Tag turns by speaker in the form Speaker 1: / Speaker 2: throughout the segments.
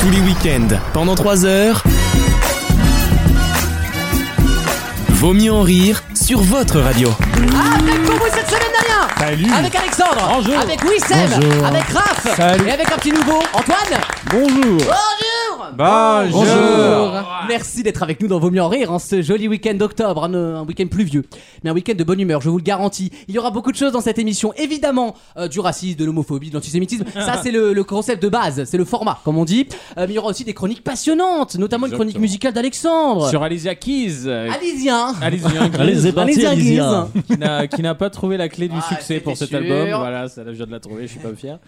Speaker 1: Tous les week-ends, pendant 3 heures. Vaut mieux en rire sur votre radio.
Speaker 2: Ah, Avec pour vous cette semaine derrière
Speaker 3: Salut.
Speaker 2: Avec Alexandre
Speaker 3: Bonjour.
Speaker 2: Avec Wissem
Speaker 3: Bonjour.
Speaker 2: Avec Raph
Speaker 3: Salut.
Speaker 2: Et avec un petit nouveau, Antoine
Speaker 3: Bonjour.
Speaker 2: Bonjour
Speaker 3: Bonjour.
Speaker 2: Merci d'être avec nous dans Vaut mieux en rire en ce joli week-end d'octobre, un, euh, un week-end pluvieux, mais un week-end de bonne humeur, je vous le garantis. Il y aura beaucoup de choses dans cette émission, évidemment euh, du racisme, de l'homophobie, de l'antisémitisme, ça c'est le, le concept de base, c'est le format comme on dit. Euh, mais il y aura aussi des chroniques passionnantes, notamment une chronique musicale d'Alexandre.
Speaker 4: Sur Alicia Keys, euh,
Speaker 2: Alésia
Speaker 4: Alicia Keys,
Speaker 5: Allez, c'est parti,
Speaker 2: Alésia
Speaker 5: Elysia.
Speaker 2: Guise.
Speaker 4: qui n'a- qui n'a pas trouvé la clé du
Speaker 2: Ah,
Speaker 4: succès
Speaker 2: c'était
Speaker 4: pour cet
Speaker 2: sûr.
Speaker 4: album. Voilà, ça là, je viens de la trouver, je suis pas fier.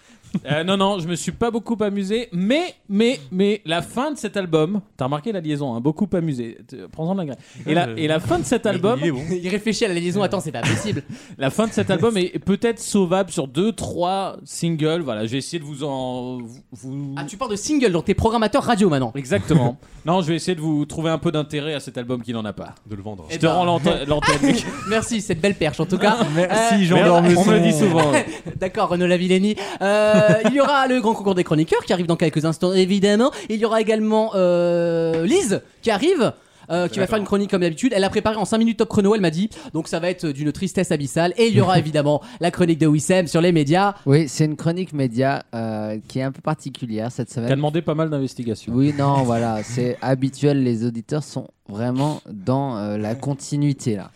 Speaker 4: Euh, non, non, je me suis pas beaucoup amusé, mais, mais, mais la fin de cet album, t'as remarqué la liaison, hein, beaucoup amusé, t- prends-en de la graine. Et la, et la fin de cet album,
Speaker 2: Il réfléchit à la liaison, attends, c'est pas possible.
Speaker 4: la fin de cet album est peut-être sauvable sur deux, trois singles. Voilà, j'ai essayé de vous en. vous-
Speaker 2: Ah, tu parles de single, donc t'es programmateur radio maintenant.
Speaker 4: Exactement. non, je vais essayer de vous trouver un peu d'intérêt à cet album qui n'en a pas.
Speaker 6: de le vendre.
Speaker 4: Je
Speaker 2: Eh
Speaker 4: te
Speaker 2: ben.
Speaker 4: rends l'ante- l'antenne. mec.
Speaker 2: Merci, cette belle perche en tout cas. Euh,
Speaker 3: Merci Jean
Speaker 4: Merde,
Speaker 3: Dormeson.
Speaker 4: On me le dit souvent.
Speaker 2: D'accord, Renaud Lavilleni. Euh, il y aura le grand concours des chroniqueurs qui arrive dans quelques instants, évidemment. Il y aura également euh, Lise qui arrive. euh, qui va faire une chronique comme d'habitude. Elle a préparé en 5 minutes top chrono, elle m'a dit. Donc ça va être d'une tristesse abyssale. Et il y aura évidemment la chronique de Wissem sur les médias.
Speaker 7: Oui, c'est une chronique média euh, qui est un peu particulière cette
Speaker 4: T'as
Speaker 7: semaine.
Speaker 4: demandé pas mal d'investigations.
Speaker 7: Oui, non, voilà, c'est habituel. Les auditeurs sont vraiment dans euh, la continuité là,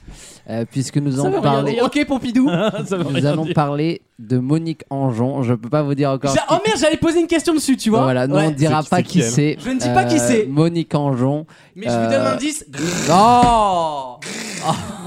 Speaker 7: Euh, puisque nous
Speaker 2: Ça veut
Speaker 7: allons
Speaker 2: rien
Speaker 7: parler,
Speaker 2: dire. Ok, Pompidou.
Speaker 4: Ça veut
Speaker 7: nous
Speaker 4: rien
Speaker 7: allons
Speaker 4: dire.
Speaker 7: parler de Monique Anjon. Je peux pas vous dire encore.
Speaker 2: J'a-
Speaker 7: qui-
Speaker 2: Oh merde, j'allais poser une question dessus, tu vois.
Speaker 7: voilà, nous
Speaker 2: Ouais.
Speaker 7: on dira
Speaker 6: C'est-
Speaker 7: pas
Speaker 6: c'est
Speaker 7: qui
Speaker 6: qui
Speaker 7: c'est. euh,
Speaker 2: Je ne dis pas qui c'est. Euh,
Speaker 7: Monique Anjon.
Speaker 2: Mais je vous donne
Speaker 7: Euh,
Speaker 2: l'indice.
Speaker 7: Non.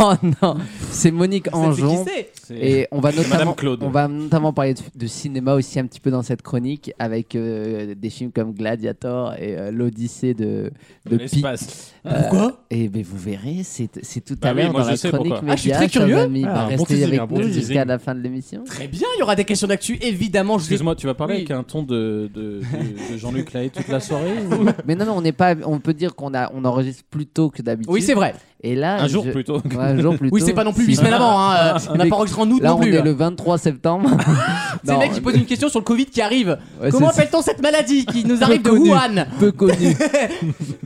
Speaker 7: Oh non, c'est Monique
Speaker 2: Vous savez
Speaker 7: Anjon.
Speaker 2: qui c'est
Speaker 7: Et on va notamment,
Speaker 4: Madame Claude.
Speaker 7: on va notamment parler de, de cinéma aussi un petit peu dans cette chronique avec euh, des films comme Gladiator et euh, l'Odyssée de, de,
Speaker 4: De
Speaker 7: Pi.
Speaker 4: l'espace.
Speaker 2: Pourquoi
Speaker 7: Et ben vous verrez, c'est c'est tout
Speaker 4: Bah
Speaker 7: à
Speaker 4: oui,
Speaker 7: l'heure
Speaker 4: moi,
Speaker 7: dans
Speaker 4: je
Speaker 7: la
Speaker 4: sais
Speaker 7: chronique
Speaker 4: pourquoi.
Speaker 7: média.
Speaker 2: Ah, je suis très curieux.
Speaker 7: chers amis.
Speaker 6: Ah,
Speaker 7: Bah,
Speaker 6: un bon
Speaker 7: restez
Speaker 6: teasing,
Speaker 7: avec
Speaker 6: un bon
Speaker 7: nous
Speaker 6: teasing.
Speaker 7: jusqu'à la fin de l'émission.
Speaker 2: Très bien, il y aura des questions d'actu, évidemment. Je vais-
Speaker 4: Excuse-moi, tu vas parler
Speaker 2: Oui.
Speaker 4: avec un ton de, de, de- de Jean-Luc Lahaye toute la soirée ou-
Speaker 7: Mais non, mais on n'est pas, on peut dire qu'on a, on enregistre plus tôt que d'habitude.
Speaker 2: Oui, c'est vrai.
Speaker 7: Et là,
Speaker 4: Un jour
Speaker 7: je-
Speaker 4: plutôt.
Speaker 7: Ouais, un jour plus
Speaker 2: Oui,
Speaker 7: tôt.
Speaker 2: c'est pas non plus
Speaker 7: Si-
Speaker 2: 8 semaines avant. hein. Euh, On n'a
Speaker 7: Mais
Speaker 2: pas enregistré en août
Speaker 7: Là,
Speaker 2: non
Speaker 7: on
Speaker 2: plus. hein.
Speaker 7: est le 23 septembre.
Speaker 2: C'est le mec qui pose une question sur le Covid qui arrive.
Speaker 7: Ouais,
Speaker 2: Comment
Speaker 7: c'est- c'est-
Speaker 2: appelle-t-on cette maladie qui nous arrive de
Speaker 7: Reconnue.
Speaker 2: Wuhan
Speaker 7: peu connu.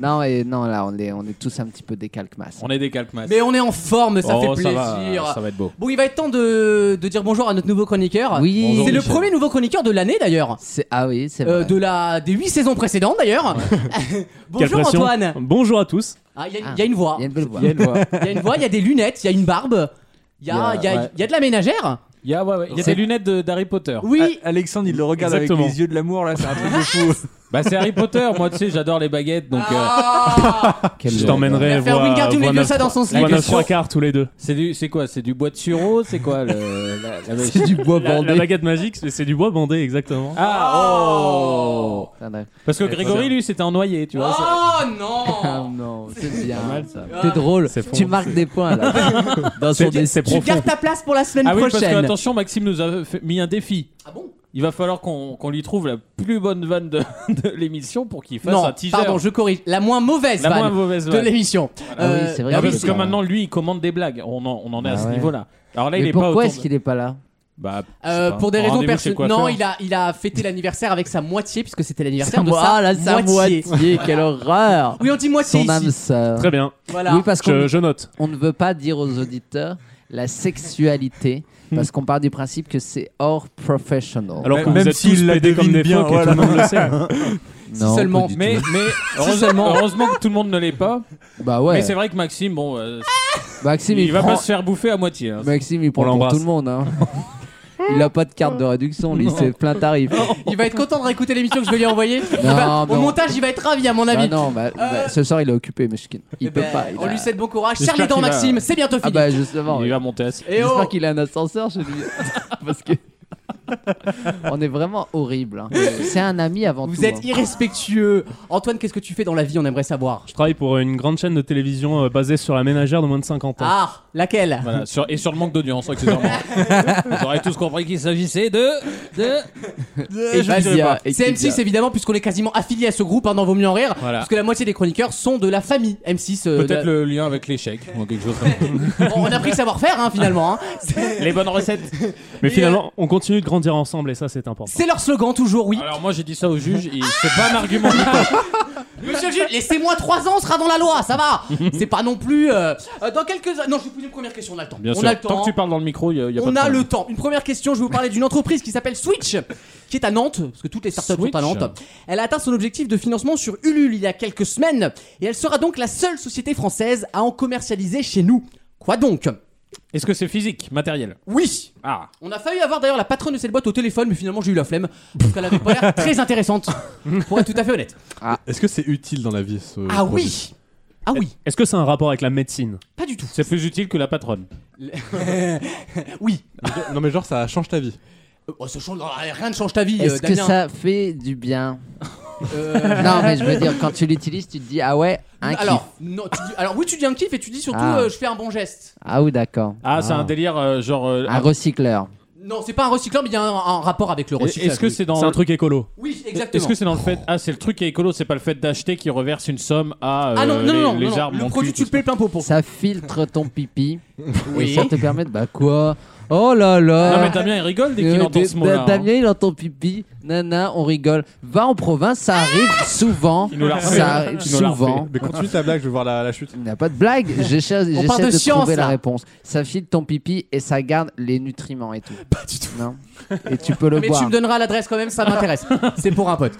Speaker 7: non, et non, là, on est, on est tous un petit peu des calques-masses.
Speaker 4: On est des calques-masses.
Speaker 2: Mais on est en forme, ça
Speaker 4: Oh,
Speaker 2: fait plaisir.
Speaker 4: va, ça va être beau.
Speaker 2: Bon, il va être temps de, de dire bonjour à notre nouveau chroniqueur.
Speaker 7: Oui,
Speaker 2: C'est le
Speaker 4: Michel.
Speaker 2: premier nouveau chroniqueur de l'année d'ailleurs.
Speaker 7: C'est- Ah oui, c'est
Speaker 2: Euh,
Speaker 7: vrai.
Speaker 2: de la des huit saisons précédentes d'ailleurs.
Speaker 5: Quelle
Speaker 2: bonjour
Speaker 5: pression.
Speaker 2: Antoine.
Speaker 5: Bonjour à tous.
Speaker 2: Ah, Il y, a-
Speaker 7: Ah.
Speaker 2: il y a une voix.
Speaker 7: Il y a une belle voix.
Speaker 2: Il y a une voix, il y a des lunettes, il y a une barbe. Il y a,
Speaker 4: Il
Speaker 2: il
Speaker 4: y
Speaker 2: y
Speaker 4: a-
Speaker 2: a-
Speaker 4: ouais.
Speaker 2: il y a de la ménagère.
Speaker 4: Il y a, ouais, ouais, il y a
Speaker 7: C'est-
Speaker 4: des lunettes de- d'Harry Potter.
Speaker 2: Oui.
Speaker 3: A- Ah, Alexandre, il le regarde
Speaker 5: Exactement.
Speaker 3: avec les yeux de l'amour là, c'est un truc de fou.
Speaker 4: Bah, c'est Harry Potter, moi tu sais, j'adore les baguettes donc. euh,
Speaker 2: Ah.
Speaker 7: Quelle
Speaker 5: Je
Speaker 7: voix.
Speaker 2: Il
Speaker 5: t'emmènerai
Speaker 2: va faire
Speaker 5: voir. euh,
Speaker 2: Wingardium
Speaker 5: voir
Speaker 2: Leviosa
Speaker 5: neuf-
Speaker 2: dans son slip.
Speaker 5: voir
Speaker 4: La
Speaker 5: neuf
Speaker 4: question-
Speaker 5: trois quarts tous les deux.
Speaker 4: C'est du, c'est quoi C'est du bois de sureau C'est quoi le, la, la-
Speaker 7: C'est du bois
Speaker 5: La, la
Speaker 7: bandé.
Speaker 5: baguette magique, c'est c'est du bois bandé, exactement.
Speaker 4: Ah oh
Speaker 7: Ah, d'accord.
Speaker 4: Parce que Grégory lui c'était en noyer, tu vois. ça-
Speaker 2: Eh, Oh
Speaker 7: Ah
Speaker 2: non.
Speaker 7: non, c'est bien.
Speaker 5: ça.
Speaker 7: T'es drôle.
Speaker 5: C'est
Speaker 7: Tu
Speaker 5: profond,
Speaker 7: marques des points là. Dans son
Speaker 5: C'est c'est
Speaker 7: dessin.
Speaker 2: Tu
Speaker 5: profond.
Speaker 2: gardes ta place pour la semaine
Speaker 4: Ah oui, parce que
Speaker 2: prochaine.
Speaker 4: attention, Maxime nous a fait- mis un défi.
Speaker 2: ah bon
Speaker 4: Il va falloir qu'on qu'on lui trouve la plus bonne vanne de, de l'émission pour qu'il fasse
Speaker 2: Non,
Speaker 4: un teaser.
Speaker 2: pardon, je corrige. La moins mauvaise
Speaker 4: la
Speaker 2: vanne
Speaker 4: moins mauvaise
Speaker 2: de
Speaker 4: vanne.
Speaker 2: l'émission.
Speaker 7: Ah oui, c'est vrai,
Speaker 2: bah
Speaker 4: Ah,
Speaker 7: oui,
Speaker 4: parce
Speaker 7: c'est
Speaker 4: que
Speaker 7: vrai.
Speaker 4: maintenant, lui, il commande des blagues. On en, on en est à
Speaker 7: Ah
Speaker 4: ce
Speaker 7: ouais.
Speaker 4: niveau-là. Alors là, il
Speaker 7: Mais
Speaker 4: est pas autour.
Speaker 7: pourquoi est-ce
Speaker 4: de-
Speaker 7: qu'il est pas là
Speaker 2: Euh,
Speaker 4: Bah, je sais pas.
Speaker 2: pour des raisons
Speaker 4: Rendez-vous chez
Speaker 2: personnelles.
Speaker 4: le
Speaker 2: Non,
Speaker 4: coiffeur.
Speaker 2: il a, il a fêté l'anniversaire avec sa moitié, puisque c'était l'anniversaire de
Speaker 7: moi,
Speaker 2: sa,
Speaker 7: là, sa
Speaker 2: moitié.
Speaker 7: moitié. Quelle horreur.
Speaker 2: Oui, on dit moitié
Speaker 7: Son âme
Speaker 2: ici.
Speaker 7: sœur.
Speaker 5: Très bien.
Speaker 2: Voilà.
Speaker 7: Oui, parce qu'on
Speaker 5: Je, je note.
Speaker 7: on ne veut pas dire aux auditeurs la sexualité parce qu'on part du principe que c'est hors professional.
Speaker 5: Hmm. Alors que
Speaker 3: Même
Speaker 5: vous êtes
Speaker 3: s'il
Speaker 5: tous
Speaker 3: la
Speaker 5: pédés comme
Speaker 3: devine
Speaker 5: des
Speaker 3: bien,
Speaker 5: phoques et tout le
Speaker 3: voilà.
Speaker 5: monde le sait.
Speaker 7: Non,
Speaker 2: seulement.
Speaker 7: pas du tout.
Speaker 4: Mais, mais heureusement, heureusement que tout le monde ne l'est pas.
Speaker 7: bah ouais.
Speaker 4: Mais c'est vrai que Maxime, bon, euh,
Speaker 7: Maxime,
Speaker 4: il,
Speaker 7: il,
Speaker 4: va
Speaker 7: prend-
Speaker 4: pas se faire bouffer à moitié. hein.
Speaker 7: Maxime, il prend pour
Speaker 5: l'embrasse.
Speaker 7: tout le monde. hein. Il a pas de carte de réduction, lui, c'est plein tarif.
Speaker 2: Il va être content de réécouter l'émission que je vais lui envoyer. Il
Speaker 7: Non,
Speaker 2: va-
Speaker 7: mais
Speaker 2: au
Speaker 7: on-
Speaker 2: montage, il va être ravi, à mon
Speaker 7: Bah
Speaker 2: avis. Euh.
Speaker 7: non, bah, bah, ce soir il est occupé, Mushkin. Il
Speaker 2: Eh
Speaker 7: peut
Speaker 2: ben,
Speaker 7: pas. il
Speaker 2: on
Speaker 7: a-
Speaker 2: lui souhaite bon courage. Serre
Speaker 4: J'espère
Speaker 2: les dents,
Speaker 4: qu'il va-
Speaker 2: Maxime. C'est bientôt
Speaker 7: Ah
Speaker 2: fini.
Speaker 7: bah justement.
Speaker 4: il
Speaker 7: oui.
Speaker 4: va monter à ce-
Speaker 2: Et
Speaker 7: J'espère
Speaker 2: oh,
Speaker 7: qu'il a un ascenseur chez lui. Parce que. on est vraiment horrible. hein. C'est un ami avant tout.
Speaker 2: vous êtes
Speaker 7: hein.
Speaker 2: irrespectueux. Antoine, qu'est-ce que tu fais dans la vie On aimerait savoir.
Speaker 5: Je travaille pour une grande chaîne de télévision euh, basée sur la ménagère de moins de 50 ans.
Speaker 2: Ah, laquelle
Speaker 4: Voilà, sur- et sur le manque d'audience, accessoirement. Vous aurez tous compris qu'il s'agissait de. de...
Speaker 7: Et
Speaker 2: Vas-y,
Speaker 7: Kidia,
Speaker 2: hein.
Speaker 7: et
Speaker 2: C'est
Speaker 7: Kidia.
Speaker 2: M6 évidemment puisqu'on est quasiment affilié à ce groupe hein, dans Vaut mieux en rire
Speaker 4: Voilà.
Speaker 2: parce que la moitié des chroniqueurs sont de la famille M6. euh,
Speaker 4: Peut-être
Speaker 2: de-
Speaker 4: le lien avec l'échec ou quelque chose comme ça.
Speaker 2: Bon, on a pris le savoir-faire hein, finalement. hein.
Speaker 4: Les bonnes recettes.
Speaker 2: euh,
Speaker 5: Mais finalement, on continue de grandir ensemble et ça c'est important.
Speaker 2: C'est leur slogan toujours, oui.
Speaker 4: Alors moi j'ai dit ça au juge, et c'est pas un argument. Attends,
Speaker 2: Monsieur le juge, laissez-moi 3 ans, on sera dans la loi, ça va. C'est pas non plus. euh, euh, dans quelques. Non, je vous pose une première question, on a le temps.
Speaker 4: Bien
Speaker 2: on
Speaker 4: sûr.
Speaker 2: a le temps. hein.
Speaker 4: Tant que tu parles dans le micro, il y a, y a pas
Speaker 2: on
Speaker 4: de
Speaker 2: a
Speaker 4: problème.
Speaker 2: le temps. Une première question, je vais vous parler d'une entreprise qui s'appelle Switch, qui est à Nantes, parce que toutes les startups sont à
Speaker 4: Switch.
Speaker 2: Nantes. Elle a atteint son objectif de financement sur Ulule il y a quelques semaines, et elle sera donc la seule société française à en commercialiser chez nous. Quoi donc
Speaker 4: Est-ce que c'est physique, matériel
Speaker 2: Oui
Speaker 4: Ah.
Speaker 2: On a failli avoir d'ailleurs la patronne de cette boîte au téléphone, mais finalement j'ai eu la flemme, parce qu'elle avait pas l'air très intéressante, pour être tout à fait honnête.
Speaker 7: Ah.
Speaker 6: Est-ce que c'est utile dans la vie ce
Speaker 7: Euh,
Speaker 2: Ah
Speaker 6: projet
Speaker 2: oui Ah oui,
Speaker 5: Est-ce que c'est un rapport avec la médecine
Speaker 2: pas du tout.
Speaker 4: C'est plus utile que la patronne.
Speaker 2: Oui.
Speaker 6: Non mais genre ça change ta vie.
Speaker 2: Oh, ça change- rien ne change ta vie, euh,
Speaker 7: Est-ce que
Speaker 2: Damien.
Speaker 7: ça fait du bien
Speaker 2: Euh,
Speaker 7: Non, mais je veux dire, quand tu l'utilises, tu te dis ah ouais, un kiff.
Speaker 2: alors, non, tu dis- alors oui, tu dis un kiff et tu dis surtout
Speaker 7: Ah.
Speaker 2: euh, je fais un bon geste.
Speaker 7: Ah oui, d'accord.
Speaker 4: Ah, c'est un délire euh, genre. euh,
Speaker 7: Un recycleur.
Speaker 2: Non, c'est pas un recycleur, mais il y a un, un rapport avec le recyclage.
Speaker 4: Est-ce que
Speaker 2: oui.
Speaker 4: c'est dans
Speaker 5: C'est un truc écolo.
Speaker 2: Oui,
Speaker 4: Est-ce
Speaker 2: exactement.
Speaker 4: que c'est dans le
Speaker 6: Oh.
Speaker 4: fait Ah, c'est le truc qui est écolo, c'est pas le fait d'acheter qui reverse une somme à euh,
Speaker 2: ah non, non,
Speaker 4: les,
Speaker 2: non, non,
Speaker 4: les
Speaker 2: non,
Speaker 4: arbres.
Speaker 2: le
Speaker 4: mon
Speaker 2: produit,
Speaker 4: cul,
Speaker 2: tu le
Speaker 4: tout
Speaker 2: payes plein pot pour.
Speaker 7: Ça filtre ton pipi et
Speaker 2: Oui.
Speaker 7: ça te permet de bah quoi Oh là
Speaker 4: ça.
Speaker 7: là.
Speaker 4: Non mais Damien il rigole dès qu'il
Speaker 7: Euh,
Speaker 4: entend
Speaker 7: de-
Speaker 4: ce mot-là.
Speaker 7: Da-
Speaker 4: hein.
Speaker 7: Damien, il entend pipi. Nana, on rigole. Va en province, ça arrive souvent.
Speaker 4: Il nous l'a refait.
Speaker 7: Ça arrive
Speaker 4: Il nous l'a refait.
Speaker 7: souvent.
Speaker 6: Mais continue ta blague, je vais voir la, la chute.
Speaker 7: Il n'y a pas de blague. J'essaie
Speaker 2: On
Speaker 7: j'essaie
Speaker 2: parle de
Speaker 7: de,
Speaker 2: science,
Speaker 7: trouver
Speaker 2: là.
Speaker 7: la réponse. Ça file ton pipi et ça garde les nutriments et tout. Pas du tout. Non. Et tu peux le
Speaker 2: Mais tu
Speaker 7: boire.
Speaker 2: me donneras l'adresse quand même, ça m'intéresse. c'est pour un pote.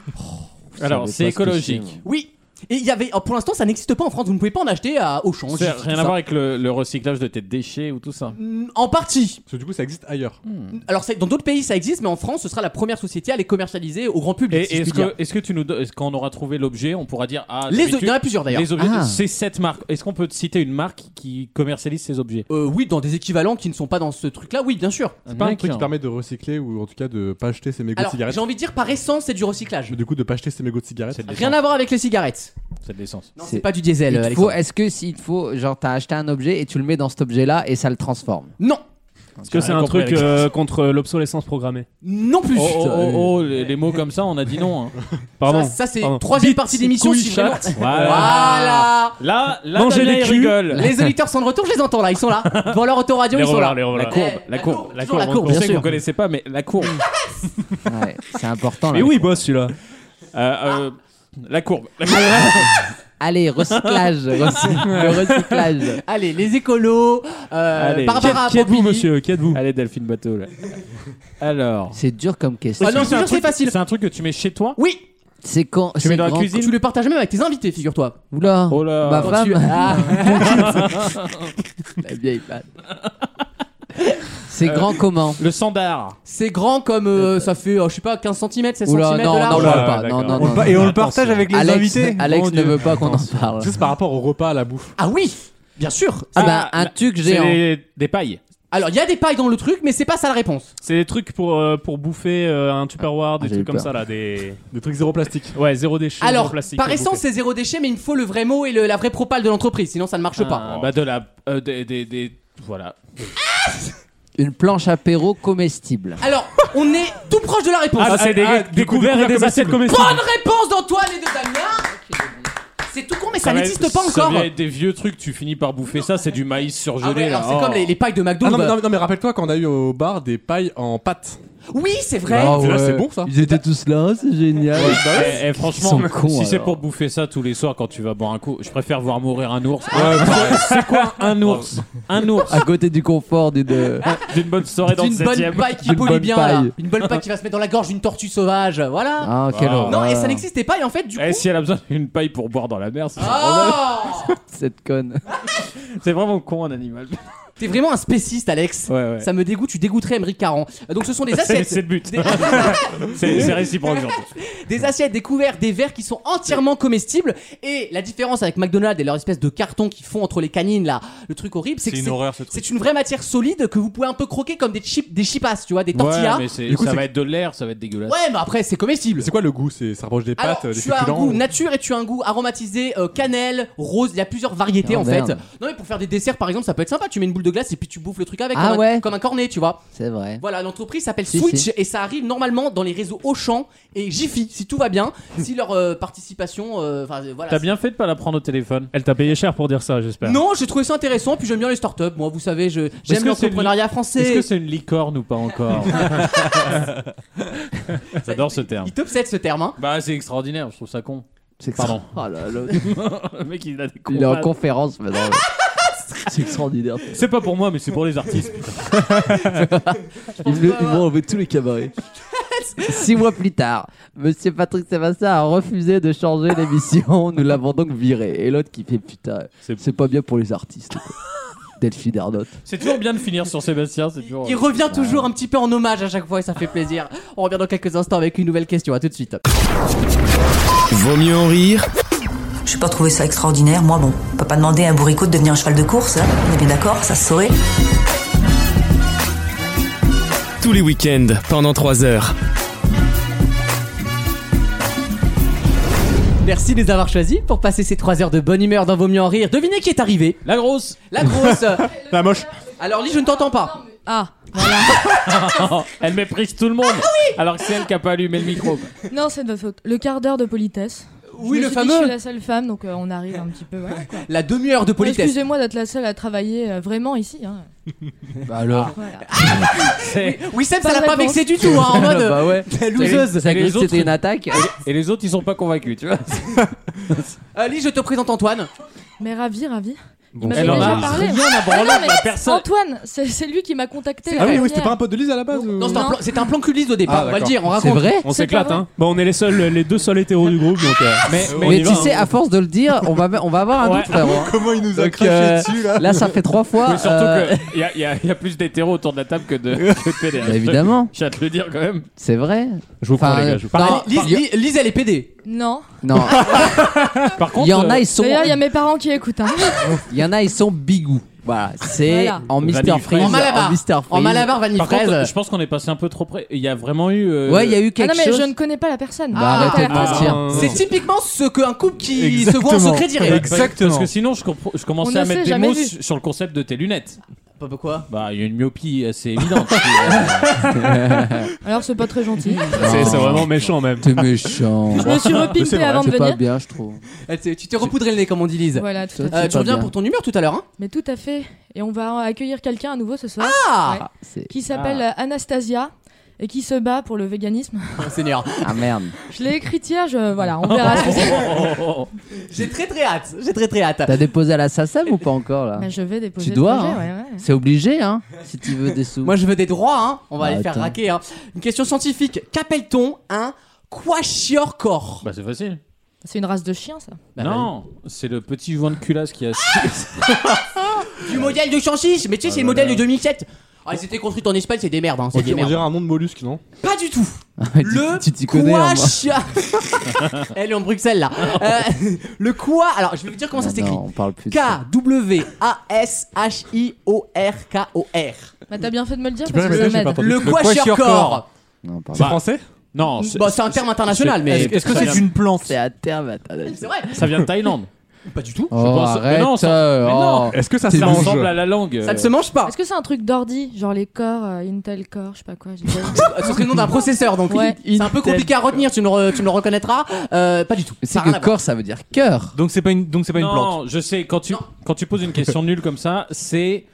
Speaker 4: Alors
Speaker 7: Je savais
Speaker 4: c'est
Speaker 7: pas ce que
Speaker 4: écologique.
Speaker 2: Oui. Et il y avait, oh, pour l'instant, ça n'existe pas en France. Vous ne pouvez pas en acheter à Auchan.
Speaker 4: C'est
Speaker 2: j'ai-
Speaker 4: rien
Speaker 2: tout
Speaker 4: à
Speaker 2: ça.
Speaker 4: voir avec le, le recyclage de tes déchets ou tout ça.
Speaker 2: Mm, En partie.
Speaker 6: Parce que du coup ça existe ailleurs.
Speaker 7: Hmm.
Speaker 2: Alors, c'est- dans d'autres pays, ça existe, mais en France, ce sera la première société à les commercialiser au grand public. si
Speaker 4: Et
Speaker 2: je
Speaker 4: est-ce
Speaker 2: puis dire.
Speaker 4: que, est-ce que tu nous, do- est-ce qu'on aura trouvé l'objet, on pourra dire ah
Speaker 2: les, il
Speaker 4: d'habitude,
Speaker 2: y en a plusieurs d'ailleurs.
Speaker 4: les objets,
Speaker 7: Ah.
Speaker 4: c'est cette marque. Est-ce qu'on peut te citer une marque qui commercialise ces objets
Speaker 2: Euh, oui, dans des équivalents qui ne sont pas dans ce truc-là, oui, bien sûr.
Speaker 6: C'est pas un
Speaker 4: mec,
Speaker 6: truc
Speaker 4: hein.
Speaker 6: qui permet de recycler ou en tout cas de pas acheter ses mégots de
Speaker 2: Alors,
Speaker 6: cigarettes.
Speaker 2: j'ai envie de dire par essence, c'est du recyclage.
Speaker 6: Mais du coup de pas acheter ses mégots de cigarettes.
Speaker 4: C'est de
Speaker 2: Rien
Speaker 4: l'essence.
Speaker 2: à voir avec les cigarettes.
Speaker 4: C'est de l'essence.
Speaker 2: Non,
Speaker 7: C'est-
Speaker 2: c'est pas du diesel,
Speaker 7: Il te
Speaker 2: Alexandre.
Speaker 7: faut, est-ce que s'il te faut, genre, t'as acheté un objet et tu le mets dans cet objet-là et ça le transforme
Speaker 2: Non,
Speaker 5: Est-ce que c'est
Speaker 4: rien
Speaker 5: un
Speaker 4: compris
Speaker 5: truc
Speaker 4: avec
Speaker 5: euh, contre l'obsolescence programmée
Speaker 2: non plus.
Speaker 4: Oh, oh, oh, oh, les, les mots comme ça, on a dit non. hein.
Speaker 5: Pardon.
Speaker 2: Ça, ça, c'est
Speaker 5: pardon.
Speaker 2: troisième partie d'émission.
Speaker 4: couilles,
Speaker 2: Si vraiment...
Speaker 4: chatte.
Speaker 2: Voilà.
Speaker 4: Là, là,
Speaker 5: Mangez
Speaker 4: Damien,
Speaker 5: des
Speaker 4: il
Speaker 5: culs.
Speaker 4: rigole.
Speaker 2: Les auditeurs sont de retour, je les entends là, ils sont là. Devant leur autoradio,
Speaker 5: Les
Speaker 2: ils sont
Speaker 5: revoilà,
Speaker 2: là.
Speaker 5: les revoilà.
Speaker 2: Eh,
Speaker 4: La courbe, la
Speaker 2: toujours
Speaker 4: courbe,
Speaker 2: la courbe,
Speaker 4: on
Speaker 2: bien
Speaker 4: sait que vous
Speaker 2: sûr.
Speaker 4: connaissez pas, mais la courbe.
Speaker 7: Ouais, c'est important. là.
Speaker 5: Mais oui, boss celui-là.
Speaker 4: Euh, euh, La courbe. La courbe.
Speaker 7: Allez, recyclage. recy- le recyclage.
Speaker 2: Allez, les écolos, euh,
Speaker 4: Allez.
Speaker 2: Barbara
Speaker 5: Qui êtes-vous,
Speaker 2: Pompili.
Speaker 5: monsieur Qui êtes-vous
Speaker 4: Allez, Delphine Bateau. là. Alors.
Speaker 7: C'est dur comme question.
Speaker 2: Ah non,
Speaker 4: Est-ce que
Speaker 2: c'est
Speaker 4: un
Speaker 2: sûr,
Speaker 4: truc-
Speaker 2: c'est facile.
Speaker 4: C'est un truc que tu mets chez toi
Speaker 2: Oui,
Speaker 7: C'est quand
Speaker 4: Tu mets
Speaker 7: c'est
Speaker 4: dans la
Speaker 7: grand-
Speaker 4: cuisine
Speaker 2: tu le partages même avec tes invités, figure-toi.
Speaker 7: Oula.
Speaker 4: Oh là.
Speaker 7: Ma
Speaker 4: Quand
Speaker 7: femme.
Speaker 2: Euh, tu- Ah.
Speaker 7: La vieille patte. C'est grand comment
Speaker 4: Le sandar.
Speaker 2: C'est grand comme euh, ça fait, euh, je sais pas, 15 cm, 16 cm
Speaker 7: Oula,
Speaker 2: de
Speaker 7: non, non,
Speaker 2: large.
Speaker 7: on
Speaker 5: Oula,
Speaker 7: parle pas.
Speaker 5: d'accord.
Speaker 7: Non, non,
Speaker 5: On
Speaker 3: On le
Speaker 7: non,
Speaker 3: pa-
Speaker 7: non.
Speaker 3: et on le partage avec les
Speaker 7: Alex,
Speaker 3: invités.
Speaker 7: Alex
Speaker 3: Mon
Speaker 7: ne
Speaker 3: Dieu.
Speaker 7: veut pas qu'on en parle.
Speaker 6: Juste par rapport au repas, à la bouffe.
Speaker 2: Ah oui, bien sûr.
Speaker 7: Ah bah,
Speaker 4: Ah,
Speaker 7: un tuc
Speaker 4: C'est
Speaker 7: géant.
Speaker 4: des, des pailles.
Speaker 2: Alors, il y a des pailles dans le truc, mais c'est pas ça la réponse.
Speaker 5: C'est des trucs pour, euh, pour bouffer euh, un Tupperware,
Speaker 7: Ah,
Speaker 5: des
Speaker 7: j'ai eu
Speaker 5: trucs comme
Speaker 7: peur.
Speaker 5: ça là. Des...
Speaker 6: Des trucs zéro plastique.
Speaker 5: Ouais, zéro déchet. zéro
Speaker 2: Alors,
Speaker 5: plastique,
Speaker 2: par
Speaker 5: pour
Speaker 2: essence, c'est zéro déchet, mais il me faut le vrai mot et le- la vraie propale de l'entreprise, sinon ça ne marche pas.
Speaker 4: Ah, Bah de la. euh, des, des- des- Voilà.
Speaker 7: Une planche apéro comestible.
Speaker 2: Alors, on est tout proche de la réponse.
Speaker 5: Ah, c'est des,
Speaker 4: ah,
Speaker 5: des couverts et des assiettes comestibles.
Speaker 2: Bonne réponse d'Antoine et de Damien C'est tout con, mais ça,
Speaker 4: va
Speaker 2: n'existe
Speaker 4: être-
Speaker 2: pas
Speaker 4: Ça
Speaker 2: encore
Speaker 4: va être des vieux trucs, tu finis par bouffer ça, c'est du maïs
Speaker 2: Ah ouais,
Speaker 4: surgelé. là.
Speaker 2: alors c'est
Speaker 4: Oh.
Speaker 2: comme les, les pailles de McDo.
Speaker 6: Ah non, mais,
Speaker 2: bah-
Speaker 6: non, mais- non, mais rappelle-toi qu'on a eu au bar des pailles en pâte. Ah
Speaker 2: Oui, c'est vrai.
Speaker 7: Ah
Speaker 6: C'est là, c'est bon ça.
Speaker 7: Ils étaient tous là, c'est génial.
Speaker 4: Eh, eh, franchement,
Speaker 7: Ils sont cons,
Speaker 4: si c'est
Speaker 7: alors.
Speaker 4: pour bouffer ça tous les soirs quand tu vas boire un coup, je préfère voir mourir un ours. c'est quoi un ours Un ours
Speaker 2: Ah,
Speaker 7: À côté du confort du de.
Speaker 4: d'une bonne soirée dans le
Speaker 2: une bonne
Speaker 4: 7ème.
Speaker 2: paille qui
Speaker 7: Une
Speaker 2: pollue
Speaker 7: bonne
Speaker 2: bien là.
Speaker 7: paille.
Speaker 2: Une bonne paille qui va se mettre dans la gorge d'une tortue sauvage. Voilà.
Speaker 7: Ah, quel
Speaker 2: non,
Speaker 4: Wow.
Speaker 2: et ça
Speaker 7: horreur.
Speaker 2: n'existait pas. Et en fait, du coup.
Speaker 4: Eh, si elle a besoin d'une paille pour boire dans la mer, c'est
Speaker 2: Oh
Speaker 7: Cette conne.
Speaker 4: c'est vraiment con un animal.
Speaker 2: T'es vraiment un spéciste, Alex.
Speaker 4: Ouais, ouais.
Speaker 2: Ça me dégoûte, tu dégoûterais Emery Caran. Euh, Donc ce sont des
Speaker 4: C'est
Speaker 2: assiettes,
Speaker 4: c'est le but.
Speaker 2: Des-
Speaker 4: C'est c'est réciproque. genre.
Speaker 2: des assiettes, des couverts, des verres qui sont entièrement comestibles. Et la différence avec McDonald's et leur espèce de carton qu'ils font entre les canines là, le truc horrible, c'est que c'est
Speaker 6: horreur ce
Speaker 2: C'est une vraie matière solide que vous pouvez un peu croquer comme des chips, des chipas, tu vois, des
Speaker 4: Ouais,
Speaker 2: tortillas.
Speaker 4: mais c'est-
Speaker 6: Du coup,
Speaker 4: ça
Speaker 6: c'est-
Speaker 4: va être de l'air, ça va être dégueulasse.
Speaker 2: Ouais, mais après, c'est comestible.
Speaker 6: C'est quoi le goût C'est ça rapproche des
Speaker 2: Alors,
Speaker 6: pâtes, euh, des
Speaker 2: Ah, tu as un
Speaker 6: féculents
Speaker 2: goût
Speaker 6: ou-
Speaker 2: nature et tu as un goût aromatisé, euh, cannelle, rose, il y a plusieurs variétés
Speaker 7: Ah,
Speaker 2: en fait.
Speaker 7: merde.
Speaker 2: Non mais pour faire des desserts par exemple, ça peut être sympa, tu mets une boule de glace et puis tu bouffes le truc avec,
Speaker 7: Ah
Speaker 2: comme, un,
Speaker 7: ouais.
Speaker 2: comme un cornet, tu vois.
Speaker 7: C'est vrai.
Speaker 2: Voilà, l'entreprise s'appelle
Speaker 7: Si,
Speaker 2: Switch
Speaker 7: si.
Speaker 2: et ça arrive normalement dans les réseaux Auchan et Jiffy, si tout va bien, si leur euh, participation. euh, enfin, euh, voilà,
Speaker 4: T'as bien fait de pas la prendre au téléphone.
Speaker 5: Elle t'a payé cher pour dire ça, j'espère.
Speaker 2: Non, j'ai trouvé ça intéressant, puis j'aime bien les startups. Moi, vous savez, je-
Speaker 4: que
Speaker 2: j'aime
Speaker 4: c'est
Speaker 2: l'entrepreneuriat
Speaker 4: Est-ce
Speaker 2: français.
Speaker 4: que c'est une licorne ou pas encore J'adore ce terme.
Speaker 2: Il t'obsède ce terme. hein.
Speaker 4: Bah, c'est extraordinaire, je trouve ça con.
Speaker 7: C'est
Speaker 4: Pardon.
Speaker 7: Oh là là.
Speaker 4: Le mec, il a des
Speaker 7: Il est en
Speaker 4: combats.
Speaker 7: conférence maintenant. c'est extraordinaire.
Speaker 4: C'est pas pour moi, mais c'est pour les artistes.
Speaker 7: Ils vont enlever tous les cabarets. Six mois plus tard, Monsieur Patrick Sébastien a refusé de changer l'émission. Nous l'avons donc viré. Et l'autre qui fait putain,
Speaker 5: C'est-
Speaker 7: c'est pas bien pour les artistes. quoi. Delphine Arnaud.
Speaker 4: C'est toujours bien de finir sur Sébastien, c'est toujours.
Speaker 2: Il revient toujours un petit peu en hommage à chaque fois et ça fait plaisir. On revient dans quelques instants avec une nouvelle question. À tout de suite.
Speaker 1: Vaut mieux en rire
Speaker 8: J'ai pas trouvé ça extraordinaire, moi bon. On peut pas demander à un bourricot de devenir un cheval de course, hein. on est bien d'accord, ça se saurait.
Speaker 1: tous les week-ends pendant 3 heures.
Speaker 2: Merci de nous avoir choisis pour passer ces 3 heures de bonne humeur dans Vos Mieux en Rire. Devinez qui est arrivé
Speaker 4: La grosse
Speaker 2: La grosse
Speaker 6: La moche.
Speaker 2: Alors, Lise, je ne t'entends pas.
Speaker 9: Ah,
Speaker 4: Elle méprise tout le monde
Speaker 2: Ah
Speaker 4: Alors que c'est elle qui a pas allumé le micro. quoi.
Speaker 9: non, c'est de notre faute. Le quart d'heure de politesse.
Speaker 2: Oui,
Speaker 9: Je
Speaker 2: le
Speaker 9: me suis dit, je suis
Speaker 2: fameux
Speaker 9: la seule femme, donc euh, on arrive un petit peu. voilà, quoi.
Speaker 2: La demi-heure de politesse.
Speaker 9: Excusez-moi d'être la seule à travailler euh, vraiment ici. hein.
Speaker 7: alors.
Speaker 9: Voilà.
Speaker 4: C'est-
Speaker 2: Oui, Seb, Ah ça
Speaker 9: Pas
Speaker 2: l'a
Speaker 9: de
Speaker 2: pas
Speaker 9: réponse.
Speaker 2: vexé du tout, hein, en mode.
Speaker 7: bah ouais.
Speaker 2: la loseuse.
Speaker 7: Ça
Speaker 4: les autres-
Speaker 7: c'était une attaque.
Speaker 4: Et les autres, ils sont pas convaincus, tu vois.
Speaker 2: Euh, Lise, je te présente Antoine.
Speaker 9: Mais ravi, ravi.
Speaker 6: Bon,
Speaker 9: m'avait
Speaker 4: Elle en
Speaker 9: déjà
Speaker 4: a
Speaker 9: parlé.
Speaker 4: rien à
Speaker 9: Ah
Speaker 4: branler
Speaker 9: non,
Speaker 4: de
Speaker 9: mais
Speaker 4: la personne.
Speaker 9: Antoine, c'est c'est lui qui m'a contacté. euh,
Speaker 6: Ah oui,
Speaker 9: la
Speaker 6: oui, c'était pas
Speaker 9: dernière.
Speaker 6: un pote de Lise à la base ou-
Speaker 2: Non, c'était un
Speaker 9: Non.
Speaker 2: plan- c'était un plan cul Lise au départ,
Speaker 6: Ah,
Speaker 2: on va le
Speaker 6: d'accord.
Speaker 2: dire, on
Speaker 7: C'est
Speaker 2: raconte.
Speaker 7: vrai
Speaker 5: On
Speaker 9: C'est
Speaker 5: s'éclate,
Speaker 9: pas vrai.
Speaker 5: hein. Bon, on est les seuls, les deux seuls hétéros du groupe, donc. euh,
Speaker 4: Mais, mais
Speaker 7: Mais
Speaker 4: on y
Speaker 7: tu
Speaker 4: va,
Speaker 7: sais,
Speaker 4: hein.
Speaker 7: à force de le dire, on va, on va avoir un
Speaker 4: Ouais.
Speaker 7: doute, frérot. hein.
Speaker 6: Comment il nous a
Speaker 7: Donc,
Speaker 6: craché
Speaker 7: euh,
Speaker 6: dessus là
Speaker 7: Là, ça fait trois fois.
Speaker 4: Mais surtout
Speaker 7: euh,
Speaker 4: qu'il y a, y a- y a plus d'hétéros autour de la table que de, que de hein. pédés.
Speaker 7: bah, évidemment,
Speaker 4: Je tiens à te le dire quand même.
Speaker 7: c'est vrai.
Speaker 5: Je vous prends,
Speaker 7: Enfin,
Speaker 5: les gars. je vous prends.
Speaker 7: non,
Speaker 2: Ah, Lise, Lise- Lise, elle est pédée.
Speaker 9: Non.
Speaker 7: non,
Speaker 4: Par contre,
Speaker 7: il y en a,
Speaker 4: euh,
Speaker 7: ils sont,
Speaker 9: D'ailleurs, il y a mes parents qui écoutent. hein.
Speaker 7: il y en a, ils sont bigou. Voilà, c'est
Speaker 9: Voilà.
Speaker 7: en Mister
Speaker 4: Vanille
Speaker 7: Freeze,
Speaker 4: fraise.
Speaker 2: En Malabar.
Speaker 7: Mister
Speaker 2: En
Speaker 7: Freeze.
Speaker 2: Malabar, Vanille
Speaker 4: par contre,
Speaker 2: Fraise.
Speaker 4: je pense qu'on est passé un peu trop près. Il y a vraiment eu. euh,
Speaker 7: Ouais, il y a eu
Speaker 9: Ah
Speaker 7: quelque
Speaker 9: non, mais
Speaker 7: chose.
Speaker 9: je ne connais pas la personne.
Speaker 2: Ah,
Speaker 7: Bah, arrêtez de
Speaker 9: Voilà.
Speaker 7: mentir.
Speaker 5: Ah,
Speaker 2: C'est typiquement ce qu'un couple qui se voit en
Speaker 6: Exactement.
Speaker 2: secret dirait.
Speaker 4: parce- Parce que sinon, je, compre- je commençais
Speaker 9: On
Speaker 4: à
Speaker 9: ne
Speaker 4: mettre
Speaker 9: s'est
Speaker 4: des
Speaker 9: jamais
Speaker 4: mots
Speaker 9: vu.
Speaker 4: su- sur le concept de tes lunettes.
Speaker 2: Pas pourquoi
Speaker 4: Bah, il y a une myopie assez évidente. Puis, euh,
Speaker 9: Alors, c'est pas très gentil.
Speaker 5: C'est c'est vraiment méchant, même.
Speaker 7: T'es méchant.
Speaker 9: Je me suis repimpée avant de
Speaker 7: C'est pas
Speaker 9: venir.
Speaker 7: bien, je trouve.
Speaker 2: Elle t'est- Euh, Tu t'es repoudré le nez, comme on dit Lise.
Speaker 9: Voilà, tout à
Speaker 7: Toi,
Speaker 9: fait.
Speaker 2: Euh,
Speaker 7: C'est
Speaker 2: tu
Speaker 7: pas
Speaker 2: reviens
Speaker 7: bien.
Speaker 2: pour ton humeur tout à l'heure, hein
Speaker 9: Mais tout à fait. Et on va accueillir quelqu'un à nouveau ce soir
Speaker 2: Ah,
Speaker 7: C'est-
Speaker 9: qui s'appelle euh, Anastasia et qui se bat pour le véganisme.
Speaker 2: Oh, Seigneur.
Speaker 7: Ah merde.
Speaker 9: Je l'ai écrite hier, je... voilà, on verra ce que c'est.
Speaker 2: J'ai très très hâte, j'ai très très hâte.
Speaker 7: T'as déposé à la SACEM ou pas encore là
Speaker 9: Mais je vais déposer
Speaker 7: Tu
Speaker 9: le
Speaker 7: dois,
Speaker 9: projet,
Speaker 7: hein.
Speaker 9: ouais, ouais.
Speaker 7: C'est obligé, hein, si tu veux des sous.
Speaker 2: Moi je veux des droits, hein. on va
Speaker 7: Ah,
Speaker 2: les faire
Speaker 7: attends.
Speaker 2: raquer. Hein. Une question scientifique, qu'appelle-t-on un quachiorcore
Speaker 4: bah, c'est facile.
Speaker 9: C'est une race de chiens, ça.
Speaker 2: Bah,
Speaker 4: non, c'est le petit joint de culasse qui a.
Speaker 2: Du modèle de 106, mais tu sais c'est le modèle de 2007 ah, ils étaient construits en Espagne, c'est des merdes, hein, c'est
Speaker 6: On
Speaker 2: des
Speaker 6: dirait
Speaker 2: merdes.
Speaker 6: un nom de mollusque, non
Speaker 2: Pas du tout.
Speaker 7: Tu-
Speaker 2: Le
Speaker 7: tu t'y connais. hein, moi.
Speaker 2: quachia- Elle est en Bruxelles là. Euh, le quoi Alors, je vais vous dire comment ça s'écrit.
Speaker 7: Non, on parle plus. de ça.
Speaker 2: K-W-A-S-H-I-O-R-K-O-R.
Speaker 9: Bah, t'as bien fait de me le dire
Speaker 6: Tu peux
Speaker 9: parce que
Speaker 6: répéter,
Speaker 9: je
Speaker 6: j'ai pas
Speaker 9: m'aide.
Speaker 6: entendu.
Speaker 2: Le
Speaker 6: Le
Speaker 2: quachiorcore.
Speaker 6: quachiorcore.
Speaker 7: Non, pardon.
Speaker 6: C'est
Speaker 4: Bah,
Speaker 6: français
Speaker 4: Non,
Speaker 2: Bah, c'est un terme international, mais.
Speaker 4: c'est-
Speaker 3: Est-ce que
Speaker 4: Ça
Speaker 3: c'est
Speaker 4: vient-
Speaker 3: une plante
Speaker 7: C'est à terme. attends.
Speaker 2: C'est vrai
Speaker 4: ça vient de Thaïlande.
Speaker 2: Pas du tout.
Speaker 7: Oh,
Speaker 4: pense- mais
Speaker 7: arrête.
Speaker 4: non, ça-
Speaker 7: euh,
Speaker 4: mais non.
Speaker 7: oh.
Speaker 6: Est-ce que ça se
Speaker 4: Ça
Speaker 6: mange
Speaker 4: ressemble à la langue.
Speaker 2: Ça ne
Speaker 4: euh,
Speaker 2: se mange pas.
Speaker 9: Est-ce que c'est un truc d'ordi Genre les corps, euh, Intel Core, je sais pas quoi. je sais pas.
Speaker 2: Euh, Ce serait le nom d'un processeur, donc
Speaker 9: Ouais.
Speaker 2: c'est un peu compliqué à retenir, tu me, re- tu me le reconnaîtras. Euh, pas du tout.
Speaker 7: C'est
Speaker 2: Ça a rien
Speaker 7: que
Speaker 2: à voir.
Speaker 7: corps, ça veut dire cœur.
Speaker 3: Donc c'est pas une, donc c'est pas une
Speaker 4: non,
Speaker 3: plante.
Speaker 4: je sais, quand tu, quand tu poses une question nulle comme ça, c'est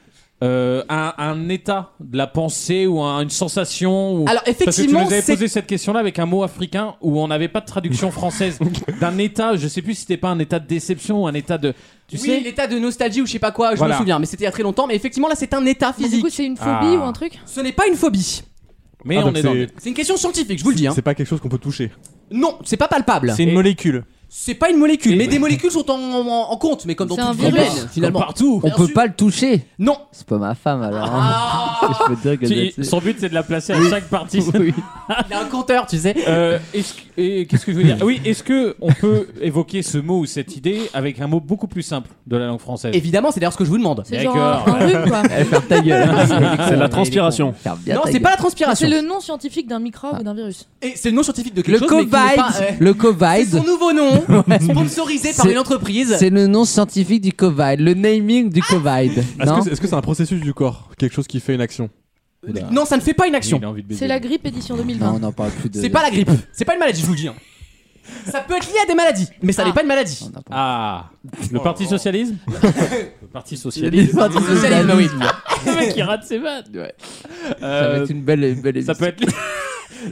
Speaker 4: euh, un, un état de la pensée ou un- une sensation. Ou...
Speaker 2: Alors,
Speaker 4: Parce que tu nous
Speaker 2: effectivement,
Speaker 4: avais
Speaker 2: c'est.
Speaker 4: posé cette question-là avec un mot africain où on n'avait pas de traduction française d'un état, je sais plus si c'était pas un état de déception ou un état de. Tu
Speaker 2: oui,
Speaker 4: sais
Speaker 2: l'état de nostalgie ou je sais pas quoi, je
Speaker 4: Voilà.
Speaker 2: me souviens, mais c'était il y a très longtemps. Mais effectivement, là, c'est un état
Speaker 9: Mais Du
Speaker 2: physique.
Speaker 9: coup, c'est une phobie
Speaker 4: Ah.
Speaker 9: ou un truc
Speaker 2: Ce n'est pas une phobie.
Speaker 4: Mais
Speaker 6: Ah,
Speaker 4: on
Speaker 6: donc
Speaker 4: est dans.
Speaker 6: c'est-
Speaker 4: le-
Speaker 2: C'est une question scientifique, je vous le dis. hein.
Speaker 6: C'est pas quelque chose qu'on peut toucher.
Speaker 2: Non, c'est pas palpable.
Speaker 3: C'est une
Speaker 4: Et-
Speaker 3: molécule.
Speaker 2: C'est pas une molécule, mais des molécules sont en, en- en compte, mais comme dans
Speaker 9: C'est un
Speaker 2: toute vie
Speaker 9: virus.
Speaker 2: humaine,
Speaker 4: Comme
Speaker 2: finalement.
Speaker 4: partout.
Speaker 7: On
Speaker 2: Bien
Speaker 7: peut
Speaker 2: sûr.
Speaker 7: pas le toucher.
Speaker 2: Non.
Speaker 7: C'est pas ma femme alors. hein.
Speaker 2: Ah,
Speaker 7: Je peux te dire que
Speaker 4: Tu-
Speaker 7: c'est-
Speaker 4: son but c'est de la placer à chaque partie.
Speaker 7: Oui.
Speaker 2: il a un compteur, tu sais.
Speaker 4: Euh, est-ce que- et qu'est-ce que je veux dire Ah Oui, est-ce que on peut évoquer ce mot ou cette idée avec un mot beaucoup plus simple de la langue française
Speaker 2: Évidemment, c'est d'ailleurs ce que je vous demande.
Speaker 9: C'est genre
Speaker 4: D'accord.
Speaker 9: un, un rhume, quoi.
Speaker 7: Eh, ferme ta gueule.
Speaker 5: C'est de la transpiration.
Speaker 7: Ferme bien
Speaker 2: Non,
Speaker 7: ta
Speaker 2: c'est
Speaker 7: gueule.
Speaker 2: pas la
Speaker 9: C'est
Speaker 2: transpiration. Ah.
Speaker 9: le nom scientifique d'un microbe ou d'un virus.
Speaker 2: Et c'est le nom scientifique de quelque
Speaker 7: Le
Speaker 2: chose. mais qui
Speaker 7: Covid.
Speaker 2: n'est pas, euh,
Speaker 7: Le
Speaker 2: C'est son
Speaker 7: Covid.
Speaker 2: nouveau nom. nom sponsorisé par
Speaker 7: C'est-
Speaker 2: une entreprise. Ah.
Speaker 7: C'est le nom scientifique du Covid, le naming du Covid.
Speaker 6: Est-ce
Speaker 7: non
Speaker 6: que c'est est-ce que c'est un processus du corps Quelque chose qui fait une action
Speaker 2: Non, ça ne fait pas une action.
Speaker 4: Il a envie de baiser.
Speaker 9: C'est la grippe édition
Speaker 7: Non,
Speaker 9: 2020.
Speaker 7: on n'en parle plus de.
Speaker 2: C'est pas la grippe. C'est pas une maladie, je vous le dis. hein. Ça peut être lié à des maladies, mais ça
Speaker 9: Ah.
Speaker 2: n'est pas une maladie.
Speaker 7: On en parle
Speaker 4: Ah, le Parti Socialisme Le
Speaker 7: plus.
Speaker 4: Parti
Speaker 7: Les
Speaker 4: Socialiste. bah
Speaker 7: sorties
Speaker 2: Socialisme,
Speaker 7: socialistes.
Speaker 2: oui.
Speaker 4: Le mec qui rate ses vannes.
Speaker 7: Ouais. Ça va
Speaker 4: Euh,
Speaker 7: être une belle, une belle
Speaker 4: ça
Speaker 7: émission.
Speaker 4: peut être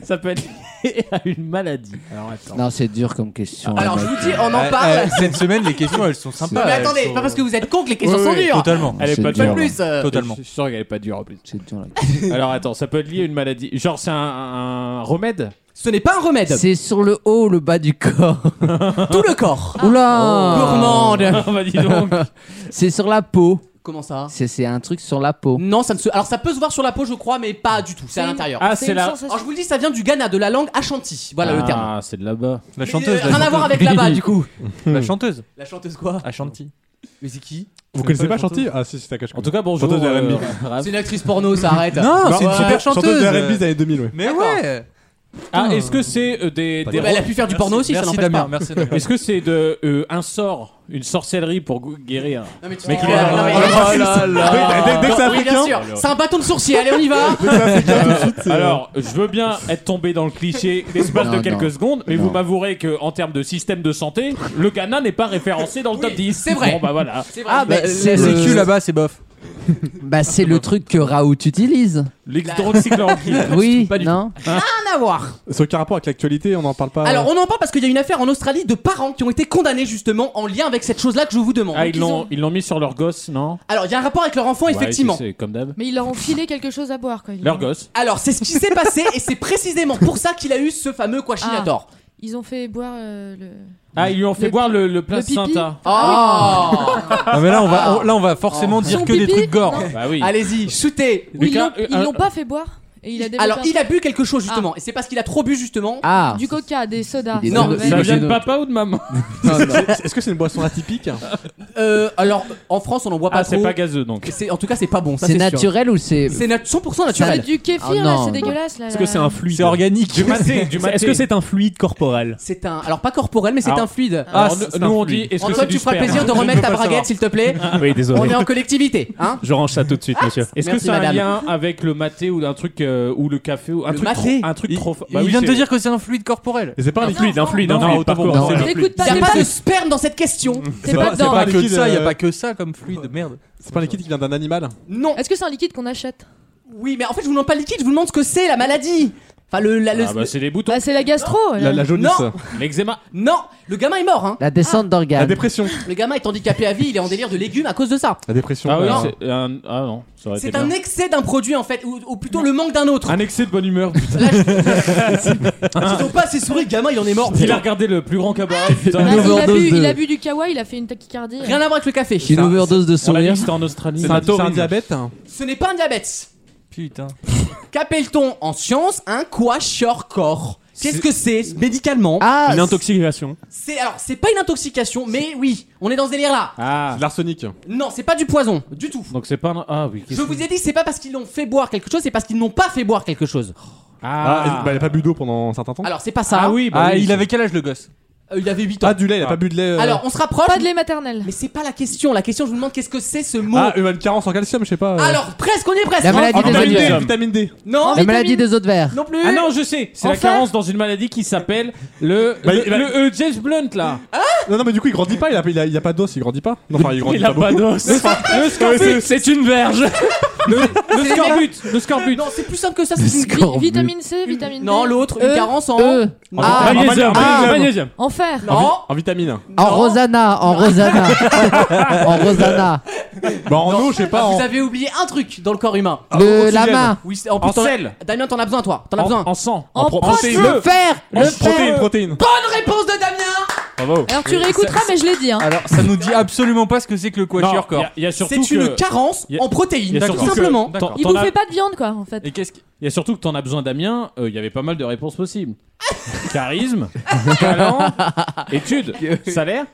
Speaker 4: ça peut être lié à une maladie. Alors attends.
Speaker 7: Non, c'est dur comme question.
Speaker 2: Alors je
Speaker 7: là,
Speaker 2: vous dis, on en
Speaker 3: Euh,
Speaker 2: parle.
Speaker 3: euh, cette semaine, les questions, elles sont
Speaker 2: Hein, Non
Speaker 3: sympas.
Speaker 2: mais
Speaker 3: elles
Speaker 2: attendez,
Speaker 3: sont-
Speaker 2: c'est pas parce que vous êtes con que les questions
Speaker 3: Oui,
Speaker 2: sont
Speaker 3: oui,
Speaker 2: dures.
Speaker 3: Totalement.
Speaker 4: Elle est
Speaker 7: C'est
Speaker 4: pas
Speaker 7: dur.
Speaker 2: Pas
Speaker 4: dure.
Speaker 2: plus. euh,
Speaker 3: Totalement.
Speaker 4: Je suis sûr qu'elle est pas dure en plus.
Speaker 7: C'est dur, là.
Speaker 4: Alors attends, ça peut être lié à une maladie. Genre c'est un, un remède
Speaker 2: Ce n'est pas un remède.
Speaker 7: C'est sur le haut ou le bas du corps Ah.
Speaker 2: Tout le corps. Oh.
Speaker 7: Oula
Speaker 2: Gourmande.
Speaker 4: On va dire Bah, donc.
Speaker 7: C'est sur la peau.
Speaker 2: Comment ça
Speaker 7: C'est c'est un truc sur la peau.
Speaker 2: Non, ça ne se. Alors ça peut se voir sur la peau, je crois, mais pas du tout. C'est à
Speaker 9: une-
Speaker 2: l'intérieur.
Speaker 4: Ah, c'est
Speaker 9: une
Speaker 4: la-
Speaker 9: sensation.
Speaker 2: Alors je vous le dis, ça vient du Ghana, de la langue Ashanti. Voilà le terme.
Speaker 4: Ah, c'est de là-bas.
Speaker 3: La
Speaker 2: Mais,
Speaker 3: chanteuse.
Speaker 2: euh, rien à voir avec là-bas du coup.
Speaker 3: La chanteuse.
Speaker 2: La chanteuse quoi
Speaker 3: Ashanti.
Speaker 2: Mais c'est qui
Speaker 6: Vous connaissez
Speaker 4: pas
Speaker 6: pas
Speaker 4: la chanteuse
Speaker 6: Chanty Ah si, c'est Takashi.
Speaker 4: En tout cas, bonjour. euh,
Speaker 6: Chanteuse de R&B.
Speaker 4: Raph.
Speaker 2: C'est une actrice porno, ça arrête.
Speaker 3: Non, c'est une
Speaker 2: ouais.
Speaker 3: super
Speaker 6: Bah, Chanteuse
Speaker 3: chanteuse.
Speaker 6: de R&B des années 2000, ouais.
Speaker 3: Mais ouais.
Speaker 4: Ah, est-ce que c'est euh, des,
Speaker 2: Eh
Speaker 4: des
Speaker 2: ben, elle a pu faire du porno aussi, ça
Speaker 3: Merci
Speaker 2: n'empêche
Speaker 3: Damien.
Speaker 2: pas.
Speaker 3: Merci Damien.
Speaker 4: Est-ce que c'est de euh, un sort, une sorcellerie pour gu- guérir
Speaker 2: Non mais tu
Speaker 4: Mais
Speaker 2: te-
Speaker 4: qui-
Speaker 2: Oh là
Speaker 4: Oh
Speaker 2: là là
Speaker 6: Oui, dès- dès- dès que c'est
Speaker 2: Oui, bien
Speaker 6: africain-
Speaker 2: sûr. C'est un bâton de sourcier. Allez, on y va.
Speaker 4: Alors,
Speaker 2: euh.
Speaker 4: je veux bien être tombé dans le cliché l'espace
Speaker 7: Non,
Speaker 4: de quelques
Speaker 7: non.
Speaker 4: secondes, mais
Speaker 7: Non.
Speaker 4: vous m'avouerez que en termes de système de santé, le Ghana n'est pas référencé dans le
Speaker 2: Oui,
Speaker 4: top 10.
Speaker 2: c'est vrai.
Speaker 4: Bon bah voilà.
Speaker 2: C'est vrai.
Speaker 7: Ah bah c'est
Speaker 3: C'est
Speaker 7: le-
Speaker 3: cul là-bas, c'est bof.
Speaker 7: Bah c'est le truc que Raoult utilise.
Speaker 4: L'hydroxychloroquine.
Speaker 7: Oui,
Speaker 4: pas du
Speaker 7: non
Speaker 2: rien à voir.
Speaker 6: Ce qui a rapport avec l'actualité, on n'en parle pas.
Speaker 2: Alors on en parle parce qu'il y a une affaire en Australie de parents qui ont été condamnés justement en lien avec cette chose-là que je vous demande.
Speaker 4: Ah,
Speaker 2: Donc,
Speaker 4: ils
Speaker 2: ils
Speaker 4: l'ont
Speaker 2: ont-
Speaker 4: ils l'ont mis sur leur gosse, non
Speaker 2: Alors il y a un rapport avec leur enfant effectivement.
Speaker 4: Ouais, tu sais, comme d'hab.
Speaker 9: Mais ils leur ont filé quelque chose à boire quoi. Ils,
Speaker 4: Leur gosse.
Speaker 2: Alors c'est ce qui s'est passé et c'est précisément pour ça qu'il a eu ce fameux Quachinator.
Speaker 9: ils ont fait boire euh, le. ah
Speaker 4: Ah, ils lui ont fait
Speaker 9: Le
Speaker 4: boire le, le
Speaker 9: pipi.
Speaker 4: placenta.
Speaker 2: Oh
Speaker 4: Ah,
Speaker 3: Non mais là on va on- là on va forcément dire
Speaker 9: Son
Speaker 3: que des
Speaker 9: pipi
Speaker 3: trucs gore.
Speaker 9: Non.
Speaker 4: Bah oui.
Speaker 2: Allez-y, shootez.
Speaker 9: Ou ils
Speaker 4: Lucas,
Speaker 9: l'ont-
Speaker 4: euh,
Speaker 9: ils
Speaker 4: un-
Speaker 9: l'ont pas fait boire et il a développé
Speaker 2: Alors
Speaker 9: un-
Speaker 2: il a bu quelque chose justement et c'est parce qu'il a trop bu justement.
Speaker 7: Ah
Speaker 9: du coca, des sodas.
Speaker 7: Des-
Speaker 9: c'est
Speaker 2: Non,
Speaker 9: mauvais.
Speaker 7: mais-
Speaker 4: Ça
Speaker 7: Imagine-
Speaker 4: vient de papa ou de maman
Speaker 7: Non, non.
Speaker 6: Est-ce que c'est une boisson atypique
Speaker 2: Euh, alors en France on en boit pas
Speaker 4: Ah, c'est
Speaker 2: trop.
Speaker 4: pas gazeux donc.
Speaker 2: C'est- en tout cas c'est pas bon. ça,
Speaker 7: C'est
Speaker 2: sûr.
Speaker 7: naturel ou c'est
Speaker 2: C'est nat- 100%
Speaker 9: Ça doit
Speaker 2: naturel.
Speaker 9: être du kéfir
Speaker 7: Ah,
Speaker 9: là,
Speaker 7: non.
Speaker 9: c'est dégueulasse là.
Speaker 5: Est-ce que c'est un fluide
Speaker 3: C'est organique.
Speaker 4: Du maté, du maté.
Speaker 5: Est-ce que c'est un fluide corporel
Speaker 2: C'est un alors pas corporel mais c'est
Speaker 4: Alors-
Speaker 2: un fluide.
Speaker 4: Ah,
Speaker 3: Ah,
Speaker 4: nous-
Speaker 3: c'est
Speaker 4: nous
Speaker 3: un
Speaker 4: on dit
Speaker 3: fluide.
Speaker 4: est-ce que
Speaker 2: Antoine,
Speaker 4: c'est du
Speaker 2: tu feras
Speaker 4: sperme
Speaker 2: plaisir de remettre ta braguette s'il te plaît.
Speaker 5: Oui,
Speaker 2: On est
Speaker 5: désolé.
Speaker 2: en collectivité, hein
Speaker 5: Je range ça tout de suite, monsieur.
Speaker 4: Est-ce que
Speaker 2: Merci,
Speaker 4: c'est un
Speaker 2: madame.
Speaker 4: lien avec le maté ou un truc euh, ou le café ou un
Speaker 2: Le
Speaker 4: truc
Speaker 2: maté
Speaker 4: trop, un truc
Speaker 3: Il,
Speaker 4: trop Bah fort
Speaker 3: il vient de te dire que Bah, c'est un fluide corporel.
Speaker 6: Et c'est pas un
Speaker 5: un
Speaker 6: liquide.
Speaker 5: fluide, un fluide,
Speaker 3: non,
Speaker 5: un fluide.
Speaker 3: autant pour
Speaker 5: parcours,
Speaker 3: moi,
Speaker 5: c'est
Speaker 3: c'est
Speaker 5: un
Speaker 3: le
Speaker 5: fluide.
Speaker 9: T'écoutes pas,
Speaker 2: Il n'y
Speaker 9: t'es
Speaker 2: a pas
Speaker 9: pas,
Speaker 2: de sperme dans cette question.
Speaker 9: t'es pas
Speaker 6: c'est
Speaker 9: dedans.
Speaker 6: pas
Speaker 3: Pas
Speaker 6: un
Speaker 3: que
Speaker 6: liquide,
Speaker 3: ça, il y a
Speaker 6: euh,
Speaker 3: pas que ça comme fluide, merde.
Speaker 6: C'est pas un liquide qui vient d'un
Speaker 4: Ah.
Speaker 6: animal.
Speaker 2: Non.
Speaker 9: Est-ce que c'est un liquide qu'on achète
Speaker 2: Oui, mais en fait, je vous demande pas le liquide, je vous demande ce que c'est la maladie. Enfin, le, la- le-
Speaker 4: Ah bah c'est les boutons,
Speaker 9: Bah c'est la gastro. là.
Speaker 6: La, la jaunisse.
Speaker 2: Non.
Speaker 4: l'eczéma.
Speaker 2: non, le gamin est mort. Hein.
Speaker 7: la descente
Speaker 6: La
Speaker 7: d'organes
Speaker 6: dépression.
Speaker 2: Le gamin est handicapé à vie, il est en délire de légumes à cause de ça.
Speaker 6: La dépression.
Speaker 4: Ah oui,
Speaker 2: Non.
Speaker 4: c'est un ah non, ça aurait été
Speaker 2: C'est un
Speaker 4: bien.
Speaker 2: excès d'un produit en fait, ou, ou plutôt le manque d'un autre.
Speaker 4: Un excès de bonne humeur. putain.
Speaker 2: Ils ont pas assez souri, le gamin il en est mort.
Speaker 4: Il a regardé le plus grand cabaret. Putain,
Speaker 9: Bah, il, a
Speaker 7: overdose
Speaker 9: bu,
Speaker 7: de-
Speaker 9: il a bu du kawa, il a fait une tachycardie.
Speaker 2: Rien à voir avec le café.
Speaker 7: Une overdose de
Speaker 4: on l'a dit
Speaker 7: sourire.
Speaker 4: que c'était en Australie.
Speaker 6: C'est un, c'est un diabète.
Speaker 4: hein.
Speaker 2: Ce n'est pas un diabète.
Speaker 3: Putain.
Speaker 2: Qu'appelle-t-on en science un quachorcor Qu'est-ce que c'est médicalement
Speaker 7: Ah
Speaker 5: Une intoxication.
Speaker 2: C'est alors c'est pas une intoxication, mais oui, on est dans ce délire là.
Speaker 4: Ah,
Speaker 6: L'arsenic.
Speaker 2: Non, c'est pas du poison du tout.
Speaker 4: donc c'est pas un... Ah oui,
Speaker 2: Je
Speaker 4: qu'est-ce que...
Speaker 2: vous ai dit, c'est pas parce qu'ils l'ont fait boire quelque chose, c'est parce qu'ils n'ont pas fait boire quelque chose.
Speaker 6: Ah,
Speaker 4: Ah,
Speaker 6: bah, il a pas bu d'eau pendant un certain temps.
Speaker 2: Alors, c'est pas ça.
Speaker 4: ah oui, bah
Speaker 3: Ah,
Speaker 4: oui,
Speaker 3: il
Speaker 4: c'est-
Speaker 3: avait quel âge le gosse
Speaker 2: Euh, il avait 8 ans.
Speaker 6: Ah, du lait, il a pas bu de lait. euh,
Speaker 2: Alors, on se rapproche.
Speaker 9: Pas de lait maternel.
Speaker 2: Mais c'est pas la question. La question, je vous demande qu'est-ce que c'est ce mot
Speaker 6: Ah, euh, une carence en calcium, je sais pas. euh.
Speaker 2: Alors, presque, on y est presque.
Speaker 7: La
Speaker 2: hein.
Speaker 7: maladie
Speaker 2: Ah,
Speaker 7: des
Speaker 2: non,
Speaker 7: ovaires.
Speaker 6: Vitamine D, vitamine D.
Speaker 2: Non,
Speaker 7: La maladie des autres verts.
Speaker 2: non plus.
Speaker 4: Ah non, je sais, c'est la
Speaker 9: Enfer.
Speaker 4: carence dans une maladie qui s'appelle le
Speaker 6: Bah,
Speaker 4: le,
Speaker 6: il- bah-
Speaker 4: le- euh, James Blunt là.
Speaker 6: Non, non, mais du coup, il grandit pas, il a, il a, il a pas d'os, il grandit pas. Non, enfin, il grandit
Speaker 4: Il
Speaker 6: pas.
Speaker 4: a pas
Speaker 6: beaucoup.
Speaker 4: d'os. Le scorbut, c'est une verge. Le, le scorbut, le scorbut.
Speaker 2: Non, c'est plus simple que ça. C'est une...
Speaker 9: Vi- vitamine C, vitamine D.
Speaker 2: Non, l'autre, une
Speaker 9: E,
Speaker 2: carence en.
Speaker 7: E.
Speaker 2: Non.
Speaker 6: Ah,
Speaker 5: Magnésium,
Speaker 6: ah,
Speaker 5: magnésium.
Speaker 9: En fer.
Speaker 2: Non,
Speaker 6: En vitamine.
Speaker 7: En Rosanna, en Rosanna. en Rosanna.
Speaker 6: Bah, en eau, je sais pas.
Speaker 2: vous
Speaker 6: En...
Speaker 2: avez oublié un truc dans le corps humain.
Speaker 7: Le lama.
Speaker 2: Oui, c'est- en plus,
Speaker 4: En
Speaker 2: t'en-
Speaker 4: sel.
Speaker 2: Damien, t'en as besoin, toi. T'en as
Speaker 4: Euh, En,
Speaker 2: besoin.
Speaker 4: en sang.
Speaker 9: En
Speaker 4: pro-
Speaker 9: poche.
Speaker 4: protéines.
Speaker 7: Le fer Le
Speaker 6: Protéines,
Speaker 7: fer
Speaker 6: protéines.
Speaker 2: Bonne réponse de Damien.
Speaker 4: Bravo.
Speaker 9: Alors tu réécouteras, mais je l'ai dit. Hein.
Speaker 3: Alors, ça nous dit absolument pas ce que c'est que le
Speaker 4: Non,
Speaker 3: quatuor
Speaker 4: il y
Speaker 3: corps.
Speaker 4: a- Il y a Ah, surtout
Speaker 2: C'est une
Speaker 4: que-
Speaker 2: carence
Speaker 4: y a-
Speaker 2: en
Speaker 4: il y
Speaker 2: protéines,
Speaker 4: a
Speaker 2: tout
Speaker 4: surtout que-
Speaker 2: simplement.
Speaker 4: t'en-
Speaker 9: Il
Speaker 4: t'en as-
Speaker 9: bouffait pas de viande quoi en fait.
Speaker 3: Et qu'est-ce qui
Speaker 4: Il y a surtout que t'en as besoin, Damien. euh, Il y avait pas mal de réponses possibles. Charisme, talent, études, salaire.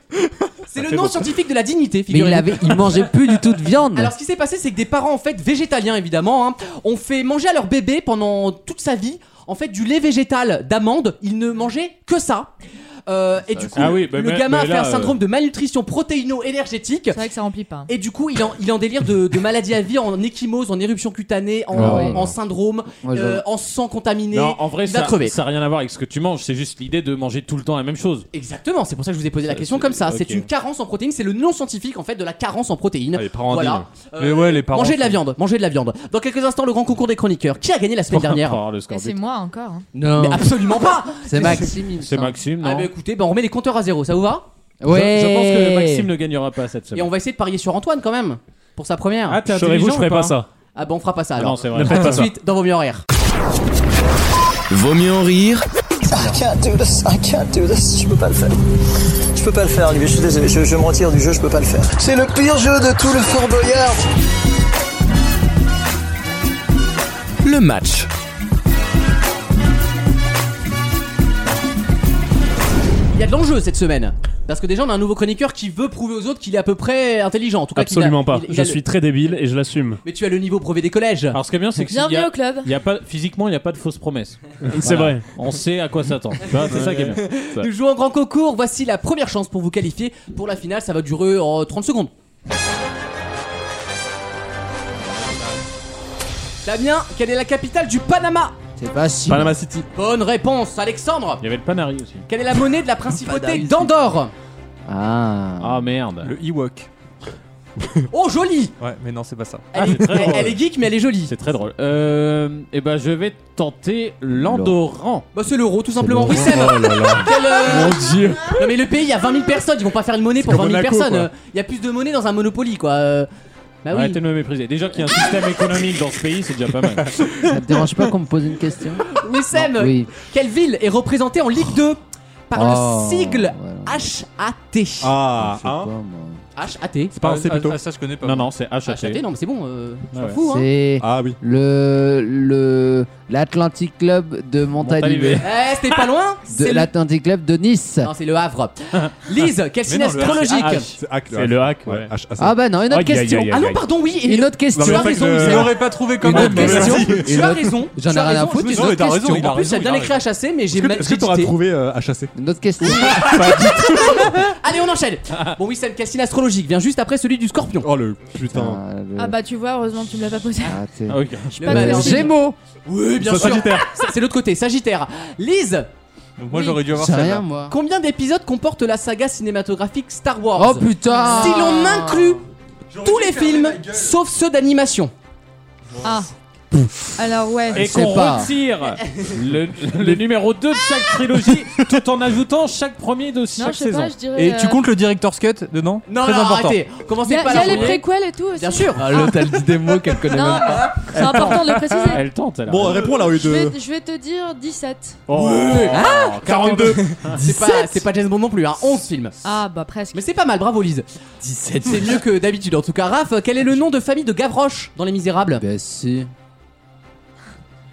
Speaker 2: C'est le nom scientifique de la dignité,
Speaker 7: Mais il,
Speaker 2: figurez-vous.
Speaker 7: avait, il mangeait plus du tout de viande.
Speaker 2: Alors ce qui s'est passé c'est que des parents en fait végétaliens évidemment hein, ont fait manger à leur bébé pendant toute sa vie en fait du lait végétal d'amande, ils ne mangeaient que ça. Euh, et du coup,
Speaker 4: Ah oui, bah,
Speaker 2: le
Speaker 4: mais-
Speaker 2: gamin
Speaker 4: mais
Speaker 2: a fait
Speaker 4: là,
Speaker 2: un syndrome de malnutrition protéino-énergétique.
Speaker 9: C'est vrai que ça remplit pas.
Speaker 2: Et du coup, il est en, il est en délire de, de maladie à vie, en échymose, en éruption cutanée, en,
Speaker 7: Ah ouais.
Speaker 2: en syndrome,
Speaker 7: Moi, je-
Speaker 2: euh, en sang contaminé.
Speaker 4: Non, en vrai,
Speaker 2: il va
Speaker 4: ça
Speaker 2: crever.
Speaker 4: ça a rien à voir avec ce que tu manges. C'est juste l'idée de manger tout le temps la même chose.
Speaker 2: Exactement, c'est pour ça que je vous ai posé la
Speaker 4: Ça,
Speaker 2: question
Speaker 4: c'est-
Speaker 2: comme ça. C'est
Speaker 4: ok. Ah,
Speaker 2: une carence en protéines, c'est le nom scientifique en fait de la carence en protéines.
Speaker 6: Allez, parents
Speaker 2: Voilà. Euh,
Speaker 3: Mais ouais, les parents.
Speaker 2: Mangez de la viande, mangez de la viande. Dans quelques instants, le grand concours des chroniqueurs. Qui a gagné la semaine dernière
Speaker 4: Oh, le score
Speaker 9: Et c'est
Speaker 4: but.
Speaker 9: moi encore. hein.
Speaker 7: Non,
Speaker 2: Mais absolument pas
Speaker 7: c'est Maxime. il me
Speaker 4: C'est
Speaker 7: semble.
Speaker 4: Maxime, non
Speaker 2: Ah bah écoutez, bah on remet les compteurs à zéro, ça vous va
Speaker 4: Je-
Speaker 7: Ouais.
Speaker 4: Je, pense que Maxime ne gagnera pas cette
Speaker 2: Et
Speaker 4: semaine.
Speaker 2: on va essayer de parier sur Antoine quand même, pour sa première.
Speaker 4: Ah, t'es
Speaker 5: Serez-vous,
Speaker 4: intelligent
Speaker 5: je ferai
Speaker 4: ou
Speaker 5: pas ça.
Speaker 2: Ah bah on fera pas ça
Speaker 4: Ah
Speaker 2: alors.
Speaker 4: Non, c'est vrai.
Speaker 2: À tout de suite dans vos mieux horaires.
Speaker 1: Vaut mieux en rire
Speaker 10: I can't do this, I can't do this, je peux pas le faire. Je peux pas le faire, lui, je suis désolé, je, je me retire du jeu, je peux pas le faire. C'est le pire jeu de tout le Fort Boyard.
Speaker 1: le match.
Speaker 2: Il y a de l'enjeu cette semaine. Parce que déjà, on a un nouveau chroniqueur qui veut prouver aux autres qu'il est à peu près intelligent. En tout cas, qu'il a-
Speaker 5: Absolument pas.
Speaker 2: il- il
Speaker 5: Je
Speaker 2: a le-
Speaker 5: suis très débile et je l'assume.
Speaker 2: Mais tu as le niveau brevet des collèges.
Speaker 4: Alors, ce qui est bien, c'est que s'il y
Speaker 9: Bienvenue
Speaker 4: a-
Speaker 9: au club.
Speaker 4: il y a pas, physiquement, il n'y a pas de fausses promesses.
Speaker 5: C'est vrai.
Speaker 4: On sait à quoi s'attendre. Tu vois, C'est ça qui est bien.
Speaker 2: Nous jouons en grand concours. Voici la première chance pour vous qualifier. Pour la finale, ça va durer euh, 30 secondes. Damien, quelle est la capitale du Panama
Speaker 7: C'est pas si.
Speaker 5: Panama City.
Speaker 2: Bonne réponse, Alexandre.
Speaker 4: Il y avait le panari aussi.
Speaker 2: Quelle est la monnaie de la principauté
Speaker 7: Panama.
Speaker 2: d'Andorre
Speaker 7: Ah.
Speaker 4: Ah merde.
Speaker 3: Le Ewok.
Speaker 2: Oh, jolie
Speaker 3: Ouais, mais non, c'est pas ça.
Speaker 2: elle,
Speaker 4: Ah,
Speaker 2: est, elle- elle est geek, mais elle est jolie.
Speaker 4: C'est très drôle. Euh, eh ben, je vais tenter Oh l'Andoran.
Speaker 2: Bah, c'est l'euro, tout simplement. Oui, Seb Quel, euh,
Speaker 6: Mon dieu.
Speaker 2: Non mais le pays, il y a 20 000 personnes, ils vont pas faire une monnaie pour
Speaker 6: comme
Speaker 2: 20 000
Speaker 6: Monaco,
Speaker 2: personnes.
Speaker 6: quoi.
Speaker 2: Euh, Il y a plus de monnaie dans un Monopoly, quoi. Euh, Bah oui.
Speaker 4: Arrêtez de me mépriser. Déjà qu'il y a un système économique dans ce pays, c'est déjà pas mal.
Speaker 7: Ça te dérange pas qu'on me pose une question
Speaker 2: Mais Sam,
Speaker 7: Oui.
Speaker 2: quelle ville est représentée en Ligue 2 par
Speaker 7: Oh,
Speaker 2: le sigle
Speaker 7: voilà.
Speaker 2: HAT
Speaker 6: Ah,
Speaker 7: Je sais
Speaker 6: hein.
Speaker 7: pas, moi.
Speaker 2: HAT
Speaker 6: C'est pas un C
Speaker 4: Ah,
Speaker 6: plutôt.
Speaker 3: ça, je connais pas.
Speaker 4: Non, non, c'est
Speaker 2: HAT,
Speaker 4: HHT.
Speaker 2: non mais c'est bon, euh, je m'en
Speaker 4: Ouais.
Speaker 2: fous, hein.
Speaker 7: C'est
Speaker 6: Ah oui.
Speaker 7: le le l'Atlantic Club de Montalivet. Ah,
Speaker 2: Eh, c'était pas loin
Speaker 7: De
Speaker 2: C'est le...
Speaker 7: l'Atlantic Club de Nice.
Speaker 2: Non, c'est le Havre. Lise, quel signe
Speaker 3: non, le H,
Speaker 2: astrologique
Speaker 6: C'est hack.
Speaker 5: C'est le hack, ouais.
Speaker 6: H A C.
Speaker 7: Ah bah non, une autre
Speaker 5: Aïe, aïe,
Speaker 7: question.
Speaker 5: aïe, aïe.
Speaker 2: Ah non, pardon, oui, et
Speaker 7: Une autre question.
Speaker 2: tu as
Speaker 6: fait que
Speaker 2: raison,
Speaker 6: je-
Speaker 2: Lise.
Speaker 3: Il l'aurait pas trouvé quand
Speaker 7: Une
Speaker 3: même.
Speaker 7: autre
Speaker 3: mais
Speaker 7: question.
Speaker 3: merci.
Speaker 2: Tu
Speaker 7: Une
Speaker 2: as
Speaker 7: autre-
Speaker 2: raison.
Speaker 7: J'en ai
Speaker 2: tu
Speaker 7: rien
Speaker 2: as
Speaker 7: à
Speaker 2: raison,
Speaker 7: foutre,
Speaker 2: je me
Speaker 7: une
Speaker 2: suis-
Speaker 3: autre
Speaker 2: En
Speaker 3: question.
Speaker 2: plus,
Speaker 3: Il a raison,
Speaker 2: j'ai bien
Speaker 3: il a
Speaker 2: écrit HAC, mais j'ai mal
Speaker 6: Est-ce que t'auras
Speaker 2: édité.
Speaker 6: trouvé euh, HAC
Speaker 7: Une autre question.
Speaker 2: Hein Allez, on enchaîne. Bon, oui, c'est le signe astrologique vient juste après celui du scorpion.
Speaker 6: Oh le putain.
Speaker 7: Ah, le-
Speaker 9: Ah bah tu vois, heureusement que tu me l'as pas posé.
Speaker 7: ah, t'es-
Speaker 4: Ah, ok.
Speaker 2: Le
Speaker 9: pas
Speaker 2: mal-
Speaker 9: de
Speaker 7: Euh,
Speaker 9: possible.
Speaker 7: Gémeaux.
Speaker 2: Oui, bien
Speaker 6: Ça,
Speaker 2: sûr.
Speaker 6: Sagittaire.
Speaker 2: Ça, C'est l'autre côté, Sagittaire. Lise,
Speaker 3: Donc Moi,
Speaker 2: Oui.
Speaker 3: j'aurais dû avoir
Speaker 7: C'est rien
Speaker 3: ça.
Speaker 7: moi.
Speaker 2: combien d'épisodes comporte la saga cinématographique Star Wars
Speaker 7: Oh putain.
Speaker 2: Si l'on inclut tous les films, sauf ceux d'animation.
Speaker 9: Ah. Alors ouais.
Speaker 4: Et
Speaker 7: Je sais
Speaker 4: qu'on
Speaker 7: pas.
Speaker 4: retire le, le numéro 2 de chaque trilogie tout en ajoutant chaque premier de chaque
Speaker 9: Non, je sais
Speaker 4: saison.
Speaker 9: pas, je dirais.
Speaker 3: Et tu
Speaker 9: euh,
Speaker 3: comptes le Director's Cut dedans
Speaker 2: Non,
Speaker 3: Très
Speaker 2: non,
Speaker 3: important.
Speaker 2: arrêtez.
Speaker 9: Il y
Speaker 2: Commencez
Speaker 9: a,
Speaker 2: pas
Speaker 9: il y a
Speaker 2: la
Speaker 9: les
Speaker 2: journée.
Speaker 9: préquels et tout aussi.
Speaker 2: Bien sûr.
Speaker 7: Ah, l'autre, elle dit des mots qu'elle connaît
Speaker 9: Non,
Speaker 7: même pas.
Speaker 9: c'est important de le préciser.
Speaker 4: Elle tente alors.
Speaker 6: Bon, réponds là au lieu
Speaker 9: Je
Speaker 6: de.
Speaker 9: vais, je vais te dire 17.
Speaker 4: Oh, oh,
Speaker 6: 42.
Speaker 2: ah, C'est pas, c'est pas James Bond non plus, hein. 11 films.
Speaker 9: Ah bah presque.
Speaker 2: Mais c'est pas mal, bravo Lise. 17. C'est mieux que d'habitude en tout cas. Raph, quel est le nom de famille de Gavroche dans Les Misérables
Speaker 7: Bah si.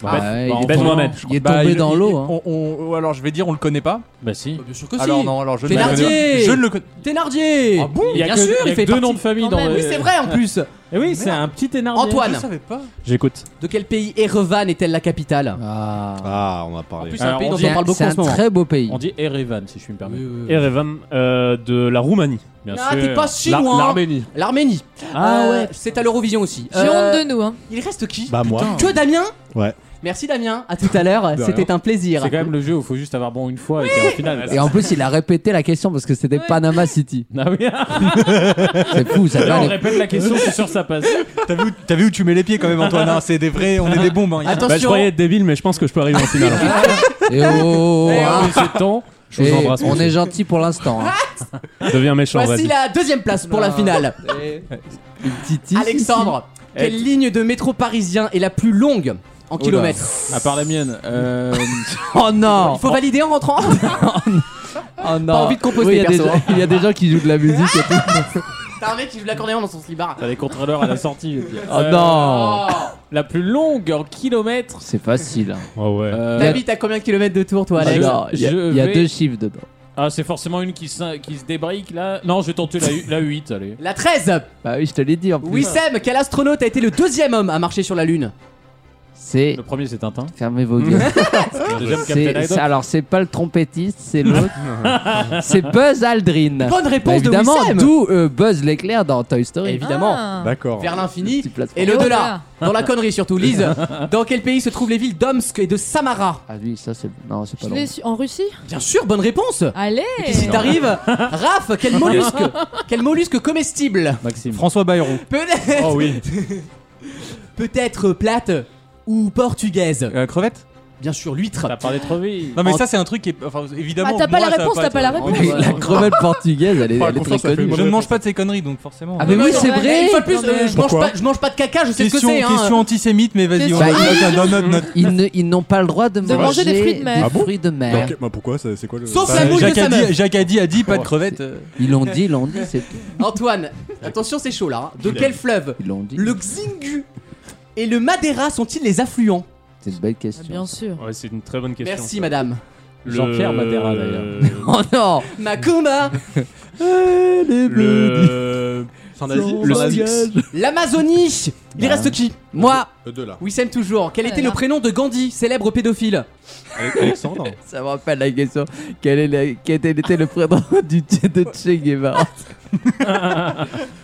Speaker 4: Bah,
Speaker 7: Ah ouais,
Speaker 4: bah,
Speaker 7: il est
Speaker 4: Ben
Speaker 7: tombé-
Speaker 4: Mohamed,
Speaker 7: Il est
Speaker 3: Bah,
Speaker 7: tombé
Speaker 3: il-
Speaker 7: dans
Speaker 3: il-
Speaker 7: l'eau. hein.
Speaker 3: on- on- ou alors je vais dire on le connaît pas.
Speaker 4: Bah si.
Speaker 2: Bien sûr que
Speaker 3: Alors non, alors je ne le
Speaker 2: Thénardier.
Speaker 3: connais pas. Je ne le connais.
Speaker 2: Thénardier
Speaker 3: Ah bon
Speaker 4: Il y a
Speaker 2: Bien
Speaker 4: que,
Speaker 2: sûr,
Speaker 4: il y a
Speaker 2: il fait
Speaker 4: deux
Speaker 2: partie.
Speaker 4: noms de famille
Speaker 9: Quand
Speaker 4: dans
Speaker 9: même.
Speaker 4: le.
Speaker 2: Oui, c'est vrai en plus.
Speaker 4: Eh oui, c'est un petit Thénardier.
Speaker 2: Antoine.
Speaker 3: Je savais pas.
Speaker 5: J'écoute.
Speaker 2: De quel pays Erevan est-elle la capitale
Speaker 7: Ah.
Speaker 6: Ah, on a
Speaker 2: En
Speaker 6: parlé.
Speaker 2: plus, c'est un
Speaker 4: Alors,
Speaker 2: pays
Speaker 4: on
Speaker 2: dont
Speaker 4: dit-
Speaker 2: on parle beaucoup
Speaker 7: C'est
Speaker 2: en
Speaker 7: un
Speaker 2: ce moment.
Speaker 7: très beau pays.
Speaker 4: On dit Erevan si je puis me permettre.
Speaker 5: Erevan euh, de la Roumanie.
Speaker 4: Bien
Speaker 2: Ah,
Speaker 4: sûr.
Speaker 2: t'es pas si
Speaker 4: La-
Speaker 2: loin.
Speaker 4: L'Arménie.
Speaker 2: L'Arménie.
Speaker 4: Ah
Speaker 2: Euh,
Speaker 4: ouais.
Speaker 2: C'est à l'Eurovision aussi.
Speaker 9: J'ai
Speaker 2: Euh,
Speaker 9: honte de nous. Hein.
Speaker 2: Il reste qui
Speaker 6: Bah moi.
Speaker 2: Que Damien
Speaker 6: Ouais.
Speaker 2: Merci Damien, à tout à l'heure,
Speaker 6: De
Speaker 2: c'était un plaisir.
Speaker 4: C'est quand même le jeu où il faut juste avoir bon une fois et t'es en finale.
Speaker 7: Et en plus, il a répété la question parce que c'était
Speaker 9: Ouais.
Speaker 7: Panama City.
Speaker 4: Ah oui.
Speaker 7: C'est fou, ça
Speaker 4: Là,
Speaker 7: va.
Speaker 4: on
Speaker 7: les-
Speaker 4: répète la question, je suis sûr que ça passe.
Speaker 3: T'as vu, t'as vu où tu mets les pieds quand même, Antoine hein C'est des vrais, on est des bombes. Hein.
Speaker 5: Bah, je
Speaker 2: Attention, Eh
Speaker 5: croyais être débile, mais je pense que je peux arriver en finale. hein.
Speaker 7: Et oh, hein.
Speaker 5: Monsieur
Speaker 2: ah.
Speaker 5: Tan, je
Speaker 7: Et
Speaker 5: vous embrasse.
Speaker 7: on
Speaker 5: monsieur.
Speaker 7: est gentil pour l'instant. hein.
Speaker 5: Deviens méchant,
Speaker 2: voici
Speaker 5: vas-y.
Speaker 2: la deuxième place pour la finale.
Speaker 7: Une petite ici.
Speaker 2: Alexandre, quelle ligne de métro parisien est la plus longue en kilomètres
Speaker 4: À part la mienne. euh,
Speaker 7: Oh non.
Speaker 2: Il faut valider en rentrant
Speaker 7: Oh non.
Speaker 2: Pas envie de composer,
Speaker 7: Oui, il y a des
Speaker 2: perso, hein.
Speaker 7: gens- Il y a des gens qui jouent de la musique et tout.
Speaker 2: T'as un mec qui joue l'accordéon dans son slibard.
Speaker 4: T'as les contrôleurs à la sortie. je veux dire.
Speaker 7: Oh
Speaker 4: Euh,
Speaker 7: non.
Speaker 4: La plus longue en kilomètres.
Speaker 7: C'est facile. hein.
Speaker 5: Oh ouais.
Speaker 4: euh,
Speaker 2: T'habites à combien de kilomètres de tour toi
Speaker 7: Ah,
Speaker 2: Alex
Speaker 7: non, Il y a-
Speaker 4: je
Speaker 7: il y a
Speaker 4: vais-
Speaker 7: deux chiffres dedans.
Speaker 4: Ah, c'est forcément une qui se, qui se débrique là. Non, je vais tenter la, hu- la 8, allez.
Speaker 2: La 13
Speaker 7: Bah oui, je te l'ai dit en plus.
Speaker 2: Wissem, quel astronaute a été le deuxième homme à marcher sur la Lune
Speaker 7: C'est.
Speaker 4: Le premier, c'est Tintin.
Speaker 7: Fermez vos gueules.
Speaker 4: Le deuxième, Captain
Speaker 7: C'est-
Speaker 4: Haddock.
Speaker 7: c'est- alors, c'est pas le trompettiste, c'est l'autre. c'est Buzz Aldrin.
Speaker 2: Bonne réponse de
Speaker 7: évidemment,
Speaker 2: Wissem.
Speaker 7: d'où euh, Buzz l'éclair dans Toy Story.
Speaker 2: Évidemment.
Speaker 9: Ah.
Speaker 6: D'accord.
Speaker 2: Vers
Speaker 7: Le
Speaker 2: l'infini
Speaker 7: petit plateforme.
Speaker 2: et le delà. Dans la connerie surtout. Lise, dans quel pays se trouvent les villes d'Omsk et de Samara
Speaker 7: Ah oui, ça c'est. Non, c'est pas
Speaker 9: Je Ah
Speaker 7: long.
Speaker 9: l'ai su en Russie
Speaker 2: Bien sûr, bonne réponse.
Speaker 9: Allez
Speaker 2: Si t'arrives, Raph, quel mollusque Quel mollusque comestible
Speaker 4: Maxime.
Speaker 3: François Bayrou.
Speaker 2: Peut-être
Speaker 4: Oh oui.
Speaker 2: peut-être plate ou portugaise.
Speaker 3: Euh, crevette
Speaker 2: Bien sûr, l'huître.
Speaker 4: T'as parlé trop vite.
Speaker 3: Non, mais
Speaker 2: En-
Speaker 3: ça, c'est un truc qui est. Enfin, évidemment.
Speaker 9: Ah, t'as pas
Speaker 3: moi,
Speaker 9: la
Speaker 3: ça va
Speaker 9: réponse, t'as
Speaker 3: être-
Speaker 9: pas la réponse.
Speaker 7: La- La crevette portugaise, elle est,
Speaker 6: Par
Speaker 7: elle est
Speaker 6: contre, ça
Speaker 7: très
Speaker 6: fait
Speaker 7: connue.
Speaker 6: une
Speaker 3: Je ne
Speaker 6: bonne
Speaker 3: mange pas de ces conneries, donc forcément.
Speaker 7: Ah, mais
Speaker 2: Non,
Speaker 7: oui,
Speaker 2: non,
Speaker 7: c'est
Speaker 9: non,
Speaker 7: vrai.
Speaker 2: Une fois de plus,
Speaker 9: Non,
Speaker 2: euh,
Speaker 9: mais-
Speaker 2: je, mange
Speaker 6: Pourquoi
Speaker 2: pas, je mange pas de caca, je sais
Speaker 3: question,
Speaker 2: ce que c'est. hein.
Speaker 3: question antisémite, mais vas-y, on
Speaker 7: Bah,
Speaker 3: note,
Speaker 7: ils-
Speaker 3: note, note, note.
Speaker 7: Ils ne- ils n'ont pas le droit de manger,
Speaker 9: manger des fruits de mer.
Speaker 7: des
Speaker 6: Ah bon
Speaker 7: fruits de mer.
Speaker 6: Donc, bah, pourquoi ça- C'est quoi le.
Speaker 2: Sauf
Speaker 6: ça-
Speaker 2: la moule de
Speaker 3: Jacques
Speaker 2: sa
Speaker 3: a
Speaker 2: meuf.
Speaker 3: dit- Jacques a dit, a dit, pas de crevette.
Speaker 7: Oh. Ils l'ont dit, ils l'ont dit, c'est tout.
Speaker 2: Antoine, attention, c'est chaud là. hein. De quel fleuve
Speaker 7: Ils l'ont dit.
Speaker 2: Le Xingu et le Madeira sont-ils les affluents
Speaker 7: C'est une belle
Speaker 9: Ah,
Speaker 7: question.
Speaker 9: Bien sûr.
Speaker 5: Ouais, c'est une très bonne question.
Speaker 2: Merci madame.
Speaker 5: Le-
Speaker 4: Jean-Pierre Matera, d'ailleurs.
Speaker 7: Oh non
Speaker 2: Macumba,
Speaker 5: Le.
Speaker 3: Le Styx.
Speaker 2: l'Amazonie. Il reste qui Moi,
Speaker 6: Euh, De là.
Speaker 2: Wissem toujours. Quel
Speaker 9: Ah
Speaker 2: était
Speaker 9: là
Speaker 2: le
Speaker 9: là.
Speaker 2: prénom de Gandhi, célèbre pédophile
Speaker 6: Alexandre
Speaker 7: Ça me rappelle la question. Quel, est la- quel était le prénom du, de Che Guevara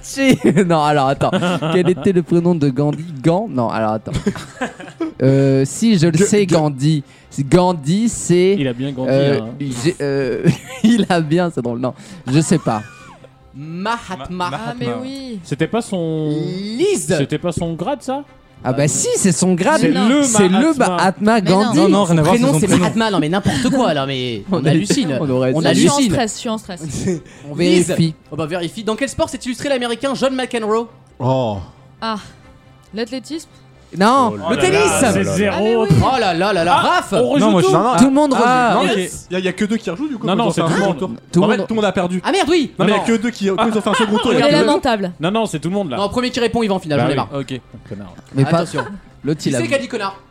Speaker 7: Che... Non, alors attends. Quel était le prénom de Gandhi Gan Non, alors attends. Euh, si, je le sais, Gandhi. Gandhi, c'est...
Speaker 4: Il a bien grandi.
Speaker 7: euh,
Speaker 4: hein.
Speaker 7: j'ai- euh, il a bien, c'est drôle. Non, je sais pas.
Speaker 2: Mahatma.
Speaker 3: Ma-
Speaker 9: Ah, mais oui
Speaker 4: C'était pas son.
Speaker 2: Lise.
Speaker 4: C'était pas son grade, ça
Speaker 7: Ah bah si, c'est son grade.
Speaker 9: C'est le
Speaker 7: C'est le
Speaker 4: Mahatma.
Speaker 7: Mahatma
Speaker 9: Mais non.
Speaker 7: Gandhi.
Speaker 3: Non, non, rien à voir, c'est
Speaker 2: Prénom
Speaker 3: son
Speaker 2: c'est
Speaker 3: prénom.
Speaker 2: Mahatma. Non mais n'importe quoi là. Mais on hallucine.
Speaker 7: On aurait
Speaker 2: On
Speaker 9: Là, je suis en
Speaker 2: hallucine.
Speaker 9: stress, je suis en stress.
Speaker 7: On
Speaker 2: Lise.
Speaker 7: vérifie.
Speaker 2: Oh bah vérifie. Dans quel sport s'est illustré l'américain John McEnroe
Speaker 6: Oh
Speaker 9: Ah, l'athlétisme
Speaker 4: Oh
Speaker 7: Non,
Speaker 2: Le tennis
Speaker 5: C'est
Speaker 9: Ah, mais
Speaker 5: zéro.
Speaker 9: oui
Speaker 2: Oh là là là là Raph
Speaker 4: On rejoue
Speaker 3: Non, moi,
Speaker 4: tout.
Speaker 3: je-
Speaker 6: non,
Speaker 7: tout le monde
Speaker 3: Ah,
Speaker 7: rejoue.
Speaker 3: non, ok.
Speaker 6: Il y a- il y a que deux qui rejouent du coup quand
Speaker 4: Non,
Speaker 6: ils
Speaker 4: non,
Speaker 6: ont
Speaker 4: c'est
Speaker 6: fait un
Speaker 4: tout le
Speaker 6: second
Speaker 4: monde.
Speaker 6: tour.
Speaker 7: Tout le
Speaker 6: En fait,
Speaker 7: monde-
Speaker 6: tout le monde a perdu.
Speaker 2: Ah merde oui
Speaker 6: Non, mais il y
Speaker 4: non.
Speaker 6: a que deux qui quand ils ont fait un second tour.
Speaker 9: On
Speaker 6: il y a
Speaker 9: est
Speaker 6: que deux.
Speaker 9: lamentable.
Speaker 4: Non, non, c'est tout le monde là.
Speaker 2: Non premier qui répond il va en finale,
Speaker 4: Ah. Bah
Speaker 2: j'en ai
Speaker 4: oui.
Speaker 2: marre.
Speaker 4: Ok. Connard.
Speaker 7: Mais pas.
Speaker 2: Attention.
Speaker 7: L'autre
Speaker 2: Qui
Speaker 7: il a.
Speaker 2: c'est qui a dit connard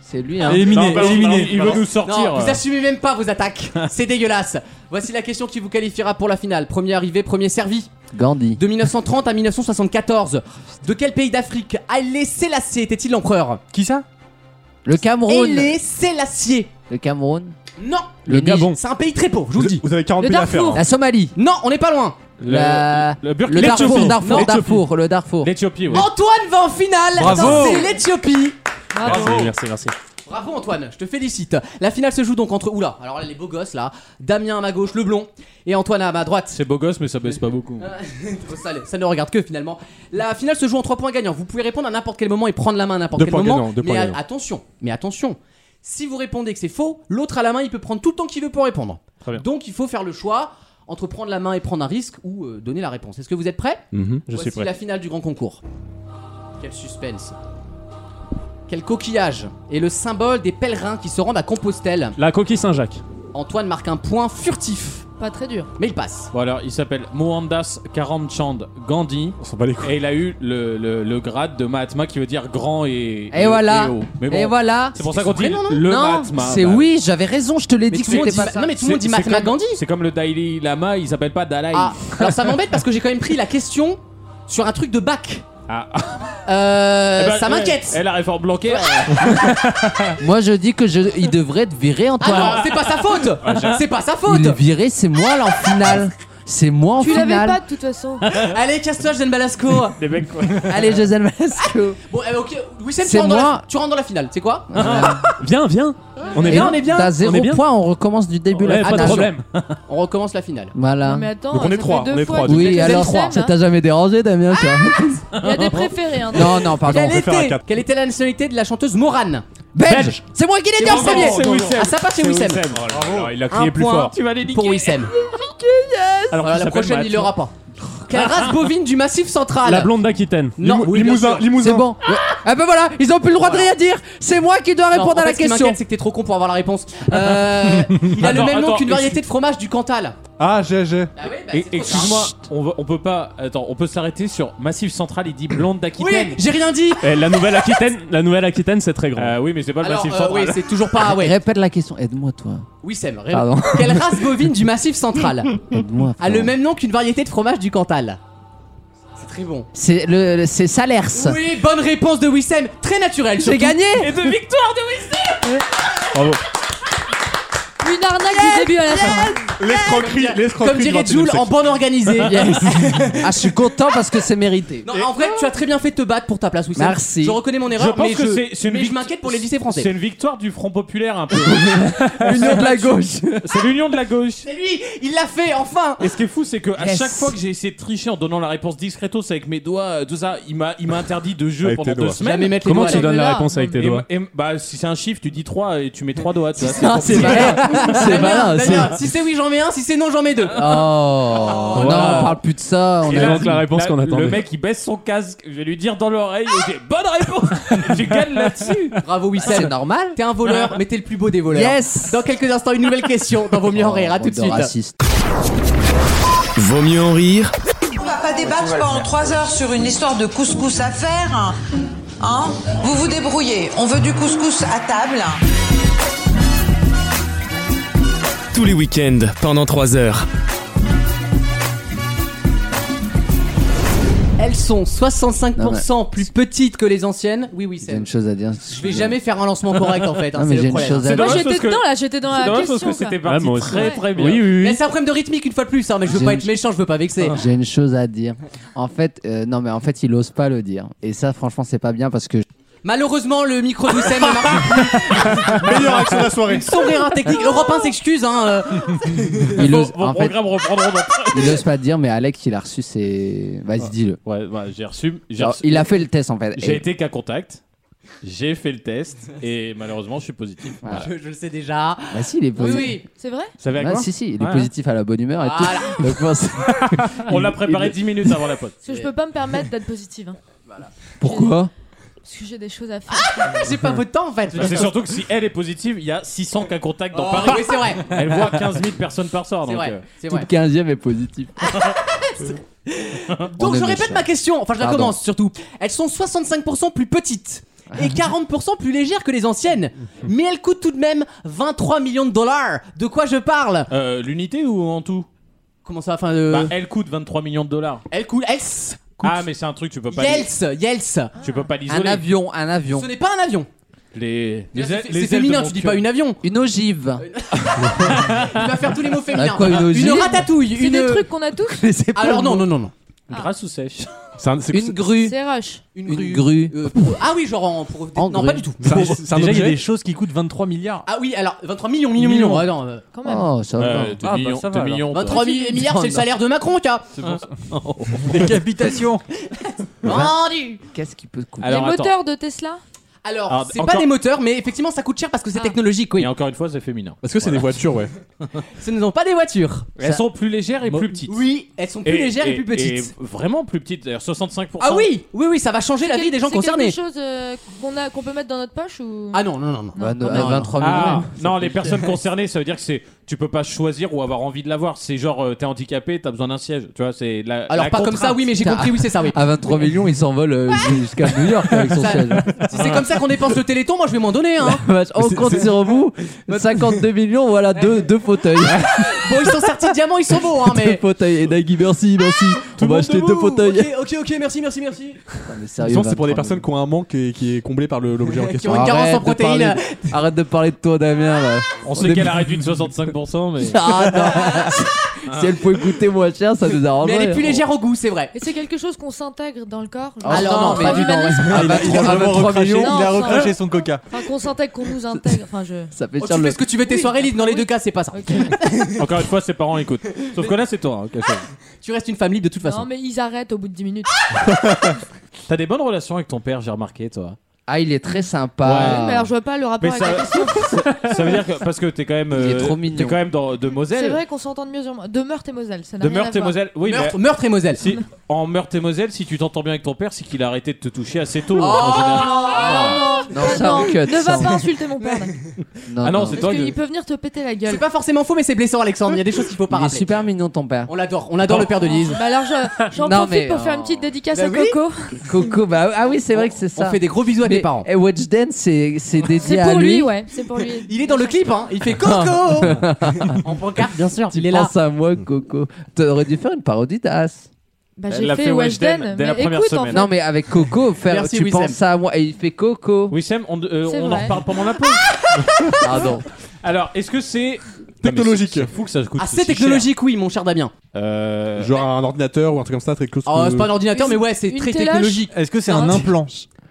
Speaker 7: C'est lui hein.
Speaker 4: Non,
Speaker 3: Éliminé,
Speaker 4: bah,
Speaker 3: éliminé.
Speaker 4: Il veut nous sortir. euh.
Speaker 2: Non, vous assumez même pas vos attaques. C'est dégueulasse. Voici la question qui vous qualifiera pour la finale. Premier arrivé, premier servi.
Speaker 7: Gandhi.
Speaker 2: De 1930 à 1974. De quel pays d'Afrique Haïlé Sélassié était-il l'empereur
Speaker 3: Qui ça
Speaker 7: Le Cameroun.
Speaker 2: Haïlé Sélassié.
Speaker 7: Le Cameroun.
Speaker 2: Non.
Speaker 7: Le
Speaker 2: Niger.
Speaker 7: Gabon.
Speaker 2: C'est un pays très pauvre, je vous
Speaker 6: Vous
Speaker 2: le dis.
Speaker 6: vous avez 40
Speaker 9: Le
Speaker 6: pays à faire.
Speaker 9: Darfour.
Speaker 6: hein.
Speaker 7: La Somalie.
Speaker 2: Non, on n'est pas loin.
Speaker 7: La-
Speaker 4: Le
Speaker 7: Le
Speaker 4: Burkina
Speaker 7: Darfour,
Speaker 4: L'Éthiopie.
Speaker 7: Darfour,
Speaker 4: L'Éthiopie.
Speaker 7: Darfour, le Darfour.
Speaker 4: L'Éthiopie, oui.
Speaker 2: Antoine va en finale.
Speaker 3: Bravo.
Speaker 2: C'est l'Éthiopie.
Speaker 9: Bravo.
Speaker 5: Merci, merci, merci.
Speaker 2: Bravo Antoine, je te félicite. La finale se joue donc entre oula, alors là les beaux gosses là, Damien à ma gauche, le blond, et Antoine à ma droite.
Speaker 4: C'est beau gosse, mais ça baisse pas beaucoup.
Speaker 2: Trop salé, ça ne regarde que finalement. La finale se joue en 3 points gagnants. Vous pouvez répondre à n'importe quel moment et prendre la main à n'importe
Speaker 6: Deux
Speaker 2: quel
Speaker 6: points
Speaker 2: moment.
Speaker 6: gagnants, deux
Speaker 2: mais
Speaker 6: points
Speaker 2: a-
Speaker 6: gagnants.
Speaker 2: attention, mais attention. Si vous répondez que c'est faux, l'autre à la main, il peut prendre tout le temps qu'il veut pour répondre.
Speaker 5: Très bien.
Speaker 2: Donc il faut faire le choix entre prendre la main et prendre un risque ou euh, donner la réponse. Est-ce que vous êtes prêts
Speaker 5: Je
Speaker 2: Voici
Speaker 5: suis prêt.
Speaker 2: la finale du grand concours. Quel suspense. Quel coquillage est le symbole des pèlerins qui se rendent à Compostelle.
Speaker 5: La coquille Saint-Jacques.
Speaker 2: Antoine marque un point furtif,
Speaker 9: Pas très dur.
Speaker 2: mais il passe.
Speaker 4: Bon, alors, il s'appelle Mohandas Karamchand Gandhi.
Speaker 6: On s'en bat les couilles.
Speaker 4: Et il a eu le, le- le grade de Mahatma qui veut dire grand et,
Speaker 7: Et voilà.
Speaker 4: haut. Mais bon,
Speaker 7: Et voilà.
Speaker 4: c'est pour ça qu'on dit
Speaker 2: prénom, non
Speaker 4: le
Speaker 7: non,
Speaker 4: Mahatma.
Speaker 7: c'est
Speaker 4: bah,
Speaker 7: oui, j'avais raison, je te l'ai
Speaker 2: Mais
Speaker 7: dit que
Speaker 2: tout le monde
Speaker 7: c'était
Speaker 2: dit,
Speaker 7: pas ça.
Speaker 2: non mais tout le monde dit
Speaker 4: C'est- c'est
Speaker 2: Mahatma
Speaker 4: comme-
Speaker 2: Gandhi.
Speaker 4: C'est comme le Dalai Lama, il s'appelle pas Dalai.
Speaker 2: Ah, alors ça m'embête parce que j'ai quand même pris la question sur un truc de bac.
Speaker 4: Ah.
Speaker 2: Euh,
Speaker 4: Eh ben,
Speaker 2: ça m'inquiète.
Speaker 4: Eh, la réforme Blanquer.
Speaker 7: Moi je dis que je, il devrait être viré
Speaker 2: Ah non,
Speaker 7: Antoine.
Speaker 2: c'est pas sa faute. C'est pas sa
Speaker 7: il est
Speaker 2: faute.
Speaker 7: viré, c'est moi là en finale. C'est moi en
Speaker 9: Tu l'avais
Speaker 7: finale.
Speaker 9: pas de toute façon.
Speaker 2: Allez, casse-toi, Jeanne Balasco.
Speaker 5: Les
Speaker 7: eh.
Speaker 5: mecs, quoi.
Speaker 7: Allez, José Masco.
Speaker 2: Bon, eh, ok, Wissem, tu
Speaker 7: C'est
Speaker 2: rentres, dans la,
Speaker 7: moi.
Speaker 2: tu rentres dans la finale, c'est quoi
Speaker 5: Viens, viens. On est
Speaker 2: Et
Speaker 5: bien.
Speaker 2: on est bien.
Speaker 7: T'as
Speaker 5: On est
Speaker 7: zéro
Speaker 5: bien.
Speaker 7: point, on recommence du début
Speaker 5: Ouais,
Speaker 7: là.
Speaker 5: pas de
Speaker 2: Attention.
Speaker 5: problème.
Speaker 2: On recommence la finale.
Speaker 7: Voilà.
Speaker 9: Non, mais attends,
Speaker 6: Donc on
Speaker 9: ça
Speaker 6: est
Speaker 9: fait
Speaker 6: trois,
Speaker 9: deux
Speaker 6: on est
Speaker 9: fois,
Speaker 6: trois,
Speaker 9: tu
Speaker 7: Oui,
Speaker 9: fais
Speaker 7: alors
Speaker 9: le thème,
Speaker 7: ça
Speaker 9: hein.
Speaker 7: t'a jamais dérangé Damien ça.
Speaker 2: Ah
Speaker 9: Il y a des préférés. Hein.
Speaker 7: Non non, pardon.
Speaker 2: Quelle
Speaker 6: faire un
Speaker 2: était,
Speaker 6: cap.
Speaker 2: quelle était la nationalité de la chanteuse Morane
Speaker 7: Belge. C'est moi qui l'ai dit en
Speaker 2: C'est
Speaker 7: premier.
Speaker 2: bon, Ah, ça part chez Wissem.
Speaker 5: Oh là là, Il a
Speaker 2: Un
Speaker 5: crié plus
Speaker 2: point.
Speaker 5: fort.
Speaker 4: tu vas les niquer.
Speaker 2: Pour Wissem.
Speaker 5: Alors
Speaker 2: Voilà,
Speaker 5: qu'il
Speaker 2: la
Speaker 5: s'appelle
Speaker 2: prochaine, il
Speaker 5: Mahatma.
Speaker 2: l'aura pas. Quelle race bovine du massif central
Speaker 5: La blonde d'Aquitaine.
Speaker 2: Ah, Non,
Speaker 6: Limou-
Speaker 2: oui, bien
Speaker 6: Limousin,
Speaker 2: sûr.
Speaker 6: Limousin.
Speaker 7: C'est bon. Ah
Speaker 2: bah
Speaker 7: ben voilà, ils ont plus le droit de rien dire. C'est moi qui dois
Speaker 2: Non, en
Speaker 7: répondre à
Speaker 2: fait,
Speaker 7: la
Speaker 2: ce qui
Speaker 7: question.
Speaker 2: m'inquiète, c'est que t'es trop con pour avoir la réponse. Euh, il a le
Speaker 4: Attends,
Speaker 2: même nom
Speaker 4: attends,
Speaker 2: qu'une variété de fromage du Cantal.
Speaker 6: Ah, j'ai, j'ai.
Speaker 2: Ah oui, bah,
Speaker 4: Et- Excuse-moi, on, va- on peut pas. Attends, on peut s'arrêter sur Massif Central. Il dit blonde d'Aquitaine.
Speaker 2: Oui, j'ai rien dit.
Speaker 5: Eh, la nouvelle Aquitaine, la nouvelle Aquitaine, c'est très grand.
Speaker 4: Euh, oui, mais c'est pas le
Speaker 2: Alors,
Speaker 4: Massif
Speaker 2: euh,
Speaker 4: Central.
Speaker 2: oui, c'est toujours pas. Ouais.
Speaker 7: Répète la question. Aide-moi toi.
Speaker 2: Oui, Sam. ré-
Speaker 7: Pardon.
Speaker 2: Quelle race bovine du massif central Ah,
Speaker 7: Aide-moi.
Speaker 2: a le même nom qu'une variété de fromage du Cantal C'est Très bon.
Speaker 7: C'est le, le- c'est Salers.
Speaker 2: Oui, bonne réponse de Wissem. Très naturel.
Speaker 7: J'ai
Speaker 2: surtout.
Speaker 7: gagné
Speaker 4: Et de victoire de
Speaker 5: Bravo.
Speaker 9: Une arnaque du début à la fin.
Speaker 6: L'escroquerie, l'escroquerie.
Speaker 2: Comme
Speaker 6: du
Speaker 2: dirait
Speaker 6: 21e
Speaker 2: Jules,
Speaker 6: siècle.
Speaker 2: en bande organisée.
Speaker 7: Yes. ah, je suis content parce que c'est mérité.
Speaker 2: Non, en vrai, tu as très bien fait de te battre pour ta place, Wissem.
Speaker 7: Merci.
Speaker 2: Je reconnais mon
Speaker 4: Je
Speaker 2: erreur,
Speaker 4: pense
Speaker 2: mais
Speaker 4: que
Speaker 2: je-
Speaker 4: c'est- c'est une
Speaker 2: mais je
Speaker 4: vict-
Speaker 2: m'inquiète pour les lycées
Speaker 4: C'est
Speaker 2: français.
Speaker 4: une victoire du Front Populaire un peu.
Speaker 7: L'union de la gauche.
Speaker 4: c'est l'union de la gauche.
Speaker 2: C'est lui, il l'a fait enfin.
Speaker 4: Et ce qui est fou, c'est que à
Speaker 7: Yes.
Speaker 4: chaque fois que j'ai essayé de tricher en donnant la réponse discretos avec mes doigts, euh, tout ça, il m'a, il m'a interdit de jeu
Speaker 6: Avec
Speaker 4: pendant
Speaker 6: tes
Speaker 4: deux
Speaker 6: doigts.
Speaker 4: semaines.
Speaker 2: Jamais mettre les
Speaker 5: Comment
Speaker 2: doigts
Speaker 5: tu
Speaker 2: là.
Speaker 5: donnes la
Speaker 9: là,
Speaker 5: réponse avec tes
Speaker 4: Et,
Speaker 5: doigts
Speaker 4: et- bah, si c'est un chiffre, tu dis 3 et tu mets 3 doigts. Tu vois,
Speaker 7: Non,
Speaker 4: c'est
Speaker 7: Ah, c'est malin. C'est malin.
Speaker 2: Damien,
Speaker 7: c'est-
Speaker 2: Damien, Si c'est oui, j'en mets un. Si c'est non, j'en mets deux.
Speaker 7: Oh, non, Oh, on
Speaker 5: Voilà.
Speaker 7: parle plus de ça. On
Speaker 5: Et
Speaker 7: a-
Speaker 5: là- donc la réponse qu'on attendait.
Speaker 4: Le mec il baisse son casque, je vais lui dire dans l'oreille, et j'ai bonne réponse Tu gagnes là-dessus
Speaker 2: Bravo,
Speaker 7: C'est
Speaker 2: Wissem.
Speaker 7: normal.
Speaker 2: T'es un voleur, mais t'es le plus beau des voleurs.
Speaker 7: Yes.
Speaker 2: Dans quelques instants, une nouvelle question dans Vaut mieux en rire. À
Speaker 7: Oh,
Speaker 2: tout de
Speaker 7: de
Speaker 2: suite.
Speaker 7: raciste.
Speaker 1: Vaut mieux en rire
Speaker 8: On va pas débattre pendant trois heures sur une histoire de couscous à faire. Hein Vous vous débrouillez. On veut du couscous à table.
Speaker 1: tous les week-ends pendant 3 heures.
Speaker 2: Elles sont 65% plus petites que les anciennes. Oui, oui,
Speaker 7: J'ai
Speaker 2: c'est.
Speaker 7: une chose à dire.
Speaker 2: Je vais jamais faire un lancement correct en fait. hein,
Speaker 7: Non, mais j'ai
Speaker 2: c'est le
Speaker 7: une
Speaker 2: problème.
Speaker 7: chose
Speaker 9: Moi
Speaker 7: à dire.
Speaker 4: dommage
Speaker 9: j'étais
Speaker 4: parce que-
Speaker 9: dedans là, j'étais dans
Speaker 4: C'est
Speaker 9: la
Speaker 4: dommage parce que
Speaker 9: question.
Speaker 4: c'était
Speaker 9: quoi.
Speaker 5: Ah,
Speaker 4: parti
Speaker 5: moi aussi.
Speaker 4: très très bien.
Speaker 5: Oui, oui,
Speaker 2: Mais
Speaker 5: oui.
Speaker 2: c'est un problème de rythmique une fois de plus, hein, mais je veux
Speaker 7: J'ai
Speaker 2: pas
Speaker 7: une- Ah,
Speaker 2: être méchant, je veux pas vexer.
Speaker 4: Ah.
Speaker 7: J'ai une chose à dire. En fait, euh, non, mais en fait, il ose pas le dire. Et ça, franchement, c'est pas bien parce que
Speaker 2: Malheureusement, le micro de Wissem a marqué
Speaker 6: Meilleure action de la soirée.
Speaker 2: une sombre erreur technique. Europe 1 s'excuse, hein. euh,
Speaker 7: il
Speaker 4: Vos,
Speaker 7: ose,
Speaker 4: vos
Speaker 7: en fait,
Speaker 4: programmes reprendront dans...
Speaker 7: il ose pas dire. Mais Alex, il a reçu ses. Vas-y, dis-le.
Speaker 4: Ouais, bah, j'ai reçu. J'ai,
Speaker 7: Genre,
Speaker 4: reçu-
Speaker 7: Il a fait le test en fait.
Speaker 4: j'ai
Speaker 7: Et-
Speaker 4: été qu'à contact, j'ai fait le test, et malheureusement je suis positif.
Speaker 7: Voilà.
Speaker 2: je, je le sais déjà.
Speaker 7: Bah si, il est
Speaker 2: Oui,
Speaker 7: positif.
Speaker 2: oui. Bah,
Speaker 9: C'est vrai
Speaker 4: Ça va
Speaker 7: Ah, si, si, il est positif à la bonne humeur et
Speaker 2: Voilà.
Speaker 7: tout. Donc, bon, c'est-
Speaker 4: On l'a préparé 10 minutes avant la pote.
Speaker 9: Parce que je peux pas me permettre d'être positive. hein.
Speaker 7: Pourquoi
Speaker 9: Parce que j'ai des choses à faire.
Speaker 2: Ah, J'ai pas votre temps en fait.
Speaker 4: C'est surtout que si elle est positive, il y a 600 cas contacts
Speaker 2: Oh,
Speaker 4: dans Paris.
Speaker 2: Oui, c'est vrai.
Speaker 4: Elle voit 15 000 personnes par soir.
Speaker 2: C'est
Speaker 4: donc,
Speaker 2: vrai.
Speaker 4: euh,
Speaker 2: C'est
Speaker 7: Tout
Speaker 2: vrai. Ah,
Speaker 7: le 15e est positif.
Speaker 2: Donc
Speaker 7: On est
Speaker 2: je répète
Speaker 7: méchant.
Speaker 2: ma question, enfin je la
Speaker 7: Pardon.
Speaker 2: commence surtout. Elles sont 65% plus petites et 40% plus légères que les anciennes, mais elles coûtent tout de même 23 millions de dollars. De quoi je parle
Speaker 4: euh, L'unité ou en tout
Speaker 2: Comment ça Enfin, euh,
Speaker 4: Bah, elle coûte 23 millions de dollars.
Speaker 2: elles coûtent. Elles
Speaker 4: Ah, mais c'est un truc, tu peux pas l'i-
Speaker 2: Yels, Yels.
Speaker 4: tu peux pas
Speaker 7: Un
Speaker 4: l'isoler.
Speaker 7: avion, un avion.
Speaker 2: Ce n'est pas un avion.
Speaker 4: Les, les, ailes-
Speaker 2: C'est c'est
Speaker 4: les ailes de
Speaker 2: féminin,
Speaker 4: mon
Speaker 2: tu dis
Speaker 4: cœur.
Speaker 2: pas une avion. Euh,
Speaker 7: Une ogive.
Speaker 2: Tu vas faire tous les mots féminins.
Speaker 7: quoi, une ogive
Speaker 2: ratatouille,
Speaker 9: C'est
Speaker 2: une
Speaker 9: des trucs qu'on a tous
Speaker 7: Les épaules.
Speaker 2: Alors non, non, non, non.
Speaker 4: Grasse ou sèche
Speaker 6: C'est un, c'est-
Speaker 7: Une grue.
Speaker 9: C'est rush.
Speaker 7: Une grue.
Speaker 2: euh, pour- Ah oui, genre en, pour-
Speaker 7: En
Speaker 2: non,
Speaker 7: grue.
Speaker 2: pas du tout.
Speaker 6: c'est un- c'est un
Speaker 3: Déjà, il y a
Speaker 6: objet.
Speaker 3: des choses qui coûtent 23 milliards.
Speaker 2: Ah oui, alors 23 millions, millions, millions. Ah, non, euh,
Speaker 9: Quand même.
Speaker 7: Oh, ça va.
Speaker 4: Euh, deux
Speaker 3: Ah, bah,
Speaker 4: millions,
Speaker 3: ça
Speaker 4: deux
Speaker 3: va,
Speaker 4: millions, toi.
Speaker 2: 23 mi- milliards, c'est le salaire de Macron, t'as.
Speaker 7: Oh.
Speaker 3: Décapitation.
Speaker 2: Vendu.
Speaker 7: Qu'est-ce qui peut coûter
Speaker 4: Alors,
Speaker 9: les
Speaker 4: attends.
Speaker 9: moteurs de Tesla
Speaker 2: Alors,
Speaker 4: Alors,
Speaker 2: c'est
Speaker 4: encore-
Speaker 2: pas des moteurs, mais effectivement, ça coûte cher parce que c'est
Speaker 9: Ah.
Speaker 2: technologique, oui.
Speaker 4: Et encore une fois, c'est féminin.
Speaker 6: Est-ce que c'est des voitures, ouais
Speaker 2: Ce ne sont pas des voitures.
Speaker 4: Elles sont plus légères et
Speaker 2: Mo-
Speaker 4: plus petites.
Speaker 2: Oui, elles sont plus
Speaker 4: Et-
Speaker 2: légères et,
Speaker 4: et-
Speaker 2: plus petites.
Speaker 4: et vraiment plus petites, d'ailleurs 65%.
Speaker 2: Ah oui, oui, oui, ça va changer la
Speaker 9: C'est
Speaker 2: vie des gens
Speaker 9: quelque- c'est
Speaker 2: concernés.
Speaker 9: quelque chose euh, qu'on a- qu'on peut mettre dans notre poche ou
Speaker 2: Ah non, non, non, non.
Speaker 7: Bah,
Speaker 9: Non,
Speaker 7: non,
Speaker 2: non, non.
Speaker 7: 23 millions.
Speaker 4: Ah, non, les personnes concernées, ça veut dire que c'est tu peux pas choisir ou avoir envie de l'avoir. C'est genre euh, t'es handicapé, t'as besoin d'un siège. Tu vois, c'est la.
Speaker 2: Alors
Speaker 4: la
Speaker 2: pas comme ça,
Speaker 4: contrainte.
Speaker 2: oui, mais j'ai
Speaker 7: Putain.
Speaker 2: compris, oui, c'est ça, oui.
Speaker 7: À 23 millions, il s'envole euh, jusqu'à New York avec son
Speaker 2: Ça-
Speaker 7: siège.
Speaker 2: Si c'est comme ça qu'on dépense le téléthon, moi je vais m'en donner, hein.
Speaker 7: On compte sur vous. 52 millions, voilà, deux, deux fauteuils.
Speaker 2: Bon, ils sont sortis de diamants, ils sont beaux, hein,
Speaker 7: Deux
Speaker 2: mais.
Speaker 7: fauteuils. Et Nagui, merci, merci.
Speaker 4: Bah,
Speaker 7: On va acheter deux fauteuils.
Speaker 2: Ok, ok, ok, merci, merci, merci.
Speaker 7: Non, Ah, mais
Speaker 6: De
Speaker 7: sérieux,
Speaker 6: toute façon, c'est pour des
Speaker 7: 23
Speaker 6: personnes qui ont un manque et qui est comblé par le- l'objet en
Speaker 2: Qui
Speaker 6: question.
Speaker 2: ont une
Speaker 7: Arrête
Speaker 2: carence en
Speaker 7: de
Speaker 2: protéines.
Speaker 7: parler- Arrête de parler de toi, Damien. Là.
Speaker 4: On sait qu'elle a réduit de 65%, mais.
Speaker 7: Ah non Si elle pouvait coûter moins cher, ça nous arrangerait. hein.
Speaker 2: Mais elle est
Speaker 4: hein.
Speaker 2: plus légère au goût, c'est
Speaker 7: Oh,
Speaker 2: vrai.
Speaker 9: Et c'est quelque chose qu'on s'intègre dans le corps.
Speaker 7: Ah,
Speaker 2: Alors, non,
Speaker 7: non,
Speaker 2: pas
Speaker 7: mais
Speaker 2: du
Speaker 7: non,
Speaker 9: tout.
Speaker 7: ouais.
Speaker 3: Il a, il a
Speaker 7: Ah,
Speaker 3: vraiment
Speaker 7: 23
Speaker 3: recraché,
Speaker 7: millions,
Speaker 3: il a
Speaker 9: Non, ça-
Speaker 3: recraché son coca.
Speaker 9: Enfin, qu'on s'intègre, qu'on nous intègre. Enfin, je.
Speaker 7: ça fait
Speaker 2: Oh,
Speaker 7: cher
Speaker 2: tu
Speaker 7: le...
Speaker 2: fais ce que tu veux, tes soirées libres, dans les
Speaker 9: Oui.
Speaker 2: deux cas, c'est pas ça.
Speaker 9: Ok.
Speaker 4: Encore une fois, ses parents écoutent. Sauf que là, c'est toi. hein, quelque chose.
Speaker 2: Tu restes une femme libre de toute
Speaker 9: Non,
Speaker 2: façon. Ah
Speaker 9: mais ils arrêtent au bout de 10 minutes.
Speaker 4: T'as des bonnes relations avec ton père, j'ai remarqué, toi.
Speaker 7: Ah, il est très
Speaker 4: Ouais.
Speaker 7: sympa.
Speaker 9: Mais alors, je vois pas le rapport
Speaker 4: Mais
Speaker 9: avec la
Speaker 4: ça,
Speaker 9: question.
Speaker 4: ça veut dire que parce que t'es quand même, euh,
Speaker 7: Il est trop
Speaker 4: t'es
Speaker 7: mignon.
Speaker 4: quand même dans, de
Speaker 9: C'est
Speaker 4: Moselle,
Speaker 9: vrai qu'on s'entend de mieux en mieux. De Meurthe et Moselle, ça n'a
Speaker 4: de
Speaker 9: rien à
Speaker 4: Meurthe et
Speaker 9: voir.
Speaker 4: Moselle. Oui,
Speaker 2: Meurtre,
Speaker 4: mais
Speaker 2: meurtre et Moselle.
Speaker 4: si, en Meurthe et Moselle, si tu t'entends bien avec ton père, c'est qu'il a arrêté de te toucher assez tôt. en général.
Speaker 2: Oh
Speaker 7: Non, ça on
Speaker 9: Ah, Non,
Speaker 7: cut.
Speaker 9: ne va
Speaker 7: ça, on-
Speaker 9: pas insulter mon père. Parce
Speaker 7: Non,
Speaker 4: Ah non, c'est toi.
Speaker 9: qu'il
Speaker 4: que-
Speaker 9: peut venir te péter la
Speaker 2: C'est
Speaker 9: gueule.
Speaker 2: pas forcément faux, mais c'est blessant, Alexandre. Il y a des choses qu'il faut pas
Speaker 7: Il est
Speaker 2: rappeler.
Speaker 7: super mignon, ton père.
Speaker 2: On l'adore, on adore le père de Lise.
Speaker 9: Bah alors, je- j'en
Speaker 7: Non,
Speaker 9: profite
Speaker 7: mais,
Speaker 9: pour
Speaker 7: euh,
Speaker 9: faire une petite dédicace
Speaker 2: bah
Speaker 9: à
Speaker 2: oui.
Speaker 9: Coco.
Speaker 7: Coco, bah ah oui, c'est vrai que c'est ça.
Speaker 2: On fait des gros bisous
Speaker 7: Mais-
Speaker 2: à tes parents.
Speaker 7: Et Watch Dance, c'est
Speaker 9: C'est
Speaker 7: c'est dédié à
Speaker 9: pour lui,
Speaker 7: lui.
Speaker 9: ouais. C'est pour lui.
Speaker 2: Il est dans le clip, hein. Il fait Coco En pancarte, bien sûr.
Speaker 7: Tu penses à moi, Coco. T'aurais dû faire une parodie d'As.
Speaker 9: Bah,
Speaker 4: Elle
Speaker 9: j'ai
Speaker 4: l'a
Speaker 9: fait,
Speaker 4: fait Weshden
Speaker 9: Weshden.
Speaker 4: dès la
Speaker 9: mais
Speaker 4: première
Speaker 9: écoute, en
Speaker 4: semaine.
Speaker 9: fait,
Speaker 7: Non, mais avec Coco, faire,
Speaker 4: Merci,
Speaker 7: tu
Speaker 4: Wissem.
Speaker 7: penses à moi et il fait Coco.
Speaker 4: Wissem, on, euh,
Speaker 9: C'est
Speaker 4: on en
Speaker 9: vrai.
Speaker 4: reparle pendant la pause.
Speaker 7: Pardon.
Speaker 4: Alors, est-ce que
Speaker 2: Oh,
Speaker 4: c'est
Speaker 6: Technologique.
Speaker 4: C'est fou que ça coûte.
Speaker 2: Assez
Speaker 4: si cher.
Speaker 2: Ah, technologique, oui, mon cher Damien.
Speaker 4: Euh,
Speaker 6: Genre un ordinateur ou un truc comme ça, très close.
Speaker 2: Ah,
Speaker 6: que-
Speaker 2: c'est pas un ordinateur,
Speaker 9: Une-
Speaker 2: mais ouais, c'est
Speaker 9: une
Speaker 2: très
Speaker 9: téloche.
Speaker 2: technologique.
Speaker 3: Est-ce que c'est
Speaker 9: Non,
Speaker 3: un
Speaker 9: tu-
Speaker 3: implant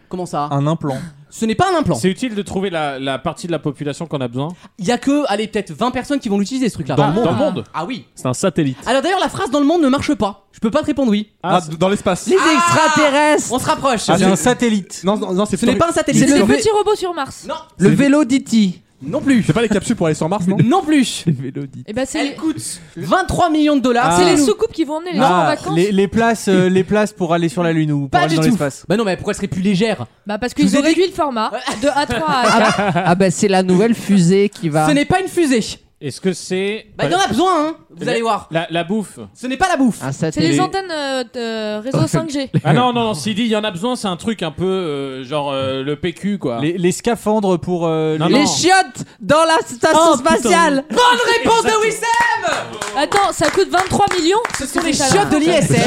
Speaker 2: Comment ça
Speaker 3: Un implant.
Speaker 2: Ce n'est pas un implant.
Speaker 4: C'est utile de trouver la, la partie de la population qu'on a besoin
Speaker 2: Il y a que, allez, peut-être 20 personnes qui vont l'utiliser, ce truc-là.
Speaker 4: dans,
Speaker 2: Ah,
Speaker 4: le monde. dans le monde.
Speaker 2: Ah oui.
Speaker 5: C'est un satellite.
Speaker 2: Alors d'ailleurs, la phrase dans le monde ne marche pas. Je peux pas te répondre oui.
Speaker 6: Ah, d- dans l'espace.
Speaker 7: Les
Speaker 4: Ah,
Speaker 7: extraterrestres
Speaker 2: On se rapproche.
Speaker 3: Ah, c'est un satellite.
Speaker 6: Non, non, non, c'est
Speaker 2: Ce n'est pas un satellite.
Speaker 7: C'est
Speaker 9: le
Speaker 7: le vé-
Speaker 9: petit robot sur Mars.
Speaker 2: Non,
Speaker 7: Le vélo d'Iti.
Speaker 2: non plus.
Speaker 6: C'est pas les capsules pour aller sur Mars, non
Speaker 2: Non plus.
Speaker 9: Et bah, c'est
Speaker 2: Elle
Speaker 9: les,
Speaker 2: coûte 23 millions de dollars.
Speaker 3: Ah.
Speaker 9: c'est
Speaker 2: C'est
Speaker 9: les
Speaker 2: les sous.
Speaker 9: soucoupes qui vont emmener les gens en
Speaker 3: Ah,
Speaker 9: vacances.
Speaker 3: les, les places, euh, les places pour aller sur la Lune ou pour
Speaker 2: Pas
Speaker 3: aller
Speaker 2: du
Speaker 3: dans
Speaker 2: tout.
Speaker 3: l'espace.
Speaker 2: Bah non, mais pourquoi elle serait plus légère
Speaker 9: Bah, parce
Speaker 2: vous
Speaker 9: qu'ils
Speaker 2: ai
Speaker 9: ont
Speaker 2: dit-
Speaker 9: réduit le format de A3 à A4.
Speaker 7: Ah bah c'est la nouvelle fusée qui va.
Speaker 2: Ce n'est pas une fusée.
Speaker 4: Est-ce que c'est.
Speaker 2: Bah il y en a besoin, hein. Vous allez voir.
Speaker 4: La, la bouffe.
Speaker 2: Ce n'est pas la bouffe.
Speaker 7: Un
Speaker 9: C'est
Speaker 7: satellite.
Speaker 9: les antennes euh, de réseau 5G.
Speaker 4: Ah non, non, non, s'il dit il y en a besoin, c'est un truc un peu euh, genre euh, le PQ quoi.
Speaker 3: Les, les scaphandres pour. euh,
Speaker 4: Non,
Speaker 3: les-
Speaker 4: non.
Speaker 7: Les chiottes dans la station spatiale.
Speaker 2: Bonne réponse de Wissem
Speaker 9: Attends, ça coûte 23 millions.
Speaker 2: Ce sont les
Speaker 9: Ça-
Speaker 2: chiottes de
Speaker 3: Ça,
Speaker 2: l'ISS.
Speaker 3: ça fait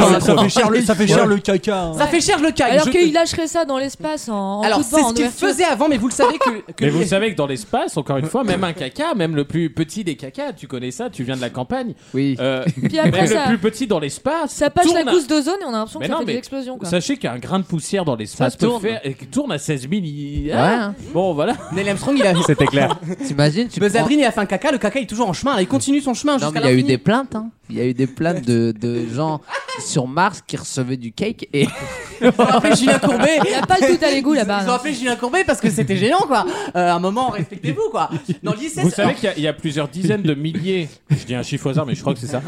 Speaker 3: cher, le, ça fait cher le caca. hein.
Speaker 2: Ça fait cher le caille.
Speaker 9: Alors
Speaker 2: Je-
Speaker 9: qu'il lâcherait ça dans l'espace en, en
Speaker 2: Alors
Speaker 9: coup de
Speaker 2: c'est
Speaker 9: vent,
Speaker 2: ce
Speaker 9: en
Speaker 2: qu'il
Speaker 9: ouverture.
Speaker 2: faisait avant, mais vous le savez que. que
Speaker 4: Mais vous
Speaker 2: l'ISS
Speaker 4: savez que dans l'espace, encore une fois, même un caca, même le plus petit des cacas, tu connais ça, tu viens de la campagne,
Speaker 7: Oui.
Speaker 4: euh,
Speaker 9: Puis
Speaker 4: même
Speaker 9: après,
Speaker 4: le
Speaker 9: ça,
Speaker 4: plus petit dans l'espace,
Speaker 9: ça passe la
Speaker 4: tourne à-
Speaker 9: couche d'ozone et on a l'impression que
Speaker 4: Mais
Speaker 9: ça
Speaker 4: non,
Speaker 9: fait
Speaker 4: mais-
Speaker 9: des explosions. Quoi.
Speaker 4: Sachez qu'un grain de poussière dans l'espace
Speaker 7: Ça
Speaker 4: peut
Speaker 7: tourne.
Speaker 4: faire, et qui tourne à 16 000. il-
Speaker 7: Ouais,
Speaker 4: Ah,
Speaker 7: hein.
Speaker 4: Bon, voilà.
Speaker 2: Neil Armstrong, il a.
Speaker 5: C'était clair.
Speaker 7: T'imagines tu
Speaker 2: Buzz
Speaker 7: prends-
Speaker 2: Aldrin, il a fait un caca, le caca il est toujours en chemin, là, il continue son chemin
Speaker 7: Non, mais
Speaker 2: jusqu'à
Speaker 7: il y a eu
Speaker 2: l'infini.
Speaker 7: des plaintes. Hein. Il y a eu des plaintes de, de gens sur Mars qui recevaient du cake et
Speaker 2: Ils ont appelé Julien Courbet.
Speaker 9: Il n'y a pas le tout à l'égout là-bas.
Speaker 7: hein.
Speaker 2: Ils ont appelé Julien Courbet parce que c'était gênant quoi. Euh, à un moment, respectez-vous quoi. Dans l'ISS,
Speaker 4: Vous savez qu'il y a- il y, a plusieurs dizaines de milliers, je dis un chiffre au hasard, mais je crois que c'est ça,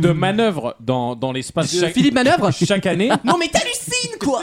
Speaker 4: de manœuvres dans, dans l'espace
Speaker 2: Euh,
Speaker 4: chaque,
Speaker 2: Philippe Manœuvre
Speaker 4: chaque année,
Speaker 2: Non mais t'hallucines quoi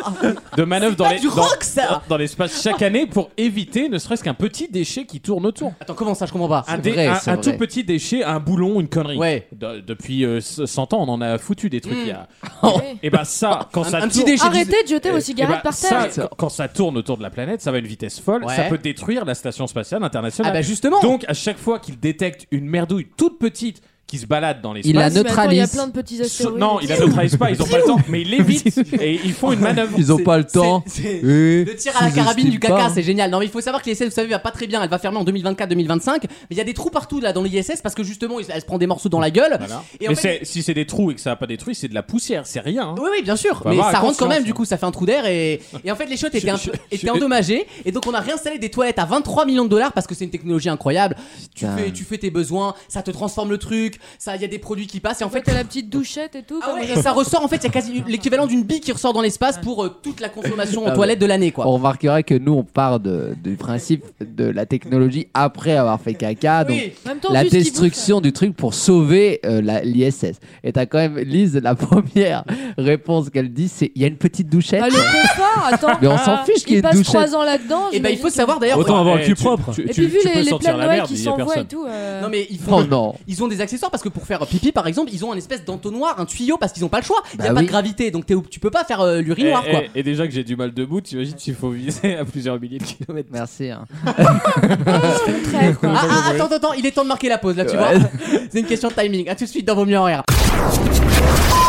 Speaker 4: de manœuvres dans
Speaker 2: pas
Speaker 4: les-
Speaker 2: du
Speaker 4: dans-
Speaker 2: rock, ça
Speaker 4: dans l'espace chaque année pour éviter ne serait-ce qu'un petit déchet qui tourne autour.
Speaker 2: Attends, comment ça, je comprends pas
Speaker 4: un,
Speaker 7: C'est
Speaker 4: dé-
Speaker 7: vrai,
Speaker 4: un-
Speaker 7: c'est
Speaker 4: un
Speaker 7: vrai.
Speaker 4: tout petit déchet, un boulon, une connerie.
Speaker 2: Ouais.
Speaker 4: De- depuis euh, 100 ans, on en a foutu des trucs. il y
Speaker 9: Mm.
Speaker 4: a-
Speaker 9: Ouais.
Speaker 4: Et bah ça, quand
Speaker 2: Un,
Speaker 4: ça
Speaker 2: un petit
Speaker 4: tourne-
Speaker 2: déchet.
Speaker 9: Arrêtez de jeter
Speaker 4: Eh-
Speaker 9: vos
Speaker 4: eh
Speaker 9: cigarettes
Speaker 4: ben,
Speaker 9: par
Speaker 4: ça,
Speaker 9: terre.
Speaker 4: quand- quand ça tourne autour de la planète, ça va à une vitesse folle,
Speaker 2: Ouais.
Speaker 4: ça peut détruire la station spatiale internationale.
Speaker 2: Ah bah justement
Speaker 4: Donc à chaque fois qu'il détecte une merdouille toute petite qui se balade dans l'espace,
Speaker 7: Il la
Speaker 9: Mais attends, Il y a
Speaker 7: neutralise.
Speaker 9: plein de petits
Speaker 4: so-
Speaker 9: astéroïdes.
Speaker 4: non, il la neutralise pas, ils ont pas le temps, mais il l'évite et ils font une manœuvre.
Speaker 7: ils ont pas le temps.
Speaker 2: C'est- c'est-
Speaker 7: Et-
Speaker 2: Le tir à la
Speaker 7: Sous-estime
Speaker 2: carabine du
Speaker 7: pas,
Speaker 2: caca,
Speaker 7: hein.
Speaker 2: c'est génial. Non, mais il faut savoir que l'ISS, E vous savez, va pas très bien. Elle va fermer en 2024-2025. Mais il y a des trous partout là dans l'ISS parce que justement, elle se prend des morceaux dans la gueule.
Speaker 4: Voilà.
Speaker 2: Et en
Speaker 4: mais
Speaker 2: fait-
Speaker 4: c'est- si c'est des trous et que ça n'a pas détruit, c'est de la poussière, c'est rien. hein.
Speaker 2: Oui, oui, bien sûr,
Speaker 4: Faut
Speaker 2: mais
Speaker 4: avoir
Speaker 2: ça rentre quand
Speaker 4: conscience,
Speaker 2: même,
Speaker 4: hein.
Speaker 2: du coup, ça fait un trou d'air et, et en fait, les chiottes étaient, un peu- étaient endommagées et donc on a réinstallé des toilettes à 23 millions de dollars parce que c'est une technologie incroyable. Tu
Speaker 7: Putain.
Speaker 2: fais, tu fais tes besoins, ça te transforme le truc, ça, il y a des produits qui passent et en
Speaker 9: En fait,
Speaker 2: fait.
Speaker 9: t'as la petite douchette et tout.
Speaker 2: Ah
Speaker 9: comme-
Speaker 2: ouais, et ça ressort en fait, il y a quasi l'équivalent d'une bille qui ressort dans l'espace pour euh, toute la consommation en toilette de l'année quoi.
Speaker 7: On remarquera que nous on part de- du principe de la technologie après avoir fait caca. Donc
Speaker 2: Oui.
Speaker 9: En même temps,
Speaker 7: la
Speaker 9: vu ce qu'ils bouffent,
Speaker 7: destruction du truc pour sauver euh, la- l'ISS. Et t'as quand même, Lise, la première réponse qu'elle dit, c'est il y a une petite douchette.
Speaker 9: Ah, le confort, attends.
Speaker 7: Eh, Mais on s'en fiche qu'il y ait
Speaker 9: Il
Speaker 7: une
Speaker 9: passe
Speaker 7: douchette.
Speaker 9: 3 ans là-dedans.
Speaker 2: Et bah, il faut
Speaker 9: j'imagine
Speaker 2: savoir d'ailleurs.
Speaker 5: Autant avoir le
Speaker 4: Eh,
Speaker 5: cul
Speaker 4: tu-
Speaker 5: propre.
Speaker 4: tu-
Speaker 9: que- Et
Speaker 4: tu-
Speaker 9: puis, vu
Speaker 4: tu peux
Speaker 9: les, les
Speaker 4: sortir
Speaker 9: plans de
Speaker 4: la
Speaker 9: Noël
Speaker 4: merde,
Speaker 9: qui
Speaker 4: il y a
Speaker 9: s'envoient
Speaker 4: personne.
Speaker 9: et tout. euh,
Speaker 2: Non mais ils font-
Speaker 7: Oh non.
Speaker 2: Ils ont des accessoires parce que pour faire pipi par exemple, ils ont un espèce d'entonnoir, un tuyau parce qu'ils ont pas le choix. Il y a
Speaker 7: Bah
Speaker 2: pas
Speaker 7: oui.
Speaker 2: de gravité donc t'es où- tu peux pas faire euh, l'urinoir
Speaker 4: Eh,
Speaker 2: quoi.
Speaker 4: eh, Et, déjà que j'ai du mal debout, t'imagines s'il faut viser à plusieurs milliers de kilomètres.
Speaker 7: Merci. hein.
Speaker 9: Très, quoi.
Speaker 2: Ah, ah, attends, attends, il est temps de marquer la pause là, tu vois. C'est une question de timing. À tout de suite dans vos mieux en rire.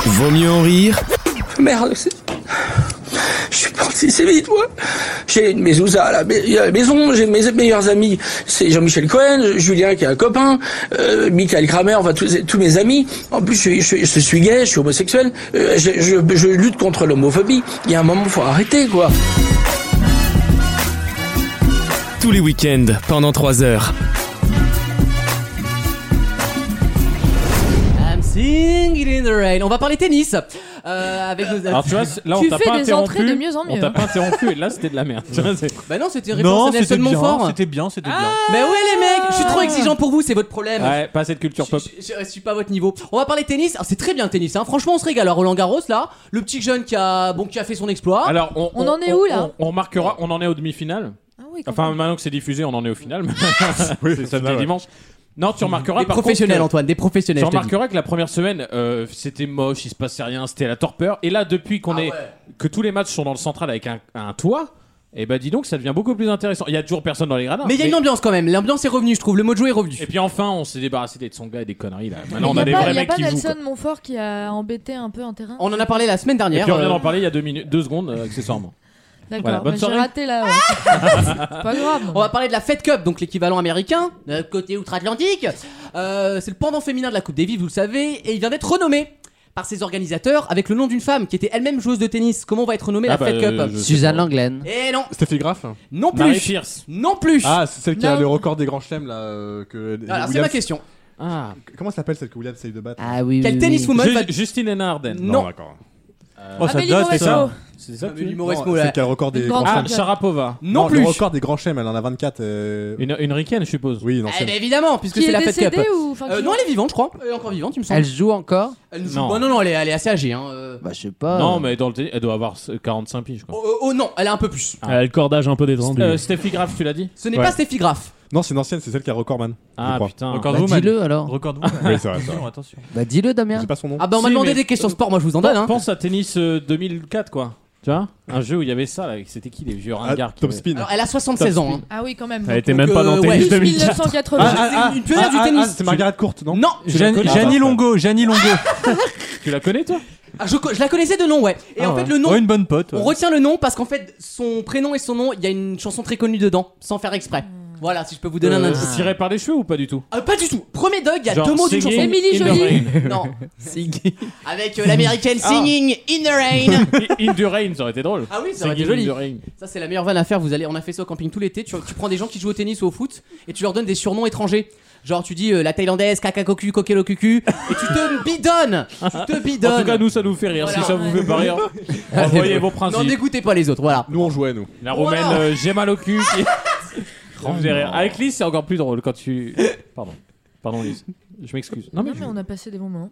Speaker 1: Vaut mieux en rire
Speaker 10: Merde, c'est- je suis parti, c'est vite, moi. J'ai une mezouza à la, mai- à la maison, j'ai mes meilleurs amis, c'est Jean-Michel Cohen, Julien qui est un copain, euh, Michael Kramer, enfin tous, tous mes amis. En plus, je, suis- je suis- je suis gay, je suis homosexuel, euh, je, je- je lutte contre l'homophobie. Il y a un moment, faut arrêter, quoi.
Speaker 1: tous les week-ends pendant 3 heures.
Speaker 2: I'm singing in the rain. On va parler tennis euh, avec nos.
Speaker 4: Alors tu vois, là on
Speaker 9: Tu
Speaker 4: t'a
Speaker 9: fais
Speaker 4: pas
Speaker 9: des
Speaker 4: interrompu.
Speaker 9: entrées de mieux en
Speaker 4: On
Speaker 9: mieux. hein.
Speaker 4: t'a pas interrompu et là c'était de la merde. Tu vois, c'est-
Speaker 2: Bah non, c'était une réponse à Nelson
Speaker 3: bien,
Speaker 2: Montfort.
Speaker 3: c'était bien, c'était bien.
Speaker 2: Mais ouais les mecs, je suis
Speaker 9: Ah.
Speaker 2: trop exigeant pour vous, c'est votre problème.
Speaker 4: ouais, pas cette
Speaker 2: Je,
Speaker 4: culture pop.
Speaker 2: je- je- je suis pas à votre niveau. On va parler tennis. Alors, c'est très bien le tennis. hein. Franchement, on se régale. Alors Roland Garros là, le petit jeune qui a bon qui a fait son exploit.
Speaker 4: Alors on,
Speaker 9: On en est où, là
Speaker 4: On, on remarquera, on en est aux demi-finales.
Speaker 9: Ah oui, quand
Speaker 4: Enfin
Speaker 9: même.
Speaker 4: maintenant que c'est diffusé, on en est aux finales. c'est samedi dimanche. Non, tu remarqueras
Speaker 2: des
Speaker 4: par
Speaker 2: professionnels
Speaker 4: contre. que-
Speaker 2: Antoine, des professionnels. je
Speaker 4: Tu
Speaker 2: te dis.
Speaker 4: remarqueras que la première semaine, euh, c'était moche, il se passait rien, c'était la torpeur. Et là, depuis qu'on
Speaker 2: Ah
Speaker 4: est,
Speaker 2: ouais.
Speaker 4: que tous les matchs sont dans le central avec un, un toit, Et bah dis donc, ça devient beaucoup plus intéressant. Il y a toujours personne dans les gradins.
Speaker 2: Mais il y a une ambiance quand même. L'ambiance est revenue, je trouve. Le mojo est revenu.
Speaker 4: Et puis enfin, on s'est débarrassé des Tsonga et des conneries là.
Speaker 9: Il
Speaker 4: Maintenant, on
Speaker 9: n'y
Speaker 4: a
Speaker 9: a,
Speaker 4: des
Speaker 9: pas-
Speaker 4: vrais
Speaker 9: y a
Speaker 4: mecs
Speaker 9: pas
Speaker 4: qui jouent. quoi.
Speaker 9: Nelson Montfort qui a embêté un peu un terrain.
Speaker 2: On en a parlé la semaine
Speaker 4: Et
Speaker 2: dernière.
Speaker 4: puis on vient
Speaker 2: Euh,
Speaker 4: d'en parler il y a deux, minutes, deux secondes, euh, accessoirement.
Speaker 9: D'accord, bah,
Speaker 4: Voilà, bonne
Speaker 9: mais j'ai
Speaker 4: soirée.
Speaker 9: raté là. ouais. C'est pas grave.
Speaker 2: On va parler de la Fed Cup, donc l'équivalent américain, euh, côté outre-Atlantique. Euh, c'est le pendant féminin de la Coupe Davis, vous le savez, et il vient d'être renommé par ses organisateurs avec le nom d'une femme qui était elle-même joueuse de tennis. Comment va être renommée
Speaker 4: Ah
Speaker 2: la
Speaker 4: bah,
Speaker 2: Fed Cup
Speaker 4: euh, je-
Speaker 7: Suzanne Langlen.
Speaker 2: Eh non,
Speaker 6: Stéphie Graff
Speaker 2: non plus,
Speaker 4: Marie Pierce.
Speaker 2: non plus.
Speaker 6: Ah, c'est celle qui a
Speaker 9: Non.
Speaker 6: le record des grands chelems là. euh, que
Speaker 2: Voilà, c'est
Speaker 6: Williams-
Speaker 2: ma question.
Speaker 4: Ah,
Speaker 6: Comment s'appelle celle que Williams essaye de battre
Speaker 7: Ah oui.
Speaker 2: Quel
Speaker 7: oui, oui.
Speaker 2: tenniswoman va...
Speaker 4: Ju- Justine Hénarden.
Speaker 2: Non.
Speaker 6: d'accord.
Speaker 5: Oh, ça
Speaker 9: Amélie
Speaker 5: date, c'est ça.
Speaker 9: Mauresmo.
Speaker 4: C'est ça
Speaker 2: Ah,
Speaker 4: que
Speaker 2: mais
Speaker 4: tu-
Speaker 2: l'humour est
Speaker 6: Non,
Speaker 2: small, là.
Speaker 6: Celle qui a le record des
Speaker 9: Une
Speaker 6: grands
Speaker 9: grande-
Speaker 4: Ah,
Speaker 6: chelems.
Speaker 4: Sharapova.
Speaker 2: Non,
Speaker 6: Le
Speaker 2: plus.
Speaker 6: record des grands chelems, elle en a 24. euh,
Speaker 4: Une, une ricaine, je suppose.
Speaker 6: Oui, une
Speaker 2: Eh
Speaker 6: ancienne.
Speaker 2: ben évidemment, puisque
Speaker 9: Qui
Speaker 2: c'est
Speaker 9: est
Speaker 2: la Fed Cup.
Speaker 9: décédé ou enfin,
Speaker 2: Euh,
Speaker 9: qui-
Speaker 2: non, elle est vivante, je crois. Elle est encore vivante, il me semble.
Speaker 7: Elle joue encore
Speaker 2: Elle nous joue-
Speaker 4: Non.
Speaker 2: Bon, non, non, elle est, elle est assez âgée. Hein. euh.
Speaker 7: Bah je sais pas.
Speaker 4: Non, mais dans le tennis, elle doit avoir 45 piges. Quoi.
Speaker 2: Oh, oh, oh, non, elle a un peu plus.
Speaker 4: Ah.
Speaker 5: Elle a le cordage un peu détendu.
Speaker 4: Euh, Steffi Graf, tu l'as dit
Speaker 2: Ce n'est
Speaker 6: Ouais.
Speaker 2: pas Steffi Graf.
Speaker 6: Non, c'est une ancienne, c'est celle qui a record man.
Speaker 4: Ah
Speaker 6: crois.
Speaker 4: putain.
Speaker 5: Encore
Speaker 7: Bah, dis-le alors.
Speaker 5: Record
Speaker 6: Oui, c'est vrai, c'est vrai.
Speaker 5: attention.
Speaker 7: Bah dis-le Damien.
Speaker 6: J'ai pas son nom.
Speaker 2: Ah bah on m'a
Speaker 4: Si,
Speaker 2: demandé
Speaker 4: mais-
Speaker 2: des questions sport, moi je vous en donne. Hein.
Speaker 4: Pense à tennis euh, 2004, quoi. Tu vois Un jeu où il y avait ça, là. C'était qui les vieux
Speaker 6: Ah,
Speaker 4: ringards qui-
Speaker 6: Top spin.
Speaker 2: Alors, elle a 76 ans. hein.
Speaker 9: Ah oui, quand même.
Speaker 5: Elle
Speaker 9: donc,
Speaker 5: était même pas
Speaker 2: euh,
Speaker 5: dans
Speaker 2: ouais. Ah,
Speaker 5: Tennis
Speaker 9: plus
Speaker 5: 2004.
Speaker 9: 1980.
Speaker 3: Ah,
Speaker 2: C'est une pionnière du tennis.
Speaker 6: c'est Margaret Court, non
Speaker 2: Non, je la connais.
Speaker 3: Gianni Longo, Gianni Longo.
Speaker 4: Tu la connais, toi
Speaker 2: Ah, je, co- je la connaissais de nom, Ah, ouais. Oh, Et en fait, le nom,
Speaker 3: Ah, Ouais, Oh, une bonne pote. ouais.
Speaker 2: on retient le nom parce qu'en fait, son prénom et son nom, il y a une chanson très connue dedans, sans faire exprès.
Speaker 9: Hmm.
Speaker 2: Voilà, si je peux vous donner un
Speaker 4: Euh,
Speaker 2: indice.
Speaker 4: Tiré par les cheveux ou pas du tout
Speaker 2: Ah, pas du tout. Premier dog, il y a
Speaker 4: Genre,
Speaker 2: deux mots d'une
Speaker 4: singing
Speaker 2: chanson.
Speaker 9: Emily
Speaker 4: in the
Speaker 9: Jolie.
Speaker 4: rain.
Speaker 2: Non. Avec euh, l'américaine Singing in the Rain.
Speaker 4: In the rain, ça aurait été drôle.
Speaker 2: Ah oui, ça aurait été
Speaker 4: Singing
Speaker 2: joli.
Speaker 4: in the rain.
Speaker 2: Ça, c'est la meilleure vanne à faire. Vous allez, on a fait ça au camping tout l'été. Tu, tu prends des gens qui jouent au tennis ou au foot et tu leur donnes des surnoms étrangers. Genre, tu dis euh, la thaïlandaise, caca cocu, coquelo cucu. Et tu te bidonnes. Tu te bidonnes.
Speaker 4: En tout cas, nous, ça nous fait rire.
Speaker 2: Voilà.
Speaker 4: Si ça vous fait pas rire, envoyez vos
Speaker 2: N'en
Speaker 4: principes.
Speaker 2: écoutez pas les autres, voilà.
Speaker 6: Nous, on jouait, nous.
Speaker 4: La roumaine,
Speaker 2: Wow.
Speaker 4: euh, j'ai mal au cul. qui- Ça me fait rire. Avec Lise, c'est encore plus drôle quand tu. Pardon. Pardon, Lise. Je m'excuse. Non, mais.
Speaker 9: Non, mais on a passé des bons moments.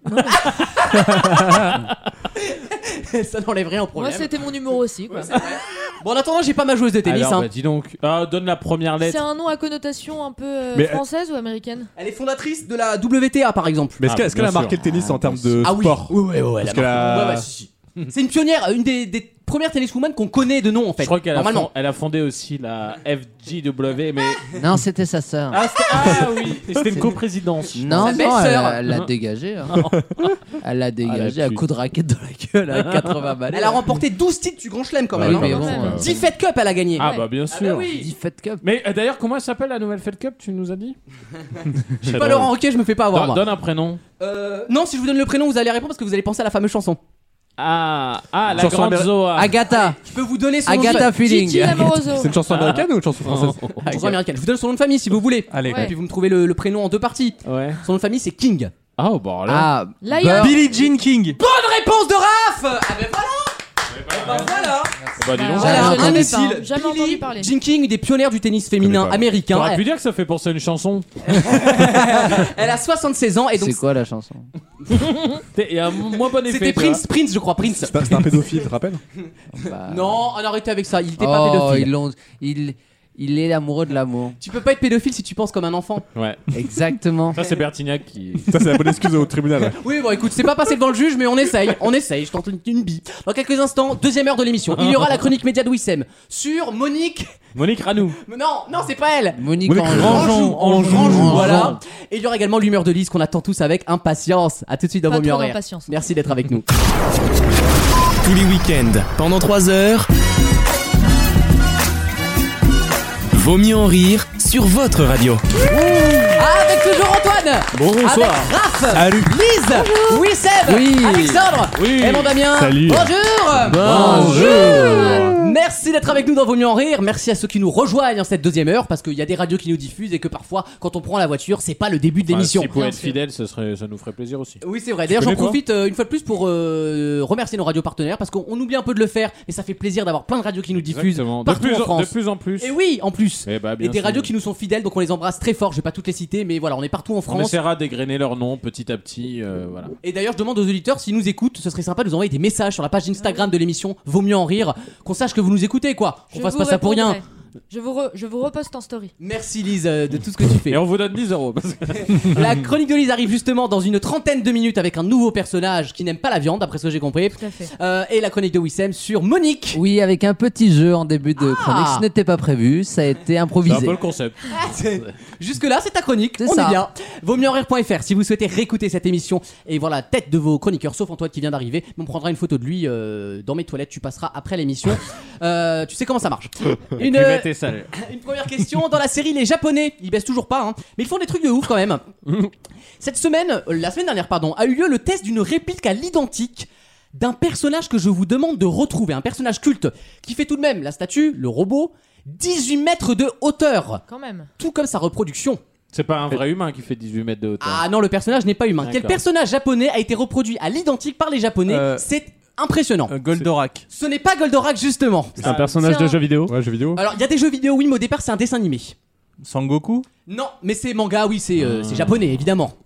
Speaker 2: ça n'enlève rien au
Speaker 9: Moi,
Speaker 2: problème.
Speaker 9: c'était mon humour aussi. quoi.
Speaker 2: bon, en attendant, j'ai pas ma joueuse de tennis.
Speaker 4: Alors,
Speaker 2: hein.
Speaker 4: bah, dis donc. Ah, donne la première
Speaker 9: C'est
Speaker 4: lettre.
Speaker 9: un nom à connotation un peu euh,
Speaker 6: Mais, euh,
Speaker 9: française ou américaine
Speaker 2: Elle est fondatrice de la WTA, par exemple.
Speaker 6: Mais est-ce
Speaker 4: Ah,
Speaker 6: que- est-ce
Speaker 4: bien
Speaker 6: qu'elle a
Speaker 4: sûr.
Speaker 6: marqué le tennis en termes de
Speaker 2: ah oui.
Speaker 6: sport
Speaker 2: Oui, oui, oui. elle a
Speaker 6: Parce
Speaker 2: marqué.
Speaker 6: que la-
Speaker 2: Ouais, ouais, si, si. C'est une pionnière, une des, des premières tenniswomen qu'on connaît de nom, en fait.
Speaker 4: Je crois qu'elle a,
Speaker 2: Normalement.
Speaker 4: fond- elle a fondé aussi la FJW, mais.
Speaker 7: Non, c'était sa sœur.
Speaker 4: Ah, c'était- ah oui Et C'était une coprésidence.
Speaker 7: Non,
Speaker 2: Sa
Speaker 7: non,
Speaker 2: belle-sœur.
Speaker 7: elle a- elle l'a dégagée. hein. Elle l'a
Speaker 5: Ah,
Speaker 7: dégagée à
Speaker 4: pute.
Speaker 7: coups de raquette dans la gueule à 80 balles.
Speaker 2: Elle a remporté 12 titres du Grand Chelem, quand
Speaker 7: Ah oui,
Speaker 2: même. hein.
Speaker 7: mais
Speaker 9: quand
Speaker 7: bon,
Speaker 9: même.
Speaker 7: euh,
Speaker 2: 10 Fed Cup, elle a gagné.
Speaker 4: Ah,
Speaker 9: Ouais.
Speaker 4: bah, bien
Speaker 2: Ah
Speaker 4: sûr.
Speaker 2: oui.
Speaker 7: dix Fed Cup.
Speaker 4: Mais euh, d'ailleurs, comment elle s'appelle la nouvelle Fed Cup Tu nous as dit
Speaker 2: Je suis pas Laurent Roquet, je me fais pas avoir.
Speaker 4: Don-
Speaker 2: moi.
Speaker 4: Donne un prénom.
Speaker 2: Euh, non, si je vous donne le prénom, vous allez répondre parce que vous allez penser à la fameuse chanson.
Speaker 4: Ah, ah la
Speaker 6: Chanson
Speaker 4: grande
Speaker 6: améri-
Speaker 4: Zoa.
Speaker 7: Agatha.
Speaker 2: Je peux vous donner son nom de
Speaker 7: Agatha
Speaker 2: famille.
Speaker 9: Gigi
Speaker 7: Feeling.
Speaker 9: Lamoroso.
Speaker 6: C'est une chanson
Speaker 2: Ah.
Speaker 6: américaine ou une chanson française
Speaker 2: Chanson américaine. Je vous donne son nom de famille si vous voulez.
Speaker 3: Allez,
Speaker 9: Ouais.
Speaker 2: Et puis vous me trouvez le, le prénom en deux parties.
Speaker 4: Ouais.
Speaker 2: Son nom de famille c'est King.
Speaker 4: Ah, oh, bah là.
Speaker 7: Ah,
Speaker 9: Lion.
Speaker 7: Bird.
Speaker 3: Billie Jean King.
Speaker 2: Bonne réponse de Raph Ah ben voilà Eh ben voilà
Speaker 4: Bah, dis donc.
Speaker 7: Voilà,
Speaker 9: Alors, je
Speaker 2: un
Speaker 9: l'avais
Speaker 2: missile.
Speaker 9: pas, hein. Jamais entendu parler.
Speaker 2: Jim King, des pionnières du tennis féminin
Speaker 6: Connais pas.
Speaker 2: américain.
Speaker 4: T'aurais pu
Speaker 2: Elle,
Speaker 4: dire que ça fait penser à une chanson.
Speaker 2: elle a 76 ans et donc
Speaker 7: C'est quoi la chanson
Speaker 4: Il y a un moins bon effet.
Speaker 2: c'était
Speaker 4: tu vois.
Speaker 2: Prince, Prince, je crois, Prince.
Speaker 6: C'est un- c'est un pédophile, tu te rappelles
Speaker 7: Bah,
Speaker 2: Non, on arrêtez avec ça. Il était pas
Speaker 7: Oh,
Speaker 2: pédophile.
Speaker 7: ils l'ont- il, il est amoureux de l'amour.
Speaker 2: Tu peux pas être pédophile si tu penses comme un enfant.
Speaker 4: Ouais.
Speaker 7: Exactement.
Speaker 4: Ça, c'est Bertignac qui.
Speaker 6: Ça, c'est la bonne excuse au tribunal.
Speaker 2: Oui, bon, écoute, c'est pas passé devant le juge, mais on essaye, on essaye. Je tente une, une bille. Dans quelques instants, deuxième heure de l'émission, il y aura la chronique média de Wissem sur Monique.
Speaker 4: Monique Ranou.
Speaker 2: Non, non, c'est pas elle.
Speaker 7: Monique
Speaker 6: Monique
Speaker 7: Anjou.
Speaker 6: Grangeon.
Speaker 2: Anjou,
Speaker 7: Anjou,
Speaker 2: Anjou,
Speaker 7: Anjou.
Speaker 2: voilà. Et il y aura également l'humeur de Lise qu'on attend tous avec impatience. À tout de suite dans
Speaker 9: Pas
Speaker 2: vos mieux
Speaker 9: trop
Speaker 2: en rire.
Speaker 9: d'impatience.
Speaker 2: Merci d'être avec nous.
Speaker 1: Tous les week-ends, pendant 3 heures. Vaut mieux en rire sur votre radio.
Speaker 2: Ah, Avec toujours Antoine, avec
Speaker 4: Bonsoir.
Speaker 2: Raph, Lise, Wissem,
Speaker 7: Oui.
Speaker 2: Alexandre
Speaker 4: Oui.
Speaker 2: et mon Damien.
Speaker 5: Salut.
Speaker 2: Bonjour.
Speaker 7: Bonjour.
Speaker 2: Merci d'être avec nous dans Vos Mieux en Rire. Merci à ceux qui nous rejoignent en cette deuxième heure parce qu'il y a des radios qui nous diffusent et que parfois, quand on prend la voiture, c'est pas le début de l'émission.
Speaker 4: Si pour être fidèle, ça, serait, ça nous ferait plaisir aussi.
Speaker 2: Oui, c'est vrai. D'ailleurs, j'en
Speaker 6: connais, toi
Speaker 2: profite euh, une fois de plus pour euh, remercier nos radios partenaires parce qu'on on oublie un peu de le faire, mais ça fait plaisir d'avoir plein de radios qui nous diffusent
Speaker 4: Exactement. De
Speaker 2: partout
Speaker 4: plus,
Speaker 2: en
Speaker 4: en, de
Speaker 2: France.
Speaker 4: plus en plus.
Speaker 2: Et oui, en plus.
Speaker 4: Eh bah,
Speaker 2: Et
Speaker 4: bien
Speaker 2: des
Speaker 4: sûr.
Speaker 2: radios qui nous sont fidèles, donc on les embrasse très fort. Je vais pas toutes les citer, mais voilà, on est partout en
Speaker 4: On
Speaker 2: France.
Speaker 4: essaiera d'égrener leur nom petit à petit. euh, voilà.
Speaker 2: Et d'ailleurs, je demande aux auditeurs s'ils nous écoutent, ce serait sympa de nous envoyer des messages sur la page Instagram de l'émission Vaut mieux en rire, qu'on sache que vous nous écoutez, quoi. Qu'on
Speaker 9: Je
Speaker 2: fasse
Speaker 9: vous
Speaker 2: pas ça pour rien.
Speaker 9: répondrai. Je vous, re- je vous reposte en story.
Speaker 2: Merci Lise euh, de tout ce que tu fais.
Speaker 4: Et on vous donne 10 euros. parce que-
Speaker 2: La chronique de Lise arrive justement dans une trentaine de minutes avec un nouveau personnage qui n'aime pas la viande, après ce que j'ai compris.
Speaker 9: Tout à fait.
Speaker 2: Euh, et la chronique de Wissem sur Monique. Ah.
Speaker 7: Oui, avec un petit jeu en début de chronique. Ce n'était pas prévu, ça a été
Speaker 4: C'est un
Speaker 7: improvisé.
Speaker 4: peu le concept.
Speaker 2: Ah, Jusque-là, c'est ta chronique.
Speaker 7: C'est
Speaker 2: On
Speaker 7: ça.
Speaker 2: est bien. Vaut mieux en rire.fr si vous souhaitez réécouter cette émission et voir la tête de vos chroniqueurs, sauf Antoine qui vient d'arriver. Mais On prendra une photo de lui euh, dans mes toilettes. Tu passeras après l'émission. Euh, tu sais comment ça marche. Une, euh, une première question. Dans la série, les Japonais, ils baissent toujours pas, hein, mais ils font des trucs de ouf quand même. Cette semaine, euh, la semaine dernière, pardon, a eu lieu le test d'une réplique à l'identique d'un personnage que je vous demande de retrouver. Un personnage culte qui fait tout de même la statue, le robot, 18 mètres de hauteur,
Speaker 9: Quand même.
Speaker 2: tout comme sa reproduction.
Speaker 4: C'est pas un vrai humain qui fait 18 mètres de hauteur.
Speaker 2: Ah non, le personnage n'est pas humain. Quel
Speaker 4: D'accord.
Speaker 2: personnage japonais a été reproduit à l'identique par les Japonais
Speaker 3: Euh,
Speaker 2: C'est impressionnant.
Speaker 3: Goldorak.
Speaker 2: Ce n'est pas Goldorak, justement.
Speaker 5: C'est un personnage de
Speaker 9: Tiens.
Speaker 5: jeu vidéo.
Speaker 6: Ouais, jeu vidéo.
Speaker 2: Alors, il y a des jeux vidéo, oui, mais au départ, c'est un dessin animé.
Speaker 3: Sangoku
Speaker 2: Non, mais c'est manga, oui, c'est euh, c'est japonais, évidemment.
Speaker 4: Ah.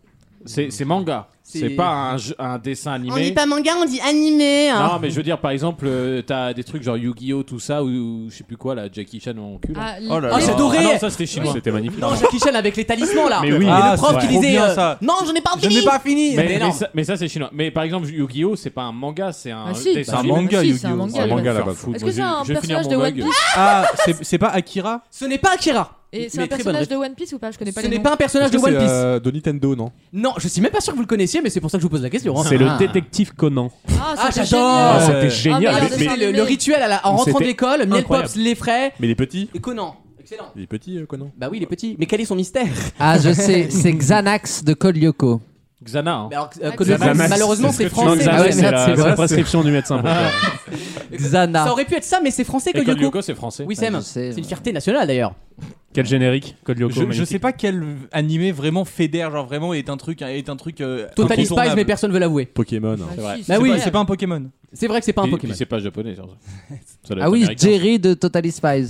Speaker 4: C'est c'est manga.
Speaker 2: C'est-
Speaker 4: C'est pas un, jeu- un dessin animé.
Speaker 2: manga, on dit animé. Ah.
Speaker 4: Non, mais je veux dire, par exemple, euh, t'as des trucs genre Yu-Gi-Oh, tout ça, ou, ou je sais plus quoi, là, Jackie Chan en cul. là.
Speaker 9: Ah, l-
Speaker 3: Oh là
Speaker 2: Ah,
Speaker 3: là.
Speaker 2: c'est doré.
Speaker 4: Ah non, ça c'était chinois.
Speaker 5: C'était magnifique.
Speaker 2: Non, Jackie Chan avec les talismans là.
Speaker 5: Mais oui.
Speaker 2: Et
Speaker 3: Ah,
Speaker 2: le prof
Speaker 3: c'est
Speaker 2: qui
Speaker 3: trop
Speaker 2: disait
Speaker 3: bien,
Speaker 2: euh,
Speaker 3: ça.
Speaker 2: Non, j'en ai pas
Speaker 3: Je
Speaker 2: fini.
Speaker 3: n'ai pas fini
Speaker 2: C'était
Speaker 4: Mais, mais
Speaker 2: énorme.
Speaker 4: ça, mais ça, c'est chinois. Mais par exemple, Yu-Gi-Oh, c'est pas un manga, c'est un
Speaker 9: Ah, si,
Speaker 4: dessin
Speaker 3: C'est un
Speaker 9: Si,
Speaker 4: animé.
Speaker 3: manga,
Speaker 9: si,
Speaker 3: Yu-Gi-oh
Speaker 9: c'est un manga,
Speaker 6: Un
Speaker 9: il
Speaker 6: manga
Speaker 9: va
Speaker 6: là-bas.
Speaker 4: Fou,
Speaker 9: Est-ce
Speaker 4: moi,
Speaker 9: que c'est un
Speaker 4: je vais finir
Speaker 9: personnage
Speaker 4: mon
Speaker 9: de One
Speaker 4: bug.
Speaker 9: Piece
Speaker 3: Ah, c'est- c'est pas Akira
Speaker 2: Ce n'est pas Akira.
Speaker 9: Et c'est
Speaker 2: Mais
Speaker 9: un
Speaker 2: très bonne
Speaker 9: personnage de One Piece ou pas Je connais pas
Speaker 2: Ce
Speaker 9: les
Speaker 2: n'est
Speaker 9: noms.
Speaker 2: pas un personnage
Speaker 6: Est-ce
Speaker 2: de
Speaker 6: que
Speaker 2: One
Speaker 6: c'est,
Speaker 2: Piece.
Speaker 6: euh, de Nintendo, non
Speaker 2: Non, je suis même pas sûr que vous le connaissiez, mais c'est pour ça que je vous pose la question. hein.
Speaker 5: C'est le
Speaker 2: Ah.
Speaker 5: détective Conan.
Speaker 2: Ah,
Speaker 9: Ah, c'est
Speaker 2: j'adore.
Speaker 5: Ah,
Speaker 9: génial.
Speaker 5: c'était
Speaker 9: Ah, mais
Speaker 5: génial. Mais-
Speaker 9: alors,
Speaker 5: mais-
Speaker 2: C'est le, le rituel à la- en rentrant de
Speaker 5: C'était
Speaker 2: l'école, Miel
Speaker 5: incroyable.
Speaker 2: Pops, les frais
Speaker 6: Mais il est petit.
Speaker 2: et Conan. Excellent.
Speaker 6: Il est petit, euh, Conan.
Speaker 2: Bah oui, il est petit. Mais quel est son mystère
Speaker 7: Ah, je sais, c'est Xanax de Kolyoko.
Speaker 4: Xana, hein.
Speaker 2: Mais alors, euh,
Speaker 9: Ah,
Speaker 2: Conan,
Speaker 5: Xanax.
Speaker 2: malheureusement, c'est
Speaker 5: Non,
Speaker 2: français.
Speaker 7: Ah ouais,
Speaker 5: Xanax, c'est
Speaker 7: ça,
Speaker 5: la
Speaker 7: c'est
Speaker 5: c'est la
Speaker 7: vrai,
Speaker 5: prescription du médecin.
Speaker 6: Ah.
Speaker 5: pour faire.
Speaker 2: Ça
Speaker 7: Xana.
Speaker 2: aurait pu être ça, mais c'est français que
Speaker 4: Et Code
Speaker 2: Yoko.
Speaker 4: Lyoko, c'est français.
Speaker 2: Oui,
Speaker 7: Ah,
Speaker 2: Sam.
Speaker 7: je sais,
Speaker 2: C'est une
Speaker 7: ouais.
Speaker 2: fierté nationale d'ailleurs.
Speaker 5: Quel générique, Code Lyoko.
Speaker 3: je, je
Speaker 5: magnifique.
Speaker 3: sais pas quel animé vraiment fédère, genre vraiment est un truc, est un truc. euh,
Speaker 2: Totally Spies,
Speaker 3: incontournable.
Speaker 2: mais personne veut l'avouer.
Speaker 6: Pokémon. hein.
Speaker 9: Ah, si,
Speaker 2: Bah
Speaker 9: c'est
Speaker 2: oui,
Speaker 3: Ouais,
Speaker 9: vrai.
Speaker 3: C'est pas un Pokémon.
Speaker 2: C'est vrai que c'est pas un
Speaker 4: Puis-
Speaker 2: Pokémon.
Speaker 4: puis c'est pas japonais, genre. Ça doit
Speaker 7: Ah
Speaker 4: être
Speaker 7: oui,
Speaker 4: américain.
Speaker 7: Jerry de Totally Spies.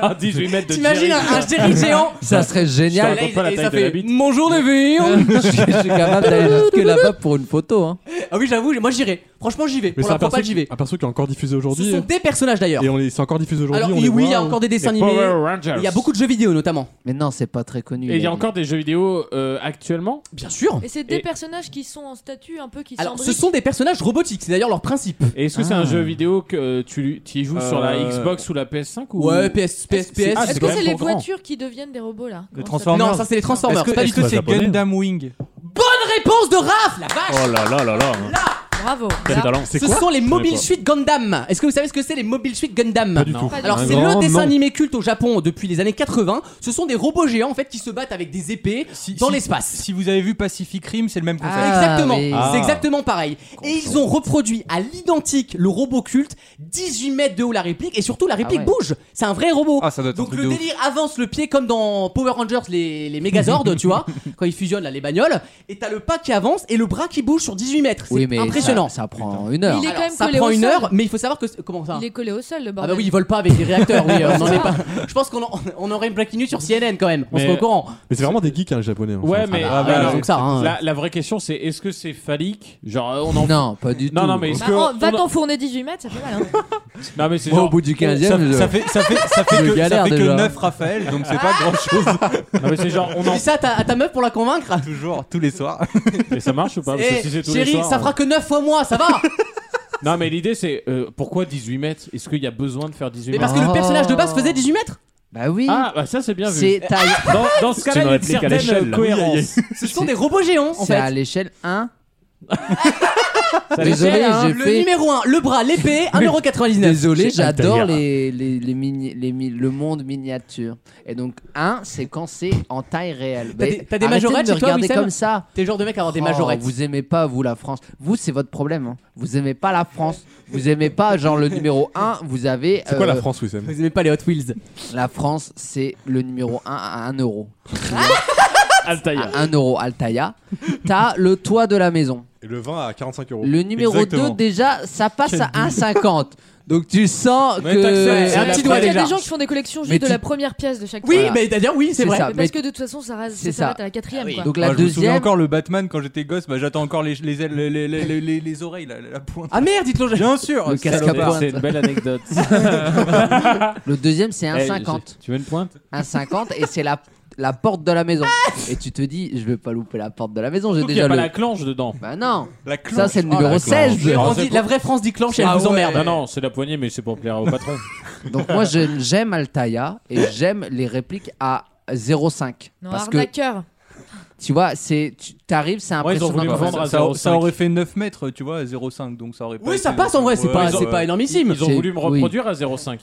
Speaker 4: Ah, 18 mètres de
Speaker 2: T'imagines
Speaker 4: Jerry.
Speaker 2: un, un Jerry géant
Speaker 7: Ça serait
Speaker 4: Ça
Speaker 7: génial.
Speaker 4: raconte pas la
Speaker 2: et
Speaker 4: taille
Speaker 2: ça
Speaker 4: de la
Speaker 2: fait
Speaker 4: bite.
Speaker 2: Bonjour les filles
Speaker 7: je, suis je suis
Speaker 6: Ah,
Speaker 7: capable d'aller jusque là-bas pour une photo. Hein.
Speaker 2: Ah oui, j'avoue, moi j'irai. Franchement, j'y vais.
Speaker 6: Mais
Speaker 2: Pour
Speaker 6: c'est
Speaker 2: la
Speaker 6: un,
Speaker 2: propale,
Speaker 6: perso
Speaker 2: j'y vais.
Speaker 6: qui- un perso qui est encore diffusé
Speaker 2: Ce
Speaker 6: aujourd'hui. hein. euh,
Speaker 2: sont des personnages d'ailleurs.
Speaker 6: Et on les- c'est encore diffusé aujourd'hui.
Speaker 2: Alors,
Speaker 6: on
Speaker 2: oui,
Speaker 6: les
Speaker 2: oui,
Speaker 6: voit, hein.
Speaker 2: il y a
Speaker 6: on-
Speaker 2: encore des dessins
Speaker 4: Les
Speaker 2: animés.
Speaker 4: Power Rangers.
Speaker 2: Il y a beaucoup de jeux vidéo notamment.
Speaker 7: Mais non, c'est pas très connu.
Speaker 4: Et il y a
Speaker 7: les-
Speaker 4: encore des jeux vidéo euh, actuellement
Speaker 2: Bien sûr.
Speaker 9: Et c'est deux
Speaker 4: Et-
Speaker 9: personnages qui sont en statut un peu qui
Speaker 2: Alors, ce
Speaker 9: s'embriquent.
Speaker 2: sont des personnages robotiques, c'est d'ailleurs leur principe.
Speaker 4: Et est-ce que c'est un jeu vidéo que euh, tu tu y joues sur la
Speaker 3: Euh,
Speaker 4: Xbox ou la PS5 ou...
Speaker 2: Ouais, PS, PS, PS.
Speaker 4: Ah,
Speaker 9: Est-ce
Speaker 4: quand
Speaker 9: que
Speaker 4: même
Speaker 9: c'est les
Speaker 4: trop grand.
Speaker 9: voitures qui deviennent des robots là
Speaker 3: Les
Speaker 9: Comment ça
Speaker 3: Transformers.
Speaker 2: non, ça c'est les Transformers.
Speaker 3: Est-ce que
Speaker 2: pas du
Speaker 3: est-ce
Speaker 2: tout.
Speaker 3: que c'est Gundam Wing
Speaker 2: Bonne réponse de Raph, la vache.
Speaker 5: Oh là là là là.
Speaker 9: s'appelle Bravo.
Speaker 5: Quel talent.
Speaker 2: Ce sont les Mobile Suit Gundam. Est-ce que vous savez ce que c'est les Mobile Suit Gundam
Speaker 6: Pas du
Speaker 4: Non.
Speaker 6: tout.
Speaker 9: Pas du
Speaker 2: Alors
Speaker 9: tout.
Speaker 2: c'est
Speaker 5: grand
Speaker 2: le dessin
Speaker 5: nom.
Speaker 2: animé culte au Japon depuis les années 80. Ce sont des robots géants en fait qui se battent avec des épées dans
Speaker 3: si-
Speaker 2: l'espace.
Speaker 3: Si vous avez vu Pacific Rim, c'est le même concept.
Speaker 7: Ah,
Speaker 2: exactement,
Speaker 7: oui.
Speaker 2: c'est exactement pareil. Et ils ont reproduit à l'identique le robot culte, 18 mètres de haut la réplique, et surtout la réplique
Speaker 7: Ah ouais.
Speaker 2: bouge, c'est un vrai robot.
Speaker 3: Ah, ça doit être un
Speaker 2: Donc
Speaker 3: truc
Speaker 2: le
Speaker 3: de ouf.
Speaker 2: délire avance le pied comme dans Power Rangers, les, les Megazords, tu vois, quand ils fusionnent là, les bagnoles, et t'as le pas qui avance et le bras qui bouge sur 18 mètres. C'est
Speaker 7: Oui, mais
Speaker 2: impressionnant.
Speaker 7: Ça, ça prend une heure.
Speaker 9: Il est
Speaker 2: Alors,
Speaker 9: quand même
Speaker 2: ça
Speaker 9: collé
Speaker 2: prend
Speaker 9: au
Speaker 2: une
Speaker 9: sol.
Speaker 2: heure, mais il faut savoir que... Comment ça
Speaker 9: Il est collé au sol le
Speaker 2: Ah
Speaker 9: bordel.
Speaker 2: bah oui, ils volent pas avec des réacteurs, oui, euh, on en est pas. Je pense qu'on en- on aurait une breaking news sur CNN quand même, on
Speaker 4: Mais-
Speaker 2: se recourant.
Speaker 6: Mais c'est vraiment des geeks, hein, les japonais. hein.
Speaker 4: Ouais,
Speaker 6: Enfin,
Speaker 4: mais
Speaker 2: Ah,
Speaker 4: mais
Speaker 2: bah,
Speaker 4: alors,
Speaker 2: donc ça, hein.
Speaker 4: la, la vraie question c'est est-ce que c'est phallique Genre euh, on en
Speaker 7: Non, pas du tout.
Speaker 4: Non, non, mais est-ce
Speaker 9: Bah,
Speaker 4: que
Speaker 9: oh, va
Speaker 4: on en-
Speaker 9: t'enfourner 18 mètres, ça fait mal. Hein.
Speaker 4: Non mais c'est
Speaker 7: Moi, au
Speaker 4: genre
Speaker 7: bout du 15
Speaker 3: Ça,
Speaker 7: e
Speaker 3: ça fait, ça fait, ça fait
Speaker 7: Je
Speaker 3: que, ça
Speaker 7: galère
Speaker 3: fait que
Speaker 7: déjà.
Speaker 3: 9 Raphaël, donc c'est pas grand chose.
Speaker 4: non, mais c'est genre on
Speaker 2: Tu
Speaker 4: en
Speaker 2: dis ça à ta, à ta meuf pour la convaincre
Speaker 3: Toujours, tous les soirs.
Speaker 4: Et ça marche ou pas Parce que
Speaker 2: Eh,
Speaker 4: si c'est tous les
Speaker 2: Chérie,
Speaker 4: soirs, hein.
Speaker 2: ça
Speaker 4: on-
Speaker 2: fera que 9 fois moi, ça va
Speaker 4: Non mais l'idée c'est euh, pourquoi 18 mètres Est-ce qu'il y a besoin de faire 18
Speaker 2: Mais
Speaker 4: mètres
Speaker 2: parce
Speaker 9: Oh.
Speaker 2: que le personnage de base faisait 18 mètres
Speaker 7: Bah oui.
Speaker 4: Ah bah ça c'est bien vu.
Speaker 7: c'est taille-
Speaker 4: Dans, dans ce cas-là,
Speaker 5: une
Speaker 4: il y a une
Speaker 5: réplique à l'échelle,
Speaker 4: certaine
Speaker 5: là.
Speaker 4: cohérence.
Speaker 2: Ce sont des robots géants en
Speaker 7: c'est à
Speaker 2: fait
Speaker 7: l'échelle
Speaker 9: Hein
Speaker 7: 1.
Speaker 4: Ça
Speaker 7: Désolé,
Speaker 4: l'échelle, hein.
Speaker 7: j'ai
Speaker 2: Le
Speaker 7: fait.
Speaker 2: numéro 1, le bras, l'épée, 1,99€
Speaker 7: Désolé,
Speaker 5: J'ai
Speaker 7: j'adore
Speaker 5: Altaïr.
Speaker 7: les, les, les mini- les mi- le monde miniature. Et donc, 1, c'est quand c'est en taille réelle.
Speaker 2: T'as
Speaker 7: Mais
Speaker 2: des- t'as des
Speaker 7: arrêtez
Speaker 2: majorettes
Speaker 7: de
Speaker 2: chez toi,
Speaker 7: regarder
Speaker 2: Wissem
Speaker 7: comme ça.
Speaker 2: T'es le genre de mec à avoir des
Speaker 7: Oh,
Speaker 2: majorettes
Speaker 7: vous aimez pas, vous, la France. Vous, c'est votre problème. hein. Vous aimez pas la France. Vous aimez pas, genre, le numéro 1, vous avez.
Speaker 6: C'est quoi la
Speaker 7: euh,
Speaker 6: France, Wissem
Speaker 2: Vous aimez pas les Hot Wheels
Speaker 7: La France, c'est le numéro 1 à 1 euro.
Speaker 5: Altaïr.
Speaker 7: À 1 euro, Altaïa. T'as le toit de la maison.
Speaker 6: Et le vin à 45 euros.
Speaker 7: Le numéro
Speaker 3: Exactement.
Speaker 7: 2, déjà, ça passe à 1,50. Donc tu sens
Speaker 4: Mais t'acceptes,
Speaker 7: que
Speaker 4: c'est
Speaker 2: Un
Speaker 4: la
Speaker 2: petit
Speaker 4: preuve.
Speaker 2: doigt
Speaker 9: Il y a
Speaker 2: déjà.
Speaker 9: des gens qui font des collections juste
Speaker 7: Mais
Speaker 9: de
Speaker 7: tu-
Speaker 9: la première pièce de chaque
Speaker 2: Oui,
Speaker 9: fois.
Speaker 2: mais d'ailleurs, oui, c'est
Speaker 7: C'est
Speaker 2: vrai.
Speaker 7: ça.
Speaker 9: Mais
Speaker 7: mais-
Speaker 9: parce que de toute façon, ça rase,
Speaker 7: C'est
Speaker 9: ça
Speaker 7: ça. Ah
Speaker 9: s'arrête à la quatrième. quoi.
Speaker 7: donc
Speaker 3: Moi,
Speaker 7: la
Speaker 3: je me souviens
Speaker 7: deuxième.
Speaker 3: encore le Batman quand j'étais gosse, bah, j'attends encore les, les, ailes- les, les, les, les- les oreilles, la, la pointe.
Speaker 2: Ah merde, dites-le. j'ai-
Speaker 3: Bien sûr,
Speaker 7: Le casque à
Speaker 3: salopard.
Speaker 7: pointe.
Speaker 4: C'est une belle anecdote.
Speaker 7: Le deuxième c'est
Speaker 4: Eh,
Speaker 7: 1,50.
Speaker 4: j'ai- Tu veux une pointe
Speaker 7: 1,50 et c'est la la porte de la maison. Et tu te dis je vais pas louper la porte de la maison, j'ai
Speaker 4: Il n'y
Speaker 7: déjà
Speaker 4: a pas la
Speaker 7: le.
Speaker 4: clanche dedans.
Speaker 7: Bah non.
Speaker 3: La
Speaker 7: Ça
Speaker 3: cloche.
Speaker 7: c'est le
Speaker 2: Oh,
Speaker 7: numéro
Speaker 2: la
Speaker 7: 16.
Speaker 2: On dit- la vraie France dit clenche et elle
Speaker 7: Ah
Speaker 2: vous
Speaker 7: ouais.
Speaker 2: emmerde.
Speaker 4: Non, non, c'est la poignée, mais c'est pour plaire au patron.
Speaker 7: Donc moi je- j'aime Altaïa et j'aime les répliques à 0,5
Speaker 9: Non,
Speaker 7: parce que
Speaker 9: arnaqueur.
Speaker 7: tu vois c'est tu t'arrives c'est
Speaker 4: Ouais, ils ont
Speaker 7: impressionnant.
Speaker 4: voulu
Speaker 7: quand même.
Speaker 4: vendre à
Speaker 3: ça, ça
Speaker 4: 0,5.
Speaker 3: aurait fait 9 mètres, tu vois, à
Speaker 4: Ah,
Speaker 3: 0,5, donc ça aurait pas
Speaker 2: Oui,
Speaker 3: été-
Speaker 2: ça passe en vrai, c'est
Speaker 3: Ouais,
Speaker 2: pas,
Speaker 3: ils ont- euh,
Speaker 2: c'est pas énormissime.
Speaker 4: Ils ont
Speaker 7: C'est-
Speaker 4: voulu me
Speaker 7: oui.
Speaker 4: reproduire à 0,5.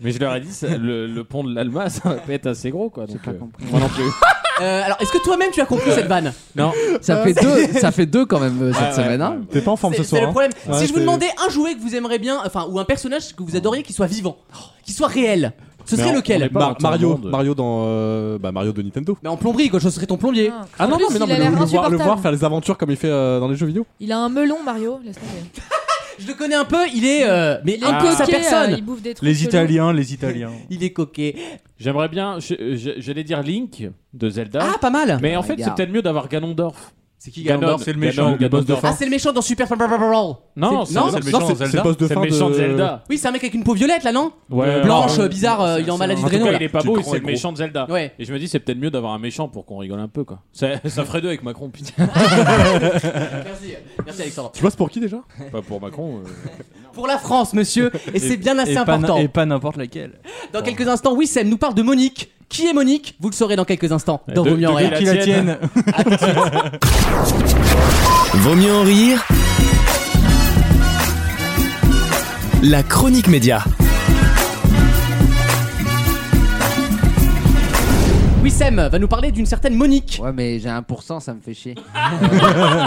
Speaker 4: Mais je leur ai dit, ça- le, le pont de l'Alma, ça va être assez gros, quoi. donc,
Speaker 7: pas
Speaker 4: euh,
Speaker 7: compris.
Speaker 4: moi non plus.
Speaker 2: Euh, alors, est-ce que toi-même tu as compris cette vanne
Speaker 4: Euh, Non.
Speaker 7: Ça fait deux ça fait deux quand même euh, cette
Speaker 4: ouais,
Speaker 7: semaine. hein.
Speaker 6: T'es pas en forme
Speaker 2: C'est
Speaker 6: ce
Speaker 2: c'est
Speaker 6: soir.
Speaker 2: le
Speaker 6: hein.
Speaker 2: problème.
Speaker 6: Ouais,
Speaker 2: si je vous
Speaker 6: c'est-
Speaker 2: demandais un jouet que vous aimeriez bien, enfin, ou un personnage que vous adoriez qui soit vivant, qui soit réel, ce
Speaker 4: Mais
Speaker 2: serait
Speaker 4: on- on
Speaker 2: lequel
Speaker 4: est pas
Speaker 6: Mar-
Speaker 4: dans ton
Speaker 6: Mario,
Speaker 4: monde.
Speaker 6: Mario dans euh, bah, Mario de Nintendo.
Speaker 2: Mais en plomberie, quoi, je serais ton plombier.
Speaker 9: Ah non, non, mais non, il a l'air
Speaker 6: le, voir, le voir
Speaker 9: insupportable.
Speaker 6: faire les aventures comme il fait euh, dans les jeux vidéo.
Speaker 9: Il a un melon, Mario. Laisse tomber.
Speaker 2: Je le connais un peu, il est. euh, mais
Speaker 9: Il est
Speaker 2: un peu sa
Speaker 9: coquet,
Speaker 2: personne.
Speaker 9: euh, il bouffe des trucs.
Speaker 3: Les
Speaker 9: chelous.
Speaker 3: Italiens, les Italiens.
Speaker 2: Il est coquet.
Speaker 4: J'aimerais bien, je- euh, je- j'allais dire Link de Zelda.
Speaker 2: Ah, pas mal.
Speaker 4: mais en fait,
Speaker 7: regarde.
Speaker 4: c'est peut-être mieux d'avoir Ganondorf.
Speaker 2: C'est qui
Speaker 4: Ganon,
Speaker 3: Ganondorf, c'est le méchant,
Speaker 4: Ganon,
Speaker 3: le boss de
Speaker 4: Ganondorf.
Speaker 2: Ah, c'est le méchant dans Super Brawl.
Speaker 4: Non,
Speaker 2: C'est-
Speaker 4: c'est
Speaker 2: non,
Speaker 4: le-
Speaker 6: c'est- C'est
Speaker 3: c'est le méchant dans
Speaker 6: le
Speaker 3: Zelda.
Speaker 6: boss de
Speaker 4: c'est le
Speaker 6: fin
Speaker 4: méchant de
Speaker 6: de
Speaker 4: Zelda.
Speaker 2: Oui, c'est un mec avec une peau violette là, non
Speaker 4: Ouais,
Speaker 2: Blanche,
Speaker 4: alors,
Speaker 2: euh, bizarre, euh, il est en maladie
Speaker 4: En tout
Speaker 2: de Raynaud,
Speaker 4: cas,
Speaker 2: là.
Speaker 4: il est pas beau,
Speaker 6: Tu
Speaker 4: c'est le
Speaker 6: crois,
Speaker 4: méchant de Zelda.
Speaker 2: Ouais.
Speaker 4: Et je me dis, c'est peut-être mieux d'avoir un méchant pour qu'on rigole un peu, quoi. Ça, ça ferait deux avec Macron, putain.
Speaker 2: Merci, merci Alexandre.
Speaker 6: Tu bosses pour qui déjà
Speaker 4: pas pour Macron. euh.
Speaker 2: Pour la France, monsieur, et c'est bien assez
Speaker 3: Et pas-
Speaker 2: important.
Speaker 3: Et pas n'importe laquelle.
Speaker 2: Dans quelques instants, Wissem nous parle de Monique. Qui est Monique Vous le saurez dans quelques instants. Dans
Speaker 4: De-
Speaker 2: Vaut mieux en
Speaker 4: de-
Speaker 2: rire.
Speaker 4: La
Speaker 3: Qui la
Speaker 4: tienne.
Speaker 3: tienne
Speaker 1: Vaut mieux en rire. La chronique média.
Speaker 2: Wissem va nous parler d'une certaine Monique.
Speaker 7: Ouais, mais j'ai 1%, ça me fait chier. Euh,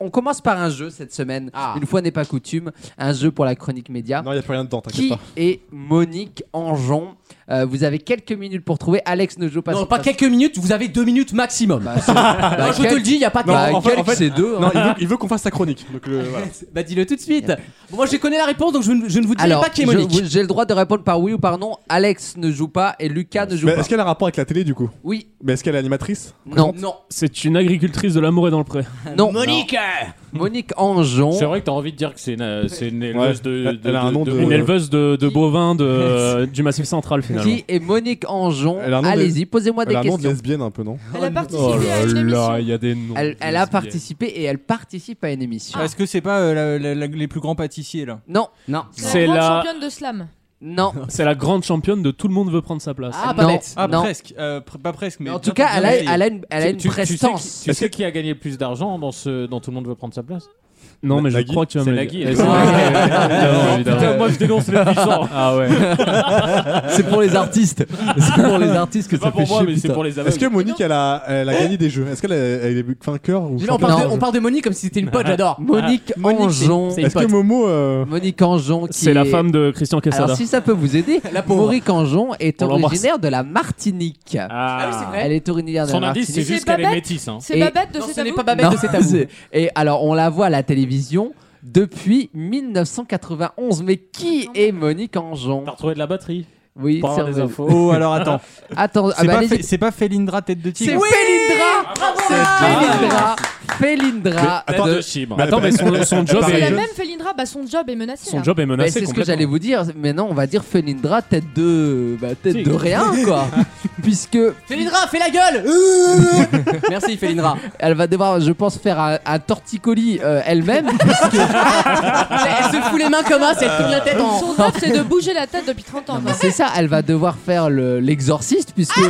Speaker 7: On commence par un jeu cette semaine.
Speaker 2: Ah.
Speaker 7: Une fois n'est pas coutume, un jeu pour la chronique média.
Speaker 6: Non, il y a plus rien dedans, t'inquiète
Speaker 7: Qui
Speaker 6: pas.
Speaker 7: est Monique Anjon Euh, Vous avez quelques minutes pour trouver. Alex ne joue pas.
Speaker 2: Non, pas quelques minutes, vous avez deux minutes maximum.
Speaker 7: Bah, c'est- bah,
Speaker 2: Moi, je te
Speaker 7: quel-
Speaker 2: le dis, il n'y a pas de
Speaker 7: Bah,
Speaker 2: temps.
Speaker 6: en fait-
Speaker 7: quelques,
Speaker 6: en fait-
Speaker 7: c'est deux. hein.
Speaker 6: Non, il veut, Ah, il veut qu'on fasse sa chronique. Donc le, Euh, voilà.
Speaker 2: Bah, dis-le tout de suite. Bon, moi, je connais la réponse, donc je, ne- je ne vous dirai
Speaker 7: Alors,
Speaker 2: pas qui est
Speaker 7: je-
Speaker 2: Monique.
Speaker 7: vous- j'ai le droit de répondre par oui ou par non. Alex ne joue pas et Lucas ne joue
Speaker 6: Mais
Speaker 7: pas.
Speaker 6: est-ce qu'elle a un rapport avec la télé du coup
Speaker 7: Oui,
Speaker 6: Mais est-ce qu'elle est animatrice
Speaker 7: non,
Speaker 2: Non.
Speaker 5: C'est une agricultrice de l'amour et dans le pré.
Speaker 7: non.
Speaker 2: Monique
Speaker 7: Non. Monique Anjon.
Speaker 4: C'est vrai que t'as envie de dire que c'est une, euh, c'est une éleveuse de,
Speaker 6: Elle-
Speaker 4: de-
Speaker 6: elle a un
Speaker 4: de-
Speaker 6: nom
Speaker 4: de-
Speaker 6: de-
Speaker 5: Une
Speaker 6: Euh.
Speaker 5: éleveuse de, de bovins de, euh, du massif central finalement.
Speaker 7: Qui est Monique Anjon
Speaker 6: Elle a un nom de-
Speaker 7: Allez-y, posez-moi
Speaker 6: Elle
Speaker 7: des
Speaker 6: a un nom de
Speaker 7: questions.
Speaker 6: lesbienne un peu, non Oh,
Speaker 9: Elle a participé à une émission.
Speaker 5: Oh il y a des noms.
Speaker 7: Elle, elle a participé et elle participe à une émission.
Speaker 4: Ah,
Speaker 3: Est-ce que c'est pas euh, la- la- la- les plus grands pâtissiers là
Speaker 7: Non, non,
Speaker 5: C'est
Speaker 9: C'est la grande
Speaker 5: la-
Speaker 9: championne de slam.
Speaker 7: non.
Speaker 5: C'est la grande championne de tout le monde veut prendre sa place.
Speaker 2: Ah, pas
Speaker 7: Non.
Speaker 2: bête.
Speaker 3: Ah,
Speaker 7: Non.
Speaker 3: presque. Euh, pr- pas presque, mais.
Speaker 7: en tout cas, elle a, elle a une, elle a une
Speaker 4: Tu- tu- tu sais qui-
Speaker 7: prestance.
Speaker 4: Tu sais qui a gagné le plus d'argent dans ce dont tout le monde veut prendre sa place
Speaker 5: non, mais je
Speaker 6: Nagui,
Speaker 5: crois que tu vas
Speaker 4: C'est
Speaker 5: me le
Speaker 4: Nagui.
Speaker 5: dire. évidemment, évidemment.
Speaker 4: Putain, moi je dénonce les puissants.
Speaker 5: Ah ouais.
Speaker 7: C'est pour les artistes. C'est pour les artistes que
Speaker 4: C'est pas pour moi, mais c'est pour les
Speaker 6: Est-ce
Speaker 4: aveugles.
Speaker 6: que Monique, elle a, elle a gagné des jeux Est-ce qu'elle est- elle est vainqueur ou
Speaker 2: Dis-le, on, parle
Speaker 7: Non.
Speaker 2: de, on parle de Monique comme si c'était une pote, j'adore. Ah,
Speaker 7: Monique
Speaker 2: Monique, c'est-
Speaker 7: Anjon.
Speaker 2: c'est-
Speaker 6: Est-ce que Momo. euh,
Speaker 7: Monique Anjon qui
Speaker 5: C'est la
Speaker 7: est-
Speaker 5: femme de Christian Quesada.
Speaker 7: Alors si ça peut vous aider,
Speaker 2: La pauvre.
Speaker 7: Monique Anjon est
Speaker 5: On l'embrasse.
Speaker 7: originaire de la Martinique.
Speaker 2: Ah oui, c'est vrai.
Speaker 7: Elle est originaire de
Speaker 4: Son
Speaker 7: la
Speaker 4: indice, c'est
Speaker 7: Martinique.
Speaker 4: juste
Speaker 9: C'est
Speaker 4: qu'elle est
Speaker 9: Babette
Speaker 4: métisse. hein.
Speaker 7: Et-
Speaker 9: C'est Babette de
Speaker 2: Non,
Speaker 9: cet
Speaker 2: ce n'est
Speaker 9: amour.
Speaker 2: pas Babette de cet amour.
Speaker 7: c'est- Et alors on la voit à la télévision depuis 1991. Mais qui est Monique Anjon
Speaker 4: T'as retrouvé de la batterie
Speaker 7: Oui,
Speaker 4: pour
Speaker 7: c'est
Speaker 4: avoir des
Speaker 7: vrai.
Speaker 4: infos.
Speaker 3: Oh, alors attends.
Speaker 7: Attends, ah
Speaker 3: C'est
Speaker 7: bah,
Speaker 3: pas,
Speaker 7: allez-y.
Speaker 3: Fe- c'est pas Felindra tête de
Speaker 7: C'est
Speaker 3: tigre
Speaker 7: Félindra Félindra Félindra
Speaker 4: Tête
Speaker 7: de-
Speaker 4: de chibre.
Speaker 5: Attends, mais son, son job
Speaker 9: C'est
Speaker 5: est,
Speaker 9: la même Felindra, bah son job est menacé.
Speaker 5: son
Speaker 9: là.
Speaker 5: job est
Speaker 7: Bah,
Speaker 5: menacé.
Speaker 7: c'est ce que
Speaker 5: complètement.
Speaker 7: j'allais vous dire, maintenant on va dire Felindra tête de bah, tête
Speaker 5: Si.
Speaker 7: de rien quoi, puisque
Speaker 2: Félindra, fais la gueule Merci Félindra.
Speaker 7: elle va devoir, je pense, faire un, un torticolis euh, elle-même. puisque-
Speaker 2: elle se fout les mains comme as, et elle tourne la tête en.
Speaker 9: Son job, c'est de bouger la tête depuis 30 ans.
Speaker 7: Non, mais Bah, c'est ça, elle va devoir faire le- l'exorciste puisque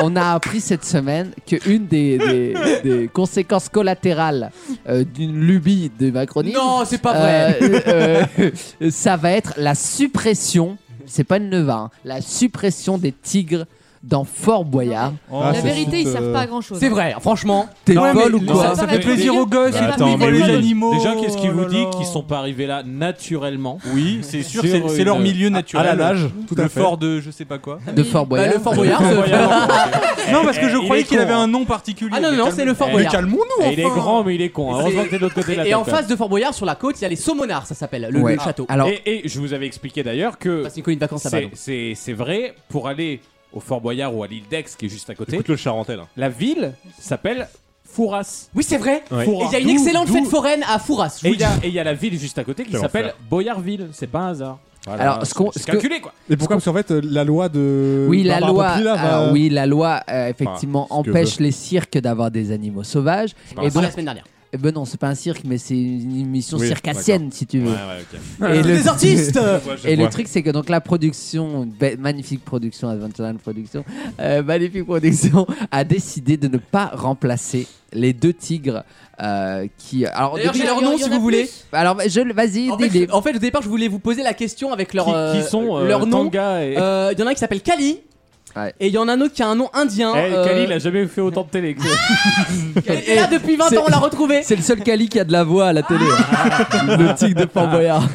Speaker 7: on a appris cette semaine que une des, des- des conséquences collatérales euh, d'une lubie de Macronisme,
Speaker 2: Non, c'est pas vrai.
Speaker 7: Euh, euh, euh, ça va être la suppression, c'est pas une neva, hein, la suppression des tigres dans Fort Boyard.
Speaker 9: La vérité, ils servent pas à grand chose.
Speaker 2: C'est vrai, franchement.
Speaker 7: T'es
Speaker 3: Non,
Speaker 7: folle
Speaker 3: mais
Speaker 7: ou quoi
Speaker 3: ça, ça fait plaisir aux gosses,
Speaker 9: Bah,
Speaker 3: ils
Speaker 9: attends,
Speaker 3: attends,
Speaker 9: mais
Speaker 3: les
Speaker 9: oui.
Speaker 3: animaux.
Speaker 4: Déjà, qu'est-ce qui
Speaker 3: oh
Speaker 4: vous
Speaker 3: là
Speaker 4: dit
Speaker 3: là.
Speaker 4: qu'ils sont pas arrivés là naturellement
Speaker 3: Oui, c'est sûr,
Speaker 4: Sur euh,
Speaker 3: c'est c'est leur
Speaker 4: une-
Speaker 3: milieu
Speaker 6: à
Speaker 3: naturel.
Speaker 6: la nage, tout à
Speaker 3: le
Speaker 6: fait.
Speaker 3: fort de je sais pas quoi.
Speaker 7: De Fort
Speaker 2: Bah,
Speaker 7: Boyard.
Speaker 2: le Fort Boyard. ce-
Speaker 3: non, parce que je
Speaker 4: il
Speaker 3: croyais
Speaker 4: est
Speaker 3: qu'il
Speaker 4: con,
Speaker 3: avait
Speaker 4: hein.
Speaker 3: un nom particulier.
Speaker 2: Ah non, non, non, c'est le Fort
Speaker 4: Mais
Speaker 6: Mais
Speaker 2: Boyard.
Speaker 6: calmons-nous
Speaker 4: Et Il est grand, mais il est con. hein. Heureusement que t'es de l'autre côté de la
Speaker 2: Et en
Speaker 4: table,
Speaker 2: face de Fort Boyard, sur la côte, il y a les Saumonards, ça s'appelle, le,
Speaker 7: Ouais.
Speaker 2: le château.
Speaker 7: Alors,
Speaker 4: Et, et je vous avais expliqué d'ailleurs que
Speaker 2: C'est une colline de vacances là-bas.
Speaker 4: c'est-
Speaker 2: donc.
Speaker 4: c'est c'est vrai pour aller au Fort Boyard ou à l'île d'Aix qui est juste à côté.
Speaker 6: Écoute le charentais là.
Speaker 4: La ville s'appelle Fouras.
Speaker 2: Oui, c'est vrai.
Speaker 4: Ouais.
Speaker 2: Et il y a une
Speaker 4: D'où-
Speaker 2: excellente
Speaker 4: d'où-
Speaker 2: fête foraine à Fouras. je
Speaker 4: Et
Speaker 2: vous
Speaker 4: il y, a-
Speaker 2: le dis.
Speaker 4: et il y a la ville juste à côté qui
Speaker 6: Quel
Speaker 4: s'appelle
Speaker 6: enfer.
Speaker 4: Boyardville. C'est pas un hasard. Voilà,
Speaker 7: Alors, ce qu'on-
Speaker 4: c'est
Speaker 7: ce que-
Speaker 4: calculé quoi.
Speaker 6: Et pourquoi Parce qu'en fait, euh, la loi de.
Speaker 7: oui, la
Speaker 6: Barbara
Speaker 7: loi,
Speaker 6: Pompili, là, va-
Speaker 7: alors, oui, la loi, euh, effectivement,
Speaker 6: ce que
Speaker 7: empêche les cirques d'avoir des animaux sauvages.
Speaker 2: On
Speaker 7: Et
Speaker 2: sera
Speaker 7: donc,
Speaker 2: la semaine dernière.
Speaker 7: eh ben non, c'est pas un cirque, mais c'est une émission
Speaker 6: Oui,
Speaker 7: circassienne, si tu
Speaker 6: Ouais,
Speaker 7: veux.
Speaker 6: ouais, ok.
Speaker 7: Et le-
Speaker 2: Les artistes
Speaker 7: Et le
Speaker 6: vois.
Speaker 7: truc, c'est que donc la production, be- magnifique production, Adventureland Production, euh, magnifique production, a décidé de ne pas remplacer les deux tigres euh, qui. Alors,
Speaker 2: D'ailleurs,
Speaker 7: depuis-
Speaker 2: j'ai leur nom
Speaker 9: il y en
Speaker 2: si
Speaker 9: a
Speaker 2: vous voulez.
Speaker 7: alors je le- vas-y,
Speaker 2: En
Speaker 7: dis-les.
Speaker 2: fait, en fait, au départ, je voulais vous poser la question avec leur,
Speaker 4: Qui-
Speaker 2: euh,
Speaker 4: qui, sont euh,
Speaker 2: leur nom.
Speaker 4: Tanga et.
Speaker 2: Euh, Il y en a un qui s'appelle Kali.
Speaker 7: Ouais.
Speaker 2: Et il y en a un autre qui a un nom indien.
Speaker 4: Eh,
Speaker 2: euh,
Speaker 4: Kali, il a jamais fait autant de télé. que-
Speaker 2: Elle était là depuis 20
Speaker 7: C'est-
Speaker 2: ans, on l'a retrouvé. Ah.
Speaker 7: C'est le seul Cali qui a de la voix à la télé. le tigre de Fort Boyard.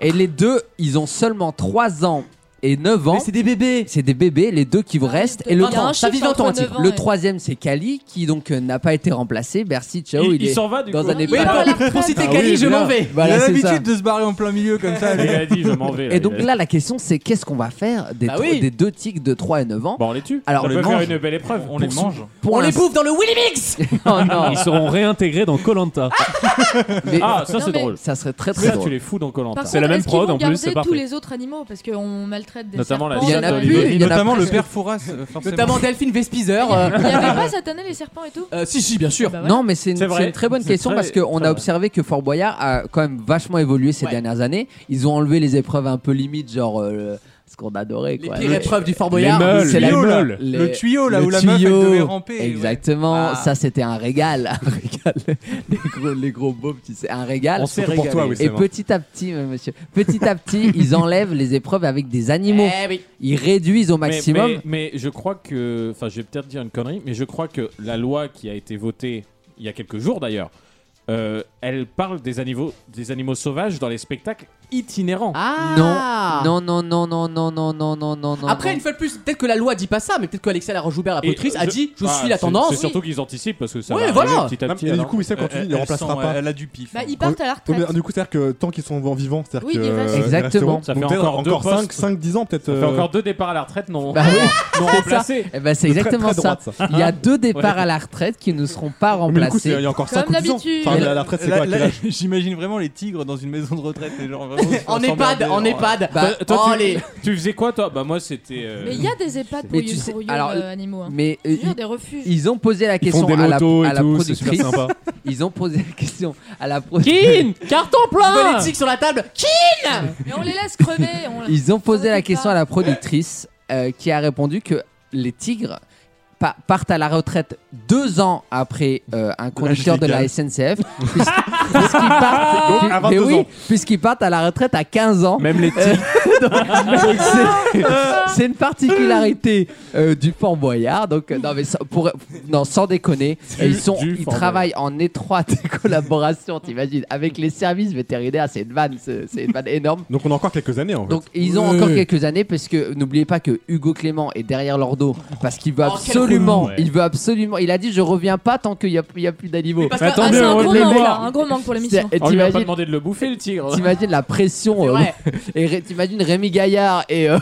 Speaker 7: Et les deux, ils ont seulement 3 ans et 9 ans.
Speaker 2: Mais c'est des bébés.
Speaker 7: C'est des bébés, les deux qui vous restent. Et le,
Speaker 2: Ah, Il y a un
Speaker 7: ça
Speaker 2: chiffre
Speaker 7: vit 20 ans,
Speaker 9: entre
Speaker 7: un tigre.
Speaker 9: neuf ans,
Speaker 7: le
Speaker 9: ouais.
Speaker 7: troisième, c'est Cali, qui donc euh, n'a pas été remplacé. Merci, ciao.
Speaker 4: il
Speaker 7: Il, est
Speaker 4: s'en va du
Speaker 7: dans
Speaker 4: coup.
Speaker 7: un
Speaker 9: Il
Speaker 2: Oui,
Speaker 9: part à
Speaker 7: EHPAD.
Speaker 9: la
Speaker 2: pour,
Speaker 9: retraite.
Speaker 2: pour citer
Speaker 4: Ah
Speaker 2: Kali,
Speaker 4: oui,
Speaker 2: je
Speaker 4: bien.
Speaker 2: m'en vais.
Speaker 7: Voilà,
Speaker 3: il a
Speaker 7: c'est ça.
Speaker 3: l'habitude de se barrer en plein milieu comme ça.
Speaker 4: Il a dit je m'en vais.
Speaker 7: Et donc là, la question, c'est qu'est-ce qu'on va faire des,
Speaker 2: Bah
Speaker 7: tro-
Speaker 2: oui.
Speaker 7: des deux tigres de 3 et 9 ans
Speaker 4: bon, on les tue.
Speaker 7: Alors,
Speaker 4: on
Speaker 7: le
Speaker 4: peut faire
Speaker 7: mange.
Speaker 4: une belle épreuve.
Speaker 3: On les mange.
Speaker 7: Pour
Speaker 2: On les
Speaker 7: l'instant-
Speaker 2: bouffe dans le Willy Mix.
Speaker 7: Oh non,
Speaker 5: Ils seront réintégrés dans Colanta.
Speaker 7: mais
Speaker 4: Ah, ça
Speaker 9: Non,
Speaker 4: c'est
Speaker 9: mais-
Speaker 4: drôle.
Speaker 7: ça serait très très
Speaker 4: Ça, tu
Speaker 7: drôle.
Speaker 4: les fous dans Colanta.
Speaker 9: Par
Speaker 5: C'est la
Speaker 9: contre,
Speaker 5: même
Speaker 9: est-ce qu'ils
Speaker 5: prod,
Speaker 9: vont
Speaker 5: en plus,
Speaker 9: garder
Speaker 5: c'est
Speaker 9: tous
Speaker 5: parfait.
Speaker 9: les autres animaux parce qu'on maltraite des
Speaker 4: Notamment la
Speaker 9: serpents.
Speaker 7: Il y en a
Speaker 4: chatte
Speaker 7: plus, il y en a
Speaker 3: Notamment
Speaker 7: plus.
Speaker 3: le père Fouras, euh, forcément.
Speaker 2: Notamment Delphine Vespizer. euh,
Speaker 9: Il y avait pas cette année les serpents et tout
Speaker 2: euh, si, si, bien sûr.
Speaker 9: Bah ouais.
Speaker 7: Non, mais c'est une,
Speaker 4: C'est vrai.
Speaker 7: c'est une très bonne
Speaker 4: C'est
Speaker 7: question
Speaker 4: très-
Speaker 7: parce qu'on
Speaker 4: très
Speaker 7: a
Speaker 4: vrai.
Speaker 7: observé que Fort Boyard a quand même vachement évolué ces
Speaker 2: Ouais.
Speaker 7: dernières années. Ils ont enlevé les épreuves un peu limites, genre euh, ce qu'on adorait.
Speaker 2: Les
Speaker 7: Quoi.
Speaker 2: pires
Speaker 7: Les-
Speaker 2: épreuves du Fort
Speaker 5: Les
Speaker 2: Boyard.
Speaker 5: meules,
Speaker 7: c'est
Speaker 5: les
Speaker 7: la-
Speaker 5: meules.
Speaker 7: les-
Speaker 3: Le tuyau là
Speaker 7: le
Speaker 3: où la meuf elle
Speaker 7: tuyau.
Speaker 3: devait ramper. ouais.
Speaker 7: Exactement,
Speaker 2: Ah.
Speaker 7: ça c'était un régal. Un régal. Les gros, les gros baumes, tu sais, un régal.
Speaker 4: On s'est
Speaker 6: Surtout pour
Speaker 4: régalé.
Speaker 6: toi, oui,
Speaker 7: Et
Speaker 6: c'est
Speaker 7: petit à petit, euh, monsieur, petit à petit, ils enlèvent les épreuves avec des animaux.
Speaker 2: Eh oui.
Speaker 7: Ils réduisent au
Speaker 4: Mais-
Speaker 7: maximum.
Speaker 4: Mais, mais je crois que, enfin, je vais peut-être dire une connerie, mais je crois que la loi qui a été votée il y a quelques jours d'ailleurs, euh, elle parle des animaux, des animaux sauvages dans les spectacles itinérants.
Speaker 2: Ah
Speaker 7: Non, non, non, non, non, non, non, non, non, non.
Speaker 2: Après,
Speaker 7: non. euh,
Speaker 2: une fois de plus, peut-être que la loi dit pas ça, mais peut-être qu'Alexia Laroche-Joubert, la
Speaker 4: Et
Speaker 2: productrice, a
Speaker 4: je-
Speaker 2: dit Je
Speaker 4: Ah,
Speaker 2: suis la
Speaker 4: c'est-
Speaker 2: tendance.
Speaker 4: C'est surtout qu'ils anticipent parce que ça
Speaker 2: Ouais,
Speaker 4: va
Speaker 2: voilà.
Speaker 4: arriver petit à
Speaker 6: Non,
Speaker 4: petit.
Speaker 6: mais du
Speaker 4: alors. Euh,
Speaker 6: coup, oui, ça, quand tu dis,
Speaker 3: Elle-
Speaker 6: il ne
Speaker 3: elle
Speaker 6: remplacera
Speaker 3: sent-
Speaker 6: pas.
Speaker 3: Elle a du pif. hein.
Speaker 9: Bah, ils partent à la
Speaker 6: Ouais,
Speaker 9: retraite.
Speaker 6: mais du coup, c'est-à-dire que tant qu'ils sont en vivant, c'est-à-dire
Speaker 9: Oui,
Speaker 6: que. euh,
Speaker 9: les vaches.
Speaker 7: Exactement.
Speaker 4: Ça fait
Speaker 6: Donc, peut-être
Speaker 4: encore deux
Speaker 6: encore
Speaker 4: postes.
Speaker 6: 5, 10 ans peut-être.
Speaker 4: Ça fait
Speaker 6: euh,
Speaker 4: encore deux départs à la retraite, non
Speaker 7: Bah oui,
Speaker 4: Non
Speaker 7: c'est ça.
Speaker 4: remplacés.
Speaker 7: Eh ben, c'est
Speaker 6: de très,
Speaker 7: exactement
Speaker 6: très
Speaker 7: ça.
Speaker 6: droite, ça.
Speaker 7: Il y a deux départs à la retraite qui ne seront pas
Speaker 6: Mais du coup, c'est- il
Speaker 7: remplacés.
Speaker 6: y a encore
Speaker 9: Comme
Speaker 6: 5 ou 10 ans.
Speaker 9: d'habitude.
Speaker 6: Enfin,
Speaker 7: Mais
Speaker 6: la la retraite, c'est
Speaker 3: Là-
Speaker 6: quoi quel
Speaker 3: là,
Speaker 6: âge
Speaker 3: J'imagine vraiment les tigres dans une maison de retraite. les gens, vraiment, ils sont
Speaker 2: En EHPad,
Speaker 3: emmerdés,
Speaker 2: en
Speaker 3: genre.
Speaker 2: EHPAD.
Speaker 7: Bah,
Speaker 4: Toi,
Speaker 2: oh,
Speaker 4: tu,
Speaker 2: les-
Speaker 4: tu faisais quoi, toi Bah, moi, c'était. euh,
Speaker 9: Mais il y a des EHPAD pour
Speaker 7: Mais tu
Speaker 9: you-
Speaker 7: sais-
Speaker 9: pour you,
Speaker 7: alors,
Speaker 9: euh, animaux. hein.
Speaker 7: Mais euh,
Speaker 9: Je jure,
Speaker 7: ils,
Speaker 9: des refuges.
Speaker 7: ils ont posé la
Speaker 5: Ils font
Speaker 7: question
Speaker 5: des
Speaker 7: à la,
Speaker 5: lotos
Speaker 7: à
Speaker 5: et
Speaker 7: la
Speaker 5: tout, c'est super
Speaker 7: productrice.
Speaker 5: sympa.
Speaker 7: Ils ont posé la question à la productrice.
Speaker 4: Kin Carton plein
Speaker 2: politique sur la table. Qui
Speaker 9: Mais on les laisse crever. on-
Speaker 7: Ils ont posé
Speaker 9: Ça
Speaker 7: la
Speaker 9: recule
Speaker 7: question
Speaker 9: pas.
Speaker 7: à la productrice euh, qui a répondu que les tigres pa- partent à la retraite deux ans après euh, un conducteur de la
Speaker 6: légal.
Speaker 7: SNCF puis- puisqu'ils partent,
Speaker 6: à
Speaker 7: mais
Speaker 6: 22
Speaker 7: oui,
Speaker 6: ans.
Speaker 7: puisqu'ils partent à la retraite à 15 ans.
Speaker 5: Même les tigres.
Speaker 7: Donc, c'est- C'est une particularité euh, du Fort Boyard. Donc, euh, non, mais sans, pour- non, sans déconner,
Speaker 4: Du-
Speaker 7: ils, sont,
Speaker 4: du
Speaker 7: ils
Speaker 4: Fort
Speaker 7: travaillent en étroite collaboration, t'imagines, avec les services vétérinaires. C'est une vanne, c'est c'est une vanne énorme.
Speaker 6: Donc on a encore quelques années en fait.
Speaker 7: Donc ils ont
Speaker 6: Ouais.
Speaker 7: encore quelques années parce que n'oubliez pas que Hugo Clément est derrière leur dos parce qu'il veut
Speaker 2: Oh, quel
Speaker 7: absolument,
Speaker 4: relou, ouais.
Speaker 7: il veut absolument, il a dit je reviens pas tant qu'il y a, il y a plus d'animaux.
Speaker 2: Parce que-
Speaker 9: Ah,
Speaker 5: Attendez,
Speaker 9: c'est un
Speaker 5: on
Speaker 9: gros
Speaker 5: les
Speaker 9: manque,
Speaker 5: met.
Speaker 9: là, un gros manque pour l'émission.
Speaker 7: C'est- et
Speaker 4: On lui a pas
Speaker 7: T'imagines
Speaker 4: demandé de le bouffer, le tigre.
Speaker 7: t'imagines la pression
Speaker 2: C'est
Speaker 7: euh,
Speaker 2: vrai.
Speaker 7: et Ré- t'imagines Rémi Gaillard et, euh,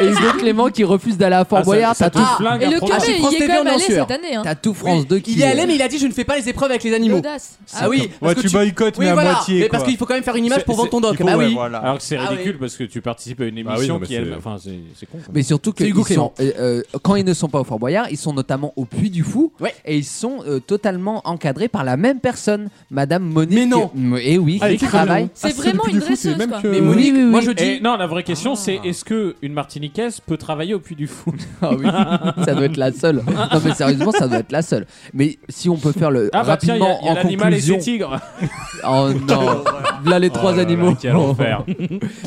Speaker 7: et Hugo Clément qui refuse d'aller à Fort
Speaker 4: Ah, ça-
Speaker 7: Boyard.
Speaker 4: ça
Speaker 7: T'as
Speaker 4: te
Speaker 7: tout,
Speaker 4: flingue
Speaker 9: Et
Speaker 4: un
Speaker 9: le
Speaker 4: programme.
Speaker 2: Ah, c'est
Speaker 9: curé,
Speaker 2: France
Speaker 9: il est
Speaker 2: TV,
Speaker 9: quand même
Speaker 2: on en
Speaker 9: allé
Speaker 2: sueur.
Speaker 9: cette année. hein.
Speaker 7: t'as tout France 2 qui.
Speaker 2: Il y allait,
Speaker 7: euh,
Speaker 2: mais il a dit Je ne fais pas les épreuves avec les animaux.
Speaker 9: L'audace.
Speaker 2: Ah oui, parce
Speaker 3: Ouais,
Speaker 2: que
Speaker 3: tu boycottes,
Speaker 2: Oui,
Speaker 3: mais à
Speaker 2: voilà.
Speaker 3: moitié.
Speaker 2: mais parce
Speaker 3: quoi.
Speaker 2: qu'il faut quand même faire une image
Speaker 4: C'est-
Speaker 2: pour vendre ton doc.
Speaker 3: Il faut-
Speaker 2: Bah
Speaker 3: ouais,
Speaker 2: oui.
Speaker 3: voilà. Bah
Speaker 4: Alors que c'est
Speaker 2: Ah oui.
Speaker 4: ridicule parce que tu participes à une
Speaker 6: Ah oui,
Speaker 4: émission
Speaker 6: non, mais
Speaker 4: qui elle.
Speaker 6: c'est-
Speaker 4: Enfin, c'est c'est con. quoi.
Speaker 7: Mais surtout que
Speaker 2: C'est Hugo
Speaker 7: ils sont, euh, euh, quand ils ne sont pas au Fort Boyard, ils sont notamment au Puy du Fou
Speaker 2: Ouais.
Speaker 7: et ils sont euh, totalement encadrés par la même personne, Madame Monique.
Speaker 2: Mais non.
Speaker 7: Et oui,
Speaker 6: Ah,
Speaker 7: qui
Speaker 6: les tigres,
Speaker 7: travaille.
Speaker 6: ah,
Speaker 3: hein.
Speaker 9: C'est
Speaker 6: le
Speaker 9: vraiment
Speaker 6: plus
Speaker 9: une
Speaker 6: du fou, c'est
Speaker 9: dresseuse,
Speaker 6: même
Speaker 9: quoi.
Speaker 6: que-
Speaker 2: Mais Monique,
Speaker 7: oui, oui,
Speaker 2: moi
Speaker 7: oui.
Speaker 2: je dis.
Speaker 4: Et non, la vraie
Speaker 9: Ah.
Speaker 4: question c'est est-ce que une Martiniquaise peut travailler au Puy du Fou
Speaker 7: Ah oui, ça doit être la seule. Non mais sérieusement, ça doit être la seule. Mais si on peut faire le
Speaker 4: Ah bah tiens, il y
Speaker 7: rapidement
Speaker 4: a, il y a
Speaker 7: en
Speaker 4: l'animal et
Speaker 7: conclusion.
Speaker 4: ses tigres.
Speaker 7: Oh non. Là, les trois animaux.
Speaker 5: Quel enfer.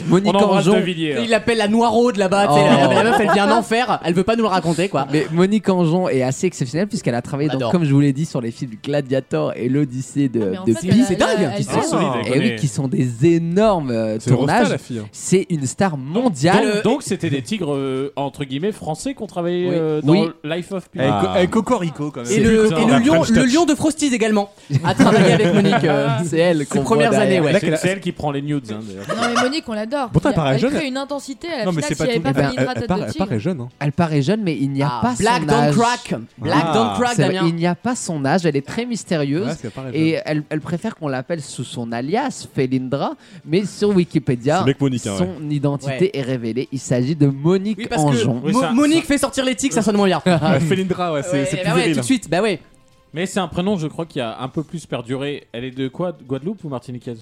Speaker 7: Monique
Speaker 4: On embrasse
Speaker 7: Angeon.
Speaker 4: De Villiers.
Speaker 2: Il l'appelle la noiraude là-bas. tu sais, La, la meuf, elle vient d'enfer. Elle veut pas nous le raconter, quoi.
Speaker 7: Mais Monique Angeon est assez exceptionnelle puisqu'elle a travaillé,
Speaker 2: On
Speaker 7: donc,
Speaker 2: l'adore.
Speaker 7: comme je vous l'ai dit, sur les films Gladiator et l'Odyssée de,
Speaker 9: Ah, Mais en
Speaker 7: de
Speaker 9: fait,
Speaker 7: Pi.
Speaker 9: elle a-
Speaker 2: c'est dingue,
Speaker 7: hein,
Speaker 9: elle a-
Speaker 2: qui
Speaker 9: elle
Speaker 5: C'est
Speaker 9: a-
Speaker 5: solide. elle
Speaker 7: Et Eh oui,
Speaker 5: connaît.
Speaker 7: qui sont des énormes euh,
Speaker 6: C'est Rosta, la
Speaker 7: tournages.
Speaker 4: hein.
Speaker 6: fille.
Speaker 7: C'est une star mondiale.
Speaker 4: Donc- Donc c'était des tigres euh, entre guillemets français qu'on travaillait
Speaker 7: Oui.
Speaker 4: euh, dans
Speaker 7: Oui.
Speaker 4: Life of Pi.
Speaker 3: Avec,
Speaker 6: Ah.
Speaker 3: avec Cocorico quand même.
Speaker 2: Et, le,
Speaker 5: putain,
Speaker 2: et le
Speaker 5: la
Speaker 2: lion,
Speaker 5: French
Speaker 2: le
Speaker 5: Touch.
Speaker 2: lion de Frosties également a travaillé avec Monique. euh,
Speaker 4: Ah.
Speaker 7: C'est elle qu'on
Speaker 2: ses
Speaker 7: voit
Speaker 2: premières
Speaker 7: derrière.
Speaker 2: années, ouais.
Speaker 4: C'est c'est elle qui prend les news. hein, d'ailleurs.
Speaker 9: Non mais Monique, on l'adore.
Speaker 6: Pourtant, elle
Speaker 9: Il y a-
Speaker 6: paraît
Speaker 9: elle
Speaker 6: jeune.
Speaker 9: crée une intensité à la
Speaker 3: Non, mais
Speaker 9: finale s'il
Speaker 3: c'est pas
Speaker 9: n'y avait
Speaker 3: tout-
Speaker 9: pas
Speaker 7: Eh ben,
Speaker 9: Félix
Speaker 6: Elle, elle
Speaker 9: Ratatouille.
Speaker 6: paraît, elle paraît jeune. Hein.
Speaker 7: Elle paraît jeune, mais il n'y a
Speaker 2: Ah,
Speaker 7: pas
Speaker 2: Black
Speaker 7: son
Speaker 2: don't
Speaker 7: âge.
Speaker 2: crack. Black
Speaker 6: Ah,
Speaker 2: don't crack,
Speaker 7: C'est vrai,
Speaker 2: Damien.
Speaker 7: il n'y a pas son âge. Elle est très mystérieuse.
Speaker 6: Ouais, c'est pareil,
Speaker 7: Et elle, elle préfère qu'on l'appelle sous son alias, Felindra, mais sur Wikipédia,
Speaker 6: C'est mec Monique, hein,
Speaker 7: son identité
Speaker 2: Ouais.
Speaker 7: est révélée. Il s'agit de Monique
Speaker 2: Oui, parce que
Speaker 7: Angeon.
Speaker 4: Oui,
Speaker 2: Mo-
Speaker 4: ça-
Speaker 2: Monique fait sortir les tics, ça sonne moins bien.
Speaker 6: Ouais, Felindra, ouais, c'est
Speaker 2: Ouais,
Speaker 6: c'est plus
Speaker 2: bah ouais,
Speaker 6: viril.
Speaker 2: tout de suite, bah ouais.
Speaker 4: Mais c'est un prénom, je crois, qui a un peu plus perduré. Elle est de quoi Guadeloupe ou Martiniquaise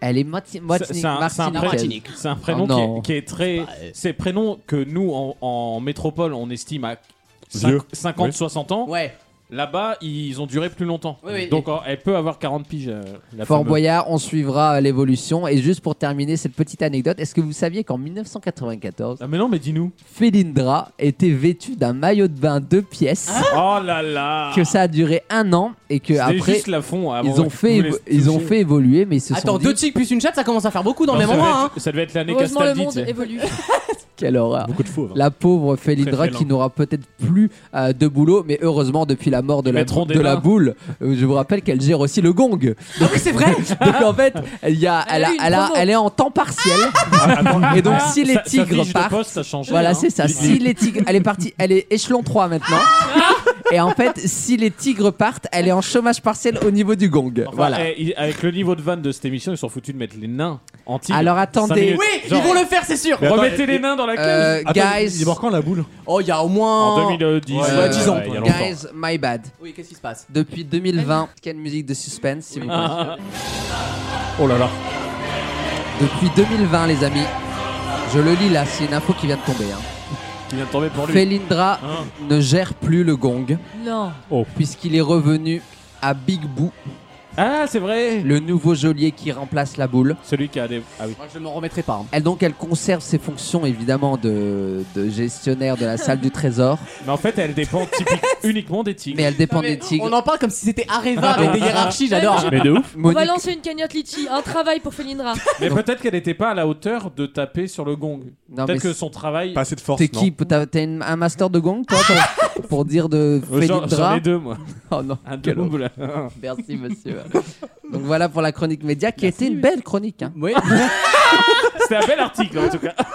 Speaker 7: Elle est Marti-
Speaker 4: C'est-
Speaker 7: Martinique.
Speaker 4: c'est un- c'est un prénom-
Speaker 7: Martiniquaise.
Speaker 4: C'est un prénom
Speaker 7: Oh
Speaker 4: qui est-
Speaker 7: non.
Speaker 4: qui, est, très. C'est prénom que nous, en, en métropole, on estime à
Speaker 6: Vieux.
Speaker 4: 50-60 ans.
Speaker 2: Ouais.
Speaker 4: Là-bas, ils ont duré plus longtemps.
Speaker 2: Oui, oui.
Speaker 4: Donc en- elle peut avoir 40 piges. euh, la
Speaker 7: Fort
Speaker 4: fameuse.
Speaker 7: Boyard, on suivra euh, l'évolution. Et juste pour terminer cette petite anecdote, est-ce que vous saviez qu'en 1994,
Speaker 4: Ah, mais non, mais dis-nous.
Speaker 7: Felindra était vêtue d'un maillot de bain deux pièces,
Speaker 2: Ah.
Speaker 4: Oh là là
Speaker 7: que ça a duré un an et que
Speaker 4: C'était
Speaker 7: après
Speaker 4: juste la fond. avant
Speaker 7: ils ont
Speaker 4: que
Speaker 7: fait
Speaker 4: vous
Speaker 7: évo-
Speaker 4: les
Speaker 7: ils ont
Speaker 4: touchiez.
Speaker 7: fait évoluer, mais ils se
Speaker 2: Attends,
Speaker 7: sont dit
Speaker 2: deux tics plus une chatte, ça commence à faire beaucoup dans le
Speaker 4: Non,
Speaker 2: même
Speaker 4: ça, devait
Speaker 2: endroit.
Speaker 7: hein.
Speaker 4: être, ça devait être l'année
Speaker 9: Heureusement le
Speaker 4: Castaldi.
Speaker 9: monde
Speaker 4: tu sais.
Speaker 9: évolue.
Speaker 7: quelle horreur.
Speaker 6: Beaucoup de fauves. hein.
Speaker 7: La pauvre Felindra
Speaker 5: Très félin.
Speaker 7: qui n'aura peut-être plus euh, de boulot, mais heureusement depuis la mort de,
Speaker 4: Ils
Speaker 7: la,
Speaker 4: mettront des
Speaker 7: de la
Speaker 4: mains.
Speaker 7: boule, euh, je vous rappelle qu'elle gère aussi le gong.
Speaker 2: hein. Ah oui, c'est vrai
Speaker 7: Donc en fait, il y a, elle,
Speaker 9: Elle a
Speaker 7: a-
Speaker 9: eu une
Speaker 7: elle a-
Speaker 9: promo.
Speaker 7: elle est en temps partiel.
Speaker 4: Ah,
Speaker 7: Et donc si les
Speaker 4: Sa- sa
Speaker 7: tigres
Speaker 4: fiche de
Speaker 7: partent,
Speaker 4: poste a changé,
Speaker 7: voilà
Speaker 4: hein.
Speaker 7: c'est ça. Si les tigres, elle est partie, elle est échelon 3 maintenant. Et en fait, si les tigres partent, elle est en chômage partiel au niveau du gong.
Speaker 4: Enfin,
Speaker 7: voilà.
Speaker 4: eh, il- avec le niveau de vanne de cette émission, ils sont foutus de mettre les nains en tigre.
Speaker 7: Alors attendez,
Speaker 4: minutes.
Speaker 2: Oui,
Speaker 4: Genre-
Speaker 2: ils vont le faire, c'est sûr.
Speaker 6: Mais attends,
Speaker 4: Remettez les nains dans la cage
Speaker 7: euh,
Speaker 6: Attends, Il
Speaker 7: guys,
Speaker 6: est mort quand la boule
Speaker 2: Oh, il y a au moins.
Speaker 4: en 2010.
Speaker 3: ouais,
Speaker 7: euh,
Speaker 2: 10 ans,
Speaker 4: il y a longtemps.
Speaker 7: guys, my bad.
Speaker 2: Oui, qu'est-ce qui se passe
Speaker 7: Depuis 2020, quelle musique de suspense, s'il vous plaît.
Speaker 4: Oh là là.
Speaker 7: Depuis 2020, les amis, je le lis là, c'est une info qui vient de tomber. hein.
Speaker 4: Il vient de tomber pour lui.
Speaker 7: Felindra
Speaker 4: Hein. Oh.
Speaker 7: ne gère plus le gong,
Speaker 9: Non.
Speaker 7: puisqu'il est revenu à Big Boo,
Speaker 4: Ah, c'est vrai
Speaker 7: le nouveau geôlier qui remplace la boule.
Speaker 4: Celui qui a des. Ah oui.
Speaker 2: Moi, je m'en remettrai pas. hein.
Speaker 7: Elle donc, elle conserve ses fonctions évidemment de, de gestionnaire de la salle du trésor,
Speaker 4: Mais en fait, elle dépend typique- uniquement des tigres.
Speaker 7: mais elle dépend
Speaker 2: Non, mais
Speaker 7: des tigres.
Speaker 2: On en parle comme si c'était Areva avec des hiérarchies, j'adore.
Speaker 5: Mais de ouf.
Speaker 9: On va
Speaker 7: Monique-
Speaker 9: lancer une cagnotte litchi, un travail pour Felindra.
Speaker 4: Mais peut-être qu'elle n'était pas à la hauteur de taper sur le gong.
Speaker 7: non, mais
Speaker 4: Peut-être que son travail.
Speaker 6: Pas assez de force.
Speaker 7: T'es
Speaker 6: non
Speaker 7: qui T'as t'as une- un master de gong, toi, pour, pour dire de
Speaker 4: Euh, J'en j'en
Speaker 7: Felindra
Speaker 4: ai deux, moi.
Speaker 7: Oh non,
Speaker 2: Ah,
Speaker 4: Un
Speaker 7: quel horreur.
Speaker 4: double.
Speaker 7: Merci, monsieur. Donc voilà pour la chronique média qui était une belle chronique. hein.
Speaker 2: Oui.
Speaker 4: C'était un bel article, en tout cas.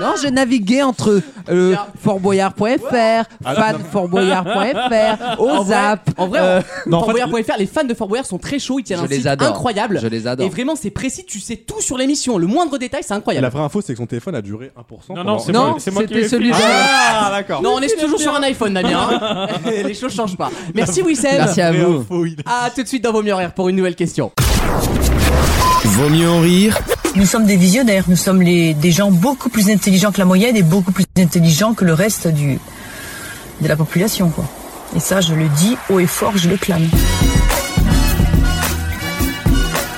Speaker 7: Non, j'ai navigué entre euh,
Speaker 2: Bien.
Speaker 7: fortboyard.fr,
Speaker 6: Ah,
Speaker 7: fanfortboyard.fr,
Speaker 2: En vrai-
Speaker 7: OZAP.
Speaker 2: En vrai,
Speaker 7: Euh,
Speaker 2: on- fortboyard.fr, les fans de Fort Boyard sont très chauds, ils tiennent
Speaker 7: Je
Speaker 2: un
Speaker 7: les
Speaker 2: site
Speaker 7: adore.
Speaker 2: incroyable.
Speaker 7: Je les
Speaker 2: Et
Speaker 7: adore.
Speaker 2: vraiment, c'est précis, tu sais tout sur l'émission. Le moindre détail, c'est
Speaker 6: Et La
Speaker 2: incroyable.
Speaker 6: vraie info, c'est que son téléphone a duré 1%.
Speaker 4: Non,
Speaker 6: pendant-
Speaker 4: non, c'est
Speaker 7: Non,
Speaker 4: moi, c'est moi qui
Speaker 7: c'était
Speaker 4: l'ai fait.
Speaker 7: celui-là.
Speaker 6: Ah, d'accord.
Speaker 2: Non, on est toujours sur un iPhone, Damien. hein. les choses changent pas. Merci, Wissem.
Speaker 7: Merci à
Speaker 6: Vraie
Speaker 7: vous.
Speaker 6: info, il-
Speaker 2: À tout de suite dans Vos mieux en rire pour une nouvelle question.
Speaker 1: Vaut mieux en rire
Speaker 11: Nous sommes des visionnaires, nous sommes les, des gens beaucoup plus intelligents que la moyenne et beaucoup plus intelligents que le reste du, de la population. Quoi. Et ça, je le dis haut et fort, je le clame.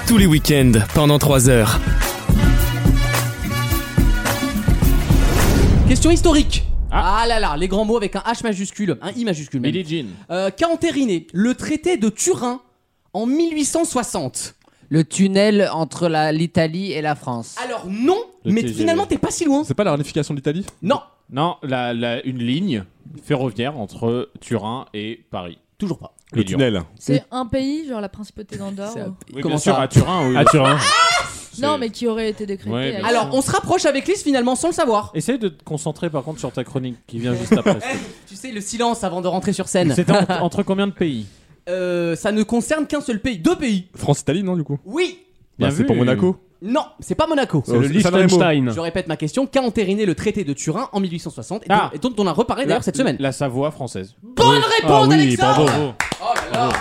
Speaker 1: tous les week-ends pendant 3 heures.
Speaker 2: Question historique.
Speaker 4: Ah.
Speaker 2: Ah. là là, les grands mots avec un H majuscule, un I majuscule même.
Speaker 4: Billie Jean.
Speaker 2: Euh, Qu'a entériné le traité de Turin en 1860
Speaker 7: Le tunnel entre la- l'Italie et la France.
Speaker 2: Alors non,
Speaker 4: Le
Speaker 2: mais
Speaker 4: TGV.
Speaker 2: finalement t'es pas si loin.
Speaker 6: C'est pas la réunification de l'Italie
Speaker 2: Non,
Speaker 4: Non, la, la- une ligne ferroviaire entre Turin et Paris.
Speaker 2: toujours pas.
Speaker 6: Le
Speaker 4: Et Lyon.
Speaker 6: tunnel.
Speaker 9: C'est un pays, genre la principauté d'Andorre.
Speaker 7: C'est un-
Speaker 9: ou-
Speaker 4: Oui,
Speaker 7: Comment
Speaker 4: bien sûr,
Speaker 7: ça
Speaker 4: à Turin. oui.
Speaker 5: Ah, tu vois.
Speaker 9: Non, mais qui aurait été décrété.
Speaker 4: Ouais, mais-
Speaker 2: Alors on se rapproche avec Lise finalement sans le savoir.
Speaker 4: Essaye de te concentrer par contre sur ta chronique qui vient juste après.
Speaker 2: Tu sais le silence avant de rentrer sur scène.
Speaker 4: C'était en- entre combien de pays
Speaker 2: Euh, ça ne concerne qu'un seul pays, deux pays.
Speaker 6: France-Italie, non, du coup
Speaker 2: Oui.
Speaker 4: Bien
Speaker 6: Bah, C'est
Speaker 4: vu.
Speaker 6: pour Monaco.
Speaker 2: Non, c'est pas Monaco.
Speaker 5: C'est le
Speaker 6: Euh, Sanremo.
Speaker 5: Liechtenstein.
Speaker 2: Je répète ma question. Qu'a entériné le traité de Turin en 1860 et dont-
Speaker 4: Ah.
Speaker 2: et dont on a reparlé d'ailleurs cette semaine.
Speaker 4: La Savoie française.
Speaker 2: Bonne réponse, Alexandre.
Speaker 4: Ah bravo.
Speaker 2: Oh là là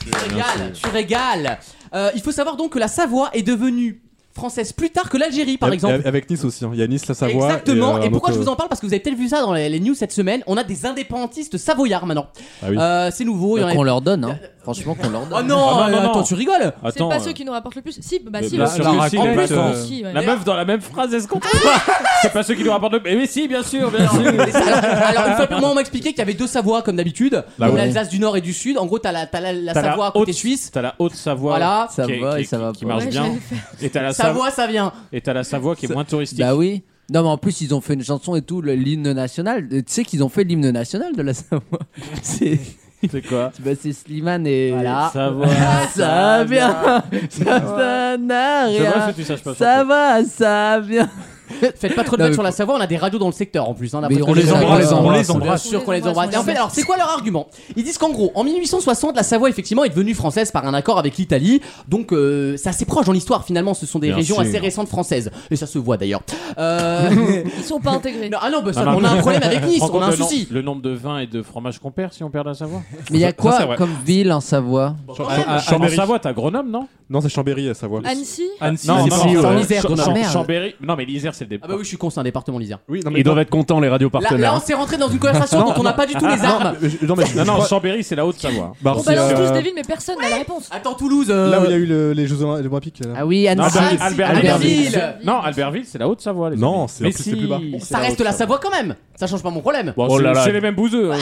Speaker 2: Tu régales, tu régales Euh, Il faut savoir donc que la Savoie est devenue française plus tard que l'Algérie,
Speaker 4: Eh,
Speaker 2: par exemple.
Speaker 6: Et Avec Nice aussi, hein. il y a Nice, la Savoie.
Speaker 2: Exactement.
Speaker 6: euh,
Speaker 2: Et,
Speaker 6: un
Speaker 2: pourquoi
Speaker 6: autre-
Speaker 2: je vous en parle Parce que vous avez peut-être vu ça dans les, les news cette semaine. On a des indépendantistes savoyards maintenant.
Speaker 6: Ah oui.
Speaker 2: Euh, c'est nouveau. il y en a-
Speaker 7: Qu'on leur donne, hein. Franchement, qu'on leur
Speaker 2: Oh
Speaker 7: donne.
Speaker 2: non,
Speaker 4: Ah non, non,
Speaker 2: euh,
Speaker 4: non.
Speaker 2: attends, tu rigoles
Speaker 9: C'est pas ceux qui nous rapportent le plus. Si,
Speaker 2: Ah,
Speaker 9: bah
Speaker 4: euh. Mais
Speaker 9: si,
Speaker 4: bien
Speaker 9: le-
Speaker 4: sûr
Speaker 9: en
Speaker 4: que si, la
Speaker 9: plus,
Speaker 4: meuf,
Speaker 2: euh,
Speaker 9: aussi,
Speaker 2: bah,
Speaker 9: ouais.
Speaker 4: La meuf dans la même phrase, est-ce qu'on peut C'est pas ceux qui nous rapportent le. Eh Mais si, bien sûr, bien sûr.
Speaker 2: Alors, une fois plus, moi, on m'a expliqué qu'il y avait deux Savoies comme d'habitude.
Speaker 4: Bah
Speaker 2: Donc,
Speaker 4: oui.
Speaker 2: L'Alsace du Nord et du Sud. En gros, t'as la, t'as la, la
Speaker 4: T'as la
Speaker 2: Savoie à côté
Speaker 4: haute-
Speaker 2: suisse.
Speaker 4: T'as la Haute-Savoie.
Speaker 2: Voilà.
Speaker 4: qui est-
Speaker 7: va et
Speaker 4: qui-
Speaker 7: ça va
Speaker 4: Qui
Speaker 7: pas.
Speaker 4: marche
Speaker 7: Ouais,
Speaker 4: bien.
Speaker 7: j'allais
Speaker 4: Et t'as la
Speaker 2: Savoie,
Speaker 4: Savoie.
Speaker 2: ça vient.
Speaker 4: Et t'as la Savoie qui est moins touristique.
Speaker 7: Bah oui. Non, mais en plus, ils ont fait une chanson et tout, le- l'hymne national. Euh, Tu sais qu'ils ont fait l'hymne national de la Savoie. C'est.
Speaker 4: C'est quoi
Speaker 7: Bah, c'est Slimane et.
Speaker 2: Voilà.
Speaker 4: Savoie.
Speaker 7: Ça vient, ça, ça n'a
Speaker 4: C'est vrai
Speaker 7: rien.
Speaker 4: que tu saches pas.
Speaker 7: Ça va, ça vient.
Speaker 2: Faites pas
Speaker 7: Non,
Speaker 2: trop de blagues
Speaker 7: mais
Speaker 2: sur la Savoie, on a des radios dans le secteur en plus. hein, d'après
Speaker 7: Mais
Speaker 2: ce
Speaker 7: on
Speaker 2: que
Speaker 7: les
Speaker 2: j'ai entendu.
Speaker 7: embrasse, on les
Speaker 2: Bien
Speaker 7: embrasse.
Speaker 2: sûr qu'on les embrasse. Et en fait, alors c'est quoi leur argument Ils disent qu'en gros, en 1860, la Savoie effectivement est devenue française par un accord avec l'Italie. Donc euh, c'est assez proche dans l'histoire finalement. Ce sont des
Speaker 5: Bien
Speaker 2: régions
Speaker 5: sûr.
Speaker 2: assez récentes françaises. Et ça se voit d'ailleurs. Euh,
Speaker 9: Ils sont pas intégrés.
Speaker 2: non, ah non, bah, ça,
Speaker 4: Non, non,
Speaker 2: on a un
Speaker 4: mais-
Speaker 2: problème avec Nice,
Speaker 4: Prends
Speaker 2: on a un
Speaker 4: compte le nom-
Speaker 2: souci.
Speaker 4: Le nombre de vins et de fromages qu'on perd si on perd la Savoie.
Speaker 7: Mais il y a
Speaker 6: Ça,
Speaker 7: quoi
Speaker 6: c'est vrai.
Speaker 7: comme ville en Savoie
Speaker 4: Ah, ah, En
Speaker 6: Chambéry.
Speaker 4: Savoie, t'as Grenoble, non
Speaker 6: Non, c'est Chambéry, la Savoie.
Speaker 9: Annecy
Speaker 4: Annecy,
Speaker 6: non,
Speaker 2: c'est pas- c'est en Isère,
Speaker 4: Cham-
Speaker 2: Grenoble.
Speaker 4: Cham-
Speaker 7: Merde.
Speaker 4: Chambéry. Non, mais l'Isère, c'est le
Speaker 2: Ah
Speaker 4: départ.
Speaker 2: bah oui, je suis con, c'est un département l'Isère.
Speaker 6: Oui, non, mais
Speaker 5: Ils doivent être contents, les radios
Speaker 2: Là, là, on
Speaker 5: partenaires.
Speaker 2: s'est rentré dans une conversation dont on n'a pas du
Speaker 4: Ah,
Speaker 2: tout les armes.
Speaker 6: Mais je- ah, Non, mais je-
Speaker 4: Non,
Speaker 6: je
Speaker 4: non,
Speaker 6: crois-
Speaker 4: Chambéry, c'est la Haute-Savoie.
Speaker 6: Bah,
Speaker 9: On
Speaker 6: c'est,
Speaker 9: balance
Speaker 6: euh,
Speaker 9: tous des villes, mais personne n'a la réponse.
Speaker 2: Attends, Toulouse. euh,
Speaker 6: Là où il y a eu le- les Jeux Olym- les Olympiques. là.
Speaker 7: Ah oui,
Speaker 4: Non,
Speaker 7: Annecy.
Speaker 4: Albertville,
Speaker 2: Albertville.
Speaker 4: Albertville. Non, Albertville, c'est la Haute-Savoie. les
Speaker 6: Non,
Speaker 4: amis.
Speaker 6: c'est- en
Speaker 4: Mais
Speaker 6: plus, c'est plus bas.
Speaker 4: c'est
Speaker 2: ça reste la
Speaker 4: Haute-Savoie.
Speaker 2: Savoie quand même. Ça change pas mon problème.
Speaker 4: Bon,
Speaker 5: Oh
Speaker 4: c'est-
Speaker 5: là là.
Speaker 4: C'est les mêmes bouseux. hein.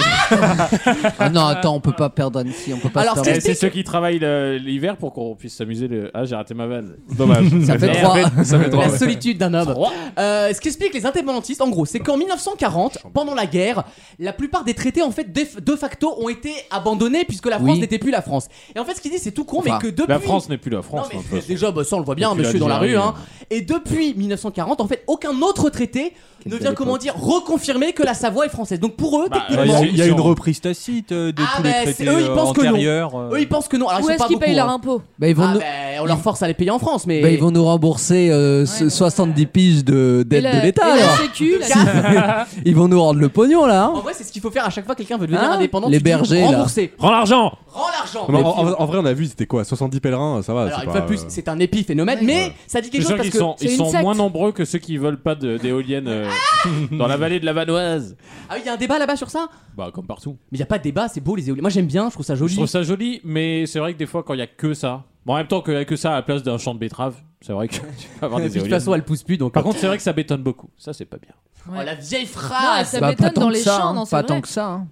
Speaker 7: Ah non, attends, on peut pas perdre Annecy, on peut pas
Speaker 2: Alors,
Speaker 7: se
Speaker 4: Eh,
Speaker 7: permettre.
Speaker 4: C'est ceux qui travaillent le- l'hiver pour qu'on puisse s'amuser. le- Ah, j'ai raté ma vanne.
Speaker 6: Dommage.
Speaker 7: Ça fait trois.
Speaker 6: Ça fait
Speaker 2: La
Speaker 6: trois.
Speaker 2: solitude d'un homme.
Speaker 4: Trois.
Speaker 2: Euh, ce qu'expliquent les indépendantistes, en gros, c'est qu'en 1940, pendant la guerre, la plupart des traités, en fait, def- de facto, ont été abandonnés puisque la France
Speaker 7: Oui.
Speaker 2: n'était plus la France. Et en fait, ce qu'ils disent, c'est tout con,
Speaker 7: Enfin,
Speaker 2: mais que depuis.
Speaker 4: La France n'est plus la
Speaker 2: Non,
Speaker 4: France.
Speaker 2: mais
Speaker 4: hein, de toute façon.
Speaker 2: déjà, bah, ça on le voit bien,
Speaker 4: Depuis euh.
Speaker 2: monsieur, dans la rue.
Speaker 4: l'Algérie,
Speaker 2: Hein. Et depuis 1940, en fait, aucun autre traité ne vient, comment dire, reconfirmer que la Savoie est française. Donc pour eux,
Speaker 4: Bah,
Speaker 3: Il
Speaker 2: techniquement,
Speaker 4: bah,
Speaker 3: y a une reprise tacite euh, de
Speaker 2: Ah,
Speaker 3: tous
Speaker 2: bah,
Speaker 3: les
Speaker 2: c'est-
Speaker 3: traités
Speaker 2: eux, ils
Speaker 3: euh,
Speaker 2: pensent que non.
Speaker 3: antérieurs. euh.
Speaker 2: eux, ils pensent que non. Alors, ils
Speaker 9: Où
Speaker 2: sont
Speaker 9: est-ce
Speaker 2: pas
Speaker 9: qu'ils
Speaker 2: beaucoup.
Speaker 9: payent leur
Speaker 2: hein.
Speaker 9: impôt
Speaker 7: Bah, ils vont
Speaker 2: Ah,
Speaker 7: nous...
Speaker 2: bah, on leur force à les payer en France, mais.
Speaker 7: bah, ils vont nous rembourser euh, ce- 70 piges de
Speaker 9: Et
Speaker 7: dette
Speaker 9: la-
Speaker 7: de l'État.
Speaker 9: et la
Speaker 7: alors.
Speaker 9: sécu, la-
Speaker 7: Ils vont nous rendre le pognon
Speaker 9: Ah.
Speaker 7: là. hein.
Speaker 2: En vrai, c'est ce qu'il faut faire à chaque fois que quelqu'un veut devenir
Speaker 7: Hein
Speaker 2: indépendant.
Speaker 7: Les
Speaker 2: tu dis,
Speaker 7: bergers, là.
Speaker 2: Rembourser.
Speaker 5: Rends l'argent
Speaker 2: Rends l'argent.
Speaker 6: Non, mais en, en- en vrai, on a vu, c'était quoi 70 pèlerins,
Speaker 4: Ah,
Speaker 6: ça va.
Speaker 2: Alors,
Speaker 6: c'est
Speaker 2: une
Speaker 6: pas,
Speaker 2: fois de plus,
Speaker 6: euh,
Speaker 2: c'est un épiphénomène, mais ça dit quelque
Speaker 4: Je suis
Speaker 2: chose
Speaker 4: sûr
Speaker 2: parce
Speaker 4: qu'ils
Speaker 2: que.
Speaker 4: sont,
Speaker 9: c'est
Speaker 4: ils
Speaker 9: une
Speaker 4: sont
Speaker 9: secte.
Speaker 4: moins nombreux que ceux qui veulent pas de- d'éoliennes euh, dans la vallée de la Vanoise.
Speaker 2: Ah oui, il y a un débat là-bas sur ça
Speaker 4: Bah, comme partout.
Speaker 2: Mais il n'y a pas de débat, c'est beau les éoliennes. Moi j'aime bien, je trouve ça
Speaker 4: Je
Speaker 2: joli.
Speaker 4: trouve ça joli, mais c'est vrai que des fois, quand il y a que ça, bon, en même temps qu'il y a que ça à la place d'un champ de betterave, c'est vrai que tu peux avoir
Speaker 2: Et
Speaker 4: des
Speaker 2: puis, de toute
Speaker 4: éoliennes.
Speaker 2: façon, elle pousse plus donc.
Speaker 4: Par contre, c'est vrai que ça bétonne beaucoup. Ça, c'est pas bien.
Speaker 2: Oh, la
Speaker 9: Non,
Speaker 2: vieille
Speaker 9: et
Speaker 2: phrase
Speaker 9: ça
Speaker 7: Bah,
Speaker 9: m'étonne
Speaker 7: tant
Speaker 9: dans
Speaker 7: que
Speaker 9: les
Speaker 7: ça,
Speaker 9: champs,
Speaker 7: hein,
Speaker 9: non, c'est
Speaker 7: Pas
Speaker 9: vrai.
Speaker 7: tant que ça. hein.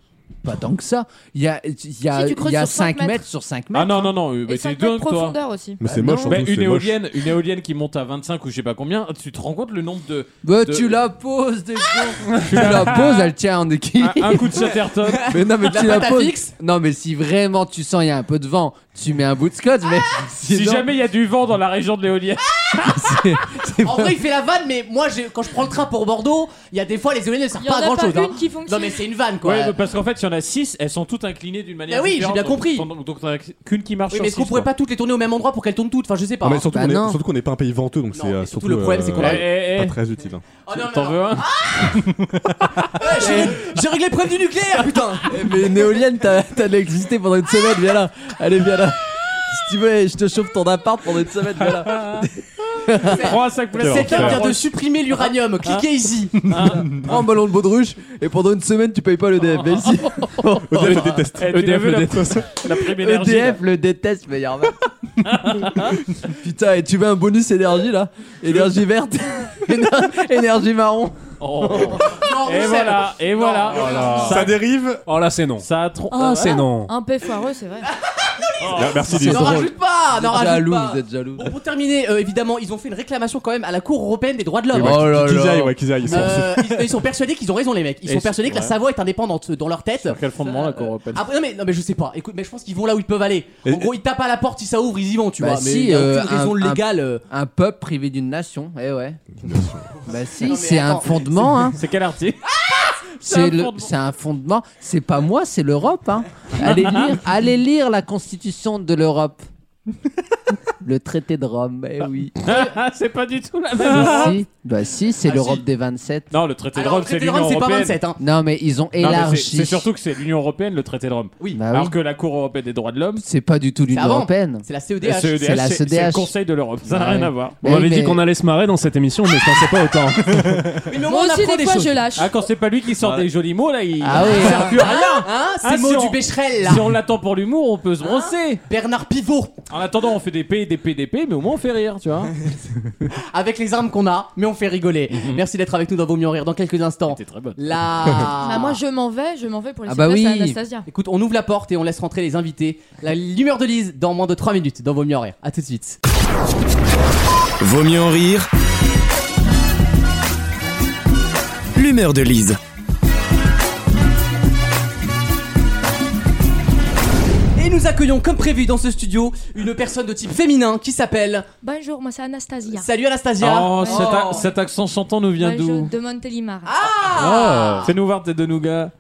Speaker 7: Pas tant que ça. Il y a, il y a,
Speaker 9: Si tu creuses
Speaker 7: il y a
Speaker 9: sur cinq
Speaker 7: 5 mètres.
Speaker 9: mètres.
Speaker 7: sur 5
Speaker 4: Ah
Speaker 7: mètres. hein.
Speaker 4: non, non, non, euh,
Speaker 9: Et cinq
Speaker 4: mais c'est
Speaker 9: mètres de
Speaker 4: dingue, toi.
Speaker 9: profondeur aussi.
Speaker 6: Mais c'est
Speaker 7: Bah,
Speaker 6: moche,
Speaker 7: non.
Speaker 6: en
Speaker 4: Mais
Speaker 6: plus,
Speaker 4: une,
Speaker 6: c'est moche.
Speaker 4: éolienne, une éolienne qui monte à 25 ou je sais pas combien, tu te rends compte le nombre de.
Speaker 7: Bah,
Speaker 4: de-
Speaker 7: tu la poses, des cons. Tu la poses, elle tient en équilibre.
Speaker 4: Un, un coup de chatterton.
Speaker 7: Mais non, mais
Speaker 2: La
Speaker 7: tu la
Speaker 2: pâte à
Speaker 7: poses.
Speaker 2: fixe
Speaker 7: Non, mais si vraiment tu sens il y a un peu de vent, tu mets un bout de scotch. Mais
Speaker 4: si
Speaker 7: sinon,
Speaker 4: jamais il y a du vent dans la région de l'éolienne.
Speaker 7: c'est- c'est
Speaker 2: En
Speaker 7: pas-
Speaker 2: vrai, il fait la vanne, mais moi j'ai- quand je prends le train pour Bordeaux, il y a des fois les éoliennes ne servent
Speaker 9: Il y en
Speaker 2: pas à
Speaker 9: a
Speaker 2: grand
Speaker 9: pas
Speaker 2: chose.
Speaker 9: une
Speaker 2: hein.
Speaker 9: qui
Speaker 2: Non,
Speaker 9: fonctionne.
Speaker 2: mais c'est une vanne quoi.
Speaker 4: Ouais, mais parce qu'en fait, il y en a 6, elles sont toutes inclinées d'une manière
Speaker 2: Bah oui, j'ai
Speaker 4: différente.
Speaker 2: bien compris.
Speaker 4: Donc, donc, t'en as qu'une qui marche
Speaker 2: Oui,
Speaker 4: sur
Speaker 2: mais est-ce qu'on
Speaker 4: six,
Speaker 2: pourrait
Speaker 4: quoi.
Speaker 2: pas toutes les tourner au même endroit pour qu'elles tournent toutes Enfin, je sais pas.
Speaker 6: Non, mais
Speaker 2: hein.
Speaker 6: surtout
Speaker 7: Bah,
Speaker 6: qu'on est-
Speaker 7: non.
Speaker 6: surtout qu'on n'est pas un pays venteux, donc
Speaker 2: Non,
Speaker 6: c'est
Speaker 2: mais
Speaker 6: euh,
Speaker 2: surtout,
Speaker 6: surtout.
Speaker 2: le problème, c'est qu'on
Speaker 6: euh,
Speaker 2: a-
Speaker 4: Eh, eh, eh.
Speaker 6: Pas très utile. hein.
Speaker 2: Oh, non, non, non. Ah
Speaker 4: T'en veux un
Speaker 2: Ouais, j'ai- J'ai réglé le problème du nucléaire, putain
Speaker 7: Eh, Mais une éolienne, t'as t'as de l'existence pendant une semaine, viens là. Allez, viens là. Si tu veux, je te chauffe ton appart pendant une semaine, viens là.
Speaker 4: 3 à 5 places.
Speaker 2: Quelqu'un vient de supprimer
Speaker 4: Ah.
Speaker 2: l'uranium, cliquez ici
Speaker 7: Prends un ballon de baudruche et pendant une semaine, tu payes pas l'EDF. Mais si
Speaker 6: EDF le déteste.
Speaker 4: EDF, le déteste. Eh, La prime énergie. là.
Speaker 7: EDF le déteste, mais y'a Putain, et tu veux un bonus énergie là Énergie verte Éner- Énergie marron
Speaker 4: Oh.
Speaker 2: Non,
Speaker 4: Et
Speaker 2: Michel.
Speaker 4: voilà, et voilà.
Speaker 6: Ça dérive.
Speaker 5: Oh là, c'est non.
Speaker 4: Ça a trop.
Speaker 9: Ah,
Speaker 5: C'est non.
Speaker 9: Un paix foireux, c'est vrai.
Speaker 5: Ah,
Speaker 6: Merci, Lise.
Speaker 2: Oh. N'en rajoute pas N'en rajoute
Speaker 7: Jaloux,
Speaker 2: pas
Speaker 7: vous êtes jaloux.
Speaker 2: Bon, Pour terminer, euh, évidemment, ils ont fait une réclamation quand même à la Cour européenne des droits de l'homme.
Speaker 7: Oh là
Speaker 6: Qu'ils
Speaker 7: là.
Speaker 6: aillent, ouais, qu'ils aillent. ils sont-
Speaker 2: Euh, ils, ils sont persuadés qu'ils ont raison, les mecs. Ils
Speaker 4: Et
Speaker 2: sont
Speaker 4: c'est-
Speaker 2: persuadés que la
Speaker 4: ouais.
Speaker 2: Savoie est indépendante euh, dans leur tête.
Speaker 4: Quel fondement la Cour européenne
Speaker 2: Après,
Speaker 7: Eh,
Speaker 2: non, mais, non, mais je sais pas. Écoute, mais je pense qu'ils vont là où ils peuvent aller. En
Speaker 6: Et-
Speaker 2: gros, ils tapent Oh, à la porte, si ça ouvre, ils y vont, tu
Speaker 7: Bah
Speaker 2: vois.
Speaker 7: si,
Speaker 2: mais il y a
Speaker 7: euh,
Speaker 2: aucune raison
Speaker 7: un- un-
Speaker 2: légale. euh.
Speaker 7: Un peuple privé d'une nation, eh ouais. Bah
Speaker 2: Non,
Speaker 7: si,
Speaker 2: mais
Speaker 7: c'est un
Speaker 2: attends,
Speaker 7: fondement, hein.
Speaker 4: C'est quel article
Speaker 2: Ah
Speaker 4: c'est un
Speaker 7: C'est le-
Speaker 4: fondement.
Speaker 7: c'est un fondement. C'est pas moi, c'est l'Europe, hein. Allez lire, allez lire la constitution de l'Europe. Le traité de Rome, eh oui.
Speaker 4: Ah, C'est pas du tout la même.
Speaker 7: Si, si. Bah si, c'est
Speaker 4: Ah,
Speaker 7: l'Europe
Speaker 4: si.
Speaker 7: des 27.
Speaker 4: Non, le traité
Speaker 7: Alors,
Speaker 4: de Rome,
Speaker 7: le
Speaker 4: c'est
Speaker 7: traité de
Speaker 4: l'Union
Speaker 7: Rome, c'est pas
Speaker 4: européenne.
Speaker 7: 27, hein. Non, mais ils ont
Speaker 4: Non, mais c'est-
Speaker 7: élargi.
Speaker 4: C'est surtout que c'est l'Union européenne, le traité de Rome.
Speaker 2: Oui.
Speaker 7: Bah
Speaker 4: Alors
Speaker 7: oui.
Speaker 4: que la Cour européenne des droits de l'homme.
Speaker 7: C'est pas du tout l'Union
Speaker 4: avant.
Speaker 7: européenne.
Speaker 2: C'est la
Speaker 4: La CEDH,
Speaker 7: C'est la E
Speaker 4: c'est- C'est le
Speaker 7: CEDH.
Speaker 4: Conseil de l'Europe. Ça n'a
Speaker 7: Ouais.
Speaker 4: rien à voir.
Speaker 5: On
Speaker 7: Mais-
Speaker 5: m'avait dit
Speaker 7: Bah mais-
Speaker 5: qu'on allait se marrer dans cette émission, mais je pensais pas autant.
Speaker 9: Moi aussi, des, fois, je lâche.
Speaker 4: Ah, quand c'est pas lui qui sort des jolis mots, là, il.
Speaker 7: Ah oui,
Speaker 4: il sert
Speaker 7: hein.
Speaker 4: plus à rien.
Speaker 2: Hein, ces
Speaker 4: Ah,
Speaker 2: mots
Speaker 4: si
Speaker 2: du
Speaker 4: on-
Speaker 2: Becherel là. Ah.
Speaker 4: Si on l'attend pour l'humour, on peut se bronzer.
Speaker 2: Bernard Pivot
Speaker 4: En attendant, on fait des P, des P, des P, mais au moins on fait rire, tu vois.
Speaker 2: avec les armes qu'on a, mais on fait rigoler.
Speaker 7: Mhm.
Speaker 2: Merci d'être avec nous dans Vaut mieux en rire dans quelques instants.
Speaker 4: T'es très bonne.
Speaker 2: Là.
Speaker 9: Bah, moi, je m'en vais, je m'en vais pour laisser
Speaker 7: Ah bah
Speaker 9: place à
Speaker 7: oui.
Speaker 9: Anastasia.
Speaker 2: Écoute, on ouvre la porte et on laisse rentrer les invités. La- L'humeur de Lise dans moins de 3 minutes dans Vaut mieux en rire. À tout de suite.
Speaker 1: Vaut mieux en rire. L'humeur de Lise.
Speaker 2: Et nous accueillons comme prévu dans ce studio une personne de type féminin qui s'appelle.
Speaker 9: Bonjour, moi, c'est Anastasia.
Speaker 2: Salut Anastasia.
Speaker 4: Oh, cet, a-
Speaker 2: Oh.
Speaker 4: cet accent chantant nous vient
Speaker 9: Bah, je-
Speaker 4: d'où
Speaker 9: de Montélimar.
Speaker 2: Ah
Speaker 4: Fais-nous voir tes deux nougats.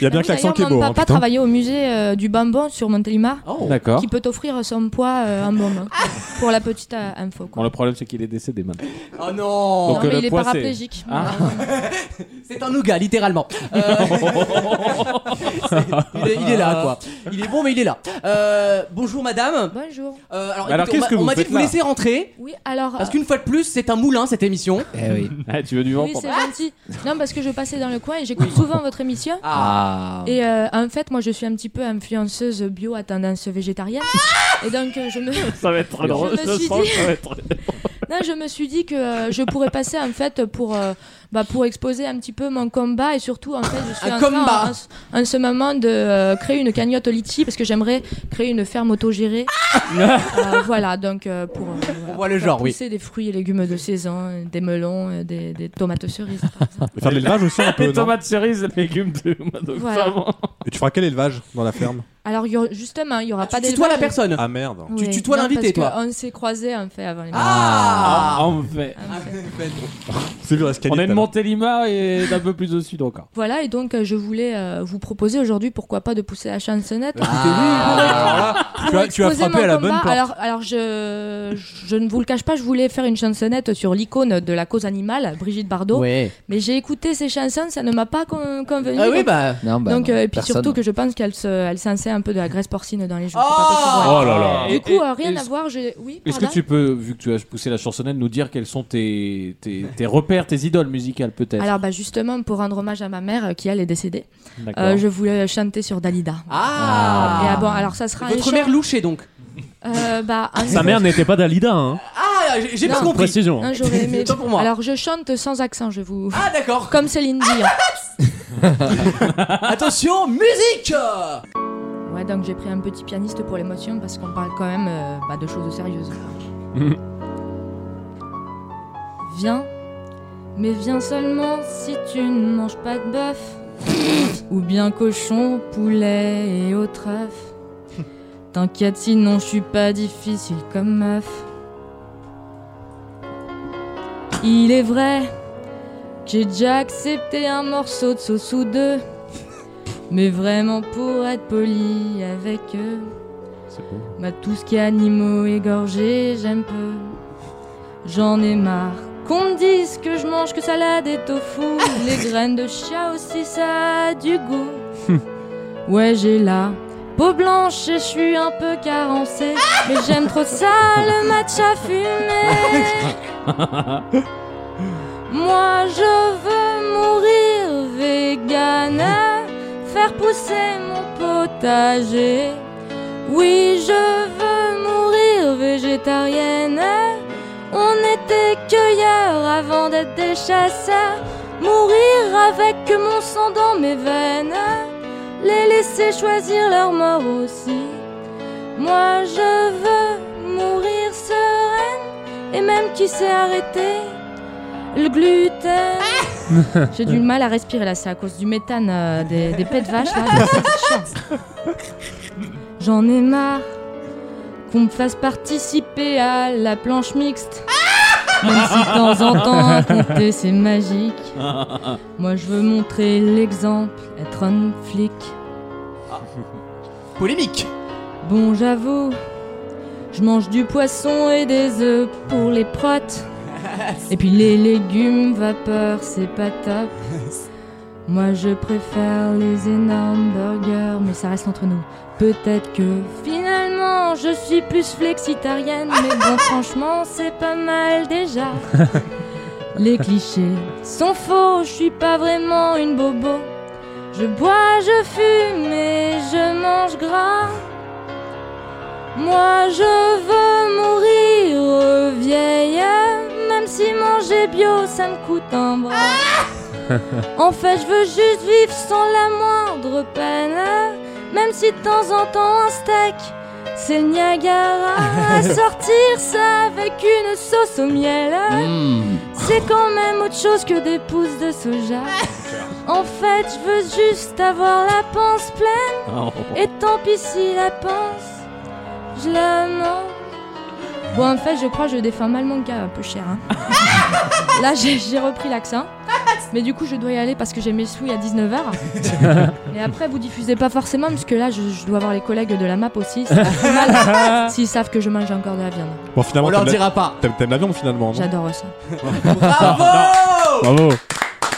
Speaker 6: Il y a bien que l'accent qui est beau.
Speaker 9: Mon
Speaker 6: hein,
Speaker 9: papa
Speaker 6: putain.
Speaker 9: travaillait au musée euh, du bambon sur Montélimar,
Speaker 2: Oh.
Speaker 4: D'accord.
Speaker 9: qui peut t'offrir son poids euh, en baume.
Speaker 2: Ah.
Speaker 9: pour la petite euh, info.
Speaker 4: Bon,
Speaker 9: Quoi.
Speaker 4: le problème, c'est qu'il est décédé maintenant.
Speaker 2: Oh non.
Speaker 9: non,
Speaker 4: Donc, euh,
Speaker 9: mais
Speaker 4: le
Speaker 9: il est
Speaker 4: poids, c'est-
Speaker 9: paraplégique.
Speaker 4: Ah.
Speaker 2: C'est un nougat, littéralement. Euh, il, est, il est là, quoi. Il est bon, mais il est là. Euh, bonjour, madame.
Speaker 9: Bonjour.
Speaker 2: Euh, alors,
Speaker 4: Mais alors,
Speaker 2: écoutez, on
Speaker 4: qu'est-ce
Speaker 2: m'a-
Speaker 4: que
Speaker 2: on
Speaker 4: vous
Speaker 2: m'a dit
Speaker 4: faites
Speaker 2: de vous
Speaker 4: là
Speaker 2: laisser rentrer.
Speaker 9: Oui, alors.
Speaker 2: Parce
Speaker 9: euh,
Speaker 2: qu'une fois de plus, c'est un moulin, cette émission.
Speaker 7: Eh oui.
Speaker 4: Ah, tu veux du vent
Speaker 9: Oui,
Speaker 4: pour-
Speaker 9: c'est gentil. Non, parce que je passais dans le coin et j'écoute souvent votre émission.
Speaker 7: Ah.
Speaker 9: Et euh, en fait, moi, je suis un petit peu influenceuse bio à tendance végétarienne.
Speaker 2: Ah
Speaker 9: Et donc, euh, je me,
Speaker 5: Ça va être très drôle.
Speaker 9: Je me
Speaker 5: je
Speaker 9: suis
Speaker 5: sens que
Speaker 9: dit-
Speaker 5: ça va être très-
Speaker 9: non, je me suis dit que euh, je pourrais passer en fait pour, euh, bah, pour exposer un petit peu mon combat et surtout en fait, je suis
Speaker 2: Un
Speaker 9: en train,
Speaker 2: combat.
Speaker 9: en- en ce- en, ce moment de euh, créer une cagnotte Litchi parce que j'aimerais créer une ferme autogérée. Euh, voilà, donc euh, pour, euh, voilà,
Speaker 2: Ah voit le
Speaker 9: pour
Speaker 2: genre, oui.
Speaker 9: pousser des fruits et légumes de saison, euh, des melons, euh, des, des tomates cerises. par exemple.
Speaker 6: Mais Faire de l'élevage aussi un peu.
Speaker 4: Les
Speaker 6: non
Speaker 4: tomates cerises et les légumes de mois d'octobre.
Speaker 6: Et tu feras quel élevage dans la ferme
Speaker 9: Alors il y aura- justement, il y aura pas
Speaker 2: Tu
Speaker 9: des.
Speaker 2: tutoies la personne.
Speaker 6: Ah merde.
Speaker 2: Tu tutoies l'invité, toi.
Speaker 9: On s'est croisés en fait avant les.
Speaker 2: Ah,
Speaker 4: Ah, on fait-
Speaker 9: En fait.
Speaker 6: C'est vu l'escalier.
Speaker 4: On est
Speaker 6: tout
Speaker 4: de
Speaker 6: à l'heure.
Speaker 4: Montélimar et d'un peu plus au sud encore.
Speaker 9: Voilà, et donc euh, je voulais euh, vous proposer aujourd'hui, pourquoi pas, de pousser la
Speaker 2: Bah,
Speaker 9: chansonnette. Ah.
Speaker 2: Ah,
Speaker 3: Tu as, tu as
Speaker 9: Poser
Speaker 3: frappé
Speaker 9: mon
Speaker 3: à la
Speaker 9: combat.
Speaker 3: bonne porte.
Speaker 9: Alors, alors je, je ne vous le cache pas, je voulais faire une chansonnette sur l'icône de la cause animale, Brigitte Bardot.
Speaker 2: Ouais.
Speaker 9: Mais j'ai écouté ces chansons, ça ne m'a pas con- convenu.
Speaker 2: Ah oui,
Speaker 9: Donc-
Speaker 2: bah.
Speaker 7: Non, bah,
Speaker 9: donc,
Speaker 7: non,
Speaker 9: euh, et puis
Speaker 7: personne.
Speaker 9: surtout que je pense qu'elle se, elle s'en sert un peu de la graisse porcine dans les jeux.
Speaker 2: Oh
Speaker 5: là là.
Speaker 9: du
Speaker 4: Et-
Speaker 9: coup,
Speaker 4: et-
Speaker 9: euh, rien
Speaker 4: est-ce-
Speaker 9: à voir. Je... Oui,
Speaker 4: Est-ce que
Speaker 9: pardon
Speaker 4: tu peux, vu que tu as poussé la chansonnette, nous dire quels sont tes, tes, tes repères, tes idoles musicales peut-être
Speaker 9: Alors, bah, justement, pour rendre hommage à ma mère euh, qui, elle, est décédée,
Speaker 4: D'accord.
Speaker 9: euh, je voulais chanter sur Dalida.
Speaker 2: Ah.
Speaker 9: Et, ah, bon, alors, ça sera un
Speaker 2: Votre
Speaker 9: chant-
Speaker 2: mère louchée, donc.
Speaker 9: euh, bah, un-
Speaker 5: Sa mère n'était pas Dalida, hein.
Speaker 2: Ah, j'ai- j'ai pas
Speaker 9: Non.
Speaker 2: compris.
Speaker 5: Précision.
Speaker 9: Hein, j'aurais aimé.
Speaker 2: Autant pour moi.
Speaker 9: Alors je chante sans accent, je vous.
Speaker 2: Ah, d'accord.
Speaker 9: Comme Céline Dion.
Speaker 2: Attention, musique
Speaker 9: Ouais, donc j'ai pris un petit pianiste pour l'émotion parce qu'on parle quand même euh, bah, de choses sérieuses. viens, mais viens seulement si tu ne manges pas de bœuf. Ou bien cochon, poulet et autres œufs. T'inquiète, sinon je suis pas difficile comme meuf. Il est vrai que j'ai déjà accepté un morceau de sauce ou deux. Mais vraiment pour être poli avec eux. Bah, tout ce qui est animaux égorgés, j'aime peu. J'en ai marre. Qu'on me dise que je mange que salade et tofu. Les graines de chat aussi, ça a du goût. ouais, j'ai la peau blanche et je suis un peu carencée. mais j'aime trop ça, le matcha fumé. Moi, je veux mourir vegan. Faire pousser mon potager. Oui, je veux mourir végétarienne. On était cueilleurs avant d'être des chasseurs. Mourir avec mon sang dans mes veines. Les laisser choisir leur mort aussi. Moi, je veux mourir sereine. Et même qui s'est arrêté le gluten. J'ai du mal à respirer là, c'est à cause du méthane euh, des, des pets de vache là. C'est chiant. J'en ai marre qu'on me fasse participer à la planche mixte. Même si de temps en temps, compter c'est magique. Moi je veux montrer l'exemple, être un flic.
Speaker 2: Polémique
Speaker 9: Bon, j'avoue, je mange du poisson et des œufs pour les protes. Et puis les légumes vapeur, c'est pas top. Moi je préfère les énormes burgers, mais ça reste entre nous. Peut-être que finalement je suis plus flexitarienne, mais bon franchement c'est pas mal déjà. Les clichés sont faux, je suis pas vraiment une bobo. Je bois, je fume et je mange gras. Moi je veux mourir vieille, même si manger bio ça me coûte un bras. En fait, je veux juste vivre sans la moindre peine. Même si de temps en temps un steak, c'est le Niagara. À sortir ça avec une sauce au miel,
Speaker 12: Hmm.
Speaker 13: Mm.
Speaker 9: c'est quand même autre chose que des pousses de soja. En fait, je veux juste avoir la panse pleine. Et tant pis si la panse, je la mange. Bon, en fait, je crois que je défends mal mon cas un peu cher. hein. Là, j'ai j'ai repris l'accent. Mais du coup, je dois y aller parce que j'ai mes souilles à 19h. Et après, vous diffusez pas forcément, parce que là, je, je dois voir les collègues de la map aussi. ça va faire mal S'ils savent que je mange encore de la viande.
Speaker 6: Bon, finalement,
Speaker 2: On leur
Speaker 6: t'aimes la-
Speaker 2: dira pas.
Speaker 6: T'aimes t'aimes la viande finalement. non
Speaker 9: J'adore ça.
Speaker 6: Bravo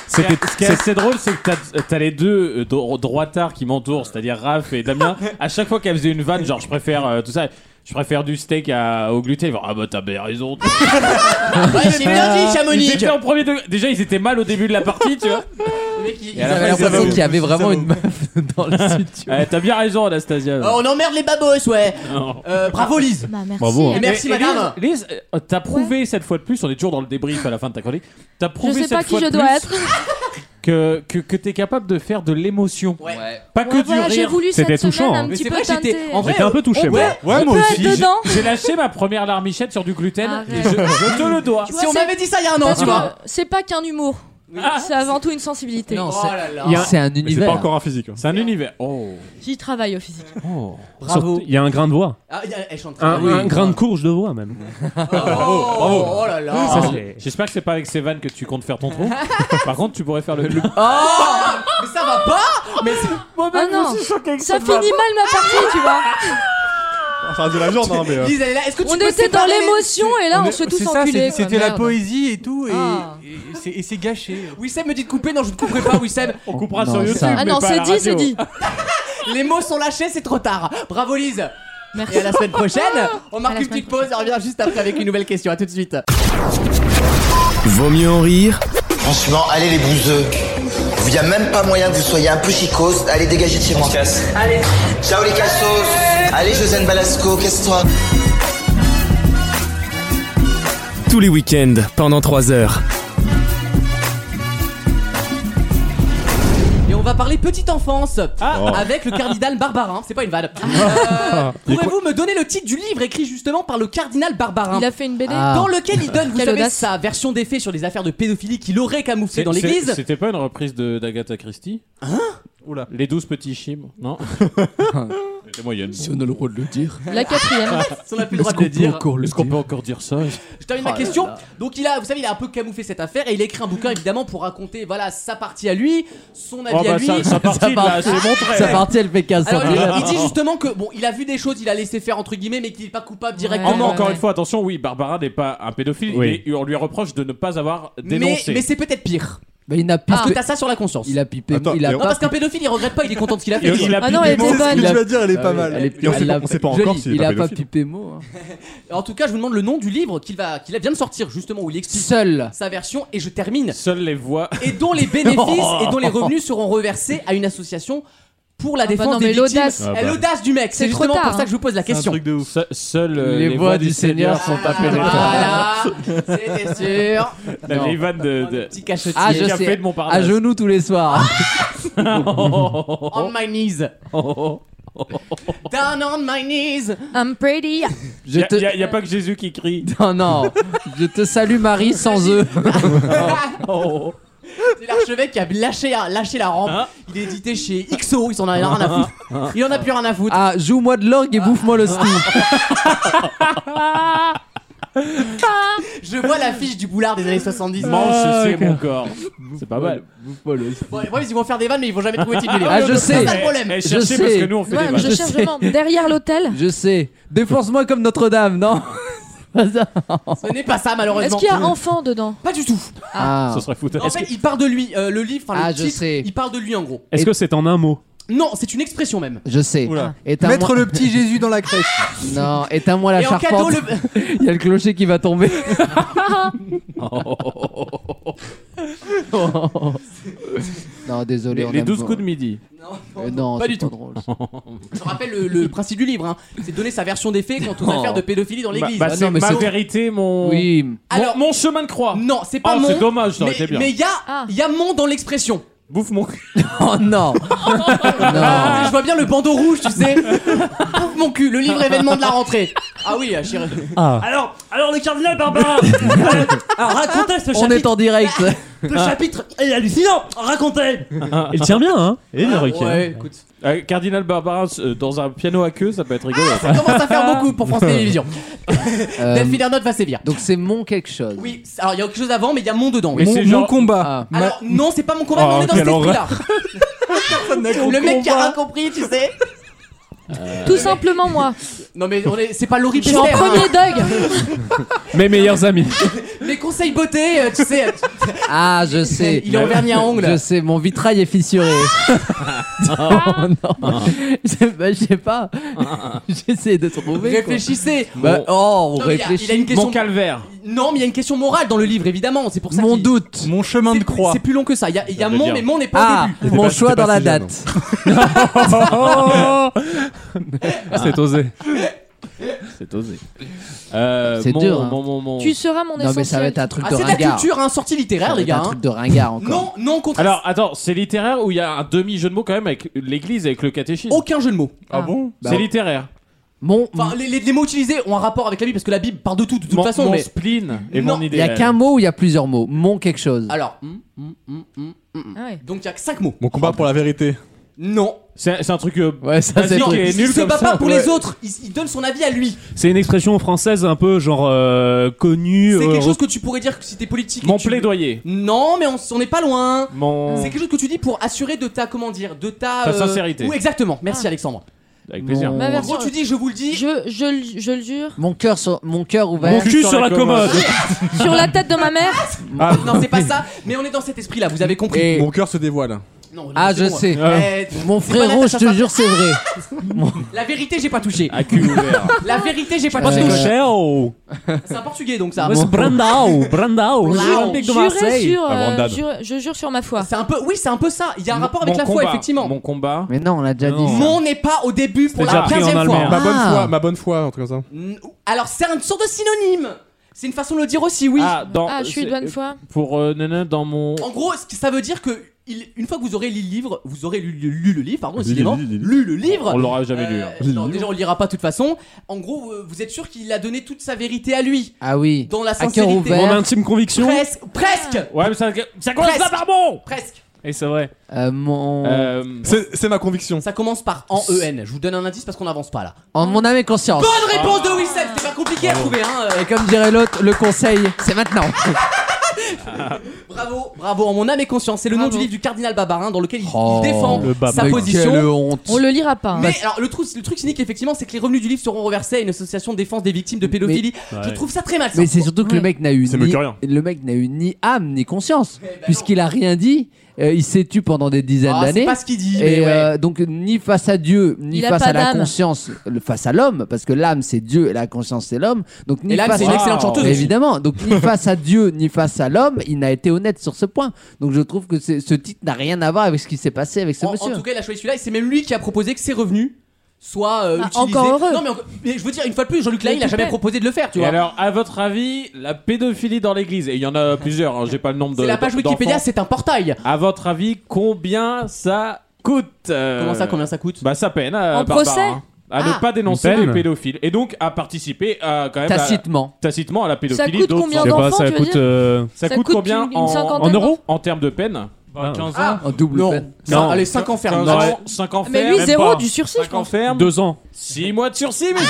Speaker 4: C'était- Ce qui est assez drôle, c'est que t'as- t'as les deux euh, dro- droitards qui m'entourent, c'est-à-dire Raph et Damien. À chaque fois qu'elle faisait une vanne, genre je préfère euh, tout ça, je préfère du steak à- au gluten. Ils vont, ah bah t'as bien raison.
Speaker 2: j'ai bien dit, Chamonix.
Speaker 4: Ils étaient en premier degré. Déjà, ils étaient mal au début de la partie, tu vois.
Speaker 2: Ils
Speaker 4: Et à la
Speaker 7: avaient
Speaker 4: fin, ils
Speaker 7: l'impression
Speaker 4: avaient-
Speaker 7: qu'il y avait vraiment une
Speaker 4: meuf dans le studio. t'as bien raison, Anastasia.
Speaker 2: Oh, on emmerde les babos, ouais.
Speaker 4: Non.
Speaker 2: Euh, bravo Lise.
Speaker 9: Bah, merci.
Speaker 5: hein.
Speaker 4: Bravo. hein.
Speaker 2: Et merci, madame.
Speaker 4: Lise, Lise, euh, t'as prouvé cette fois de plus, on est toujours dans le débrief à la fin de ta chronique. T'as
Speaker 9: Je
Speaker 4: prouvé
Speaker 9: sais
Speaker 4: cette
Speaker 9: pas qui
Speaker 4: fois de
Speaker 9: je dois
Speaker 4: plus
Speaker 9: être.
Speaker 4: Que, que, que t'es capable de faire de l'émotion. Pas que
Speaker 9: Ouais,
Speaker 4: du
Speaker 9: voilà,
Speaker 4: rire.
Speaker 9: J'ai voulu cette
Speaker 5: C'était
Speaker 9: semaine
Speaker 5: touchant, hein.
Speaker 9: un
Speaker 5: Mais
Speaker 9: petit
Speaker 2: c'est
Speaker 9: peu
Speaker 2: vrai, j'étais-
Speaker 9: teinter.
Speaker 2: en vrai,
Speaker 5: J'étais un peu touché,
Speaker 2: on-
Speaker 5: moi.
Speaker 2: ouais,
Speaker 9: on peut être dedans.
Speaker 4: J'ai lâché ma première larmichette sur du gluten.
Speaker 9: Arrête.
Speaker 4: et Je, je te le dois.
Speaker 9: Tu vois,
Speaker 2: Si on
Speaker 9: c'est-
Speaker 2: m'avait dit ça il y a un an,
Speaker 9: parce
Speaker 2: tu
Speaker 9: que
Speaker 2: vois.
Speaker 9: C'est pas qu'un humour. C'est avant tout une sensibilité.
Speaker 7: Non,
Speaker 2: Oh là là.
Speaker 5: Il y a-
Speaker 7: c'est un
Speaker 6: Mais c'est pas
Speaker 7: univers.
Speaker 6: encore un physique. hein.
Speaker 4: C'est un univers. Oh.
Speaker 9: J'y travaille au physique.
Speaker 7: Oh.
Speaker 2: Bravo.
Speaker 5: Surtout, Il y a un grain de voix.
Speaker 2: Ah, il y a- elle chante très
Speaker 5: Un,
Speaker 2: bien.
Speaker 5: un grain de courge de voix, même.
Speaker 2: Oh, bravo. Oh là là.
Speaker 5: Ça,
Speaker 4: Ah,
Speaker 5: c'est-
Speaker 4: J'espère que c'est pas avec ces vannes que tu comptes faire ton trou. Par contre, tu pourrais faire le.
Speaker 2: Oh, mais ça va pas. Mais c'est-
Speaker 9: Ah non, ça finit mal ma partie, tu vois.
Speaker 6: Enfin, de la viande, hein, mais. euh,
Speaker 2: Lise, elle est là. Est-ce que tu
Speaker 9: On
Speaker 2: peux
Speaker 9: était dans
Speaker 2: séparer les-
Speaker 9: l'émotion et là on se tous
Speaker 3: C'est ça,
Speaker 9: enculés.
Speaker 3: c'est-
Speaker 9: quoi,
Speaker 3: c'était la
Speaker 9: merde.
Speaker 3: poésie et tout, et,
Speaker 9: Ah.
Speaker 3: et c'est- et c'est gâché.
Speaker 2: Wissem me dit de couper. Non, je ne couperai pas, Wissem.
Speaker 4: On coupera
Speaker 7: Non,
Speaker 4: sur YouTube.
Speaker 7: ça-
Speaker 9: Ah
Speaker 4: mais
Speaker 9: non,
Speaker 4: pas à
Speaker 9: c'est
Speaker 4: la
Speaker 9: dit, c'est
Speaker 4: radio.
Speaker 9: dit.
Speaker 2: Les mots sont lâchés, c'est trop tard. Bravo Lise.
Speaker 9: Merci.
Speaker 2: Et à la semaine prochaine. On
Speaker 9: À
Speaker 2: marque
Speaker 9: la
Speaker 2: une
Speaker 9: semaine
Speaker 2: petite pause et on revient juste après avec une nouvelle question. À tout de suite.
Speaker 1: Vaut mieux en rire
Speaker 13: Franchement, allez les bouseux. Il n'y a même pas moyen que vous soyez un peu chicos. Allez, dégagez de chez moi. Allez. Ciao les cassos. Allez, Josène Balasco, casse-toi.
Speaker 1: tous les week-ends pendant 3 heures.
Speaker 2: Et on va parler petite enfance
Speaker 6: Oh.
Speaker 2: avec le cardinal Barbarin. C'est pas une vanne. Euh, Pourrez-vous me donner le titre du livre écrit justement par le cardinal Barbarin
Speaker 9: Il a fait une BD.
Speaker 7: Ah.
Speaker 2: dans lequel il donne, vous
Speaker 9: Quelle
Speaker 2: savez,
Speaker 9: audace.
Speaker 2: sa version des faits sur les affaires de pédophilie qu'il aurait camouflé
Speaker 4: C'est-
Speaker 2: dans
Speaker 4: c'est-
Speaker 2: l'église.
Speaker 4: C'était pas une reprise de- d'Agatha Christie Hein Oula. Les douze petits chimes, non Les moyennes.
Speaker 7: Si on a le droit de le dire. Ah,
Speaker 9: La quatrième.
Speaker 2: Si on a plus le droit de le dire.
Speaker 4: Est-ce qu'on peut encore dire ça
Speaker 2: Je termine
Speaker 7: Oh
Speaker 2: ma question. Donc il a, vous savez, il a un peu camouflé cette affaire et il a écrit un bouquin évidemment pour raconter, voilà, sa partie à lui, son avis
Speaker 4: Oh
Speaker 2: à
Speaker 4: bah
Speaker 2: lui.
Speaker 4: ça, ça partie,
Speaker 7: part-
Speaker 4: là, c'est montré.
Speaker 7: Sa partie, elle fait 15
Speaker 2: Alors, il,
Speaker 7: cm.
Speaker 2: il dit justement que bon, il a vu des choses, il a laissé faire entre guillemets, mais qu'il n'est pas coupable
Speaker 4: Oh, mais
Speaker 2: directement.
Speaker 9: Ouais,
Speaker 4: encore
Speaker 9: ouais.
Speaker 4: une fois, attention, oui, Barbara n'est pas un pédophile
Speaker 5: Oui.
Speaker 4: et on lui reproche de ne pas avoir
Speaker 2: mais
Speaker 4: dénoncé.
Speaker 2: mais c'est peut-être pire.
Speaker 7: Bah, il n'a
Speaker 2: Parce que
Speaker 7: pipé.
Speaker 2: t'as ça sur la conscience.
Speaker 7: Il a pipé.
Speaker 6: Attends,
Speaker 7: il a
Speaker 6: et on-
Speaker 2: Non,
Speaker 7: pas
Speaker 2: parce qu'un
Speaker 7: pipé.
Speaker 2: pédophile il regrette pas, il est content de ce qu'il a fait.
Speaker 4: Et il a
Speaker 9: Ah non, elle était
Speaker 6: Ce que
Speaker 9: bonne.
Speaker 6: tu vas dire, elle est pas
Speaker 7: Ah oui,
Speaker 6: mal.
Speaker 7: elle est-
Speaker 6: Et on sait
Speaker 7: elle
Speaker 6: pas-
Speaker 7: l'a
Speaker 6: on sait
Speaker 7: fait
Speaker 6: pas encore
Speaker 7: jolie.
Speaker 6: s'il
Speaker 7: Il
Speaker 6: est
Speaker 7: a pas
Speaker 6: pédophile.
Speaker 7: pipé mot. hein.
Speaker 2: En tout cas, je vous demande le nom du livre qu'il va, qu'il vient de sortir justement où il explique
Speaker 7: Seul.
Speaker 2: sa version et je termine.
Speaker 4: Seules les voix.
Speaker 2: Et dont les bénéfices et dont les revenus seront reversés à une association pour la
Speaker 9: bah
Speaker 2: défense
Speaker 9: non,
Speaker 2: des
Speaker 9: mais
Speaker 2: victimes.
Speaker 9: l'audace.
Speaker 5: Ah bah.
Speaker 2: Eh, L'audace du mec,
Speaker 9: C'est
Speaker 2: c'est
Speaker 9: trop
Speaker 2: justement pour
Speaker 9: tard, hein.
Speaker 2: ça que je vous pose la question.
Speaker 4: de ouf. Seules euh,
Speaker 7: Les voix du Seigneur sont tapées.
Speaker 2: Ah, Voilà, c'était sûr.
Speaker 4: La vieille vanne de.
Speaker 2: Un
Speaker 4: de-
Speaker 2: petit cachetier.
Speaker 7: Ah, je
Speaker 4: Café
Speaker 7: sais.
Speaker 4: de Montparnasse.
Speaker 7: À genoux tous les soirs.
Speaker 2: On my knees. Down on my knees.
Speaker 9: I'm pretty.
Speaker 7: Je
Speaker 4: Y a-
Speaker 7: te-
Speaker 4: y a- y a pas que Jésus qui crie.
Speaker 7: Non, non. Je te salue, Marie, sans eux.
Speaker 4: Oh,
Speaker 2: C'est l'archevêque qui a lâché, lâché la rampe.
Speaker 4: Ah.
Speaker 2: Il est édité chez XO, il en a rien à foutre. Il en a plus rien à foutre.
Speaker 7: Ah, joue-moi de l'orgue et bouffe-moi le ski.
Speaker 2: Je vois l'affiche du boulard des années 70.
Speaker 4: Mange,
Speaker 7: Ah,
Speaker 4: c'est mon corps. C'est pas mal.
Speaker 7: Bouffe-moi le ski.
Speaker 2: Bon, les boys, ils vont faire des vannes, mais ils vont jamais trouver le titre du livre.
Speaker 7: Ah, je
Speaker 2: C'est
Speaker 7: sais.
Speaker 2: ça le problème.
Speaker 4: Eh, cherchez
Speaker 7: sais.
Speaker 4: parce que nous on fait
Speaker 9: Ouais,
Speaker 4: des
Speaker 9: mais
Speaker 4: vannes.
Speaker 9: je cherche vraiment derrière l'hôtel.
Speaker 7: Je sais. Défonce-moi comme Notre-Dame, non
Speaker 2: Ce n'est pas ça,
Speaker 9: Est-ce
Speaker 2: malheureusement.
Speaker 9: qu'il y a enfant dedans
Speaker 2: Pas du tout.
Speaker 5: Ah. Ce serait foutu.
Speaker 2: En
Speaker 5: Est-ce
Speaker 2: fait,
Speaker 5: que-
Speaker 2: il parle de lui. euh, le livre, enfin,
Speaker 5: Ah,
Speaker 2: le
Speaker 5: je
Speaker 2: titre,
Speaker 5: sais.
Speaker 2: il parle de lui en gros.
Speaker 5: Est-ce que c'est en un mot
Speaker 2: Non, c'est une expression même.
Speaker 7: Je sais.
Speaker 2: Oula.
Speaker 7: Éteins-moi-
Speaker 2: Mettre le
Speaker 7: petit
Speaker 2: Jésus dans la crèche.
Speaker 7: Non, éteins-moi la
Speaker 2: Et en
Speaker 7: charpente.
Speaker 2: cadeau, le-
Speaker 7: Il y a le clocher qui va tomber. non, désolé.
Speaker 4: Les-
Speaker 7: on
Speaker 4: les
Speaker 7: aime
Speaker 4: 12
Speaker 7: pas.
Speaker 4: coups de midi.
Speaker 7: Euh, non,
Speaker 2: pas
Speaker 7: c'est
Speaker 2: du tout.
Speaker 7: drôle.
Speaker 2: Je rappelle le, le principe du livre, hein. c'est de donner sa version des faits quant aux
Speaker 4: Non.
Speaker 2: affaires de pédophilie dans l'église.
Speaker 7: Ah,
Speaker 4: Bah, bah, c'est ma vérité, mon. Alors, mon, chemin de croix.
Speaker 2: Non, c'est pas
Speaker 4: Oh,
Speaker 2: mon.
Speaker 4: c'est dommage, ça aurait
Speaker 2: mais-
Speaker 4: été bien.
Speaker 2: Mais il y a, y a mon dans l'expression.
Speaker 4: Bouffe mon
Speaker 7: Oh non
Speaker 2: Ah, Je vois bien le bandeau rouge, tu sais. Bouffe mon cul, le livre événement de la rentrée. Ah oui, ah, chérie.
Speaker 7: Ah.
Speaker 14: Alors, alors le cardinal Barbarin euh, alors, racontez ce chapitre.
Speaker 7: On est en direct. Ah.
Speaker 14: Le chapitre est hallucinant. Racontez.
Speaker 5: Il tient bien, hein Et le requin.
Speaker 4: ouais, écoute. Euh, Cardinal Barbarin euh, dans un piano à queue, ça peut être rigolo.
Speaker 2: Ah, Ça commence à faire beaucoup pour France Télévisions.
Speaker 14: Euh,
Speaker 7: Euh,
Speaker 2: Delphine Ernotte va sévir.
Speaker 7: Donc c'est mon quelque chose.
Speaker 2: Oui, alors il y a quelque chose avant, mais il y a mon dedans. oui.
Speaker 7: Mais c'est Mon genre- combat. Ah.
Speaker 2: Alors, non, c'est pas mon combat,
Speaker 7: Oh,
Speaker 2: mais on est dans
Speaker 7: quelle
Speaker 2: cet esprit-là.
Speaker 7: horreur.
Speaker 2: le mec qui a rien compris, tu sais.
Speaker 9: Tout simplement moi.
Speaker 2: Non, mais on est- c'est pas Laurie
Speaker 9: Je suis en
Speaker 2: Pester, hein.
Speaker 9: premier Doug.
Speaker 5: Mes meilleurs amis.
Speaker 2: Les conseils beauté, euh, tu sais.
Speaker 7: Ah, je sais.
Speaker 2: Il est en vernis à ongles.
Speaker 7: Je sais, mon vitrail est fissuré.
Speaker 2: Ah.
Speaker 7: non, Ah,
Speaker 4: Ah.
Speaker 7: non. Je bah, je sais pas. J'essaie de trouver. quoi.
Speaker 2: Réfléchissez.
Speaker 7: Bah, oh, on
Speaker 2: Non, mais il y a-
Speaker 7: réfléchit.
Speaker 2: il y a une question- Mon
Speaker 4: calvaire.
Speaker 2: Non, mais il y a une question morale dans le livre, évidemment. C'est pour ça.
Speaker 7: Mon
Speaker 2: qu'il-
Speaker 7: doute.
Speaker 6: Mon chemin de croix.
Speaker 2: C'est plus long que ça. Il y a, il y a
Speaker 6: Ça veut
Speaker 2: mon,
Speaker 6: dire-
Speaker 9: hein.
Speaker 2: mais mon n'est pas
Speaker 7: Ah,
Speaker 2: au début.
Speaker 7: mon choix dans la
Speaker 5: hein.
Speaker 7: date.
Speaker 2: Ah.
Speaker 5: C'est osé.
Speaker 4: C'est osé. Euh,
Speaker 7: C'est
Speaker 4: mon-
Speaker 7: dur, hein.
Speaker 4: Mon, mon, mon-
Speaker 9: Tu seras mon
Speaker 7: Non,
Speaker 9: essentiel.
Speaker 7: mais ça va être un truc
Speaker 2: Ah,
Speaker 7: de
Speaker 2: c'est de la
Speaker 7: ringard.
Speaker 2: culture, hein, sortie littéraire,
Speaker 7: Ça va
Speaker 2: les
Speaker 7: être
Speaker 2: gars.
Speaker 7: un
Speaker 2: hein.
Speaker 7: truc de ringard encore.
Speaker 2: Non, non, contre.
Speaker 4: Alors, attends, c'est littéraire ou il y a un demi-jeu de mots quand même avec l'église, avec le catéchisme
Speaker 2: Aucun jeu de mots.
Speaker 4: Ah, bon
Speaker 7: Bah,
Speaker 4: C'est littéraire.
Speaker 7: Mon,
Speaker 2: Enfin, les, les- les mots utilisés ont un rapport avec la Bible parce que la Bible parle de tout, de toute
Speaker 4: Mon-
Speaker 2: façon.
Speaker 4: mon
Speaker 2: mais...
Speaker 4: spleen et
Speaker 2: Non,
Speaker 4: mon
Speaker 7: il
Speaker 4: idée.
Speaker 7: y a qu'un mot ou il y a plusieurs mots Mon quelque chose.
Speaker 2: Alors, hum, hum, hum, hum, hum.
Speaker 9: Ah
Speaker 2: donc il y a que 5 mots.
Speaker 6: Mon combat pour la vérité.
Speaker 2: Non.
Speaker 4: C'est c'est un truc. euh,
Speaker 7: Ouais, ça
Speaker 4: basique
Speaker 2: Non,
Speaker 4: et
Speaker 2: il
Speaker 4: nul
Speaker 2: se
Speaker 4: comme
Speaker 2: bat
Speaker 4: ça.
Speaker 2: pas pour
Speaker 4: Ouais.
Speaker 2: les autres, il, il donne son avis à lui.
Speaker 5: C'est une expression française un peu genre euh, connue.
Speaker 2: C'est
Speaker 5: euh,
Speaker 2: quelque chose que tu pourrais dire que si t'es politique.
Speaker 5: Mon
Speaker 2: et tu-
Speaker 5: plaidoyer.
Speaker 2: Non, mais on, s- on est pas loin.
Speaker 5: Mon.
Speaker 2: C'est quelque chose que tu dis pour assurer de ta, comment dire, de ta.
Speaker 4: Ta sincérité.
Speaker 2: Oui, exactement. Merci Alexandre.
Speaker 4: Avec plaisir.
Speaker 7: Mon-
Speaker 9: Ah. Ma
Speaker 2: En
Speaker 9: version-
Speaker 2: gros, tu dis, je vous le dis.
Speaker 9: Je, je, le- je le jure.
Speaker 7: Mon cœur sur mon cœur ouvert.
Speaker 5: Mon cul sur la commode.
Speaker 9: Sur la tête de ma mère.
Speaker 2: Non, Ah, c'est pas ça, mais on est dans cet esprit là, vous avez compris.
Speaker 7: Et-
Speaker 6: Mon cœur se dévoile.
Speaker 2: Non,
Speaker 7: Ah,
Speaker 2: c'est
Speaker 7: je
Speaker 2: bon.
Speaker 7: sais.
Speaker 2: Euh,
Speaker 7: Mon
Speaker 2: c'est pas
Speaker 7: frérot, je
Speaker 2: Natacha
Speaker 7: te jure, c'est vrai.
Speaker 2: La vérité, j'ai pas touché.
Speaker 4: À cul ouvert.
Speaker 2: La vérité, j'ai pas
Speaker 5: Parce
Speaker 2: touché.
Speaker 5: que Shell.
Speaker 2: C'est un portugais donc ça.
Speaker 5: Mas Brandao, Brandao,
Speaker 2: Brandao.
Speaker 5: l'Olympique de
Speaker 9: Jurer
Speaker 5: Marseille.
Speaker 9: sur, euh,
Speaker 5: Brandade.
Speaker 9: jure- je jure sur ma foi.
Speaker 2: C'est un peu, oui, c'est un peu ça. Il y a un rapport avec
Speaker 4: Mon
Speaker 2: la foi,
Speaker 4: combat.
Speaker 2: effectivement.
Speaker 4: Mon combat.
Speaker 7: Mais non, on l'a déjà dit. ça.
Speaker 2: Mon n'est pas au début pour
Speaker 5: C'est
Speaker 2: la
Speaker 5: déjà pris en
Speaker 2: 15
Speaker 5: allemand.
Speaker 6: Ma
Speaker 2: fois.
Speaker 6: bonne
Speaker 7: Ah.
Speaker 6: foi, ma bonne foi, un truc comme ça.
Speaker 2: Mm, Alors, c'est une sorte de synonyme. C'est une façon de le dire aussi, oui.
Speaker 4: Ah, dans,
Speaker 9: Ah, je suis de bonne foi.
Speaker 4: Pour euh, Nana, dans mon.
Speaker 2: En gros, ce que ça veut dire que il- une fois que vous aurez lu le livre, vous aurez lu, lu- lu le livre, pardon,
Speaker 4: Lu-
Speaker 2: décidément,
Speaker 4: lu- lu-
Speaker 2: lu le livre.
Speaker 4: On l'aura jamais lu,
Speaker 2: Euh,
Speaker 4: hein.
Speaker 2: non, déjà, on le lira pas de toute façon. En gros, euh, vous êtes sûr qu'il a donné toute sa vérité à lui.
Speaker 7: Ah oui.
Speaker 2: Dans la
Speaker 7: À cœur
Speaker 2: sincérité.
Speaker 7: ouvert.
Speaker 5: Mon intime conviction.
Speaker 2: Presque, presque,
Speaker 4: Ouais, mais ça, ça commence
Speaker 2: Presque.
Speaker 4: pas par bon
Speaker 2: presque.
Speaker 5: Et c'est vrai.
Speaker 7: Euh, mon...
Speaker 4: Euh,
Speaker 6: C'est c'est ma conviction.
Speaker 2: Ça commence par en EN. Je vous donne un indice parce qu'on n'avance pas là.
Speaker 7: En mon âme et conscience. Ah.
Speaker 2: Bonne
Speaker 4: Ah.
Speaker 2: réponse de Wissem, c'était pas compliqué à trouver, hein. euh,
Speaker 7: Et comme dirait l'autre, le conseil, c'est maintenant.
Speaker 4: Ah.
Speaker 2: Bravo, bravo, en mon âme et conscience. C'est le nom du livre du cardinal Babarin dans lequel il, il défend
Speaker 5: le Babarin.
Speaker 2: sa
Speaker 7: Oh, Mais
Speaker 2: position.
Speaker 7: Quelle honte.
Speaker 9: On le lira pas. hein.
Speaker 2: Mais alors le truc, le truc cynique effectivement, c'est que les revenus du livre seront reversés à une association de défense des victimes de pédophilie. Je
Speaker 5: Ouais.
Speaker 2: trouve ça très malsain.
Speaker 7: Mais c'est surtout que le mec n'a eu
Speaker 6: C'est
Speaker 7: ni
Speaker 6: mieux que rien.
Speaker 7: le mec n'a eu ni âme ni conscience puisqu'il a rien dit. euh, il s'est tu pendant des dizaines
Speaker 2: Eh ben Ah, c'est
Speaker 7: d'années.
Speaker 2: pas ce qu'il dit.
Speaker 7: Et
Speaker 2: mais ouais.
Speaker 7: euh, donc ni face à Dieu, ni
Speaker 9: Il a
Speaker 7: face
Speaker 9: pas
Speaker 7: à la
Speaker 9: d'âme.
Speaker 7: conscience, le- face à l'homme, parce que l'âme c'est Dieu et la conscience c'est l'homme. Donc ni
Speaker 2: Et là,
Speaker 7: face
Speaker 2: c'est une
Speaker 7: à-
Speaker 2: excellente chanteuse. aussi.
Speaker 7: Évidemment, donc ni face à Dieu ni face à l'homme, il n'a été honnête sur ce point. Donc je trouve que c'est- ce titre n'a rien à voir avec ce qui s'est passé avec ce
Speaker 2: En, en
Speaker 7: monsieur.
Speaker 2: tout cas, il a choisi celui-là et c'est même lui qui a proposé que ses revenus soient euh,
Speaker 9: Ah,
Speaker 7: Bah,
Speaker 2: utilisés.
Speaker 9: encore heureux.
Speaker 2: Non mais, en- mais je veux dire, une fois de plus, Jean-Luc
Speaker 9: Mais
Speaker 2: Lahaye, il a
Speaker 9: tu
Speaker 2: jamais
Speaker 9: peux.
Speaker 2: proposé de le faire, tu
Speaker 4: Et
Speaker 2: vois.
Speaker 4: alors, à votre avis, la pédophilie dans l'église, et il y en a plusieurs, hein, j'ai pas le nombre de.
Speaker 2: C'est la page
Speaker 4: d'enfants.
Speaker 2: Wikipédia, c'est un portail.
Speaker 4: À votre avis, combien ça coûte euh,
Speaker 2: Comment ça, combien ça coûte
Speaker 4: Bah, ça peine. euh,
Speaker 9: En
Speaker 4: Barbara,
Speaker 9: procès
Speaker 4: hein, À
Speaker 9: Ah.
Speaker 4: ne pas dénoncer
Speaker 5: Une peine
Speaker 4: les pédophiles. Et donc, à participer à, quand même. à-
Speaker 7: Tacitement.
Speaker 4: tacitement à la pédophilie.
Speaker 9: coûte
Speaker 4: d'autres
Speaker 9: combien
Speaker 5: Je
Speaker 4: gens.
Speaker 5: sais pas,
Speaker 9: d'enfants,
Speaker 5: ça
Speaker 9: tu veux
Speaker 5: coûte.
Speaker 9: dire
Speaker 5: euh,
Speaker 4: Ça, coûte, combien
Speaker 9: une- une
Speaker 4: en,
Speaker 9: cinquantaine
Speaker 5: en euros
Speaker 4: en termes de peine Bah, 15 ans.
Speaker 2: Ah, un double Non. peine. Ça, allez, cinq ans ferme.
Speaker 4: 15
Speaker 2: Ouais.
Speaker 4: ans, 5 ans ferme.
Speaker 2: Mais lui,
Speaker 4: même
Speaker 2: zéro
Speaker 4: pas.
Speaker 2: du sursis, je
Speaker 4: Cinq ans
Speaker 2: pense.
Speaker 4: ferme.
Speaker 5: Deux ans.
Speaker 4: 6 mois de sursis, messieurs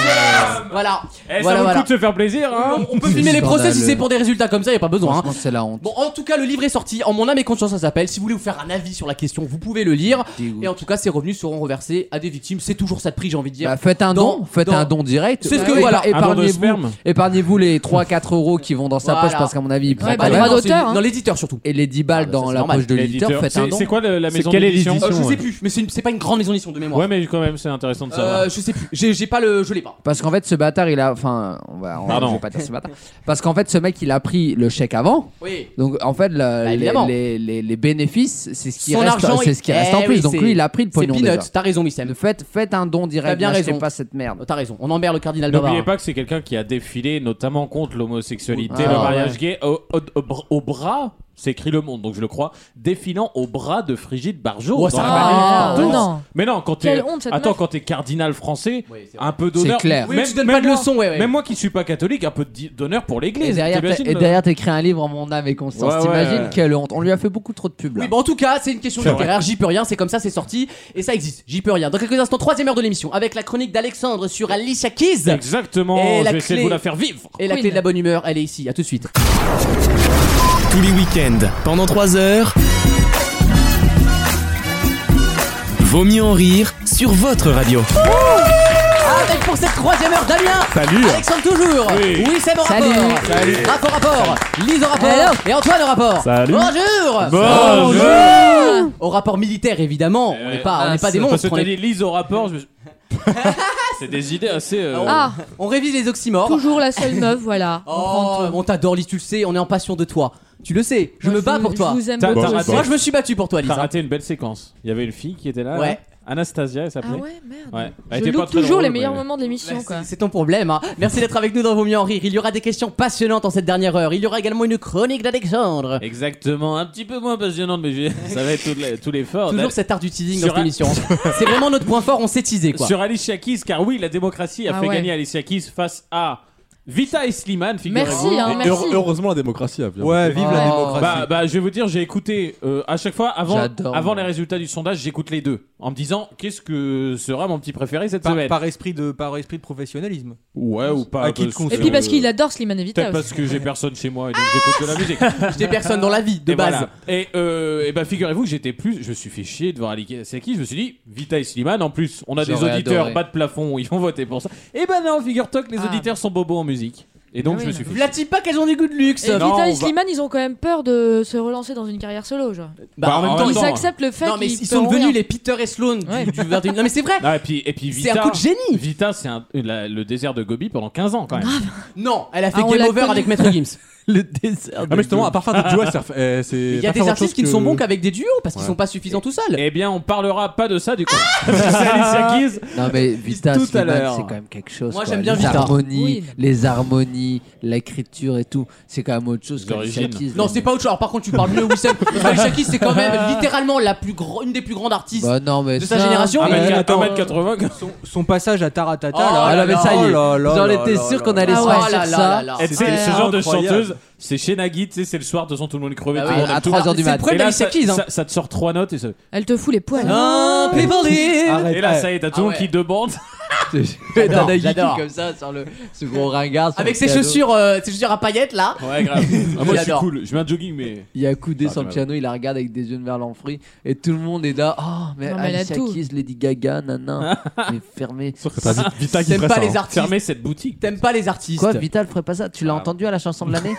Speaker 2: Voilà.
Speaker 4: Eh, ça
Speaker 2: Voilà,
Speaker 4: vous
Speaker 2: voilà.
Speaker 4: coûte de se faire plaisir, hein
Speaker 2: On peut filmer les procès si c'est pour des résultats comme ça, y a pas besoin. hein.
Speaker 7: Franchement, c'est la honte.
Speaker 2: Bon, en tout cas, le livre est sorti. En mon âme et conscience, ça s'appelle. Si vous voulez vous faire un avis sur la question, vous pouvez le lire. Et en tout cas, ces revenus seront reversés à des victimes. C'est toujours ça de prix, j'ai envie de dire.
Speaker 7: Bah, faites un
Speaker 2: Dans-
Speaker 7: don, faites
Speaker 2: dans-
Speaker 7: un don direct.
Speaker 2: C'est ce que
Speaker 7: Épa-
Speaker 2: voilà.
Speaker 7: Épargnez-vous, épargnez-vous les 3-4 euros qui vont dans sa
Speaker 2: Voilà.
Speaker 7: poche parce qu'à mon avis, il prend
Speaker 2: Ouais,
Speaker 7: pas
Speaker 2: bah,
Speaker 7: mal.
Speaker 2: non, non, c'est Dans l'éditeur surtout. Ah, bah,
Speaker 7: Et les 10 balles dans la poche de l'éditeur, faites un don.
Speaker 2: Euh, Je sais plus, mais c'est une- c'est pas une grande maison d'édition de mémoire.
Speaker 4: mais quand même, c'est intéressant de
Speaker 2: Euh, je sais plus. J'ai j'ai pas le, je l'ai pas.
Speaker 7: Parce qu'en fait, ce bâtard, il a. Enfin, on va. on-
Speaker 2: Pardon.
Speaker 7: je vais pas dire ce bâtard. Parce qu'en fait, ce mec, il a pris le chèque avant.
Speaker 2: Oui. Bah,
Speaker 7: Donc, en fait, le- les,
Speaker 2: évidemment.
Speaker 7: les- les- les bénéfices, c'est ce qui
Speaker 2: Son
Speaker 7: reste,
Speaker 2: argent,
Speaker 7: c'est ce qui
Speaker 2: il-
Speaker 7: reste
Speaker 2: eh
Speaker 7: en plus.
Speaker 2: oui,
Speaker 7: Donc,
Speaker 2: c'est-
Speaker 7: lui, il a pris le
Speaker 2: c'est
Speaker 7: pognon.
Speaker 2: peanuts,
Speaker 7: déjà.
Speaker 2: T'as raison, Missem.
Speaker 7: Faites, faites un don direct.
Speaker 2: T'as bien
Speaker 7: n'achetez
Speaker 2: raison.
Speaker 7: pas cette merde.
Speaker 2: T'as raison. On emmerde le cardinal
Speaker 4: N'oubliez
Speaker 2: Barbara.
Speaker 4: pas que c'est quelqu'un qui a défilé notamment contre l'homosexualité,
Speaker 2: Ah,
Speaker 4: le mariage
Speaker 2: ouais.
Speaker 4: gay, au, au- au br- au bras, c'est écrit Le Monde, donc je le crois, défilant au bras de Frigide Barjot.
Speaker 2: Oh,
Speaker 4: dans
Speaker 2: ça
Speaker 4: la
Speaker 2: va.
Speaker 4: Marine
Speaker 2: Ah,
Speaker 4: Importante.
Speaker 2: non.
Speaker 4: Mais non, quand t'es
Speaker 2: Quelle honte, cette
Speaker 4: attends,
Speaker 2: meuf.
Speaker 4: quand t'es cardinal français, un peu d'honneur.
Speaker 7: C'est clair. Oui,
Speaker 4: Même,
Speaker 7: tu donnes
Speaker 4: même
Speaker 7: pas de
Speaker 4: moi-
Speaker 7: leçons, ouais, ouais.
Speaker 4: Même moi qui suis pas catholique, un peu de di- d'honneur pour
Speaker 7: Et
Speaker 4: l'Église.
Speaker 7: derrière, t'as-
Speaker 4: t'imagines
Speaker 7: et
Speaker 4: le-
Speaker 7: derrière, t'écris un livre en mon âme et conscience.
Speaker 4: hein. Ouais, ouais,
Speaker 7: T'imagines
Speaker 4: ouais.
Speaker 7: quelle honte. On lui a fait beaucoup trop de pubs. là.
Speaker 2: Oui, bah en tout cas, c'est une question
Speaker 7: C'est
Speaker 2: littéraire.
Speaker 7: vrai.
Speaker 2: J'y peux rien, c'est comme ça, c'est sorti. Et ça existe, j'y peux rien. Dans quelques instants, troisième heure de l'émission, avec la chronique d'Alexandre sur Alicia Keys.
Speaker 4: Exactement,
Speaker 2: Et
Speaker 4: je
Speaker 2: la
Speaker 4: vais essayer de
Speaker 2: clé-
Speaker 4: vous la faire vivre.
Speaker 2: Et la
Speaker 4: Queen.
Speaker 2: clé de la bonne humeur, elle est ici. À tout de suite.
Speaker 1: Tous les week-ends, pendant 3 heures. Vaut mieux en rire sur votre radio.
Speaker 2: Avec pour cette troisième heure Damien
Speaker 1: Salut.
Speaker 2: Alexandre toujours
Speaker 1: Oui.
Speaker 2: Oui c'est mon rapport
Speaker 1: Salut. Salut.
Speaker 2: Rapport rapport Lise au rapport Et Antoine au rapport
Speaker 1: Salut.
Speaker 2: Bonjour
Speaker 4: Bonjour. Ah,
Speaker 2: Au rapport militaire évidemment On n'est pas, on n'est pas des monstres
Speaker 4: Parce que
Speaker 2: on
Speaker 4: t'as
Speaker 2: est-
Speaker 4: dit Lise au rapport, je me suis- c'est des idées assez. euh,
Speaker 9: Ah.
Speaker 2: On révise les oxymores
Speaker 9: Toujours la seule meuf, voilà. On prend
Speaker 2: Oh, on t'adore Lise, tu le sais, on est en passion de toi. Tu le sais, je me bats pour toi.
Speaker 9: vous aime
Speaker 4: T'as- beaucoup. t'as raté-
Speaker 2: Moi je me suis battu pour toi Lise.
Speaker 4: T'as raté une belle séquence. Il y avait une fille qui était là.
Speaker 2: Ouais.
Speaker 4: là. Anastasia, elle s'appelait.
Speaker 9: Ah ouais, merde.
Speaker 4: Ouais.
Speaker 9: Je
Speaker 4: Elle était pas
Speaker 9: loupe
Speaker 4: très
Speaker 9: toujours
Speaker 4: drôle,
Speaker 9: les
Speaker 4: mais-
Speaker 9: meilleurs moments de l'émission, quoi.
Speaker 2: C'est ton problème. hein. Merci d'être avec nous dans Vos Mieux en Rire. Il y aura des questions passionnantes en cette dernière heure. Il y aura également une chronique d'Alexandre.
Speaker 4: Exactement, un petit peu moins passionnante, mais j'ai- ça va être tout, la- tout l'effort.
Speaker 2: Toujours
Speaker 4: d'aller-
Speaker 2: cet art du teasing dans
Speaker 4: Sur
Speaker 2: cette
Speaker 4: un-
Speaker 2: émission. C'est vraiment notre point fort, on sait teaser quoi.
Speaker 4: Sur Alicia Keys, car oui, la démocratie a
Speaker 2: Ah
Speaker 4: fait
Speaker 2: ouais.
Speaker 4: gagner Alicia Keys face à Vita et Slimane, figurez-vous.
Speaker 9: hein,
Speaker 6: Et heure- Heureusement, la démocratie a bien
Speaker 3: Ouais, vive la démocratie.
Speaker 4: Bah, bah, je vais vous dire, j'ai écouté euh, à chaque fois avant,
Speaker 3: J'adore,
Speaker 4: avant les résultats du sondage, j'écoute les deux en me disant qu'est-ce que sera mon petit préféré cette
Speaker 3: Par,
Speaker 4: semaine.
Speaker 3: par esprit de, par esprit de professionnalisme.
Speaker 4: Ouais, ou pas.
Speaker 3: À qui de
Speaker 4: parce
Speaker 3: confiance.
Speaker 4: que-
Speaker 9: Et puis parce qu'il adore Slimane Evita.
Speaker 4: Peut-être parce
Speaker 9: aussi.
Speaker 4: que j'ai personne chez moi et donc j'écoute de la musique.
Speaker 2: J'ai personne dans la vie, de
Speaker 4: et
Speaker 2: base.
Speaker 4: voilà. Et, euh, et bah figurez-vous que j'étais plus, je me suis fait chier devant Ali Saki. Je me suis dit, Vita et Slimane. En plus, on a des
Speaker 3: J'aurais
Speaker 4: auditeurs
Speaker 3: adoré.
Speaker 4: bas de plafond, ils vont voter pour ça. Et ben non, figure-toi que les auditeurs sont bobos en musique. Et donc
Speaker 9: Ah
Speaker 4: je
Speaker 9: oui,
Speaker 4: me suis fait.
Speaker 2: La pas qu'elles ont du goût de luxe.
Speaker 9: Et
Speaker 4: Non,
Speaker 9: Vita
Speaker 4: on
Speaker 9: et
Speaker 4: va-
Speaker 9: Slimane, ils ont quand même peur de se relancer dans une carrière solo, genre.
Speaker 4: Bah, en même temps,
Speaker 9: ils
Speaker 4: non.
Speaker 9: acceptent le fait
Speaker 2: Non mais
Speaker 9: qu'ils
Speaker 2: ils sont
Speaker 9: peuvent
Speaker 2: devenus
Speaker 9: rien.
Speaker 2: les Peter et Sloan du, du 21. Non mais c'est vrai.
Speaker 4: Ah, et puis, et puis
Speaker 2: C'est
Speaker 4: Vita.
Speaker 2: un coup de génie.
Speaker 4: Vita, c'est un- la- le désert de Gobi pendant 15 ans quand même.
Speaker 2: Non, elle a fait
Speaker 4: Ah, on
Speaker 2: Game
Speaker 4: l'a
Speaker 2: Over
Speaker 4: connu.
Speaker 2: avec Maître Gims.
Speaker 7: le désert.
Speaker 6: Ah, mais justement, à part faire des duos, elle s'est refait- euh, c'est.
Speaker 2: Il y a
Speaker 6: pas
Speaker 2: des
Speaker 6: faire autre
Speaker 2: artistes
Speaker 6: chose
Speaker 2: qui ne
Speaker 6: que-
Speaker 2: sont bons qu'avec des duos parce qu'ils
Speaker 6: Ouais.
Speaker 2: sont pas suffisants tout seuls. Ah
Speaker 4: Eh bien, on parlera pas de ça du coup. Parce que c'est Alicia Keys.
Speaker 7: Non mais Vita,
Speaker 4: Tout à
Speaker 7: Slimane,
Speaker 4: l'heure.
Speaker 7: c'est quand même quelque chose.
Speaker 4: Moi,
Speaker 7: quoi.
Speaker 4: j'aime bien
Speaker 7: les
Speaker 4: Vita.
Speaker 7: Harmonies,
Speaker 4: Oui.
Speaker 7: Les harmonies, l'écriture et tout, c'est quand même autre chose que
Speaker 4: D'origine.
Speaker 7: Alicia Keys,
Speaker 2: Non,
Speaker 7: les
Speaker 2: c'est pas autre chose. Alors, par contre, tu parles mieux, Wissem. Alicia Keys, c'est quand même littéralement la plus gro- une des plus grandes artistes
Speaker 7: Bah non, mais
Speaker 2: de sa
Speaker 7: ça-
Speaker 2: génération.
Speaker 7: Ah, mais
Speaker 2: Mais-
Speaker 7: attends.
Speaker 4: 1m80.
Speaker 3: Son, son passage à Taratata.
Speaker 2: Oh
Speaker 3: là, Ah,
Speaker 2: là
Speaker 3: là,
Speaker 2: là,
Speaker 3: là,
Speaker 2: ça y est.
Speaker 3: là, là,
Speaker 7: J'en
Speaker 3: là,
Speaker 7: étais
Speaker 3: là,
Speaker 7: sûr
Speaker 3: là,
Speaker 7: qu'on
Speaker 3: là,
Speaker 7: allait
Speaker 3: là,
Speaker 7: se
Speaker 2: ouais.
Speaker 7: faire
Speaker 2: Ah là
Speaker 7: sur
Speaker 2: là
Speaker 7: ça.
Speaker 2: là là.
Speaker 4: Et tu sais,
Speaker 2: Ouais,
Speaker 4: ce genre de
Speaker 2: incroyable.
Speaker 4: chanteuse, c'est chez Nagui, tu sais, c'est le soir de son tout le monde est crevé.
Speaker 7: Ah
Speaker 2: Bah
Speaker 4: tout le
Speaker 7: oui,
Speaker 4: monde aime
Speaker 7: à
Speaker 4: tout.
Speaker 7: 3 heures du
Speaker 4: Et
Speaker 7: mat.
Speaker 4: là,
Speaker 7: d'Alicia
Speaker 4: ça-
Speaker 7: Keys, hein.
Speaker 4: ça- Ça te sort trois notes et ça.
Speaker 9: Elle te fout les poils.
Speaker 2: Ah, people live. Arrête,
Speaker 4: Et là,
Speaker 2: ouais.
Speaker 4: ça y est, t'as tout
Speaker 2: Ah
Speaker 4: le monde
Speaker 2: ouais.
Speaker 4: qui demande.
Speaker 7: T'as
Speaker 2: J'adore,
Speaker 7: Nagui qui,
Speaker 2: j'adore.
Speaker 7: comme ça sur le ce gros ringard. sur
Speaker 2: Avec
Speaker 7: le
Speaker 2: ses
Speaker 7: piano.
Speaker 2: chaussures, euh, ses chaussures à paillettes là.
Speaker 4: Ouais, grave. Ah, moi, je suis
Speaker 2: J'adore.
Speaker 4: cool. Je mets un jogging, mais.
Speaker 7: Il y a coudé
Speaker 4: Ah,
Speaker 7: sur le
Speaker 4: dommage.
Speaker 7: piano, il la regarde avec des yeux de verlan frit et tout le monde est là. Oh, mais,
Speaker 9: Non, mais elle a
Speaker 7: Alicia
Speaker 9: tout.
Speaker 7: Keys, Lady Gaga, nana. mais fermé.
Speaker 4: Vita
Speaker 2: T'aimes pas les artistes.
Speaker 4: hein. Fermez cette boutique. Ah.
Speaker 2: T'aimes pas les artistes.
Speaker 7: Quoi, Vital ferait pas ça Tu l'as entendu à la chanson de l'année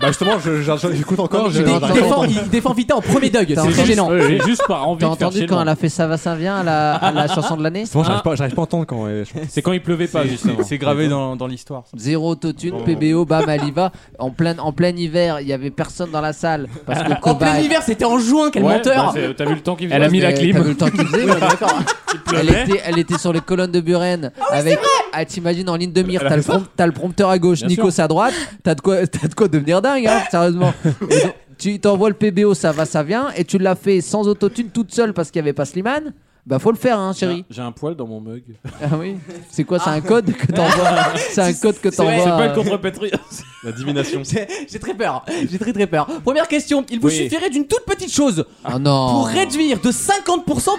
Speaker 6: Bah, justement, je- je- j'écoute encore.
Speaker 2: Il,
Speaker 6: je-
Speaker 2: dé- il
Speaker 6: j'arrive pas à
Speaker 2: défend,
Speaker 6: entendre.
Speaker 2: il défend Vita en premier Doug,
Speaker 7: T'as
Speaker 2: c'est très
Speaker 7: entendu-
Speaker 2: gênant.
Speaker 4: Euh, J'ai juste pas envie
Speaker 7: T'as
Speaker 4: de faire
Speaker 7: entendu
Speaker 4: chier
Speaker 7: quand
Speaker 4: le
Speaker 7: elle a fait Ça va, ça vient à la, à la chanson de l'année Hein
Speaker 6: Justement, j'arrive pas, j'arrive pas à entendre quand. euh, je-
Speaker 4: C'est quand il pleuvait pas, justement.
Speaker 3: C'est gravé dans, dans l'histoire. ça.
Speaker 7: Zéro autotune,
Speaker 3: Bon.
Speaker 7: PBO, bam, Aliva. En plein, en plein hiver, il y avait personne dans la salle. Parce que
Speaker 2: En plein hiver, c'était en juin, quel
Speaker 7: Ouais,
Speaker 2: menteur.
Speaker 4: bah, c'est- T'as vu le temps qu'il faisait
Speaker 7: Elle a mis la
Speaker 4: clim.
Speaker 7: T'as vu le temps qu'il faisait
Speaker 2: Oui, bah, d'accord.
Speaker 7: elle,
Speaker 4: pleuvait.
Speaker 7: était, elle était sur les colonnes de Buren. avec, ah, t'imagines en ligne de mire, t'as le, prompt- t'as le prompteur à gauche,
Speaker 4: Bien
Speaker 7: Nikos à droite. T'as de quoi, t'as de quoi devenir dingue, hein, sérieusement. Et donc, tu t'envoies le PBO, ça va, ça vient, et tu l'as fait sans autotune toute seule parce qu'il y avait pas Slimane. Bah faut le faire, hein, chérie.
Speaker 4: J'ai un poil dans mon mug.
Speaker 7: Ah oui C'est quoi C'est un code que t'envoies C'est un code que
Speaker 4: C'est vrai,
Speaker 7: t'envoies.
Speaker 4: c'est pas le
Speaker 7: euh,
Speaker 4: contrepétrie.
Speaker 6: La divination.
Speaker 2: J'ai j'ai très peur. J'ai très très peur. Première question. Il vous
Speaker 7: Oui. Oh.
Speaker 2: suffirait d'une toute petite chose
Speaker 7: Ah non.
Speaker 2: pour réduire de 50%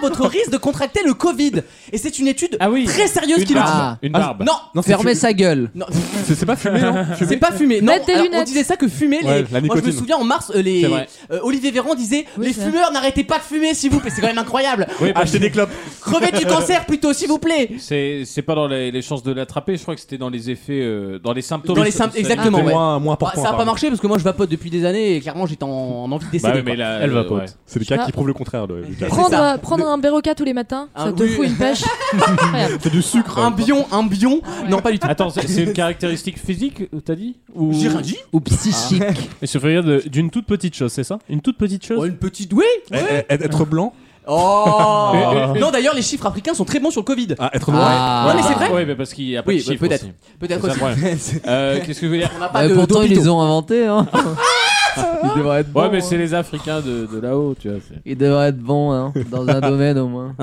Speaker 2: votre risque de contracter le Covid. Et c'est une étude
Speaker 4: Ah
Speaker 2: très sérieuse qui le dit.
Speaker 7: Ah.
Speaker 2: Ah, Non.
Speaker 7: fermer sa gueule.
Speaker 2: Non.
Speaker 6: C'est pas fumé, non
Speaker 2: C'est pas fumé. Non,
Speaker 7: Mettre des
Speaker 2: alors, on
Speaker 7: lunettes.
Speaker 2: disait ça que fumer.
Speaker 6: Ouais,
Speaker 2: les...
Speaker 6: la
Speaker 2: Moi, je me
Speaker 6: nicotine.
Speaker 2: souviens en mars, euh, les...
Speaker 6: C'est vrai.
Speaker 2: euh, Olivier Véran disait Les
Speaker 7: c'est
Speaker 2: fumeurs, n'arrêtez pas de fumer, s'il vous plaît. C'est quand même incroyable.
Speaker 6: acheter des clopes.
Speaker 2: Crevez du cancer plutôt, s'il vous plaît.
Speaker 4: C'est c'est pas dans les, les chances de l'attraper, je crois que c'était dans les effets, euh, dans les symptômes.
Speaker 2: Dans les symptômes, exactement. ouais. Bah, ça a pas
Speaker 4: pardon.
Speaker 2: marché parce que moi je vapote depuis des années et clairement j'étais en, en envie de décéder.
Speaker 6: Bah
Speaker 4: oui, mais
Speaker 2: quoi.
Speaker 4: là, Elle euh, vapote. ouais.
Speaker 6: C'est le cas
Speaker 9: Ah.
Speaker 6: qui prouve le contraire, le, Lucas.
Speaker 9: Prendre, euh, prendre un béroca tous les matins,
Speaker 2: Ah
Speaker 9: ça te
Speaker 2: oui.
Speaker 9: fout une pêche.
Speaker 6: C'est du sucre.
Speaker 2: Un bion, un bion. Non, pas du tout.
Speaker 4: Attends, c'est c'est une caractéristique physique, t'as dit Ou...
Speaker 2: J'ai rien dit.
Speaker 7: Ou psychique.
Speaker 5: Et se faire Ah. de- d'une toute petite chose, c'est ça Une toute petite chose
Speaker 2: Oh,
Speaker 5: Eh,
Speaker 2: Une petite. Oui ouais.
Speaker 6: Être blanc
Speaker 2: Oh
Speaker 5: Euh, euh,
Speaker 2: Non, d'ailleurs, les chiffres africains sont très bons sur le Covid.
Speaker 6: Ah, être
Speaker 2: noir.
Speaker 4: Ouais,
Speaker 2: Non, mais c'est vrai.
Speaker 4: Ouais, mais parce qu'il y a pas
Speaker 2: Oui,
Speaker 4: de
Speaker 2: bah,
Speaker 4: chiffres
Speaker 2: peut-être.
Speaker 4: aussi.
Speaker 2: Peut-être
Speaker 4: C'est ça
Speaker 2: aussi.
Speaker 4: le problème. Ah, Euh, Qu'est-ce que je veux dire
Speaker 2: On n'a pas
Speaker 7: Bah,
Speaker 2: de-
Speaker 7: pourtant ils
Speaker 2: d'hôpitaux.
Speaker 7: les ont inventés. Hein. ils devraient être bons.
Speaker 4: Ouais, mais c'est
Speaker 7: hein.
Speaker 4: les Africains de, de là-haut, tu vois. c'est-
Speaker 7: Ils devraient être bons hein, dans un domaine au moins.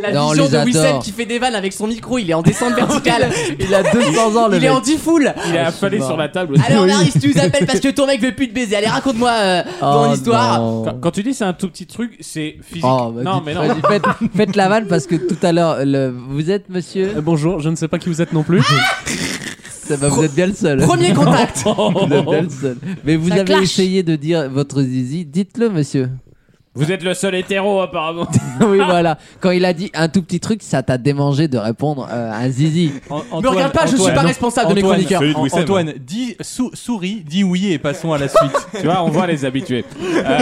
Speaker 2: La
Speaker 7: Non, on
Speaker 2: vision
Speaker 7: les
Speaker 2: de Wissem
Speaker 7: adore.
Speaker 2: qui fait des vannes avec son micro, il est en descente verticale.
Speaker 7: Il a 200 ans le
Speaker 2: Il est
Speaker 7: mec.
Speaker 2: en 10 foules.
Speaker 4: Il est affalé sur la table aussi.
Speaker 2: Alors, Maris, tu nous appelles parce que ton mec veut plus te baiser. Allez, raconte-moi euh,
Speaker 7: Oh,
Speaker 2: ton histoire.
Speaker 4: Quand, quand tu dis c'est un tout petit truc, c'est physique.
Speaker 7: Oh, bah,
Speaker 4: non,
Speaker 7: dites-
Speaker 4: mais non.
Speaker 7: vas-y, Faites, faites la vanne parce que tout à l'heure, le- vous êtes monsieur.
Speaker 5: Euh, bonjour, je ne sais pas qui vous êtes non plus.
Speaker 7: Ça va, vous êtes bien le seul.
Speaker 2: Premier contact.
Speaker 7: vous êtes bien le seul. Mais vous
Speaker 2: Ça
Speaker 7: avez
Speaker 2: clash.
Speaker 7: essayé de dire votre zizi. Dites-le, monsieur.
Speaker 4: Vous êtes le seul hétéro, apparemment.
Speaker 7: oui, voilà. Quand il a dit un tout petit truc, ça t'a démangé de répondre euh, un zizi.
Speaker 2: Me regarde pas, je suis pas responsable de mes
Speaker 3: Antoine,
Speaker 2: chroniqueurs.
Speaker 3: Antoine,
Speaker 2: Celui de Wissem.
Speaker 3: Antoine, dis, sou- souris, dis oui et passons à la suite.
Speaker 4: tu vois, on voit les habitués. Euh,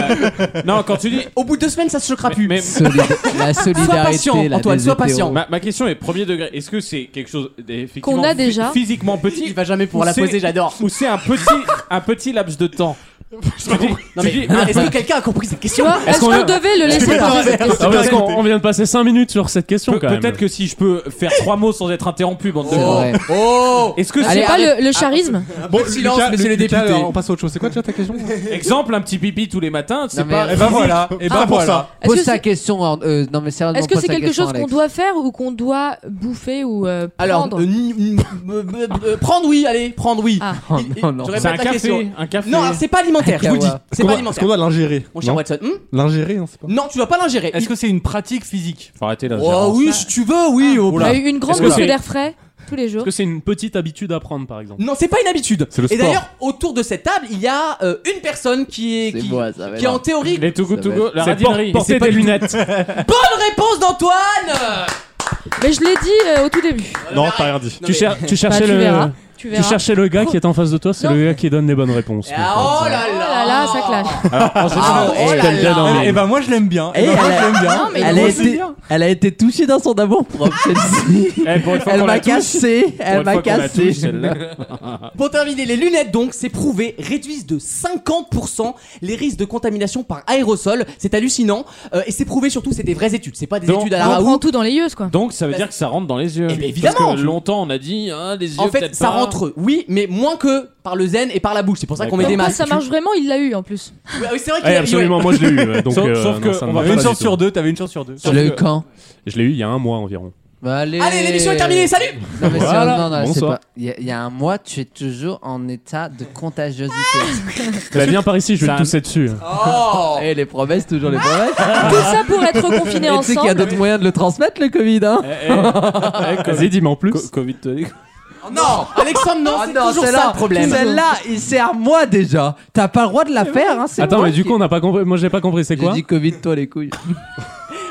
Speaker 4: non, quand tu dis.
Speaker 2: Au bout de deux semaines, ça se choquera plus.
Speaker 4: Mais-
Speaker 7: Solida- la solidarité.
Speaker 2: Sois patient,
Speaker 7: là,
Speaker 2: Antoine,
Speaker 7: des
Speaker 2: sois
Speaker 7: hétéros.
Speaker 2: patient.
Speaker 4: Ma, ma question est premier degré. Est-ce que c'est quelque chose d'effectivement
Speaker 9: Qu'on a
Speaker 4: phy-
Speaker 9: déjà.
Speaker 4: physiquement petit
Speaker 2: Il va jamais pouvoir
Speaker 4: ou
Speaker 2: la
Speaker 4: c'est-
Speaker 2: poser, j'adore.
Speaker 4: Ou c'est un petit, un petit laps de temps Tu dis-
Speaker 2: Non,
Speaker 4: tu
Speaker 2: mais
Speaker 4: dis-
Speaker 2: est-ce que quelqu'un a compris cette
Speaker 9: Tu
Speaker 2: question
Speaker 9: vois, est-ce
Speaker 5: qu'on
Speaker 9: qu'on
Speaker 5: a-
Speaker 9: devait le laisser parler
Speaker 5: Ah ouais, parce qu'on- on vient de passer 5 minutes sur cette question
Speaker 4: Pe-
Speaker 5: quand même.
Speaker 4: Peut-être que si je peux faire trois mots sans être interrompu, bande de.
Speaker 7: C'est
Speaker 4: gros.
Speaker 7: vrai.
Speaker 2: Oh
Speaker 4: Est-ce que
Speaker 9: C'est
Speaker 4: c'est
Speaker 9: pas ah, le, le charisme
Speaker 2: ah,
Speaker 6: Bon,
Speaker 2: silence,
Speaker 6: Lucas,
Speaker 2: messieurs les
Speaker 6: Lucas,
Speaker 2: députés.
Speaker 6: alors, on passe à autre chose. C'est quoi déjà ta question
Speaker 4: exemple un petit pipi tous les matins C'est
Speaker 7: Non,
Speaker 4: pas.
Speaker 7: mais- euh,
Speaker 6: Eh ben voilà. Et ben
Speaker 7: Ah, pour
Speaker 6: voilà.
Speaker 9: Est-ce que
Speaker 7: Pose ta
Speaker 9: c'est-
Speaker 7: question. en- euh, non, mais sérieusement,
Speaker 9: Est-ce que
Speaker 7: pose
Speaker 9: c'est
Speaker 7: ta
Speaker 9: quelque
Speaker 7: question,
Speaker 9: chose qu'on
Speaker 7: Alex.
Speaker 9: doit faire ou qu'on doit bouffer ou euh,
Speaker 2: Alors,
Speaker 9: prendre
Speaker 2: euh, ni- ni- euh, euh, euh, prendre oui, allez, prendre oui.
Speaker 9: Ah.
Speaker 7: Oh,
Speaker 2: Il- il-
Speaker 7: non, non.
Speaker 2: je
Speaker 4: C'est
Speaker 2: répète
Speaker 4: un
Speaker 2: la
Speaker 4: café,
Speaker 2: question.
Speaker 4: un café.
Speaker 2: Non, alors, c'est pas alimentaire, je vous dis.
Speaker 7: Kawa.
Speaker 2: C'est
Speaker 6: Qu'on
Speaker 2: pas
Speaker 6: doit- Est-ce
Speaker 2: alimentaire.
Speaker 6: qu'on doit l'ingérer
Speaker 2: Mon cher
Speaker 6: non
Speaker 2: Watson. hmm
Speaker 6: L'ingérer, non, c'est pas.
Speaker 2: non, tu dois pas l'ingérer.
Speaker 3: Est-ce que c'est une pratique physique
Speaker 4: Faut arrêter là.
Speaker 2: Oh oui, si tu veux, oui. oh,
Speaker 9: Bah, Une grande
Speaker 5: Est-ce que
Speaker 9: bouffée
Speaker 5: c'est-
Speaker 9: d'air frais tous les jours.
Speaker 5: Est-ce que c'est une petite habitude à prendre par exemple
Speaker 2: Non, c'est pas une habitude.
Speaker 6: C'est le
Speaker 2: Et
Speaker 6: sport.
Speaker 2: d'ailleurs, autour de cette table, il y a euh, une personne qui est,
Speaker 7: C'est
Speaker 2: qui,
Speaker 7: moi, ça va
Speaker 2: qui est
Speaker 7: être-
Speaker 2: en théorie.
Speaker 4: Les tout go
Speaker 7: Ça
Speaker 4: to go,
Speaker 7: va
Speaker 4: la
Speaker 5: C'est
Speaker 4: radinerie.
Speaker 5: por- porter des lunettes.
Speaker 2: Bonne réponse d'Antoine.
Speaker 9: Mais je l'ai dit euh, au tout début.
Speaker 6: Non, t'as rien dit.
Speaker 5: Tu, cher- tu
Speaker 9: Bah,
Speaker 5: cherchais
Speaker 9: tu
Speaker 5: le
Speaker 9: verras. Tu
Speaker 5: tu
Speaker 9: verras.
Speaker 5: cherchais le gars qui est en face de toi, c'est le gars qui donne les bonnes réponses.
Speaker 2: Ah, oh là là.
Speaker 9: Oh là là, ça clash.
Speaker 2: Ah, oh là
Speaker 5: Quelqu'un
Speaker 2: là.
Speaker 5: dans les-
Speaker 3: Eh ben moi je l'aime bien. Eh
Speaker 7: Eh,
Speaker 3: ben, moi,
Speaker 7: elle
Speaker 3: je
Speaker 7: a-
Speaker 3: l'aime bien.
Speaker 9: Non, mais
Speaker 7: Elle a,
Speaker 9: moi
Speaker 7: été, elle a été touchée dans son amour propre, celle-ci.
Speaker 4: Eh, pour une fois
Speaker 7: Elle
Speaker 4: qu'on la
Speaker 7: m'a
Speaker 4: touche-
Speaker 7: cassé,
Speaker 4: pour
Speaker 7: elle
Speaker 4: une
Speaker 7: m'a
Speaker 4: fois qu'on la
Speaker 7: cassé.
Speaker 4: touche, celle-là.
Speaker 2: Pour terminer, les lunettes donc, c'est prouvé, réduisent de 50% les risques de contamination par aérosol. C'est hallucinant. Euh, et c'est prouvé surtout, c'est des vraies études. C'est pas des
Speaker 4: Donc,
Speaker 2: études à la
Speaker 9: On prend
Speaker 2: Raoult.
Speaker 9: tout dans les yeux, quoi.
Speaker 4: Donc ça veut dire que ça rentre dans les yeux.
Speaker 2: Eh ben, évidemment.
Speaker 4: Parce que longtemps on a dit ah, les yeux.
Speaker 2: En fait,
Speaker 4: peut-être
Speaker 2: ça
Speaker 4: pas.
Speaker 2: rentre, oui, mais moins que par le zen et par la bouche. C'est pour ça qu'on met
Speaker 9: Comme
Speaker 2: des
Speaker 9: quoi,
Speaker 2: masques.
Speaker 9: ça marche vraiment, il l'a eu en plus.
Speaker 2: Ouais, Bah oui, c'est vrai qu'il
Speaker 5: Ouais,
Speaker 2: y a-
Speaker 5: absolument,
Speaker 2: ouais.
Speaker 5: moi je l'ai eu. ouais, Donc,
Speaker 4: Sauf-
Speaker 5: euh,
Speaker 4: sauf
Speaker 5: non,
Speaker 4: que
Speaker 5: ça
Speaker 4: on
Speaker 5: me
Speaker 4: va
Speaker 5: va
Speaker 3: Une
Speaker 5: pas
Speaker 3: chance
Speaker 5: du tout.
Speaker 3: sur deux, t'avais une chance sur deux.
Speaker 7: Je l'ai eu quand
Speaker 5: Je l'ai eu il y a un mois environ.
Speaker 7: Bah, Allez,
Speaker 2: Allez, l'émission est terminée. Salut.
Speaker 7: Non, mais
Speaker 5: Voilà.
Speaker 7: sérieusement, non, c'est
Speaker 5: Bonsoir.
Speaker 7: pas. Il y, a- il y a un mois, tu es toujours en état de contagiosité.
Speaker 5: Bah, viens par ici, je vais
Speaker 4: Ça-
Speaker 5: te tousser dessus.
Speaker 2: Oh.
Speaker 7: Et Eh, les promesses, toujours les promesses.
Speaker 9: Tout Ah, ça pour être confiné
Speaker 7: Et tu sais qu'il y a
Speaker 9: ensemble.
Speaker 7: d'autres moyens de le transmettre, le Covid. Hein
Speaker 4: Eh, eh, eh,
Speaker 5: Vas-y, dis-moi en plus.
Speaker 4: co- Covid.
Speaker 2: Non, Alexandre,
Speaker 7: Ah
Speaker 2: non, c'est toujours ça
Speaker 7: celle-là,
Speaker 2: le problème.
Speaker 7: Celle-là, il sert à moi déjà. T'as pas le droit de la faire. Hein, c'est
Speaker 5: Attends,
Speaker 7: moi
Speaker 5: mais du
Speaker 7: qui-
Speaker 5: coup, on n'a pas compris. Moi, j'ai pas compris. C'est
Speaker 7: J'ai
Speaker 5: quoi Ah
Speaker 7: dit Covid, toi les couilles.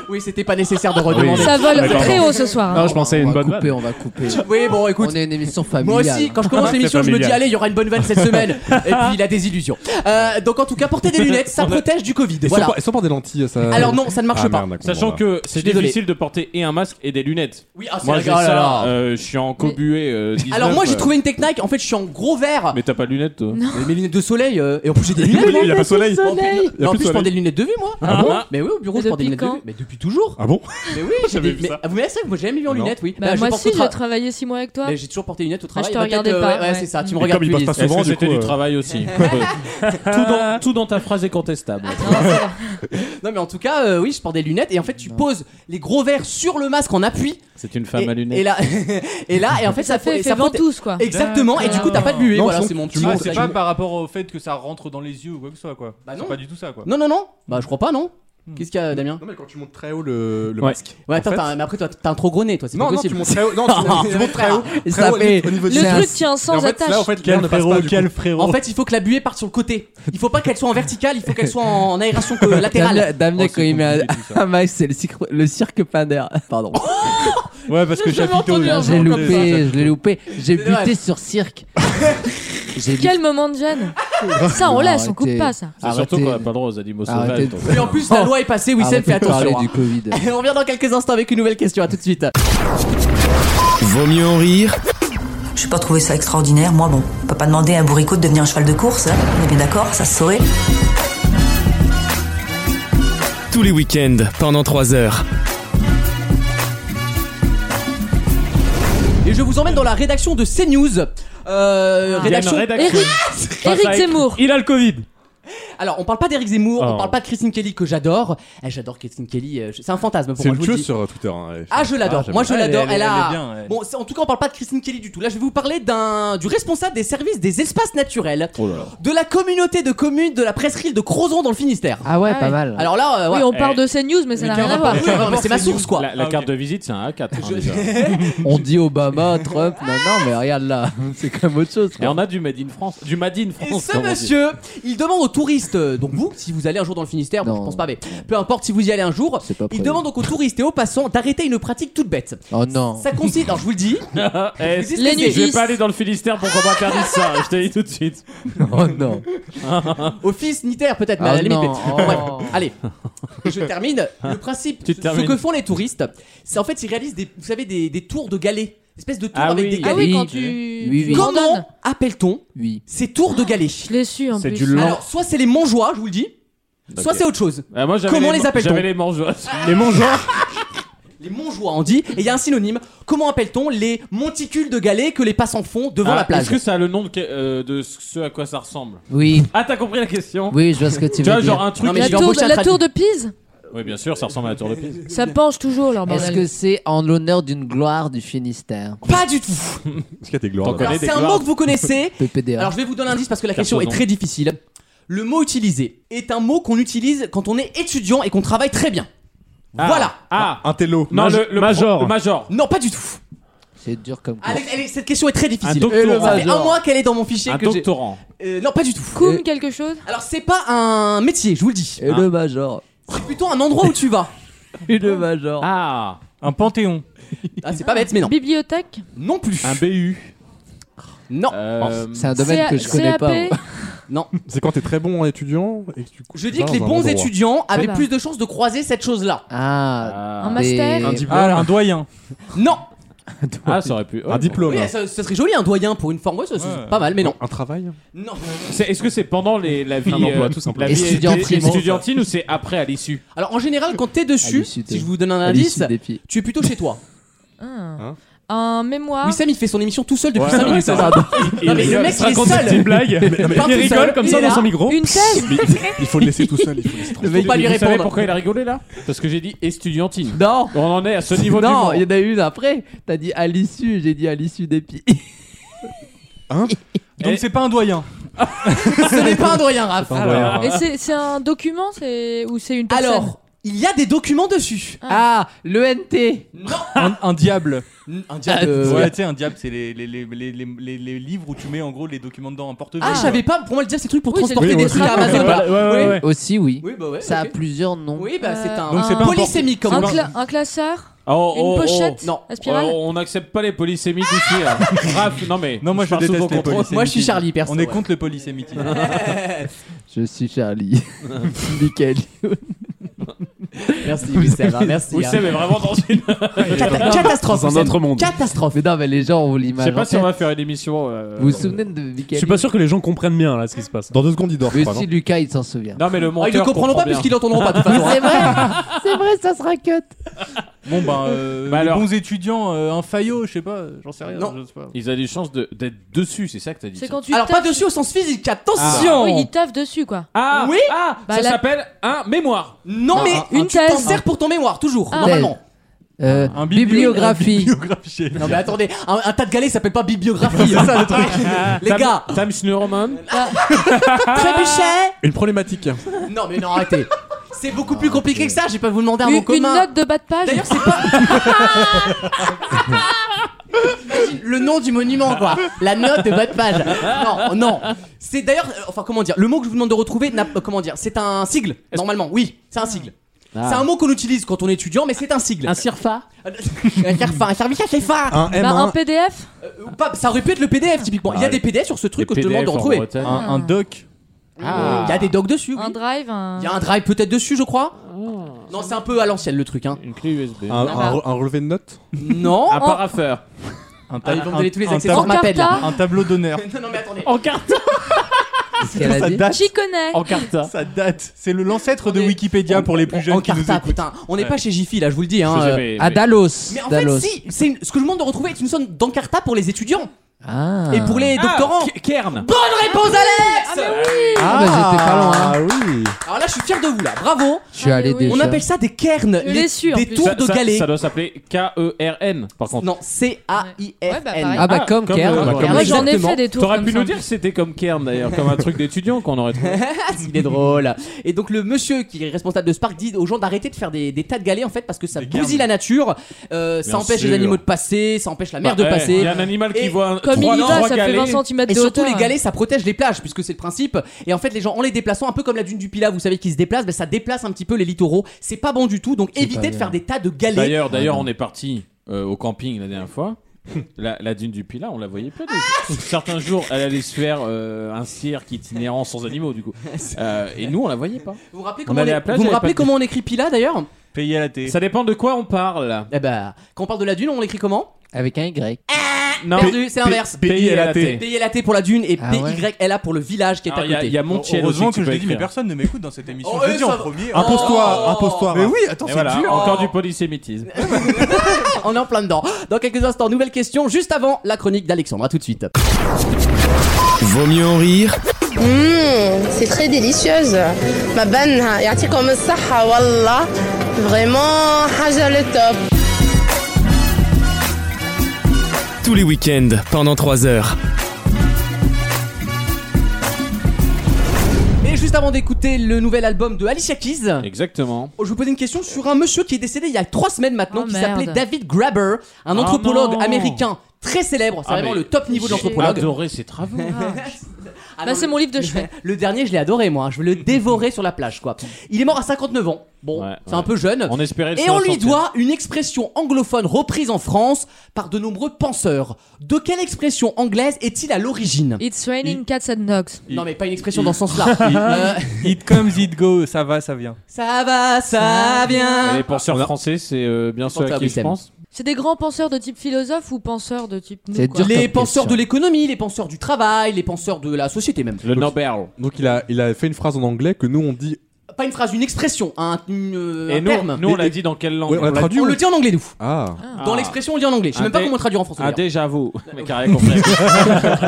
Speaker 2: Oui, c'était pas nécessaire de
Speaker 7: Ah
Speaker 2: redemander.
Speaker 9: Ça vole
Speaker 5: Mais pardon.
Speaker 9: très haut ce soir. hein.
Speaker 5: Non, je pensais à
Speaker 7: on
Speaker 5: une
Speaker 7: va
Speaker 5: bonne.
Speaker 7: couper,
Speaker 5: vanne.
Speaker 7: on va couper.
Speaker 2: Oui, bon, écoute.
Speaker 7: On est une émission
Speaker 2: Moi
Speaker 7: familiale.
Speaker 2: aussi, quand je commence
Speaker 5: C'est
Speaker 2: l'émission, je me dis
Speaker 5: familial.
Speaker 2: allez, il y aura une bonne vanne cette semaine. Et puis il a des illusions. Euh, donc en tout cas, porter des lunettes, ça protège du Covid.
Speaker 6: Et
Speaker 2: Voilà.
Speaker 6: sans, sans porter des lentilles, ça.
Speaker 2: Alors non, ça ne marche
Speaker 6: Ah,
Speaker 2: pas.
Speaker 6: merde, d'accord,
Speaker 4: Sachant
Speaker 6: bon,
Speaker 4: que c'est
Speaker 2: suis désolé.
Speaker 4: difficile de porter et un masque et des lunettes.
Speaker 2: Oui, ah, c'est
Speaker 4: Moi
Speaker 2: vrai.
Speaker 4: j'ai
Speaker 2: Oh là
Speaker 4: ça.
Speaker 2: là.
Speaker 4: euh, Je suis en cobué. euh, 19,
Speaker 2: Alors moi j'ai
Speaker 4: euh,
Speaker 2: trouvé une technique. En fait, je suis en gros vert.
Speaker 4: Mais t'as pas de lunettes toi
Speaker 2: Mais Mes lunettes de soleil euh, et en plus j'ai des
Speaker 6: voilà.
Speaker 2: lunettes.
Speaker 6: Il y a pas de soleil.
Speaker 2: En plus,
Speaker 6: Il y
Speaker 2: en
Speaker 6: a plus
Speaker 2: plus
Speaker 6: de
Speaker 2: je prends
Speaker 6: soleil.
Speaker 2: des lunettes de vue moi.
Speaker 4: Ah bon
Speaker 2: Mais oui, au bureau
Speaker 9: Mais
Speaker 2: je prends
Speaker 9: depuis
Speaker 2: des lunettes de
Speaker 9: quand
Speaker 2: vue. Mais depuis depuis toujours.
Speaker 6: Ah bon
Speaker 2: Mais oui, j'ai
Speaker 6: J'avais
Speaker 2: des-
Speaker 6: vu
Speaker 2: mais-
Speaker 6: ça.
Speaker 2: ah, Vous m'avez ça Moi j'ai jamais vu en
Speaker 6: Non.
Speaker 2: lunettes, oui.
Speaker 9: Bah,
Speaker 2: Bah, je
Speaker 9: moi
Speaker 2: porte
Speaker 9: aussi,
Speaker 2: au tra-
Speaker 9: j'ai travaillé 6 mois avec toi.
Speaker 2: Mais j'ai toujours porté des lunettes au
Speaker 9: Ah, je
Speaker 2: travail.
Speaker 9: te
Speaker 2: Bah, peut-être,
Speaker 9: regardais
Speaker 2: euh,
Speaker 9: pas,
Speaker 2: ouais, ouais,
Speaker 9: ouais.
Speaker 2: c'est ça. Tu me
Speaker 4: Mais
Speaker 2: regardes
Speaker 4: comme il
Speaker 2: plus,
Speaker 4: passe pas
Speaker 2: Lise.
Speaker 4: souvent, Est-ce que du c'était coup, du euh, travail aussi tout, dans, tout dans ta phrase est contestable.
Speaker 2: Non mais en tout cas, euh, oui, je porte des lunettes et en fait tu poses les gros verres sur le masque en appui.
Speaker 4: C'est une femme à lunettes.
Speaker 2: Et là, et là, et en fait ça,
Speaker 9: fait
Speaker 2: fait,
Speaker 9: effet ventouse, quoi.
Speaker 2: Exactement. Et du coup t'as pas de buée. Voilà, c'est mon petit
Speaker 3: Ah,
Speaker 2: conseil.
Speaker 3: c'est pas par rapport au fait que ça rentre dans les yeux ou quoi que ce soit, quoi.
Speaker 2: Bah
Speaker 3: C'est
Speaker 2: non.
Speaker 3: pas du tout ça, quoi.
Speaker 2: Non non non. Bah je crois pas non. Qu'est-ce qu'il y a, Damien
Speaker 6: Non, mais quand tu montes très haut le, le
Speaker 2: Ouais.
Speaker 6: masque.
Speaker 2: Ouais,
Speaker 6: en
Speaker 2: attends,
Speaker 6: fait-
Speaker 2: t'as- mais après, toi, t'as un trop gros nez, toi, c'est
Speaker 6: Non,
Speaker 2: pas
Speaker 6: non,
Speaker 2: possible.
Speaker 6: tu montes très haut- non, tu- tu montes très haut,
Speaker 2: Et
Speaker 6: très
Speaker 2: ça
Speaker 6: haut,
Speaker 2: fait-
Speaker 6: au niveau du- Le truc tient sans
Speaker 2: Et en fait,
Speaker 6: attache.
Speaker 2: là, en fait,
Speaker 6: Quel
Speaker 2: là, on ne passe
Speaker 6: frérot,
Speaker 2: pas, du
Speaker 6: quel
Speaker 2: coup.
Speaker 6: frérot.
Speaker 2: En fait, il faut que la buée parte sur le côté. Il faut pas qu'elle soit en verticale, il faut qu'elle soit en, en
Speaker 7: euh,
Speaker 2: aération que-
Speaker 7: Damien,
Speaker 2: latérale.
Speaker 7: Damien, quand il met un, un masque, c'est le cirque, le cirque Pinder. Pardon.
Speaker 4: ouais, parce
Speaker 2: que J'ai jamais Chapiteau, entendu un
Speaker 7: Je
Speaker 2: mot
Speaker 7: l'ai
Speaker 2: comme
Speaker 7: loupé,
Speaker 2: ça.
Speaker 7: je l'ai loupé. J'ai
Speaker 2: C'est vrai.
Speaker 7: buté sur cirque. J'ai
Speaker 9: Quel moment de gêne Ça, on
Speaker 7: Non,
Speaker 9: laisse, on coupe
Speaker 7: arrêtez.
Speaker 9: pas ça.
Speaker 4: C'est surtout qu'on n'a pas le droit aux animaux
Speaker 7: Arrêtez
Speaker 4: sauvages.
Speaker 7: de-
Speaker 4: donc.
Speaker 2: Et en plus, la loi est passée, Wissem,
Speaker 7: Arrêtez
Speaker 2: fais
Speaker 7: de parler
Speaker 2: attention.
Speaker 7: du Covid.
Speaker 2: hein. On revient dans quelques instants avec une nouvelle question, à tout de suite.
Speaker 1: Vaut mieux en rire.
Speaker 11: J'ai pas trouvé ça extraordinaire. Moi, bon, on peut pas demander à un bourricot de devenir un cheval de course. hein. On est bien d'accord, ça se saurait.
Speaker 1: Tous les week-ends pendant 3 heures.
Speaker 2: Et je vous emmène dans la rédaction de CNews. Euh,
Speaker 4: Il y a une
Speaker 2: rédaction.
Speaker 4: rédaction.
Speaker 2: Eric
Speaker 4: Face à-
Speaker 2: Zemmour.
Speaker 4: Il a le Covid.
Speaker 2: Alors, on parle pas d'Éric Zemmour,
Speaker 4: Oh.
Speaker 2: on parle pas de Christine Kelly que j'adore. Eh, j'adore Christine Kelly, euh, je- c'est un fantasme pour
Speaker 6: Ah, C'est
Speaker 2: moi.
Speaker 6: une
Speaker 2: je vous le
Speaker 6: queue
Speaker 2: dis.
Speaker 6: sur Twitter. hein, elle-
Speaker 2: Ah, je l'adore.
Speaker 6: Ah,
Speaker 2: Moi, je
Speaker 6: j'aime
Speaker 2: l'adore.
Speaker 6: bien.
Speaker 2: Elle,
Speaker 6: Elle est-
Speaker 2: a.
Speaker 6: elle est bien, elle.
Speaker 2: Bon, c'est- en tout cas, on parle pas de Christine Kelly du tout. Là, je vais vous parler d'un du responsable des services des espaces naturels
Speaker 6: Oh
Speaker 2: de la communauté de communes de la presqu'île de Crozon dans le Finistère.
Speaker 7: Ah ouais,
Speaker 9: Ah pas ouais. mal.
Speaker 2: Alors là, euh,
Speaker 9: Oui,
Speaker 2: ouais.
Speaker 9: on parle de CNews, mais ça n'a rien à voir.
Speaker 2: Oui, non, mais c'est ma source quoi.
Speaker 4: La, la carte de visite, c'est un A4. hein, déjà.
Speaker 7: On dit Obama, Trump. Non, non, mais regarde là. C'est quand même autre chose.
Speaker 4: Et on a du Made in France. Du Made in
Speaker 2: Et
Speaker 4: France.
Speaker 2: ce
Speaker 4: comme on dit.
Speaker 2: monsieur, il demande aux touristes, euh, donc vous, si vous allez un jour dans le Finistère, bon, je pense pas, mais peu importe si vous y allez un jour, il
Speaker 7: prévu.
Speaker 2: demande donc aux touristes et aux passants d'arrêter une pratique toute bête.
Speaker 7: Oh non.
Speaker 2: Ça consiste, alors je vous le dis, Vous
Speaker 4: Eh,
Speaker 9: Les
Speaker 2: dites ce que c'est.
Speaker 4: je vais pas aller dans le Finistère pour qu'on m'interdise ça. Je te dis tout de suite.
Speaker 7: Oh non.
Speaker 2: Office sanitaire peut-être, mais
Speaker 4: Ah
Speaker 2: à la limite.
Speaker 4: non,
Speaker 2: mais-
Speaker 4: oh.
Speaker 2: Bref, allez, je termine. Le principe,
Speaker 4: Tu
Speaker 2: ce- ce
Speaker 4: termines.
Speaker 2: que font les touristes, c'est en fait ils réalisent des, vous savez, des, des tours de galets, espèce de tours
Speaker 4: Ah
Speaker 2: avec
Speaker 4: oui.
Speaker 2: des
Speaker 9: Ah
Speaker 2: galets.
Speaker 9: oui, quand tu. tu randonnes.
Speaker 2: Comment appelle-t-on
Speaker 7: Oui.
Speaker 2: ces tours de galets
Speaker 9: Je l'ai su en
Speaker 4: C'est
Speaker 9: plus.
Speaker 4: du lent.
Speaker 2: Alors, soit c'est les mangeois, je vous le dis, soit
Speaker 4: Ok.
Speaker 2: c'est autre chose.
Speaker 4: Ah, moi, j'avais
Speaker 2: Comment
Speaker 4: les
Speaker 2: les appelle-t-on
Speaker 4: J'avais les mangeois.
Speaker 5: Les mangeois
Speaker 2: Les monjois, on dit. Et il y a un synonyme. Comment appelle-t-on les monticules de galets que les passants font devant
Speaker 4: Ah,
Speaker 2: la plage
Speaker 4: Est-ce que ça a le nom de, que- euh, de ce à quoi ça ressemble
Speaker 7: Oui.
Speaker 4: Ah, t'as compris la question
Speaker 7: Oui, je vois ce que tu
Speaker 4: Tu vois,
Speaker 7: veux dire.
Speaker 4: genre un truc.
Speaker 2: Non, mais
Speaker 9: La,
Speaker 2: je vais
Speaker 9: tour,
Speaker 2: embaucher un
Speaker 9: la
Speaker 2: traduit.
Speaker 9: tour de Pise
Speaker 4: Oui, bien sûr, ça ressemble à la tour de Pise.
Speaker 9: Ça penche toujours leur
Speaker 7: Est-ce
Speaker 9: bordel.
Speaker 7: que c'est en l'honneur d'une gloire du Finistère
Speaker 2: Pas du tout.
Speaker 6: Est-ce qu'il y a des
Speaker 4: T'en
Speaker 6: gloires
Speaker 4: connais
Speaker 2: Alors,
Speaker 4: des
Speaker 2: C'est un
Speaker 4: gloires.
Speaker 2: mot que vous connaissez.
Speaker 7: PPDA.
Speaker 2: Alors je vais vous donner un indice parce que la question est
Speaker 4: Carpezon.
Speaker 2: très difficile. Le mot utilisé est un mot qu'on utilise quand on est étudiant et qu'on travaille très bien.
Speaker 4: Ah.
Speaker 2: Voilà.
Speaker 4: Ah
Speaker 6: Un télo.
Speaker 4: Non, le, le
Speaker 5: Major.
Speaker 4: pro- le major.
Speaker 2: Non, pas du tout.
Speaker 7: C'est dur comme quoi.
Speaker 2: Alex, Alex, cette question est très difficile.
Speaker 4: Un doctorant.
Speaker 2: Ça fait
Speaker 4: Major.
Speaker 2: un mois qu'elle est dans mon fichier.
Speaker 4: Un
Speaker 2: que j'ai-
Speaker 4: doctorant.
Speaker 2: Euh, non, pas du tout.
Speaker 9: Koum quelque chose
Speaker 2: Alors c'est pas un métier, je vous le dis.
Speaker 7: Et le major.
Speaker 2: C'est plutôt un endroit où tu vas.
Speaker 7: Et le major.
Speaker 4: Ah
Speaker 3: Un panthéon.
Speaker 2: Ah, c'est pas bête, mais non.
Speaker 9: Bibliothèque
Speaker 2: Non plus.
Speaker 4: Un BU.
Speaker 2: Non.
Speaker 4: Euh,
Speaker 7: C'est un domaine
Speaker 9: CA-
Speaker 7: que je connais
Speaker 9: CAP,
Speaker 7: pas. moi.
Speaker 2: Non.
Speaker 6: C'est quand t'es très bon en étudiant et que tu
Speaker 2: Je dis
Speaker 6: vas
Speaker 2: que les
Speaker 6: dans un
Speaker 2: bons
Speaker 6: endroit.
Speaker 2: étudiants avaient
Speaker 9: Voilà.
Speaker 2: plus de chances de croiser cette chose-là.
Speaker 7: Ah,
Speaker 9: Un
Speaker 4: ah,
Speaker 9: master
Speaker 7: Un
Speaker 3: Ah, un doyen.
Speaker 2: Non.
Speaker 4: Ah, ça aurait pu.
Speaker 6: Un diplôme.
Speaker 2: Oui, ça, ça serait joli un doyen pour une forme. Ouais, ça, c'est
Speaker 3: Ouais.
Speaker 2: pas mal, mais non.
Speaker 6: Un travail
Speaker 2: Non.
Speaker 4: C'est- Est-ce que c'est pendant les, la vie,
Speaker 5: Un emploi,
Speaker 4: euh,
Speaker 5: tout simplement.
Speaker 4: la vie
Speaker 7: Étudiant
Speaker 4: étudiante-
Speaker 7: primaire.
Speaker 4: étudiantine ou c'est après à l'issue
Speaker 2: Alors en général, quand t'es
Speaker 7: À
Speaker 2: dessus,
Speaker 7: l'issue des-
Speaker 2: si je vous donne un
Speaker 7: à l'issue
Speaker 2: indice,
Speaker 7: des pieds.
Speaker 2: tu es plutôt chez toi.
Speaker 9: Ah. Un mémoire.
Speaker 2: Wissam, Ah. il fait son émission tout seul depuis
Speaker 5: Ouais.
Speaker 2: 5 minutes. hein.
Speaker 5: Ouais, ça
Speaker 2: Non, mais le mec, il est
Speaker 5: raconte
Speaker 2: seul.
Speaker 5: des petites blagues.
Speaker 2: Partout
Speaker 5: Il rigole
Speaker 2: seul,
Speaker 5: comme
Speaker 2: il
Speaker 5: ça
Speaker 2: est
Speaker 5: dans
Speaker 2: là.
Speaker 5: son micro.
Speaker 9: Une thèse
Speaker 6: Mais il faut le laisser tout seul, il faut le laisser tranquille.
Speaker 2: Faut pas lui
Speaker 4: Vous savez
Speaker 2: répondre.
Speaker 4: pourquoi il a rigolé là Parce que j'ai dit étudiantine.
Speaker 7: Non.
Speaker 4: On en est à ce niveau
Speaker 7: non, il
Speaker 4: du
Speaker 7: y en a une après. T'as dit à l'issue, j'ai dit à l'issue des pieds.
Speaker 4: Et-
Speaker 3: Hein Donc c'est pas un doyen.
Speaker 2: Ce n'est pas un doyen, Raph.
Speaker 9: Alors, Et c'est- c'est un document c'est ou c'est une personne
Speaker 2: Alors, il y a des documents dessus.
Speaker 7: Ah, l'ENT.
Speaker 3: Un, un diable.
Speaker 2: Un
Speaker 7: diable, euh,
Speaker 3: Ouais, tu sais, un diable, c'est les, les, les, les, les, les- les livres où tu mets en gros les documents dedans, un porte
Speaker 2: Ah, je savais pas. Pour moi, le diable, c'est le truc pour
Speaker 9: Oui, c'est le
Speaker 2: transporter des
Speaker 9: truc
Speaker 2: trucs à
Speaker 9: pour
Speaker 2: Amazon.
Speaker 5: Ouais, ouais, ouais,
Speaker 2: Oui.
Speaker 5: ouais.
Speaker 7: Aussi, oui.
Speaker 2: Oui, bah ouais.
Speaker 7: Ça
Speaker 2: ok.
Speaker 7: a plusieurs noms.
Speaker 2: Oui, bah c'est
Speaker 9: Euh,
Speaker 2: un,
Speaker 9: Donc,
Speaker 3: c'est pas un
Speaker 2: polysémique comme
Speaker 9: un,
Speaker 2: on dit.
Speaker 9: cla- un classeur
Speaker 4: Oh,
Speaker 9: Une
Speaker 4: oh, oh.
Speaker 9: pochette
Speaker 2: Non.
Speaker 9: à spirale
Speaker 4: Oh, on n'accepte pas les polysémites ici. là. Raph, non mais.
Speaker 3: Non, moi, je
Speaker 4: pars sous
Speaker 3: déteste
Speaker 4: vos
Speaker 3: les
Speaker 4: contrôles.
Speaker 3: polysémites.
Speaker 2: Moi, je suis Charlie, perso.
Speaker 3: On est
Speaker 2: ouais.
Speaker 3: contre le polysémitisme.
Speaker 7: Je suis Charlie. Nickel.
Speaker 2: Merci, Wissem. hein, Merci.
Speaker 4: Wissem
Speaker 2: hein.
Speaker 4: est vraiment dans une-
Speaker 2: Cata- Catastrophe.
Speaker 4: Dans un
Speaker 2: Wissem.
Speaker 4: autre monde.
Speaker 2: Catastrophe.
Speaker 7: Mais non, mais les gens ont l'image.
Speaker 4: Je sais pas
Speaker 7: en
Speaker 4: si on
Speaker 7: tête.
Speaker 4: va faire une émission. euh,
Speaker 7: Vous vous souvenez de
Speaker 5: Je
Speaker 7: Vicali
Speaker 5: suis pas sûr que les gens comprennent bien là ce qui se passe. Dans deux secondes, il dort.
Speaker 7: Mais si Lucas, il s'en souvient.
Speaker 4: Non, mais
Speaker 2: Ah,
Speaker 4: le monteur.
Speaker 5: ils le comprendront
Speaker 4: comprend
Speaker 5: pas
Speaker 4: bien.
Speaker 5: puisqu'ils l'entendront
Speaker 7: pas, de toute
Speaker 2: hein.
Speaker 7: façon. C'est vrai. C'est vrai, ça sera cut.
Speaker 3: Bon, ben, euh,
Speaker 4: Bah
Speaker 3: les
Speaker 4: alors.
Speaker 3: bons étudiants, euh, un faillot, je sais pas, j'en sais rien. je sais pas.
Speaker 15: Ils avaient des chances de- d'être dessus, c'est ça que t'as dit.
Speaker 9: C'est
Speaker 15: ça.
Speaker 9: quand tu
Speaker 2: Alors,
Speaker 9: taffes-
Speaker 2: pas dessus au sens physique,
Speaker 9: Ah. Oui,
Speaker 2: attention
Speaker 9: ils taffent dessus, quoi.
Speaker 4: Ah
Speaker 2: Oui
Speaker 4: Ah
Speaker 9: Bah,
Speaker 4: Ça
Speaker 9: la-
Speaker 4: s'appelle un mémoire.
Speaker 2: Non, mais
Speaker 9: une
Speaker 2: tu t'en
Speaker 9: thèse.
Speaker 2: sers pour ton mémoire, toujours,
Speaker 9: Ah.
Speaker 2: normalement.
Speaker 7: Euh, bibliographie.
Speaker 2: Non, mais attendez, un, un tas de galets s'appelle pas bibliographie, c'est ça le truc. Les
Speaker 4: Tam-
Speaker 2: gars, Ah.
Speaker 4: Tam Schneurman.
Speaker 2: trébuchet
Speaker 6: Une problématique.
Speaker 2: Non, mais non, arrêtez. C'est beaucoup plus compliqué que ça, j'ai pas vous demander un nom
Speaker 9: Une, une
Speaker 2: commun.
Speaker 9: note de bas de page.
Speaker 2: D'ailleurs, c'est pas. le nom du monument, quoi. La note de bas de page. Non, non. C'est d'ailleurs, euh, enfin, comment dire, le mot que je vous demande de retrouver, n'a- euh, comment dire, c'est un sigle, normalement, oui, c'est un sigle.
Speaker 7: Ah.
Speaker 2: C'est un mot qu'on utilise quand on est étudiant, mais c'est un sigle. Un
Speaker 7: sirfa
Speaker 2: Un sirfa, un servica, c'est fa.
Speaker 6: Un Ah
Speaker 9: Bah, un PDF
Speaker 2: Ou pas, ça aurait pu être le PDF typiquement. Il y a des PDF sur ce truc que je te demande de retrouver.
Speaker 15: Bretagne.
Speaker 9: Un- un
Speaker 2: doc.
Speaker 9: Ah.
Speaker 2: Il y a des docs dessus.
Speaker 9: Un drive un...
Speaker 2: Il y a un drive peut-être dessus, je crois. Non, c'est un peu à l'ancienne le truc. Hein.
Speaker 4: Une clé USB.
Speaker 6: Un, un re- un relevé de notes
Speaker 2: Non.
Speaker 4: Un paraffeur.
Speaker 3: Un
Speaker 2: Ah, ils vont me donner tous les
Speaker 3: un
Speaker 2: accessoires
Speaker 3: tableau-
Speaker 2: m'appellent, là.
Speaker 3: Un tableau d'honneur.
Speaker 2: non, non, mais attendez.
Speaker 4: En carte.
Speaker 7: qu'elle a
Speaker 3: Ça
Speaker 7: dit
Speaker 3: date.
Speaker 9: J'y connais.
Speaker 4: En carte.
Speaker 3: Ça date. C'est le l'ancêtre de Wikipédia pour les plus jeunes qui nous
Speaker 2: Encarta,
Speaker 3: écoutent.
Speaker 2: putain. On n'est pas chez Jiffy là, je vous le dis. Hein,
Speaker 3: Je sais,
Speaker 2: euh.
Speaker 3: mais-
Speaker 7: À Dalos.
Speaker 2: Mais en
Speaker 7: Dalos.
Speaker 2: fait, si, c'est une- ce que je demande de retrouver est une somme d'encarta pour les étudiants
Speaker 7: Ah.
Speaker 2: et pour les doctorants.
Speaker 4: K- Kern.
Speaker 2: Bonne réponse, Alex
Speaker 7: Ah, bah, j'étais pas loin.
Speaker 6: Ah oui.
Speaker 2: Alors là, je suis fier de vous là, bravo.
Speaker 7: Je suis allé déjà.
Speaker 2: Ah, On appelle ça des cairns,
Speaker 9: Je
Speaker 2: les,
Speaker 9: l'ai su, en
Speaker 2: des
Speaker 9: plus.
Speaker 2: tours
Speaker 4: Ça-
Speaker 2: de
Speaker 4: ça-
Speaker 2: galet.
Speaker 4: Ça doit s'appeler K-E-R-N par contre.
Speaker 2: Non, C-A-I-F-N.
Speaker 9: Ouais, bah, pareil.
Speaker 7: Ah bah
Speaker 4: Ah,
Speaker 7: comme
Speaker 4: comme
Speaker 7: Kerr.
Speaker 4: le- bah, comme
Speaker 9: Moi, j'en ai
Speaker 2: Exactement.
Speaker 9: fait des tours
Speaker 4: T'aurais
Speaker 9: comme
Speaker 4: pu
Speaker 9: ça.
Speaker 4: nous dire que c'était comme Kern d'ailleurs, comme un truc d'étudiant qu'on aurait trouvé.
Speaker 2: Il est drôle. Et donc le monsieur qui est responsable de Spark dit aux gens d'arrêter de faire des, des tas de galets en fait parce que ça bousille la nature, euh, ça
Speaker 15: Bien
Speaker 2: empêche
Speaker 15: sûr.
Speaker 2: les animaux de passer, ça empêche la mer
Speaker 4: Bah,
Speaker 2: de
Speaker 4: eh,
Speaker 2: passer.
Speaker 4: Il y a un animal qui
Speaker 2: Et
Speaker 4: voit un,
Speaker 9: Comme
Speaker 4: trois,
Speaker 9: il y va,
Speaker 4: trois
Speaker 9: ça fait
Speaker 4: galets.
Speaker 9: 20 cm de hein.
Speaker 2: Et surtout
Speaker 9: hauteur.
Speaker 2: les galets ça protège les plages puisque c'est le principe. Et en fait les gens en les déplaçant un peu comme la dune du Pilat vous savez qui se déplace, ben, ça déplace un petit peu les littoraux. C'est pas bon du tout donc évitez de faire des tas de galets.
Speaker 15: D'ailleurs,
Speaker 2: Ah
Speaker 15: d'ailleurs, on est parti euh, au camping la dernière fois. La, la dune du Pilat, on la voyait pas. des- Certains jours, elle allait se faire euh, un cirque itinérant sans animaux, du coup. Euh, et nous, on la voyez pas.
Speaker 2: Vous vous rappelez
Speaker 15: On
Speaker 2: comment on,
Speaker 15: allait à
Speaker 2: é-
Speaker 15: la plage,
Speaker 2: vous
Speaker 15: il
Speaker 2: me
Speaker 15: y avait pas
Speaker 2: rappelez
Speaker 15: de-
Speaker 2: comment on écrit Pilat d'ailleurs
Speaker 3: Payé à la thé.
Speaker 4: Ça dépend de quoi on parle là.
Speaker 2: Eh ben quand on parle de la dune on l'écrit comment
Speaker 7: Avec un Y.
Speaker 4: Non.
Speaker 2: Perdu c'est l'inverse.
Speaker 4: P-I-L-A-T.
Speaker 2: P-I-L-A-T pour la dune et
Speaker 7: Ah ouais.
Speaker 2: P-Y-L-A pour le village qui est à
Speaker 4: Alors, Il y a-
Speaker 2: côté.
Speaker 4: il y a Montiel aussi
Speaker 3: Heureusement que,
Speaker 4: tu
Speaker 3: je
Speaker 4: peux
Speaker 3: l'ai dit, mais
Speaker 4: écrire.
Speaker 3: personne ne m'écoute dans cette émission.
Speaker 2: Oh,
Speaker 3: je
Speaker 2: et
Speaker 3: l'ai dit en
Speaker 2: ça-
Speaker 3: premier. hein.
Speaker 2: Oh.
Speaker 6: Impose-toi, impose-toi.
Speaker 3: Mais oui, attends,
Speaker 4: Et
Speaker 3: c'est
Speaker 4: voilà,
Speaker 3: dur.
Speaker 4: encore du polysémitisme.
Speaker 2: Ah On est en plein dedans. Dans quelques instants, nouvelle question, juste avant la chronique d'Alexandre. À tout de suite.
Speaker 1: Vaut mieux en rire
Speaker 16: Mmh, c'est très délicieuse. Ma banne, comme ça, hein, wallah. Vraiment, haja le top.
Speaker 1: tous les week-ends pendant 3 heures.
Speaker 2: Et juste avant d'écouter le nouvel album de Alicia Keys, oh,
Speaker 15: Exactement.
Speaker 2: je vous posais une question sur un monsieur qui est décédé il y a trois semaines maintenant,
Speaker 9: Oh,
Speaker 2: qui
Speaker 9: merde.
Speaker 2: s'appelait David Graber, un
Speaker 15: Ah,
Speaker 2: anthropologue
Speaker 15: non.
Speaker 2: américain très célèbre. C'est
Speaker 15: Ah,
Speaker 2: vraiment
Speaker 15: mais
Speaker 2: le top niveau de
Speaker 15: J'ai
Speaker 2: l'anthropologue.
Speaker 15: adoré ses travaux.
Speaker 2: Ah,
Speaker 9: Bah,
Speaker 2: non,
Speaker 9: c'est
Speaker 2: le-
Speaker 9: mon livre de chevet.
Speaker 2: Le dernier, je l'ai adoré, moi. Je le dévorais sur la plage, quoi. Il est mort à 59 ans. Bon,
Speaker 15: Ouais,
Speaker 2: c'est
Speaker 15: ouais.
Speaker 2: un peu jeune.
Speaker 15: On espérait. le
Speaker 2: Et on lui
Speaker 15: 60e.
Speaker 2: doit une expression anglophone reprise en France par de nombreux penseurs. De quelle expression anglaise est-il à l'origine
Speaker 9: It's raining cats and dogs.
Speaker 2: Non mais pas une expression dans ce sens-là. Euh,
Speaker 3: It comes, it go, ça va, ça vient.
Speaker 2: ça va,
Speaker 9: Ah.
Speaker 2: ça vient.
Speaker 15: Et pour penseurs français, c'est euh, bien ceux à
Speaker 2: Penseur
Speaker 15: qui je
Speaker 2: Wissem.
Speaker 15: pense.
Speaker 9: C'est des grands penseurs de type philosophe ou penseurs de type nous
Speaker 7: C'est
Speaker 9: quoi.
Speaker 7: dur.
Speaker 2: Les
Speaker 7: Question.
Speaker 2: penseurs de l'économie, les penseurs du travail, les penseurs de la société même.
Speaker 15: Le Nobel.
Speaker 6: Donc il a, il a fait une phrase en anglais que nous on dit.
Speaker 2: Pas une phrase, une expression, un, une, euh,
Speaker 4: Et
Speaker 2: un
Speaker 4: nous,
Speaker 2: terme.
Speaker 4: nous, on l'a dit dans quelle langue
Speaker 6: Ouais, on l'a traduit.
Speaker 2: on
Speaker 6: oui.
Speaker 2: le dit en anglais nous.
Speaker 6: Ah.
Speaker 2: Dans l'expression on le dit en anglais. Je sais
Speaker 4: Un
Speaker 2: même pas
Speaker 4: dé-
Speaker 2: comment traduire en français.
Speaker 4: Ah
Speaker 2: d'ailleurs.
Speaker 4: déjà vous. Mais carré complet.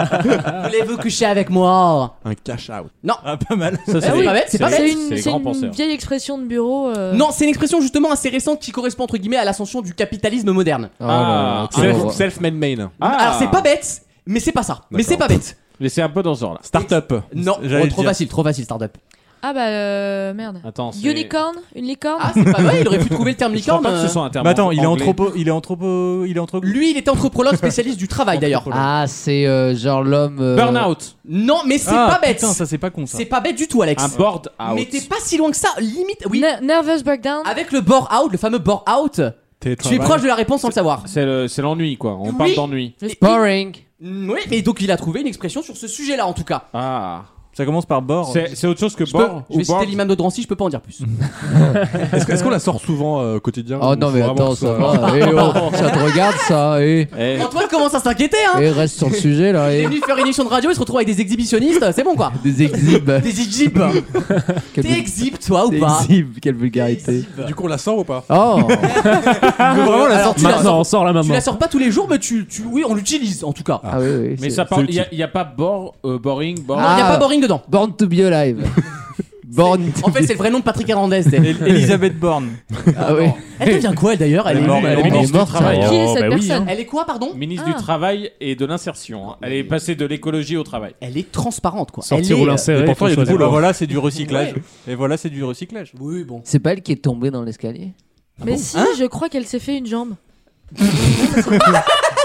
Speaker 2: Voulez-vous coucher avec moi
Speaker 6: Un cash out.
Speaker 3: Ah, pas mal.
Speaker 15: Ça,
Speaker 2: c'est Eh oui. pas bête, c'est pas
Speaker 9: C'est
Speaker 2: bête.
Speaker 9: une,
Speaker 15: les
Speaker 9: c'est
Speaker 15: grands
Speaker 9: une
Speaker 15: penseurs.
Speaker 9: vieille expression de bureau. euh,
Speaker 2: Non, c'est une expression justement assez récente qui correspond entre guillemets à l'ascension du capitalisme moderne.
Speaker 7: Oh
Speaker 4: bah,
Speaker 7: là là,
Speaker 15: Ah,
Speaker 7: excellent.
Speaker 6: Self- Self-made
Speaker 3: Ah.
Speaker 6: man.
Speaker 4: Ah.
Speaker 2: Alors Ah, c'est pas bête, mais c'est pas ça. Mais c'est pas bête.
Speaker 15: Mais c'est un peu dans ce genre là.
Speaker 6: Startup.
Speaker 2: Non,
Speaker 3: J'allais
Speaker 2: oh,
Speaker 3: le
Speaker 2: trop
Speaker 3: dire.
Speaker 2: facile, trop facile, startup.
Speaker 9: Ah bah euh, merde.
Speaker 15: Attends. c'est-
Speaker 9: Unicorn Une licorne
Speaker 2: Ah, c'est pas vrai, il aurait pu trouver le terme
Speaker 15: Je crois
Speaker 2: licorne.
Speaker 15: pas que
Speaker 2: euh.
Speaker 15: ce soit un terme.
Speaker 3: Mais attends, il est
Speaker 15: anglais.
Speaker 3: anthropo, il est anthropo, il est anthropo.
Speaker 2: Lui, il était anthropologue spécialiste du travail d'ailleurs.
Speaker 7: Ah, c'est euh, genre l'homme. euh,
Speaker 15: Burnout.
Speaker 2: Non, mais c'est
Speaker 3: Ah,
Speaker 2: pas bête.
Speaker 3: Putain, ça c'est pas con ça.
Speaker 2: C'est pas bête du tout, Alex.
Speaker 15: Un board out.
Speaker 2: Mais t'es pas si loin que ça, limite. Oui.
Speaker 9: Ne- Nervous breakdown
Speaker 2: Avec le bore out, le fameux bore out, tu es proche de la réponse sans le savoir.
Speaker 15: C'est le- c'est l'ennui quoi. On parle d'ennui.
Speaker 2: Et-
Speaker 7: Boring.
Speaker 2: Mm, Oui, mais donc il a trouvé une expression sur ce sujet-là en tout cas.
Speaker 15: Ah.
Speaker 3: Ça commence par bord.
Speaker 17: C'est- c'est autre chose que
Speaker 2: Je peux- je vais citer l'imam de Drancy, je peux pas en dire plus.
Speaker 6: Est-ce que- est-ce qu'on la sort souvent euh, au quotidien
Speaker 7: Oh non, mais attends, ça va. Eh, oh, ça te regarde, ça. Eh.
Speaker 2: Antoine commence à s'inquiéter, hein
Speaker 7: Eh, reste sur le sujet, là.
Speaker 2: Il est
Speaker 7: Eh.
Speaker 2: venu faire une émission de radio, il se retrouve avec des exhibitionnistes, c'est bon quoi
Speaker 7: Des exhibes.
Speaker 2: Des exhibes T'es exhibes toi ou
Speaker 7: Des
Speaker 2: pas
Speaker 7: exhibes, quelle vulgarité.
Speaker 6: Du coup, on la sort ou pas
Speaker 7: Oh
Speaker 2: vraiment la sortie, la sort-
Speaker 5: on sort là
Speaker 2: Tu
Speaker 5: maintenant.
Speaker 2: la sors pas tous les jours, mais tu, tu- oui, on l'utilise en tout cas.
Speaker 7: Ah oui, oui.
Speaker 4: Mais
Speaker 7: c'est-
Speaker 4: ça parle.
Speaker 7: c'est
Speaker 4: Il n'y a, pas bore, euh, boring, bore.
Speaker 2: Non, il y
Speaker 3: Ah.
Speaker 2: a pas boring dedans.
Speaker 7: Born to be alive. Born to
Speaker 2: En fait,
Speaker 7: be-
Speaker 2: c'est le vrai nom de Patrick Hernandez. elle.
Speaker 3: Elisabeth Borne.
Speaker 7: Ah oui.
Speaker 2: Elle devient quoi elle, d'ailleurs
Speaker 4: Elle est
Speaker 2: où,
Speaker 4: morte, elle est
Speaker 7: morte.
Speaker 4: morte. Travail.
Speaker 9: Qui
Speaker 2: Oh,
Speaker 9: est cette
Speaker 4: bah oui,
Speaker 9: personne
Speaker 2: Elle est quoi, pardon
Speaker 4: Ministre
Speaker 2: Ah.
Speaker 4: du Travail et de l'Insertion. hein. Elle est passée de l'écologie au travail.
Speaker 2: Elle est transparente quoi.
Speaker 5: Sortir
Speaker 2: elle
Speaker 5: ou
Speaker 2: est, euh,
Speaker 5: l'insérer, pour
Speaker 3: Pourtant, il y a du
Speaker 5: choisir.
Speaker 3: boulot. Voilà, c'est du recyclage. Et voilà, c'est du recyclage.
Speaker 2: Oui, bon.
Speaker 7: C'est pas elle qui est tombée dans l'escalier
Speaker 9: Mais
Speaker 2: hein
Speaker 9: si, je crois qu'elle s'est fait une jambe.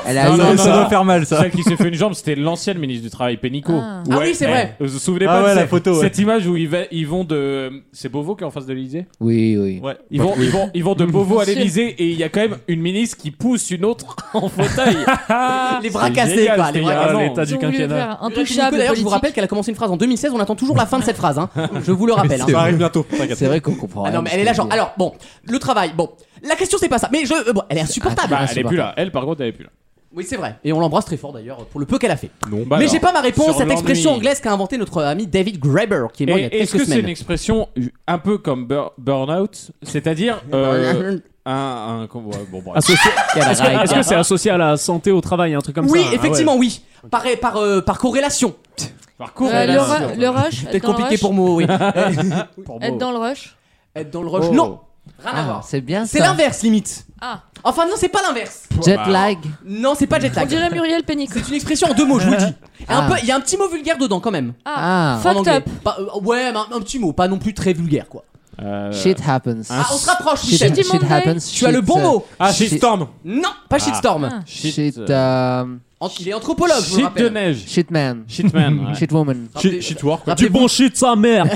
Speaker 7: Elle a
Speaker 4: Non,
Speaker 7: eu-
Speaker 4: non, non,
Speaker 3: ça doit
Speaker 4: non.
Speaker 3: faire mal, ça.
Speaker 4: Celle qui s'est fait une jambe, c'était l'ancienne ministre du Travail, Pénicaud. Eh,
Speaker 9: Ah.
Speaker 2: Ah oui, c'est vrai.
Speaker 4: Vous vous souvenez
Speaker 3: Ah
Speaker 4: pas de
Speaker 3: ouais, la
Speaker 4: cette-
Speaker 3: photo, ouais.
Speaker 4: Cette image où ils, va- ils vont de. C'est Beauvau qui est en face de l'Élysée
Speaker 7: Oui, oui.
Speaker 4: Ouais. Ils vont, ils, vont, ils vont de Beauvau à
Speaker 9: Monsieur.
Speaker 4: l'Élysée et il y a quand même une ministre qui pousse une autre en fauteuil.
Speaker 2: Les bras
Speaker 4: C'est
Speaker 2: cassés
Speaker 4: génial,
Speaker 2: quoi. Les bras
Speaker 4: c'était il y a
Speaker 2: cassés.
Speaker 4: un an.
Speaker 5: l'état du
Speaker 9: Ils ont voulu faire
Speaker 5: quinquennat.
Speaker 2: Hélène Pénicaud,
Speaker 9: Intouchable.
Speaker 2: D'ailleurs, je vous
Speaker 9: politique.
Speaker 2: rappelle qu'elle a commencé une phrase en 2016, on attend toujours la fin de cette phrase. hein. Je vous le rappelle. hein.
Speaker 6: Ça arrive bientôt.
Speaker 7: C'est vrai qu'on comprend.
Speaker 4: Bah,
Speaker 2: Ah non, mais elle est là, genre. Alors, bon, le travail, bon. La question, c'est pas ça. Mais je. euh, bon, elle est insupportable.
Speaker 4: Bah, elle est plus là. Elle, par contre, elle est plus là.
Speaker 2: Oui, c'est vrai. Et on l'embrasse très fort d'ailleurs pour le peu qu'elle a fait.
Speaker 4: Non,
Speaker 2: mais j'ai pas ma réponse
Speaker 4: Bah, sur
Speaker 2: cette expression
Speaker 4: l'ennui.
Speaker 2: anglaise qu'a inventée notre ami David Graeber, qui est mort il y a
Speaker 4: Et Est-ce
Speaker 2: quelques
Speaker 4: que c'est une
Speaker 2: semaines.
Speaker 4: expression un peu comme bur- burn-out C'est-à-dire. euh, un. un- Bon, bref.
Speaker 5: Associé-
Speaker 7: Quelle
Speaker 5: Est-ce
Speaker 7: raille,
Speaker 5: que- est-ce que c'est associé à la santé au travail, un truc comme
Speaker 4: hein,
Speaker 2: Oui,
Speaker 5: ça Ah
Speaker 2: effectivement, oui. Par, par, euh, par corrélation.
Speaker 4: Par
Speaker 9: Euh,
Speaker 4: contre,
Speaker 9: le, ru- le rush.
Speaker 2: Peut-être compliqué pour
Speaker 9: moi.
Speaker 2: moi, oui.
Speaker 9: Être dans le rush.
Speaker 2: Être dans le rush.
Speaker 7: Oh.
Speaker 2: Non, rien à
Speaker 7: Ah,
Speaker 2: voir.
Speaker 7: c'est bien
Speaker 2: C'est
Speaker 7: ça.
Speaker 2: l'inverse, limite.
Speaker 9: Ah,
Speaker 2: Enfin, non, c'est pas l'inverse.
Speaker 7: Jet
Speaker 4: bah,
Speaker 7: lag.
Speaker 2: Non, c'est pas jet
Speaker 9: on
Speaker 2: lag.
Speaker 9: dirait Muriel Pénicaud.
Speaker 2: C'est une expression en deux mots, je vous le dis. Et un
Speaker 7: Ah.
Speaker 2: peu- Il y a un petit mot vulgaire dedans quand même.
Speaker 9: Ah,
Speaker 7: Ah.
Speaker 2: En
Speaker 9: fucked
Speaker 2: anglais.
Speaker 9: up.
Speaker 2: Pas- euh, ouais, mais un, un petit mot, pas non plus très vulgaire quoi.
Speaker 4: euh,
Speaker 7: Shit happens.
Speaker 2: Ah, on se rapproche,
Speaker 7: Shit,
Speaker 2: Michel.
Speaker 9: Shitty
Speaker 7: shit
Speaker 9: Monday.
Speaker 7: happens.
Speaker 2: Tu as le bon
Speaker 7: shit,
Speaker 2: mot.
Speaker 7: euh,
Speaker 4: Ah, shitstorm
Speaker 2: Non, pas shitstorm.
Speaker 9: Ah.
Speaker 4: Shit,
Speaker 7: Shit.
Speaker 4: euh,
Speaker 7: euh,
Speaker 2: Ant- Il est anthropologue, je vous le
Speaker 4: Shit de
Speaker 2: rappelle.
Speaker 4: neige.
Speaker 7: Shit man.
Speaker 4: Shitman. ouais.
Speaker 7: Shit woman.
Speaker 2: Rappelez-
Speaker 6: Shitwork.
Speaker 5: Du bon shit, sa mère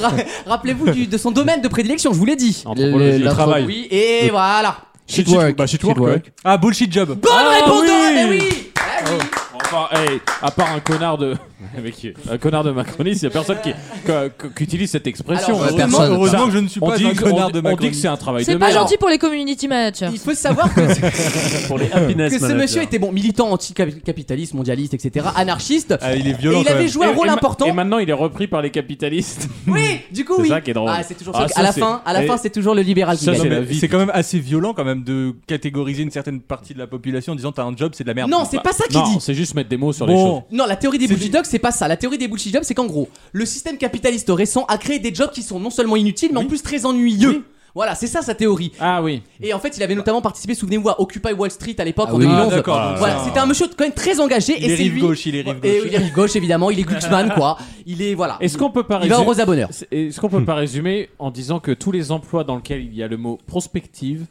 Speaker 2: Ra- Rappelez-vous du- de son domaine de prédilection, je vous l'ai dit.
Speaker 4: Anthropologie.
Speaker 7: Le- le-
Speaker 4: travail.
Speaker 2: Oui, et voilà.
Speaker 7: Shit work.
Speaker 6: Bah, shitwork, ouais.
Speaker 3: Ah, bullshit job.
Speaker 2: Bonne
Speaker 4: Ah,
Speaker 2: réponse de
Speaker 4: oui. Oh,
Speaker 2: mais oui Ah oui.
Speaker 4: Enfin, hey, à part un connard de. Avec qui Un connard de macroniste, il n'y a personne qui, qu'a- qu'a- qui utilise cette expression.
Speaker 2: Alors,
Speaker 7: Ouais,
Speaker 4: Heureusement-
Speaker 7: personne.
Speaker 3: Heureusement que je ne suis
Speaker 4: On
Speaker 3: pas
Speaker 4: dit,
Speaker 3: un
Speaker 4: que-
Speaker 3: connard
Speaker 4: on-
Speaker 3: de
Speaker 4: on dit
Speaker 3: Macron.
Speaker 4: que c'est un travail de
Speaker 9: C'est pas
Speaker 4: merde.
Speaker 9: gentil pour les community managers.
Speaker 2: Il faut savoir que,
Speaker 5: Pour les happiness
Speaker 2: que ce
Speaker 5: managers.
Speaker 2: monsieur était bon militant anticapitaliste, mondialiste, etc., anarchiste.
Speaker 3: Ah, il est
Speaker 2: et
Speaker 3: violent
Speaker 2: il
Speaker 3: quand
Speaker 2: avait
Speaker 3: même.
Speaker 2: joué
Speaker 4: Et-
Speaker 2: un
Speaker 4: et
Speaker 2: rôle
Speaker 4: ma-
Speaker 2: important.
Speaker 4: Et maintenant, il est repris par les capitalistes.
Speaker 2: Oui, du coup,
Speaker 4: C'est
Speaker 2: oui.
Speaker 4: ça qui est drôle.
Speaker 2: Ah, c'est toujours
Speaker 4: Ah,
Speaker 2: ça.
Speaker 4: ça,
Speaker 2: à la
Speaker 4: c'est-
Speaker 2: fin, à la
Speaker 4: et-
Speaker 2: fin, c'est toujours le libéral qui
Speaker 4: Ça,
Speaker 3: Non,
Speaker 4: c'est
Speaker 2: gagne.
Speaker 4: la
Speaker 3: mais
Speaker 4: vie.
Speaker 3: C'est quand même assez violent quand même de catégoriser une certaine partie de la population en disant t'as un job, c'est de la merde.
Speaker 2: Non, c'est pas ça qu'il
Speaker 4: Non,
Speaker 2: dit.
Speaker 4: c'est juste mettre des mots sur les
Speaker 3: Bon.
Speaker 4: choses.
Speaker 2: Non, la théorie des bullshit jobs, c'est pas ça. La théorie des bullshit jobs, c'est qu'en gros, le système capitaliste récent a créé des jobs qui sont non seulement inutiles, mais en plus très ennuyeux. Voilà, c'est ça sa théorie.
Speaker 4: Ah oui.
Speaker 2: Et en fait, il avait notamment participé, souvenez-vous, à Occupy Wall Street à l'époque
Speaker 7: Ah
Speaker 2: en
Speaker 7: oui.
Speaker 2: 2011.
Speaker 3: Ah, d'accord, donc
Speaker 2: voilà,
Speaker 3: ça-
Speaker 2: c'était un monsieur quand même très engagé.
Speaker 3: Il
Speaker 2: et
Speaker 3: est
Speaker 2: c'est
Speaker 3: rive
Speaker 2: lui-
Speaker 3: gauche, il est rive
Speaker 2: Et
Speaker 3: gauche.
Speaker 2: il est rive gauche, évidemment. Il est Glucksmann, quoi. Il est voilà.
Speaker 4: Est-ce qu'on peut pas
Speaker 2: Il va au
Speaker 4: résumer-
Speaker 2: Rosa Bonheur.
Speaker 4: C'est- Est-ce qu'on peut pas résumer en disant que tous les emplois dans lesquels il y a le mot prospective,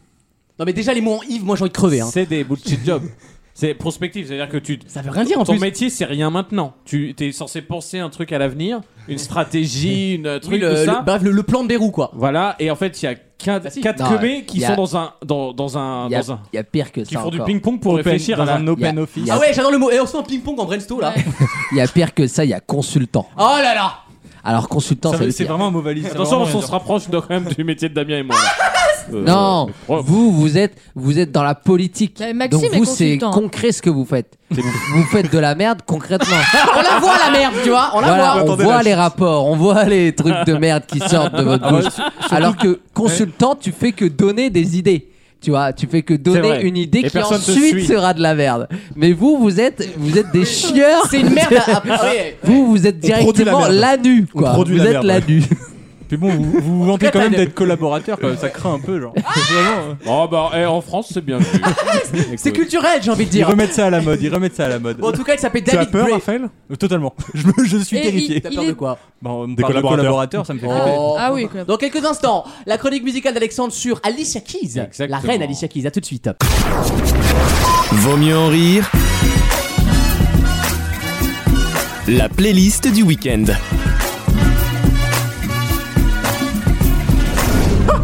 Speaker 2: Non, mais déjà les mots en Yves, moi j'ai envie de crever. Hein.
Speaker 4: c'est des bullshit jobs C'est prospective, c'est-à-dire que tu,
Speaker 2: Ça veut rien dire en
Speaker 4: ton
Speaker 2: plus.
Speaker 4: métier, c'est rien maintenant. Tu es censé penser un truc à l'avenir, une stratégie, une euh, truc
Speaker 2: Oui, le,
Speaker 4: tout ça.
Speaker 2: le- bref, le- le plan de Bérou, quoi.
Speaker 4: Voilà, et en fait, il y a quatre,
Speaker 2: Bah si.
Speaker 4: quatre
Speaker 7: Non,
Speaker 4: queumés qui
Speaker 7: y a-
Speaker 4: sont dans un, dans, dans un,
Speaker 7: Il y, a-
Speaker 4: dans un-
Speaker 7: il y a pire que ça.
Speaker 4: qui font du
Speaker 7: encore.
Speaker 4: ping-pong pour réfléchir à
Speaker 3: dans
Speaker 4: la-
Speaker 3: un open
Speaker 7: y a-
Speaker 3: office.
Speaker 7: y a-
Speaker 2: Ah ouais, j'adore le mot. Et on se fait un ping-pong en brainstorm là.
Speaker 7: Il y a pire que ça, il y a consultant.
Speaker 2: Oh là là
Speaker 7: Alors consultant,
Speaker 3: Ça,
Speaker 7: ça veut
Speaker 3: C'est
Speaker 7: dire-
Speaker 3: vraiment un mauvais livre.
Speaker 4: Attention, on se rapproche de- quand même du métier de Damien et moi. là. Euh,
Speaker 7: Non,
Speaker 4: euh,
Speaker 7: vous, vous êtes, vous êtes dans la politique.
Speaker 9: Bah, Maxime
Speaker 7: Donc
Speaker 9: est
Speaker 7: vous, c'est
Speaker 9: consultant.
Speaker 7: concret ce que vous faites. Vous, vous faites de la merde concrètement.
Speaker 2: On la voit la merde, tu vois. On la
Speaker 7: Voilà,
Speaker 2: voit.
Speaker 7: on
Speaker 3: Attendez,
Speaker 7: voit
Speaker 3: là,
Speaker 7: les rapports, on voit les trucs de merde qui sortent de votre bouche. Alors que consultant, tu fais que donner des idées. Tu vois, tu fais que donner
Speaker 4: vrai.
Speaker 7: une idée
Speaker 4: Et
Speaker 7: qui
Speaker 4: personne te
Speaker 7: ensuite
Speaker 4: suit.
Speaker 7: sera de la merde. Mais vous, vous êtes, vous êtes des chieurs.
Speaker 2: C'est une merde. à- à- ah ouais.
Speaker 7: Vous, vous êtes
Speaker 6: On produit la
Speaker 7: directement
Speaker 6: merde.
Speaker 7: l'anu,
Speaker 6: On
Speaker 7: quoi.
Speaker 6: produit
Speaker 7: vous
Speaker 6: la
Speaker 7: êtes
Speaker 6: merde,
Speaker 7: l'anu.
Speaker 3: Puis bon, vous vous vous vantez quand même
Speaker 2: t'as-
Speaker 3: d'être collaborateur, quand même, ça craint un peu, genre. hein.
Speaker 4: Oh bah, eh, en France, c'est bien vu.
Speaker 2: C'est culturel, j'ai envie de
Speaker 3: Ils
Speaker 2: dire.
Speaker 3: remettent ça à la mode, ils remettent ça à la mode.
Speaker 2: Bon, en tout cas, il s'appelle
Speaker 6: Tu as
Speaker 2: David
Speaker 6: peur,
Speaker 2: Gray.
Speaker 6: Raphaël
Speaker 3: Totalement. Je, me- je suis
Speaker 9: Et
Speaker 3: terrifié.
Speaker 2: T'as
Speaker 9: Il
Speaker 2: peur
Speaker 9: est-
Speaker 2: de quoi
Speaker 3: Bon,
Speaker 6: Des collaborateurs.
Speaker 3: collaborateurs, ça me fait flipper.
Speaker 2: Oh.
Speaker 9: Ah oui, club.
Speaker 2: Dans quelques instants, la chronique musicale d'Alexandre sur Alicia Keys.
Speaker 4: Exactement.
Speaker 2: La reine Alicia Keys, à tout de suite.
Speaker 18: Vaut mieux en rire. La playlist du week-end.
Speaker 2: Merci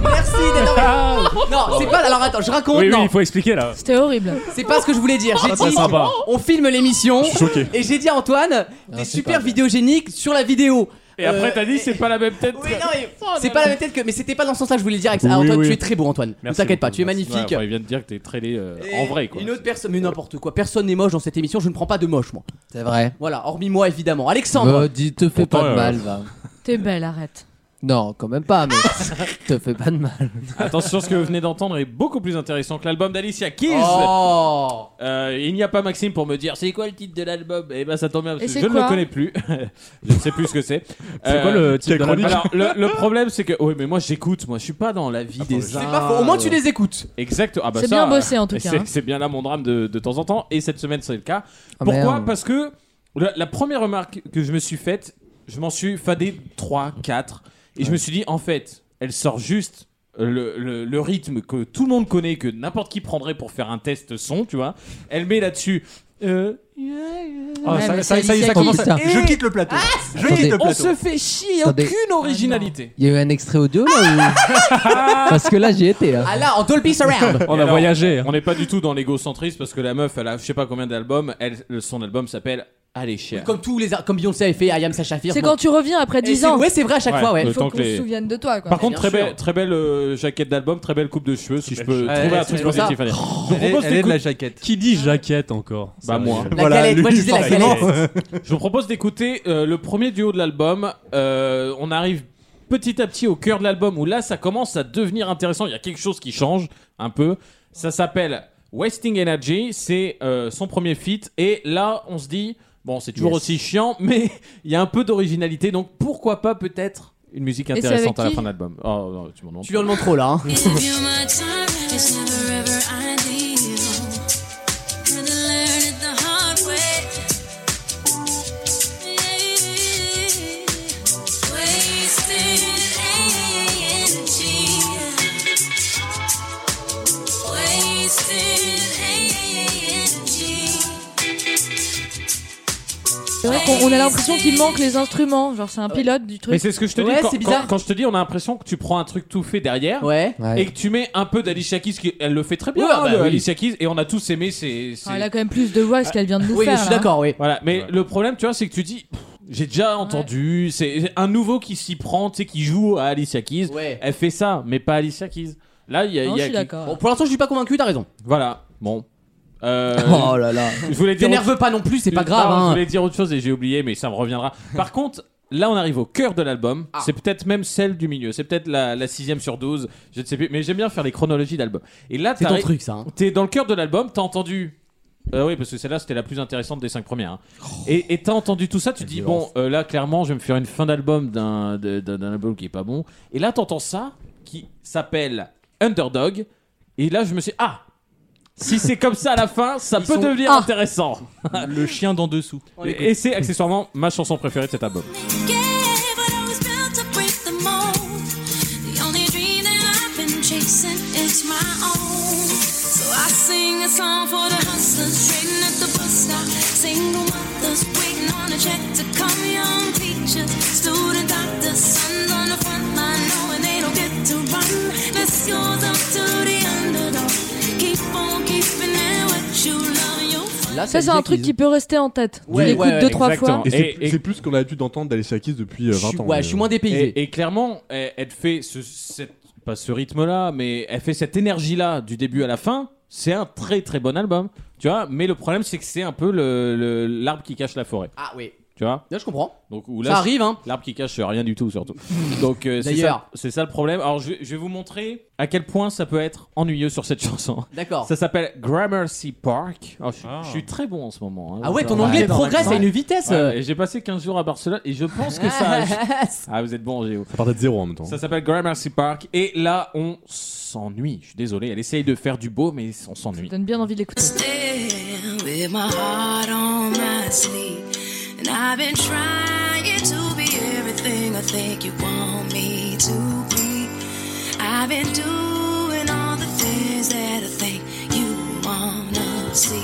Speaker 2: d'être avec
Speaker 4: Ah.
Speaker 2: nous. Non,
Speaker 4: Oh.
Speaker 2: c'est pas. Alors attends, je raconte.
Speaker 5: Oui, oui,
Speaker 2: non.
Speaker 5: il faut expliquer là.
Speaker 9: C'était horrible.
Speaker 2: C'est pas ce que je voulais dire. J'ai
Speaker 5: Ah, c'est
Speaker 2: dit,
Speaker 5: sympa.
Speaker 2: on filme l'émission.
Speaker 5: suis choqué.
Speaker 2: Et j'ai dit à
Speaker 7: Ah,
Speaker 2: Antoine, des super vidéogéniques sur la vidéo. Euh,
Speaker 4: Et après, t'as dit, c'est pas la même tête.
Speaker 2: Oui, non, mais- c'est pas la même tête que. Mais c'était pas dans ce sens-là que je voulais le dire avec ça. Ah,
Speaker 4: Oui,
Speaker 2: Antoine,
Speaker 4: oui.
Speaker 2: tu es très beau, Antoine. Ne
Speaker 4: Merci
Speaker 2: t'inquiète pas,
Speaker 4: beaucoup,
Speaker 2: tu es
Speaker 4: merci.
Speaker 2: magnifique.
Speaker 4: Ouais, enfin, il vient de dire que t'es très laid euh,
Speaker 2: Et
Speaker 4: en vrai, quoi.
Speaker 2: Une autre personne, mais n'importe quoi. Personne n'est moche dans cette émission. Je ne prends pas de moche, moi.
Speaker 7: C'est vrai.
Speaker 2: Voilà, hormis moi évidemment. Alexandre.
Speaker 7: Euh, dis, te fais pas de mal, va.
Speaker 9: T'es belle, arrête.
Speaker 7: Non, quand même pas, mais te fais pas de mal.
Speaker 4: Attention, ce que vous venez d'entendre est beaucoup plus intéressant que l'album d'Alicia Keys.
Speaker 2: Oh.
Speaker 4: Euh, il n'y a pas Maxime pour me dire c'est quoi le titre de l'album. Eh ben ça tombe bien
Speaker 15: Et
Speaker 4: parce que
Speaker 15: c'est
Speaker 4: je ne
Speaker 15: quoi
Speaker 4: le connais plus. je ne sais plus ce que c'est. Euh,
Speaker 15: C'est quoi le titre de l'album
Speaker 4: Alors le, le problème c'est que oui mais moi j'écoute moi je suis pas dans la vie des euh. uns.
Speaker 2: pas faux. Au moins,
Speaker 6: euh,
Speaker 2: tu les écoutes.
Speaker 4: Exact. Ah, bah,
Speaker 9: C'est
Speaker 4: ça,
Speaker 9: bien bossé, en tout
Speaker 4: euh,
Speaker 9: cas,
Speaker 4: c'est-
Speaker 9: hein.
Speaker 4: C'est bien là mon drame de, de temps en temps et cette semaine c'est le cas.
Speaker 7: Ah,
Speaker 4: Pourquoi
Speaker 7: merde.
Speaker 4: Parce que la, la première remarque que je me suis faite, je m'en suis fadé 3, 4 et je me suis dit en fait elle sort juste euh, le, le- le rythme que tout le monde connaît, que n'importe qui prendrait pour faire un test son, tu vois. Elle met là-dessus. euh,
Speaker 3: Ah,
Speaker 4: Ouais,
Speaker 3: ça-
Speaker 4: mais
Speaker 3: ça- ça y
Speaker 4: c'est
Speaker 3: est, ça
Speaker 4: Alicia
Speaker 3: commence
Speaker 4: Keys.
Speaker 3: à- Je
Speaker 4: Et-
Speaker 3: quitte le plateau. Je
Speaker 7: Attendez.
Speaker 3: quitte le
Speaker 4: Ah On
Speaker 3: plateau.
Speaker 4: se fait chier,
Speaker 2: hein.
Speaker 7: Attendez.
Speaker 4: aucune originalité.
Speaker 7: Il y a eu un extrait audio là ou- Parce que là, j'y étais. hein.
Speaker 2: Ah là, en Dolby Surround.
Speaker 4: Et alors, On hein. n'est pas du tout dans l'égocentrisme parce que la meuf, elle a je sais pas combien d'albums. Elle, son album s'appelle Allez cher.
Speaker 2: Comme tous les, ar- comme Beyoncé a fait, I am Sacha Fierce.
Speaker 9: C'est quand tu reviens après
Speaker 2: Et
Speaker 9: 10
Speaker 2: c'est-
Speaker 9: ans.
Speaker 2: ouais, c'est vrai à chaque fois, ouais.
Speaker 9: Il faut
Speaker 4: Autant que
Speaker 9: qu'on
Speaker 4: les-
Speaker 9: se souvienne de toi, quoi.
Speaker 4: Par contre, très
Speaker 9: Bien
Speaker 4: belle, très belle euh, jaquette d'album, très belle coupe de cheveux. Si je peux
Speaker 5: Ouais,
Speaker 4: trouver un
Speaker 5: c'est
Speaker 4: truc
Speaker 5: bon, ça. Oh,
Speaker 4: positif à dire.
Speaker 5: Elle est- elle est de la
Speaker 4: jaquette.
Speaker 5: Qui dit jaquette encore
Speaker 4: Bah, moi.
Speaker 5: La
Speaker 2: Voilà, galette, moi, je lui, disais la forcément. galette.
Speaker 4: Je vous propose d'écouter euh, le premier duo de l'album. Euh, on arrive petit à petit au cœur de l'album où là ça commence à devenir intéressant. Il y a quelque chose qui change un peu. Ça s'appelle Wasting Energy. C'est euh, son premier feat. Et là on se dit, bon c'est toujours
Speaker 15: Yes.
Speaker 4: aussi chiant, mais il y a un peu d'originalité. Donc pourquoi pas peut-être une musique
Speaker 15: Et c'est avec
Speaker 4: intéressante à la
Speaker 15: qui
Speaker 4: fin de l'album. Oh non, tu m'en demandes.
Speaker 2: Tu lui en demandes trop là. hein.
Speaker 9: C'est vrai qu'on on a l'impression qu'il manque les instruments. Genre, c'est un pilote du truc.
Speaker 4: Mais c'est ce que je te dis
Speaker 9: Ouais,
Speaker 4: quand,
Speaker 9: c'est bizarre.
Speaker 4: quand- quand je te dis, on a l'impression que tu prends un truc tout fait derrière
Speaker 2: Ouais.
Speaker 4: et que tu mets un peu d'Alicia Keys, qui, elle le fait très bien,
Speaker 9: Ouais,
Speaker 4: hein,
Speaker 9: bah
Speaker 4: le
Speaker 9: oui.
Speaker 4: Alicia Keys, et on a tous aimé ses. ses-
Speaker 9: Ah, elle a quand même hein. plus de voix ce qu'elle vient de nous
Speaker 2: Oui,
Speaker 9: faire.
Speaker 2: je suis
Speaker 9: là.
Speaker 2: d'accord, oui.
Speaker 4: Voilà, mais le problème, tu vois, c'est que tu dis, Pff, j'ai déjà entendu, c'est un nouveau qui s'y prend, tu sais, qui joue à Alicia Keys,
Speaker 2: Ouais.
Speaker 4: elle fait ça, mais pas Alicia Keys. Là, il y a. il y a qui-
Speaker 2: Bon, pour l'instant, je suis pas convaincu, t'as raison.
Speaker 4: Voilà, bon. Euh,
Speaker 2: Oh là là.
Speaker 4: Je voulais dire.
Speaker 2: T'énerve pas non plus, c'est pas grave.
Speaker 4: Pardon,
Speaker 2: hein.
Speaker 4: Je voulais dire autre chose et j'ai oublié, mais ça me reviendra. Par contre, là, on arrive au cœur de l'album. C'est peut-être même celle du milieu. C'est peut-être la, la sixième sur 12. Je ne sais plus. Mais j'aime bien faire les chronologies d'albums. Et là,
Speaker 2: C'est ton
Speaker 4: t'arrives-
Speaker 2: truc, ça, hein.
Speaker 4: T'es dans le cœur de l'album. T'as entendu. Euh, oui, parce que celle-là, c'était la plus intéressante des cinq premières. hein. Et et t'as entendu tout ça, tu dis, bon, euh, là, clairement, je vais me faire une fin d'album d'un de- d'un- d'un album qui est pas bon. Et là, t'entends ça, qui s'appelle Underdog. Et là, je me suis dit, ah, si c'est comme ça à la fin, ça peut
Speaker 3: sont-
Speaker 4: devenir
Speaker 3: Ah.
Speaker 4: intéressant.
Speaker 3: Le chien d'en dessous.
Speaker 4: Et c'est accessoirement ma chanson préférée de cet album.
Speaker 12: The only dream that I've been chasing is my own. So I sing a song for the hustlers trading at the bus stop. Single mothers waiting on a check to come. Young teachers, student doctors, sons on the front line knowing they don't get to run. This goes up to the underdog. Keep on keeping it what you love. You
Speaker 9: Ça, c'est un truc qui peut rester en tête. Tu l'écoutes deux, trois fois.
Speaker 6: Et c'est
Speaker 4: Et-
Speaker 6: c'est plus ce qu'on a l'habitude d'entendre d'Alicia Keys depuis euh, 20 ans. mais, euh,
Speaker 4: Et, et clairement, elle, elle fait ce, cette- pas ce rythme-là, mais elle fait cette énergie-là du début à la fin. C'est un très très bon album, tu vois. Mais le problème, c'est que c'est un peu le- le- l'arbre qui cache la forêt.
Speaker 2: Ah oui.
Speaker 4: Tu vois
Speaker 2: Là, je comprends.
Speaker 4: Donc, où là,
Speaker 2: Ça arrive, hein.
Speaker 4: L'arbre qui cache rien du tout, surtout. Donc, euh, c'est
Speaker 2: D'ailleurs.
Speaker 4: ça, c'est ça le problème. Alors, je, vais- je vais vous montrer à quel point ça peut être ennuyeux sur cette chanson.
Speaker 2: D'accord.
Speaker 4: Ça s'appelle Gramercy Park. Oh, je, suis- je suis très bon en ce moment. hein.
Speaker 2: Ah ouais, ton
Speaker 4: Dans
Speaker 2: anglais
Speaker 4: l'accent.
Speaker 2: progresse à une vitesse,
Speaker 4: Ouais,
Speaker 2: euh.
Speaker 4: et J'ai passé 15 jours à Barcelone et je pense que ça. a- Ah, vous êtes bon, Géo.
Speaker 6: Ça partait de zéro en même temps.
Speaker 4: Ça s'appelle Gramercy Park. Et là, on s'ennuie. Je suis désolé. Elle essaye de faire du beau, mais on s'ennuie.
Speaker 9: Ça donne bien envie de l'écouter.
Speaker 12: stand with my heart on my sleeve. And I've been trying to be everything I think you want me to be. I've been doing all the things that I think you wanna see.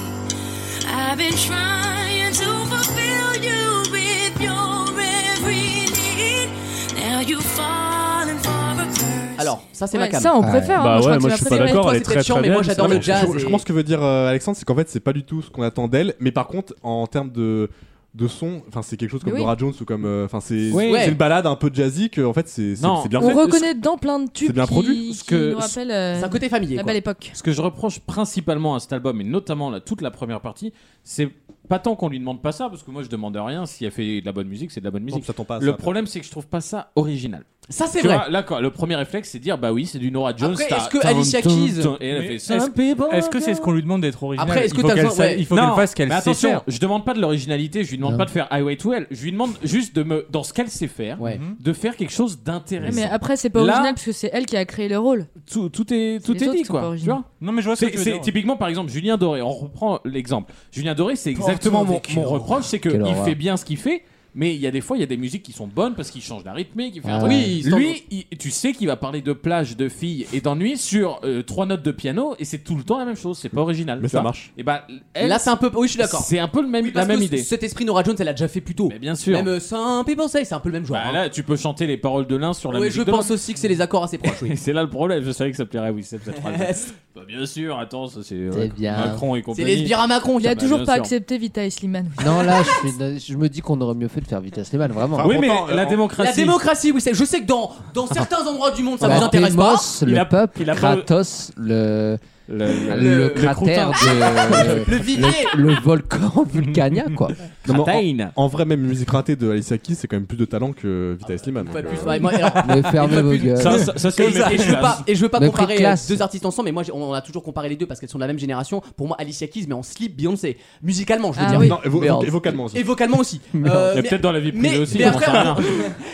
Speaker 12: I've been trying to fulfill you with your every need. Now you've fallen for a bird.
Speaker 2: Alors, ça, c'est
Speaker 9: Ouais,
Speaker 2: ma cam.
Speaker 9: ça, on préfère, hein. Bah Moi, je ouais, crois que moi, tu je suis m'as pas fait d'accord, rire. elle est très,
Speaker 2: Toi, c'était chiant,
Speaker 9: très
Speaker 2: mais moi,
Speaker 9: bien,
Speaker 2: j'adore
Speaker 9: mais
Speaker 2: le
Speaker 9: c'est vrai.
Speaker 2: jazz.
Speaker 6: Je, je
Speaker 2: et-
Speaker 6: pense que veut dire euh, Alexandre, c'est qu'en fait, c'est pas du tout ce qu'on attend d'elle, mais par contre, en termes de de son, enfin c'est quelque chose comme
Speaker 9: Mais oui.
Speaker 6: Dora Jones ou comme, euh, enfin c'est
Speaker 9: Oui.
Speaker 6: c'est
Speaker 9: Ouais.
Speaker 6: une balade un peu jazzy que en fait c'est c'est-
Speaker 4: Non,
Speaker 6: c'est bien
Speaker 9: on
Speaker 6: fait.
Speaker 9: reconnaît dedans plein de tubes
Speaker 6: C'est bien
Speaker 9: qui,
Speaker 6: produit.
Speaker 9: qui
Speaker 4: Ce que-
Speaker 9: nous rappellent euh,
Speaker 2: C'est un côté familier,
Speaker 9: la
Speaker 2: quoi.
Speaker 9: belle époque.
Speaker 4: Ce que je reproche principalement à cet album, et notamment la, toute la première partie, c'est pas tant qu'on lui demande pas ça, parce que moi je demande rien. Si elle fait de la bonne musique, c'est de la bonne musique.
Speaker 6: à
Speaker 4: le
Speaker 6: ça.
Speaker 4: problème, c'est que je trouve pas ça original.
Speaker 2: Ça, c'est
Speaker 4: Tu
Speaker 2: vrai.
Speaker 4: vois, là, quand- le premier réflexe, c'est de dire bah oui, c'est du Nora Jones.
Speaker 2: Après,
Speaker 4: t'as-
Speaker 2: est-ce que
Speaker 4: t'as-
Speaker 2: Alicia
Speaker 4: t'as-
Speaker 2: Keys-
Speaker 4: t'as- et elle
Speaker 2: Mais
Speaker 4: fait
Speaker 2: est-ce-
Speaker 4: ça.
Speaker 2: est-ce que c'est ce qu'on lui
Speaker 3: demande d'être original
Speaker 2: Après, est-ce que t'as besoin- ouais.
Speaker 3: Il faut qu'elle
Speaker 4: Non,
Speaker 3: fasse ce qu'elle
Speaker 4: mais
Speaker 3: sait
Speaker 4: attention,
Speaker 3: faire.
Speaker 4: Je demande pas de l'originalité, je lui demande pas de faire Highway to Hell. Je lui demande juste de me, dans ce qu'elle sait faire, de faire quelque chose d'intéressant.
Speaker 9: Mais après, c'est pas
Speaker 4: Là,
Speaker 9: original parce que c'est elle qui a créé le rôle.
Speaker 4: Tout, est,
Speaker 9: tout
Speaker 4: est dit, quoi, tu vois
Speaker 3: Non, mais je vois ce que
Speaker 4: C'est-
Speaker 3: tu veux
Speaker 4: c'est
Speaker 3: dire.
Speaker 4: Typiquement, par exemple, Julien Doré, on reprend l'exemple. Julien Doré, c'est
Speaker 3: Porte-toi
Speaker 4: exactement mon,
Speaker 3: avec
Speaker 4: mon
Speaker 3: une
Speaker 4: reproche, c'est
Speaker 3: Quelle
Speaker 4: qu'il
Speaker 3: horreur.
Speaker 4: fait bien ce qu'il fait, mais il y a des fois, il y a des musiques qui sont bonnes parce qu'il change la rythmique. Il fait un
Speaker 2: Ah
Speaker 4: truc.
Speaker 2: ouais. Oui, il s'en-
Speaker 4: Lui, il- tu sais qu'il va parler de plage, de filles et d'ennui sur euh, trois notes de piano, et c'est tout le temps la même chose, c'est pas original.
Speaker 6: Mais
Speaker 4: tu
Speaker 6: ça
Speaker 4: vois.
Speaker 6: marche.
Speaker 4: Et bah,
Speaker 2: Là, c'est un peu. Oui, je suis d'accord.
Speaker 4: C'est un peu le même,
Speaker 2: Oui,
Speaker 4: la
Speaker 2: parce
Speaker 4: même
Speaker 2: que
Speaker 4: idée.
Speaker 2: Cet esprit Nora Jones, elle a déjà fait plus tôt.
Speaker 4: Mais bien sûr.
Speaker 2: Même euh, Some People Say, c'est un peu le même genre.
Speaker 4: Bah,
Speaker 2: hein.
Speaker 4: là, tu peux chanter les paroles de l'un sur la
Speaker 2: Ouais,
Speaker 4: musique
Speaker 2: je
Speaker 4: de l'autre.
Speaker 2: pense aussi que c'est les accords assez proches.
Speaker 4: Et c'est là le problème, je savais que ça plairait à Wissem cette phrase.
Speaker 2: Yes.
Speaker 4: Bah, bien sûr, attends, ça c'est
Speaker 7: C'est
Speaker 4: euh,
Speaker 7: bien.
Speaker 4: Macron et
Speaker 2: C'est
Speaker 4: compagnie.
Speaker 2: les sbires à Macron.
Speaker 9: Il a
Speaker 4: Bah,
Speaker 9: toujours
Speaker 4: bien
Speaker 9: pas
Speaker 4: sûr.
Speaker 9: accepté Vita et Slimane.
Speaker 7: Non, là, je, suis- je me dis qu'on aurait mieux fait de faire Vitesse Slimane, vraiment.
Speaker 4: oui, mais la démocratie.
Speaker 2: La démocratie, oui, c'est- je sais que dans, dans certains endroits du monde, ça
Speaker 7: La
Speaker 2: vous intéresse pas.
Speaker 7: démos, Bah, le peuple, Kratos, le, le,
Speaker 2: le
Speaker 7: cratère
Speaker 2: croutin.
Speaker 7: de.
Speaker 2: Le vivier.
Speaker 7: le, le volcan Vulcania, quoi.
Speaker 6: Non, mais en-
Speaker 4: Ratain.
Speaker 6: en, vrai, même musique ratée de Alicia Keys, c'est quand même plus de talent que Vita Slimane.
Speaker 2: Une fois de
Speaker 6: donc,
Speaker 2: plus,
Speaker 6: euh,
Speaker 2: ouais, moi, alors-
Speaker 7: Mais
Speaker 2: une fois
Speaker 7: fermez
Speaker 2: de
Speaker 7: vos
Speaker 2: plus.
Speaker 7: gueules.
Speaker 4: Ça, ça, ça, c'est
Speaker 2: et,
Speaker 4: le mépris
Speaker 2: et
Speaker 4: de
Speaker 2: je veux
Speaker 4: classe.
Speaker 2: pas, et je veux pas
Speaker 4: Mépris de
Speaker 2: comparer euh,
Speaker 4: classe.
Speaker 2: deux artistes ensemble, mais moi j'ai- on a toujours comparé les deux parce qu'elles sont de la même génération. Pour moi, Alicia Keys, mais en slip Beyoncé, musicalement, je veux
Speaker 6: Ah
Speaker 2: dire.
Speaker 6: oui. Non, et vo-
Speaker 2: Mais en-
Speaker 6: et vocalement aussi.
Speaker 2: Et vocalement aussi.
Speaker 4: Mais
Speaker 2: Euh, mais-
Speaker 4: peut-être dans la vie privée
Speaker 2: mais-
Speaker 4: aussi,
Speaker 2: Mais
Speaker 4: on
Speaker 2: après,
Speaker 4: s'en
Speaker 2: on-
Speaker 4: rend.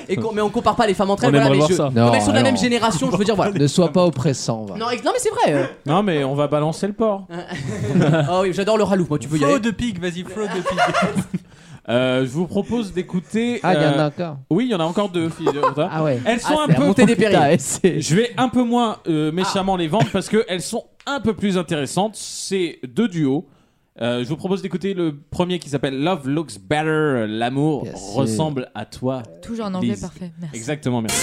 Speaker 2: et qu'on- mais on compare pas les femmes entre elles.
Speaker 4: On
Speaker 2: voilà,
Speaker 4: aimerait
Speaker 2: mais
Speaker 4: voir
Speaker 2: je-
Speaker 4: ça.
Speaker 2: comme
Speaker 4: Non,
Speaker 2: elles sont de la
Speaker 4: alors.
Speaker 2: même génération, je veux dire, voilà.
Speaker 7: Ne sois pas oppressant, va.
Speaker 2: Non, et- non, mais c'est vrai. euh.
Speaker 4: Non, mais on va balancer le porc.
Speaker 2: Ah oui, j'adore le ralouf, moi, tu peux y
Speaker 3: Flow
Speaker 2: aller.
Speaker 3: de pig, vas-y, flow de pig.
Speaker 4: Euh, je vous propose d'écouter.
Speaker 7: Ah, il y en a
Speaker 4: euh,
Speaker 7: encore.
Speaker 4: Oui, il y en a encore deux. filles.
Speaker 7: Ah ouais.
Speaker 4: Elles sont
Speaker 7: Ah,
Speaker 4: un
Speaker 7: c'est la
Speaker 4: peu.
Speaker 7: montée des périls. Putain, c'est- Ah.
Speaker 4: Je vais un peu moins euh, méchamment les vendre parce qu'elles sont un peu plus intéressantes. C'est deux duos. Euh, je vous propose d'écouter le premier qui s'appelle Love Looks Better. L'amour
Speaker 9: Bien sûr.
Speaker 4: ressemble à toi.
Speaker 9: Toujours en anglais,
Speaker 4: Lise.
Speaker 9: parfait. Merci.
Speaker 4: Exactement, merci.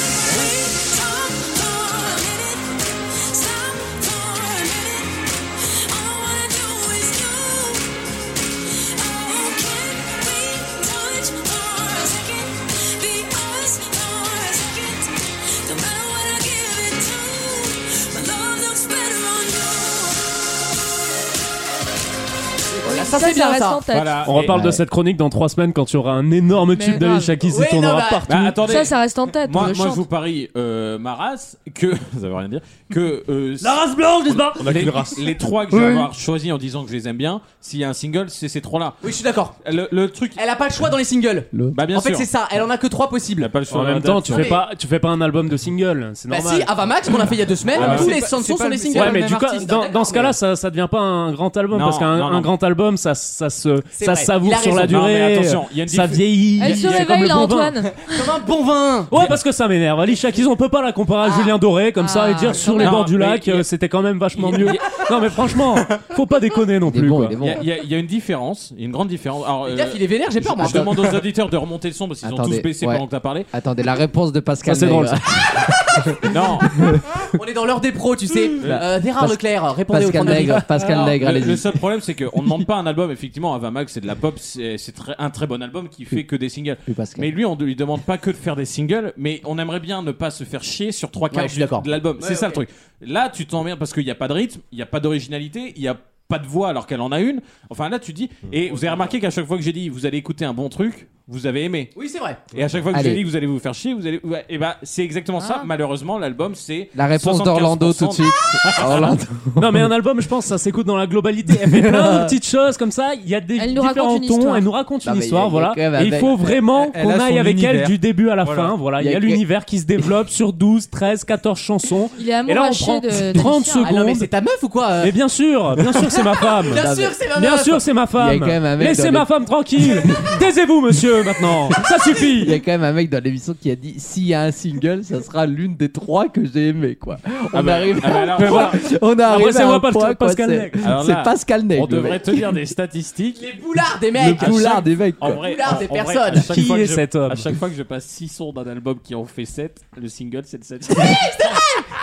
Speaker 2: Voilà,
Speaker 9: Ça, ça reste en tête.
Speaker 4: Voilà.
Speaker 5: On
Speaker 4: Et-
Speaker 5: reparle de
Speaker 4: Ouais.
Speaker 5: cette chronique dans 3 semaines quand tu auras un énorme
Speaker 9: Mais
Speaker 5: tube
Speaker 9: grave.
Speaker 5: d'Alicia Keys
Speaker 9: Ouais,
Speaker 5: et tournera
Speaker 9: non, bah-
Speaker 5: partout.
Speaker 4: Bah, attendez.
Speaker 9: Ça, ça reste en tête. on
Speaker 4: Moi,
Speaker 9: le
Speaker 4: moi je
Speaker 9: chante.
Speaker 4: vous parie euh, ma race que ça veut rien dire que euh,
Speaker 12: La race blanche, n'est-ce pas
Speaker 4: on a les,
Speaker 12: qu'une race.
Speaker 4: les trois que je vais
Speaker 12: Oui.
Speaker 4: avoir choisi en disant que je les aime bien s'il y a un single c'est ces trois là
Speaker 2: Oui, je suis d'accord.
Speaker 4: le, le truc
Speaker 2: Elle a pas le choix dans les singles.
Speaker 4: bah bien
Speaker 2: en fait,
Speaker 4: sûr
Speaker 2: c'est ça, elle en a que trois possibles.
Speaker 4: pas le choix
Speaker 5: En même temps, tu
Speaker 2: Non,
Speaker 5: fais,
Speaker 2: mais-
Speaker 5: pas, tu fais pas un album de single, c'est
Speaker 2: Bah
Speaker 5: normal.
Speaker 2: si, Avamax, qu'on a fait il y a deux semaines,
Speaker 5: Ah,
Speaker 2: tous
Speaker 5: c'est
Speaker 2: les
Speaker 5: pas-
Speaker 2: sons
Speaker 5: c'est
Speaker 2: sont
Speaker 5: pas
Speaker 2: les
Speaker 5: le-
Speaker 2: singles.
Speaker 5: Ouais, mais du coup,
Speaker 2: artiste, hein.
Speaker 5: dans,
Speaker 2: d'accord,
Speaker 5: dans ce
Speaker 2: mais-
Speaker 5: cas-là, ça, ça devient pas un grand album
Speaker 4: Non,
Speaker 5: parce qu'un
Speaker 4: non, non.
Speaker 5: un grand album, ça, ça se,
Speaker 2: C'est vrai, il
Speaker 5: ça
Speaker 2: a
Speaker 5: savoure sur la
Speaker 2: raison.
Speaker 4: Non, mais
Speaker 5: durée,
Speaker 4: attention, il y a une
Speaker 5: ça
Speaker 4: diff-
Speaker 5: vieillit.
Speaker 9: Elle se
Speaker 5: c'est
Speaker 9: réveille
Speaker 5: comme le
Speaker 9: là,
Speaker 5: bon vin.
Speaker 9: Antoine.
Speaker 2: Comme un bon vin.
Speaker 5: Ouais, parce que ça m'énerve. Alicia Keys, on peut pas la comparer à Julien Doré comme ça et dire sur les
Speaker 4: Ah. Non,
Speaker 5: bords du
Speaker 4: mais
Speaker 5: lac,
Speaker 4: il y a-
Speaker 5: euh, c'était quand même vachement mieux. Non, mais franchement, faut pas déconner non plus. quoi.
Speaker 4: il y, a- il y a- il y a une différence il y a une grande différence Alors, euh,
Speaker 2: Gaffe, il est vénère, j'ai
Speaker 4: je,
Speaker 2: peur, moi.
Speaker 4: je demande aux auditeurs de remonter le son parce qu'ils ont
Speaker 7: Attendez,
Speaker 4: tous baissé
Speaker 7: ouais.
Speaker 4: pendant que t'as parlé
Speaker 7: Attendez, la réponse de Pascal.
Speaker 4: Ça, c'est drôle,
Speaker 7: Nègre.
Speaker 4: non
Speaker 2: On est dans l'heure des pros, tu sais. Euh, Gérard
Speaker 7: Pas-
Speaker 2: Leclerc, répondez au
Speaker 7: Pascal
Speaker 2: point de
Speaker 7: Nègre,
Speaker 2: vue.
Speaker 7: Pascal
Speaker 4: Non,
Speaker 7: Nègre,
Speaker 4: le-
Speaker 7: allez-y.
Speaker 4: Le seul problème, c'est qu'on ne demande pas un album. Effectivement, Avamax, c'est de la pop, c'est c'est très- un très bon album qui fait que des singles.
Speaker 7: Pascal.
Speaker 4: Mais lui, on ne lui demande pas que de faire des singles, mais on aimerait bien ne pas se faire chier sur trois quarts
Speaker 2: Ouais, je suis
Speaker 4: du-
Speaker 2: d'accord.
Speaker 4: de l'album. c'est
Speaker 2: Ouais,
Speaker 4: ça
Speaker 2: ouais.
Speaker 4: le truc. Là, tu t'emmerdes parce qu'il n'y a pas de rythme, il n'y a pas d'originalité, il n'y a pas de voix alors qu'elle en a une. Enfin, là, tu
Speaker 7: Hmm.
Speaker 4: dis. Et vous avez remarqué qu'à chaque fois que j'ai dit, vous allez écouter un bon truc, vous avez aimé.
Speaker 2: Oui, c'est vrai.
Speaker 4: Et à chaque fois que j'ai
Speaker 7: Allez.
Speaker 4: dit que vous allez vous faire chier, vous allez. et ben, c'est exactement
Speaker 5: Ah.
Speaker 4: ça. Malheureusement, l'album, c'est.
Speaker 7: La réponse d'Orlando tout de
Speaker 4: 75%
Speaker 7: suite. Orlando.
Speaker 5: Non, mais un album, je pense, ça s'écoute dans la globalité. Elle fait plein de petites choses comme ça. Il y a des
Speaker 9: Elle nous
Speaker 5: différents
Speaker 9: raconte une
Speaker 5: tons.
Speaker 9: histoire.
Speaker 5: Elle nous raconte
Speaker 7: Non,
Speaker 5: une
Speaker 7: mais il y a-
Speaker 5: histoire,
Speaker 7: il y a
Speaker 5: voilà.
Speaker 7: quand même
Speaker 5: Et il
Speaker 7: avec-
Speaker 5: faut vraiment
Speaker 3: Elle-
Speaker 5: qu'on
Speaker 3: elle a
Speaker 5: aille
Speaker 3: son
Speaker 5: avec elle
Speaker 3: univers.
Speaker 5: du début à la
Speaker 3: Voilà.
Speaker 5: fin. Voilà, il y a l'univers qui se développe sur 12, 13, 14 chansons.
Speaker 9: Il est amoureux
Speaker 5: Et là, on
Speaker 9: haché
Speaker 5: prend
Speaker 9: de-
Speaker 5: 30
Speaker 9: d'Alicia.
Speaker 5: secondes.
Speaker 2: Ah non, mais c'est ta meuf ou quoi euh
Speaker 5: Mais bien sûr, bien sûr, c'est ma femme.
Speaker 2: Bien sûr, c'est ma
Speaker 5: Bien
Speaker 2: meuf.
Speaker 5: sûr, c'est
Speaker 7: Il
Speaker 5: ma
Speaker 7: y a
Speaker 5: femme.
Speaker 7: quand même un mec
Speaker 5: Laissez
Speaker 7: dans
Speaker 5: ma
Speaker 7: les-
Speaker 5: femme tranquille. Taisez-vous, monsieur, maintenant. Ça
Speaker 7: Il y
Speaker 5: suffit.
Speaker 7: a quand même un mec dans l'émission qui a dit s'il y a un single, ça sera l'une des trois que j'ai aimé quoi. On
Speaker 4: bah-
Speaker 7: arrive.
Speaker 4: ah bah là,
Speaker 7: à un
Speaker 4: on-
Speaker 7: point- on arrive
Speaker 5: Après, c'est
Speaker 7: à
Speaker 5: moi,
Speaker 7: un
Speaker 5: Pas-
Speaker 7: point, quoi,
Speaker 5: Pascal
Speaker 7: c'est-
Speaker 5: Nègre.
Speaker 4: Alors
Speaker 7: C'est
Speaker 4: là,
Speaker 7: Pascal Nègre.
Speaker 4: On
Speaker 7: le
Speaker 4: devrait
Speaker 7: mec.
Speaker 4: tenir des statistiques.
Speaker 2: Les boulards des
Speaker 7: le
Speaker 2: mecs.
Speaker 7: boulard des mecs.
Speaker 4: En
Speaker 7: quoi.
Speaker 4: vrai,
Speaker 2: Oula,
Speaker 4: en-
Speaker 2: des
Speaker 4: en vrai,
Speaker 2: personnes.
Speaker 4: à chaque
Speaker 5: Qui
Speaker 4: fois que
Speaker 5: est
Speaker 4: je-
Speaker 5: cet homme
Speaker 4: À chaque fois que je passe 6 sons d'un album qui en fait 7, le single c'est le 7.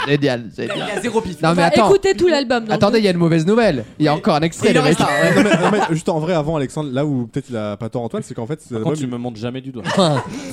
Speaker 19: Génial, génial.
Speaker 2: Il y a zéro pif. Bah,
Speaker 19: Non mais attends.
Speaker 20: Écoutez tout l'album. donc.
Speaker 19: Attendez, il y a une mauvaise nouvelle. Il y a encore un extrait. les mecs.
Speaker 6: Non, mais- non, mais juste en vrai, avant Alexandre, là où peut-être il a pas tort Antoine, c'est qu'en fait. Par
Speaker 4: contre, tu me montres jamais du doigt.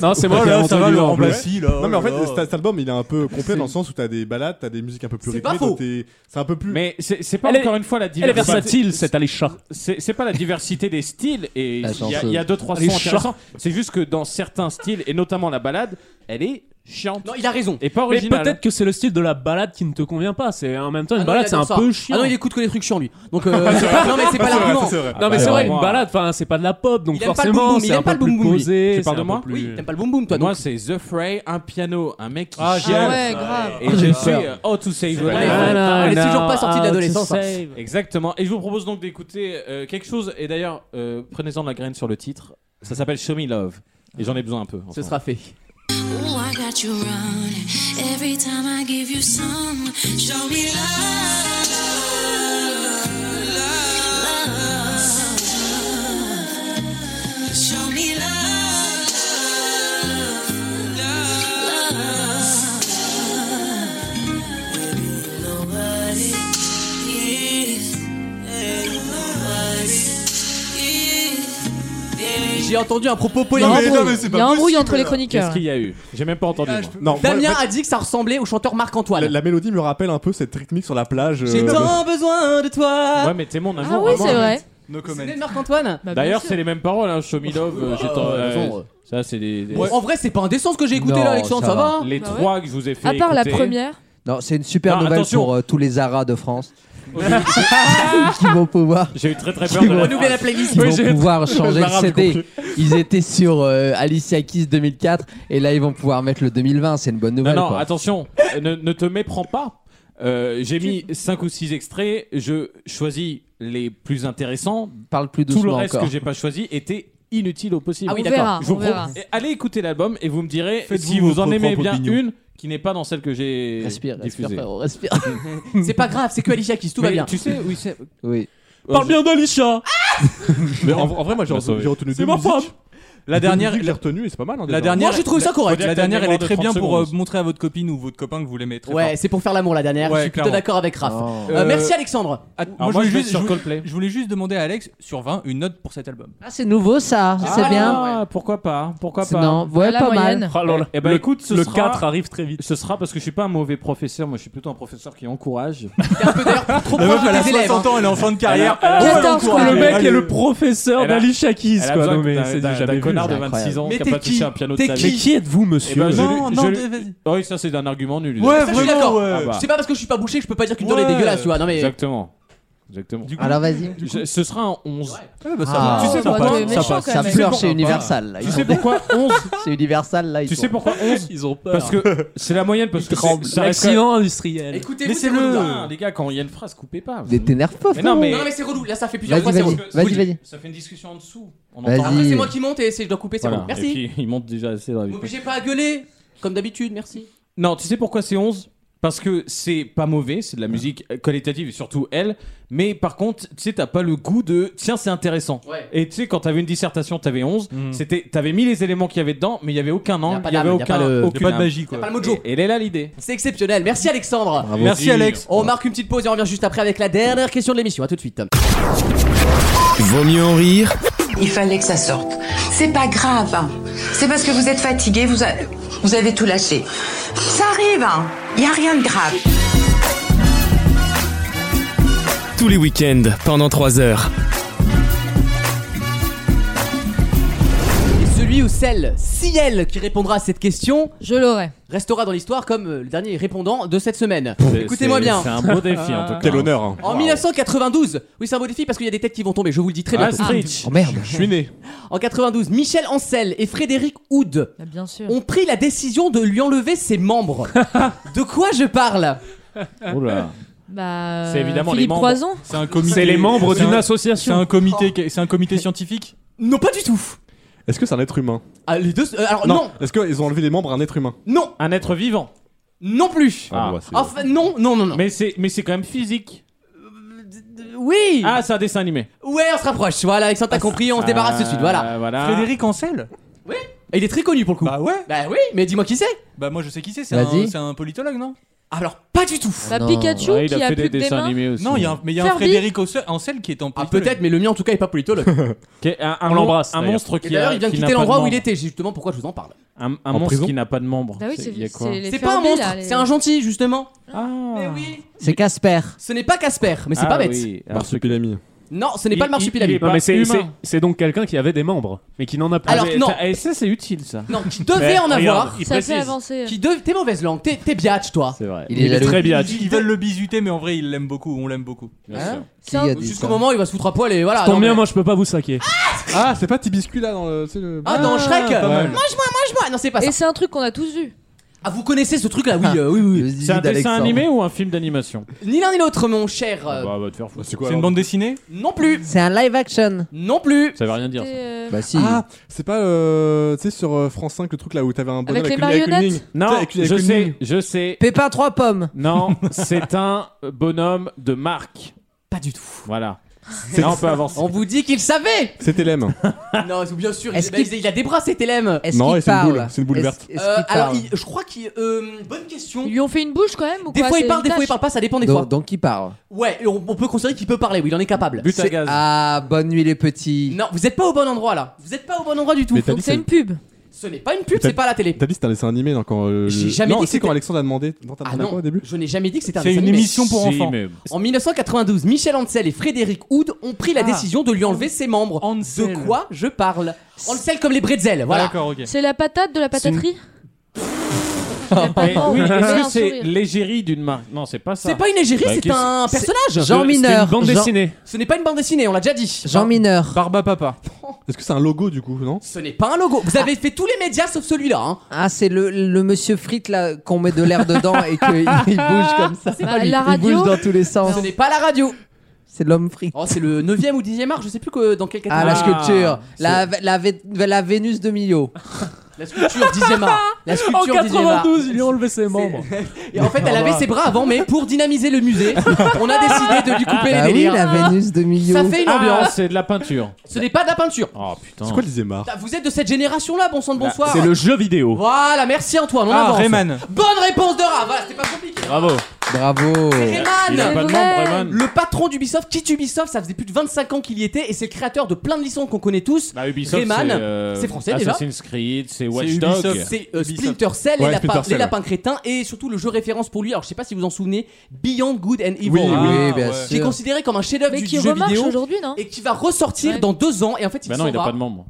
Speaker 5: Non, c'est moi qui ai montré du doigt, en plus.
Speaker 6: Non, mais en fait,
Speaker 5: Oh là là.
Speaker 6: cet cet album il est un peu complet
Speaker 5: C'est-
Speaker 6: dans le sens où t'as des balades, t'as des musiques un peu plus
Speaker 5: C'est
Speaker 6: rythmées.
Speaker 5: pas faux.
Speaker 6: donc t'es- C'est un peu plus.
Speaker 4: Mais c'est c'est pas
Speaker 5: Elle est-
Speaker 4: encore une fois la
Speaker 5: elle est
Speaker 4: diversité.
Speaker 5: versatile, cette Alisha.
Speaker 4: C'est c'est pas la diversité des styles et il
Speaker 5: La
Speaker 4: y, a-
Speaker 5: chanceuse.
Speaker 4: il y a deux trois sons
Speaker 5: Alisha.
Speaker 4: intéressants. C'est juste que dans certains styles et notamment la balade, elle est chiante.
Speaker 2: Non, il a raison.
Speaker 4: Et pas
Speaker 5: Mais
Speaker 4: originale.
Speaker 5: peut-être que c'est le style de la balade qui ne te convient pas. C'est en même temps une
Speaker 2: Ah non,
Speaker 5: balade,
Speaker 2: il
Speaker 5: c'est un
Speaker 2: adore ça.
Speaker 5: peu chiant.
Speaker 2: Ah non, il écoute que les trucs chiants lui. Donc euh, non mais c'est pas l'argument.
Speaker 5: Non mais c'est vrai, une balade, enfin c'est pas de la pop, donc
Speaker 2: Il aime pas le boom
Speaker 5: forcément
Speaker 2: boom, il
Speaker 5: c'est
Speaker 2: aime
Speaker 5: un
Speaker 2: pas le
Speaker 5: peu
Speaker 2: boom
Speaker 5: plus
Speaker 2: boom, lui.
Speaker 5: posé.
Speaker 4: Tu parles
Speaker 5: c'est
Speaker 4: de
Speaker 5: un
Speaker 4: moi
Speaker 5: peu plus-
Speaker 2: T'aimes pas le boom boom toi
Speaker 4: Moi, c'est The Fray, un piano, un mec qui
Speaker 5: Ah,
Speaker 4: chante.
Speaker 5: ouais,
Speaker 2: grave.
Speaker 4: Et
Speaker 5: Ah,
Speaker 4: je
Speaker 5: j'ai
Speaker 4: sais,
Speaker 5: peur.
Speaker 4: Oh, to save
Speaker 5: Ah, non,
Speaker 2: Elle est toujours pas sortie de
Speaker 5: ah,
Speaker 2: l'adolescence.
Speaker 5: tu
Speaker 2: hein.
Speaker 5: sais.
Speaker 4: Exactement. Et je vous propose donc d'écouter euh, quelque chose. Et d'ailleurs, euh, prenez-en de la graine sur le titre. Ça s'appelle Show Me Love. Et j'en ai besoin un peu.
Speaker 2: Ce sera fait.
Speaker 12: Ooh, I got you running. Every time I give you some, show me love. Love. Show me love. Love. Baby, you know what it is. Yeah, you know what it is. Baby,
Speaker 2: J'ai entendu un propos
Speaker 12: Il y a
Speaker 2: polémique. Ah,
Speaker 12: embrouille. Il y a embrouille entre les
Speaker 4: Qu'est-ce qu'il y a eu J'ai même pas entendu. moi.
Speaker 6: Non,
Speaker 2: Damien
Speaker 6: moi, en fait,
Speaker 2: a dit que ça ressemblait au chanteur Marc-Antoine.
Speaker 6: la, la mélodie me rappelle un peu cette rythmique sur la plage. euh,
Speaker 2: J'ai
Speaker 6: de-
Speaker 2: tant besoin de toi.
Speaker 4: Ouais, mais t'es mon amour.
Speaker 2: Ah oui,
Speaker 4: vraiment.
Speaker 2: c'est vrai.
Speaker 3: No
Speaker 2: C'est
Speaker 3: comment.
Speaker 2: bien de Marc-Antoine
Speaker 4: D'ailleurs,
Speaker 2: Bah,
Speaker 4: c'est les mêmes paroles, hein, Show Me Love. euh, j'ai tant-
Speaker 2: Ouais,
Speaker 4: euh,
Speaker 2: raison.
Speaker 4: ça, c'est des. des-
Speaker 2: bien sûr. En vrai, c'est pas indécent ce que j'ai écouté
Speaker 4: Non,
Speaker 2: là, Alexandre,
Speaker 4: ça
Speaker 2: ça va
Speaker 4: va. Les Bah ouais. trois que je vous ai fait
Speaker 20: À part la
Speaker 4: écouter.
Speaker 20: première.
Speaker 7: Non, c'est une super
Speaker 4: Non,
Speaker 7: nouvelle
Speaker 4: attention.
Speaker 7: pour euh, tous les Zara de France. qui vont pouvoir.
Speaker 4: J'ai eu très très
Speaker 7: qui
Speaker 4: peur de
Speaker 7: vont-
Speaker 4: la Renouveler la playlist.
Speaker 7: qui
Speaker 4: Oui,
Speaker 7: vont
Speaker 4: j'ai-
Speaker 7: pouvoir changer le
Speaker 4: Zara, j'ai
Speaker 7: CD.
Speaker 4: compris.
Speaker 7: Ils étaient sur euh, Alicia Keys 2004 et là ils vont pouvoir mettre le 2020. C'est une bonne
Speaker 4: Non,
Speaker 7: nouvelle.
Speaker 4: non,
Speaker 7: quoi.
Speaker 4: attention, euh, ne, ne te méprends pas. Euh, J'ai mis 5 ou 6 extraits, je choisis les plus intéressants.
Speaker 7: Parle plus
Speaker 4: Tout le
Speaker 7: doucement
Speaker 4: reste
Speaker 7: encore.
Speaker 4: que j'ai pas choisi était inutile au possible.
Speaker 2: Ah oui, On d'accord. verra,
Speaker 4: Je vous
Speaker 2: on verra.
Speaker 4: propose- Allez écouter l'album et vous me direz
Speaker 2: Faites-vous
Speaker 4: si vous en
Speaker 2: votre
Speaker 4: aimez
Speaker 2: propre
Speaker 4: bien
Speaker 2: opinion.
Speaker 4: une qui n'est pas dans celle que j'ai diffusée.
Speaker 7: respire.
Speaker 2: C'est pas grave, c'est que Alicia Keys, tout va
Speaker 4: Mais
Speaker 2: bien.
Speaker 4: tu sais, oui, c'est-
Speaker 7: Oui.
Speaker 5: Parle bien d'Alisha
Speaker 6: Mais en, en vrai, moi j'ai
Speaker 4: Bah,
Speaker 6: retenu,
Speaker 4: ça-
Speaker 6: j'ai retenu
Speaker 4: C'est
Speaker 6: deux
Speaker 4: ma
Speaker 6: musiques.
Speaker 4: femme. La
Speaker 6: Deux
Speaker 4: dernière-
Speaker 6: musiques que j'ai retenu et c'est pas mal. hein,
Speaker 3: La
Speaker 6: déjà.
Speaker 3: dernière, La dernière, elle est très bien pour euh,
Speaker 2: secondes.
Speaker 3: montrer à votre copine ou votre copain que vous l'aimez très fort.
Speaker 2: Ouais, c'est pour faire l'amour la dernière.
Speaker 3: Ouais,
Speaker 2: je suis plutôt
Speaker 3: clairement.
Speaker 2: d'accord avec Raph.
Speaker 3: Oh.
Speaker 2: Euh,
Speaker 3: Euh,
Speaker 2: merci Alexandre.
Speaker 3: Att-
Speaker 4: Alors moi,
Speaker 3: voulais
Speaker 4: je vais sur
Speaker 3: je, voulais-
Speaker 4: Coldplay.
Speaker 3: je voulais juste demander à Alex sur 20 une note pour cet album.
Speaker 7: Ah, c'est nouveau ça. c'est bien.
Speaker 4: Pourquoi pas Pourquoi
Speaker 7: C'est-
Speaker 4: pas
Speaker 7: non, ouais, La pas moyenne. mal.
Speaker 4: Oh là là. Eh ben,
Speaker 5: Le-
Speaker 4: écoute, ce
Speaker 5: le
Speaker 4: sera-
Speaker 5: 4 arrive très vite.
Speaker 4: Ce sera parce que je suis pas un mauvais professeur, moi je suis plutôt un professeur qui encourage.
Speaker 2: Trop
Speaker 3: La
Speaker 4: proche
Speaker 3: meuf,
Speaker 4: des
Speaker 3: elle a
Speaker 4: élèves,
Speaker 3: 60 ans, elle est en fin de carrière.
Speaker 4: Elle a- elle a-
Speaker 3: Oh, elle encourage.
Speaker 5: Le mec
Speaker 3: Allez.
Speaker 5: est le professeur
Speaker 4: Elle a-
Speaker 5: d'Alisha Keys,
Speaker 4: elle a
Speaker 5: quoi.
Speaker 4: besoin
Speaker 5: Non mais
Speaker 4: d'un-
Speaker 5: c'est
Speaker 4: d'un-
Speaker 5: du jamais
Speaker 4: d'un
Speaker 5: vu.
Speaker 4: connard de
Speaker 5: C'est
Speaker 4: 26 ans
Speaker 5: incroyable.
Speaker 4: qui a pas touché un piano de
Speaker 5: t'es
Speaker 4: sa vie.
Speaker 5: qui Mais qui êtes-vous,
Speaker 4: Eh ben,
Speaker 5: monsieur
Speaker 4: je
Speaker 5: Non,
Speaker 4: l'ai-
Speaker 5: non,
Speaker 4: je l'ai-
Speaker 5: t'es- vas-y.
Speaker 4: Ah Oui, ça c'est d'un argument nul.
Speaker 2: Ouais,
Speaker 4: désolé.
Speaker 2: ça, je suis d'accord.
Speaker 4: Ah bah.
Speaker 2: C'est pas parce que je suis pas bouché que je peux pas dire qu'une donne est
Speaker 4: Ouais.
Speaker 2: dégueulasse, tu vois. Non mais.
Speaker 4: Exactement. Exactement.
Speaker 2: coup- Alors, vas-y.
Speaker 4: Je- Ce sera un 11.
Speaker 7: bah, ça Ah. passe.
Speaker 4: tu sais
Speaker 7: Ça
Speaker 4: pourquoi
Speaker 7: passe, ça passe. Ça
Speaker 4: Tu sais
Speaker 7: pleure
Speaker 4: pourquoi-
Speaker 7: chez Universal, là, ils
Speaker 4: Tu
Speaker 7: sont
Speaker 4: sais
Speaker 7: bien.
Speaker 4: pourquoi 11
Speaker 7: C'est Universal là. ils
Speaker 4: Tu
Speaker 7: sont-
Speaker 4: sais pourquoi 11
Speaker 5: Ils ont peur.
Speaker 4: Parce que c'est la moyenne, parce que
Speaker 5: tremblent.
Speaker 4: c'est- ça reste-
Speaker 5: L'accident industriel.
Speaker 2: Écoutez-vous, c'est
Speaker 4: Laissez-le.
Speaker 2: relou.
Speaker 4: Ah, Les gars, quand il y a une phrase, coupez pas.
Speaker 7: Vous t'énerves pas,
Speaker 4: Mais non,
Speaker 7: frérot.
Speaker 4: mais,
Speaker 2: Non, mais c'est relou. Là, ça fait plusieurs
Speaker 7: Vas-y,
Speaker 2: fois.
Speaker 7: vas-y,
Speaker 2: c'est relou.
Speaker 7: vas-y,
Speaker 2: Oui,
Speaker 7: vas-y.
Speaker 4: Ça fait une discussion en dessous. On
Speaker 7: Vas-y.
Speaker 4: entend.
Speaker 2: Après, c'est moi qui monte et c'est- je dois couper, c'est
Speaker 4: Voilà.
Speaker 2: bon.
Speaker 4: Et
Speaker 2: Merci.
Speaker 4: puis, il monte déjà assez dans la vie.
Speaker 2: Obligé pas à gueuler, comme d'habitude, merci.
Speaker 4: Non, tu sais pourquoi c'est 11 Parce que c'est pas mauvais, c'est de la musique euh, qualitative et surtout elle. Mais par contre, tu sais, t'as pas le goût de tiens, c'est intéressant.
Speaker 2: Ouais.
Speaker 4: Et tu sais, quand t'avais une dissertation, t'avais 11.
Speaker 2: Mm.
Speaker 4: C'était, t'avais mis les éléments qu'il y avait dedans, mais il y avait aucun angle,
Speaker 2: pas
Speaker 4: il y avait
Speaker 2: d'âme, y a
Speaker 4: aucun,
Speaker 2: pas le-
Speaker 4: aucune
Speaker 2: y a pas de
Speaker 4: âme.
Speaker 2: magie, quoi. Y a pas le mojo.
Speaker 4: Et elle est là l'idée.
Speaker 2: C'est exceptionnel. Merci Alexandre.
Speaker 4: Merci, Alex.
Speaker 2: On marque une petite pause et on revient juste après avec la dernière question de l'émission. À tout de suite.
Speaker 13: Vaut mieux en rire.
Speaker 9: Il fallait que ça sorte. C'est pas grave. C'est parce que vous êtes fatigué, vous, a- vous avez tout lâché. Ça arrive. Il n'y a rien de grave.
Speaker 13: Tous les week-ends pendant 3 heures.
Speaker 2: Et celui ou celle, si elle, qui répondra à cette question, je l'aurai, restera dans l'histoire comme euh, le dernier répondant de cette semaine. Écoutez-moi
Speaker 4: c'est-
Speaker 2: bien.
Speaker 4: c'est un beau défi, en tout cas. Quel honneur, hein.
Speaker 2: En 1992, oui, c'est un beau défi parce qu'il y a des têtes qui vont tomber. Je vous le dis très bien.
Speaker 4: Maastricht.
Speaker 20: Ah,
Speaker 7: Oh merde.
Speaker 4: Je suis né.
Speaker 2: En 92, Michel Ancel et Frédéric Houd
Speaker 20: Ah, Bien sûr.
Speaker 2: ont pris la décision de lui enlever ses membres. de quoi je parle
Speaker 4: Oula. euh,
Speaker 20: Bah,
Speaker 3: C'est évidemment les
Speaker 20: Philippe
Speaker 3: membres.
Speaker 20: Croison.
Speaker 3: C'est un comité.
Speaker 5: C'est les membres
Speaker 3: c'est
Speaker 5: d'une
Speaker 3: un-
Speaker 5: association.
Speaker 3: C'est un comité. qui- C'est un comité scientifique.
Speaker 2: Non, pas du tout.
Speaker 6: Est-ce que c'est un être humain
Speaker 2: Ah, les deux. euh, alors non. non,
Speaker 6: Est-ce qu'ils ont enlevé les membres à un être humain
Speaker 4: Un être vivant.
Speaker 2: plus.
Speaker 6: Ah, bah, c'est-
Speaker 2: Enfin, non, non, non, non.
Speaker 4: Mais c'est, mais c'est quand même physique.
Speaker 2: Oui.
Speaker 4: Ah, c'est un dessin animé.
Speaker 2: Ouais, on se rapproche. Voilà, Alexandre, t'as compris, on se débarrasse tout de suite. Voilà.
Speaker 4: Ah, voilà.
Speaker 3: Frédéric Ancel
Speaker 2: Et Il est très connu pour le coup.
Speaker 3: Bah ouais.
Speaker 2: Bah oui, mais dis-moi qui c'est.
Speaker 3: Bah moi je sais qui c'est. C'est
Speaker 2: Vas-y.
Speaker 3: un, c'est un politologue non
Speaker 2: Alors, pas du tout.
Speaker 9: Bah, Pikachu Ouais, il a qui a fait des plus que des dessins mains. animés aussi.
Speaker 3: Non, il y a un- mais il y a un
Speaker 9: Furby.
Speaker 3: Frédéric Ossel- Ansel qui est en
Speaker 2: Ah, peut-être, mais le mien en tout cas est pas politologue.
Speaker 4: un On l'embrasse, mon- un d'ailleurs. monstre
Speaker 2: Et
Speaker 4: qui
Speaker 2: D'ailleurs,
Speaker 4: a-
Speaker 2: il vient de
Speaker 4: qui
Speaker 2: quitter
Speaker 4: n'a pas de
Speaker 2: l'endroit où il
Speaker 4: membre.
Speaker 2: était, c'est justement pourquoi je vous en parle.
Speaker 4: Un, un
Speaker 2: En
Speaker 4: monstre
Speaker 2: prison
Speaker 4: qui n'a pas de membre.
Speaker 2: Ah oui,
Speaker 4: il y a quoi
Speaker 2: C'est pas un monstre, c'est un gentil justement.
Speaker 4: Mais
Speaker 2: oui.
Speaker 7: C'est Casper.
Speaker 2: Ce n'est pas Casper, mais c'est
Speaker 4: Ah
Speaker 2: pas bête.
Speaker 4: oui. Alors,
Speaker 6: Marsupilami.
Speaker 2: Non, ce n'est pas le marsupilami.
Speaker 5: Non, mais c'est- c'est c'est donc quelqu'un qui avait des membres, mais qui n'en a pas.
Speaker 2: Alors, non.
Speaker 4: Et ça, c'est utile, ça.
Speaker 2: Non, qui devait
Speaker 5: Mais
Speaker 2: en
Speaker 5: regarde,
Speaker 2: avoir.
Speaker 5: il
Speaker 9: Ça fait précise. avancer.
Speaker 2: Qui dev- T'es mauvaise langue, t'es t'es biatch, toi.
Speaker 4: C'est vrai.
Speaker 3: Il est
Speaker 5: très bien.
Speaker 3: Ils, ils veulent le bisuter, mais en vrai, ils l'aiment beaucoup. On l'aime beaucoup.
Speaker 2: Hein
Speaker 5: Qui a dit
Speaker 2: Jusqu'au
Speaker 5: ça
Speaker 2: moment où il va se foutre à poil et voilà.
Speaker 5: Tant
Speaker 2: Ah, non,
Speaker 5: bien,
Speaker 2: mais-
Speaker 5: moi je peux pas vous saquer.
Speaker 6: Ah, c'est pas Tibiscu là dans le.
Speaker 2: Ah, dans Shrek
Speaker 5: pas
Speaker 2: Mange-moi,
Speaker 5: mal.
Speaker 2: mange-moi Non, c'est pas ça.
Speaker 9: Et c'est un truc qu'on a tous vu.
Speaker 2: Ah, vous connaissez ce truc là
Speaker 6: Ah.
Speaker 2: Oui, euh, oui, oui.
Speaker 4: C'est un dessin animé ou un film d'animation
Speaker 2: Ni l'un ni l'autre, mon cher.
Speaker 6: Ah
Speaker 2: euh,
Speaker 4: Bah, va te faire foutre.
Speaker 6: C'est quoi,
Speaker 4: une
Speaker 6: alors
Speaker 4: bande dessinée
Speaker 2: Non plus.
Speaker 7: C'est un live action.
Speaker 2: Non plus.
Speaker 4: Ça veut rien dire.
Speaker 7: Bah si.
Speaker 6: Ah, c'est pas euh, tu sais sur euh, France 5 le truc là où t'avais un bonhomme
Speaker 7: Avec
Speaker 6: avec,
Speaker 7: les
Speaker 6: une- avec une
Speaker 7: marionnettes
Speaker 6: ligne.
Speaker 4: Non,
Speaker 6: Tu sais, avec une-
Speaker 4: je
Speaker 6: avec une
Speaker 4: sais,
Speaker 6: ligne.
Speaker 4: je sais.
Speaker 7: Pépin trois pommes.
Speaker 4: Non, c'est un bonhomme de marque.
Speaker 2: Pas du tout.
Speaker 4: Voilà. Là, on peut avancer.
Speaker 2: On vous dit qu'il savait
Speaker 6: C'était l'aime.
Speaker 2: Non, c'est bien sûr,
Speaker 7: Est-ce
Speaker 2: il, bah,
Speaker 7: qu'il-
Speaker 2: il a des bras cet élève
Speaker 7: Est-ce
Speaker 6: Non,
Speaker 7: qu'il
Speaker 6: et c'est une
Speaker 7: parle
Speaker 6: boule, c'est une boule
Speaker 7: Est-ce-
Speaker 6: verte.
Speaker 7: est-ce
Speaker 2: Euh,
Speaker 7: qu'il
Speaker 2: alors,
Speaker 7: parle
Speaker 2: il- je crois qu'il. euh, bonne question.
Speaker 9: Ils lui ont fait une bouche quand même ou
Speaker 2: Des
Speaker 9: quoi
Speaker 2: fois
Speaker 9: C'est
Speaker 2: il parle,
Speaker 9: une
Speaker 2: des fois il
Speaker 9: tâche.
Speaker 2: parle pas, ça dépend des fois.
Speaker 7: donc, donc il parle.
Speaker 2: Ouais, et on, on peut considérer qu'il peut parler, oui, il en est capable.
Speaker 7: C'est- Ah, bonne nuit les petits.
Speaker 2: Non, vous êtes pas au bon endroit là. Vous êtes pas au bon endroit du tout.
Speaker 6: Mais t'as Donc, dit c'est c'est- une
Speaker 9: pub.
Speaker 2: Ce n'est pas une pub, c'est pas à la télé.
Speaker 6: T'as dit c'était un dessin animé non, quand. euh,
Speaker 2: J'ai
Speaker 6: le-
Speaker 2: jamais
Speaker 6: non,
Speaker 2: dit que
Speaker 6: c'est quand
Speaker 2: c'était-
Speaker 6: Alexandre a demandé. Non, t'as
Speaker 2: Ah
Speaker 6: demandé
Speaker 2: non,
Speaker 6: quoi au début
Speaker 2: je n'ai jamais dit que c'était un
Speaker 3: C'est
Speaker 2: dessin
Speaker 3: une
Speaker 2: animé.
Speaker 3: émission pour enfants.
Speaker 2: En 1992, Michel Ansel et Frédéric Houd ont pris la
Speaker 3: Ah.
Speaker 2: décision de lui enlever ses membres. De quoi je parle Ansel comme les bretzels, voilà.
Speaker 3: D'accord, ok.
Speaker 9: C'est la patate de la pataterie
Speaker 4: Mais oui,
Speaker 9: Mais
Speaker 4: est-ce
Speaker 9: un
Speaker 4: que c'est
Speaker 9: sourire.
Speaker 4: l'égérie d'une marque Non, c'est pas ça.
Speaker 2: C'est pas une égérie,
Speaker 4: Bah,
Speaker 2: c'est
Speaker 4: qu'est-ce-
Speaker 2: un
Speaker 4: c'est-
Speaker 2: personnage. Euh,
Speaker 4: Jean C'est- c'est une Mineur. bande Jean- dessinée.
Speaker 2: Ce n'est pas une bande dessinée, on l'a déjà dit. Hein.
Speaker 7: Jean Mineur.
Speaker 3: Barba Papa.
Speaker 6: Est-ce que c'est un logo du coup non
Speaker 2: Ce n'est pas un logo. Vous avez fait tous les médias sauf celui-là. hein.
Speaker 7: Ah, c'est le, le monsieur frite là qu'on met de l'air dedans et qu'il il bouge comme ça. Bah, Ah,
Speaker 2: C'est pas lui.
Speaker 7: il bouge dans tous les sens.
Speaker 2: Ce n'est pas la radio.
Speaker 7: C'est l'homme frite.
Speaker 2: Oh, c'est le 9 e ou 10 e art, je sais plus que, dans quel
Speaker 7: Ah,
Speaker 2: catégorie.
Speaker 7: la sculpture. La, la, la, la Vénus de Milo.
Speaker 2: La sculpture 10 e art. La sculpture
Speaker 5: En
Speaker 2: 10e art.
Speaker 5: 92, ils lui ont enlevé ses membres.
Speaker 2: Et en fait, elle avait ses bras avant, mais pour dynamiser le musée, on a décidé de lui couper
Speaker 7: Ah
Speaker 2: les
Speaker 7: oui,
Speaker 2: délires.
Speaker 7: la Vénus de Milo.
Speaker 2: Ça fait une
Speaker 4: Ah,
Speaker 2: ambiance.
Speaker 4: c'est de la peinture.
Speaker 2: Ce n'est pas de la peinture.
Speaker 4: Oh putain.
Speaker 6: C'est quoi les émards
Speaker 2: Ah, Vous êtes de cette génération-là, bon sang de
Speaker 4: Bah,
Speaker 2: bonsoir.
Speaker 5: C'est le jeu vidéo.
Speaker 2: Voilà, merci Antoine, on
Speaker 3: Ah,
Speaker 2: avance.
Speaker 3: Rayman.
Speaker 2: Bonne réponse de Ra, voilà, c'était pas compliqué.
Speaker 4: Bravo.
Speaker 7: Bravo.
Speaker 4: Euh, Il a
Speaker 2: Rayman
Speaker 4: pas de membre, Rayman.
Speaker 2: Le patron d'Ubisoft, quitte Ubisoft, ça faisait plus de 25 ans qu'il y était et c'est le créateur de plein de licences qu'on connaît tous.
Speaker 4: Bah, Ubisoft,
Speaker 2: Rayman,
Speaker 4: c'est, euh,
Speaker 2: c'est français déjà.
Speaker 4: Assassin's Creed, c'est Watch Dogs.
Speaker 2: C'est euh, Splinter Cell,
Speaker 4: Ouais,
Speaker 2: les, lapins,
Speaker 4: Splinter Cell,
Speaker 2: les lapins crétins et surtout le jeu référence pour lui. Alors je sais pas si vous en souvenez, Beyond Good and Evil. Ah,
Speaker 7: Oui, oui, bien
Speaker 2: Qui est
Speaker 7: sûr.
Speaker 2: considéré comme un chef-d'œuvre
Speaker 9: Mais
Speaker 2: du
Speaker 9: qui
Speaker 2: jeu
Speaker 9: remarche
Speaker 2: vidéo
Speaker 9: aujourd'hui, non
Speaker 2: et qui va ressortir dans deux ans. Et en fait, il
Speaker 4: Bah non,
Speaker 2: s'en
Speaker 4: il a
Speaker 2: va.
Speaker 4: pas de membre.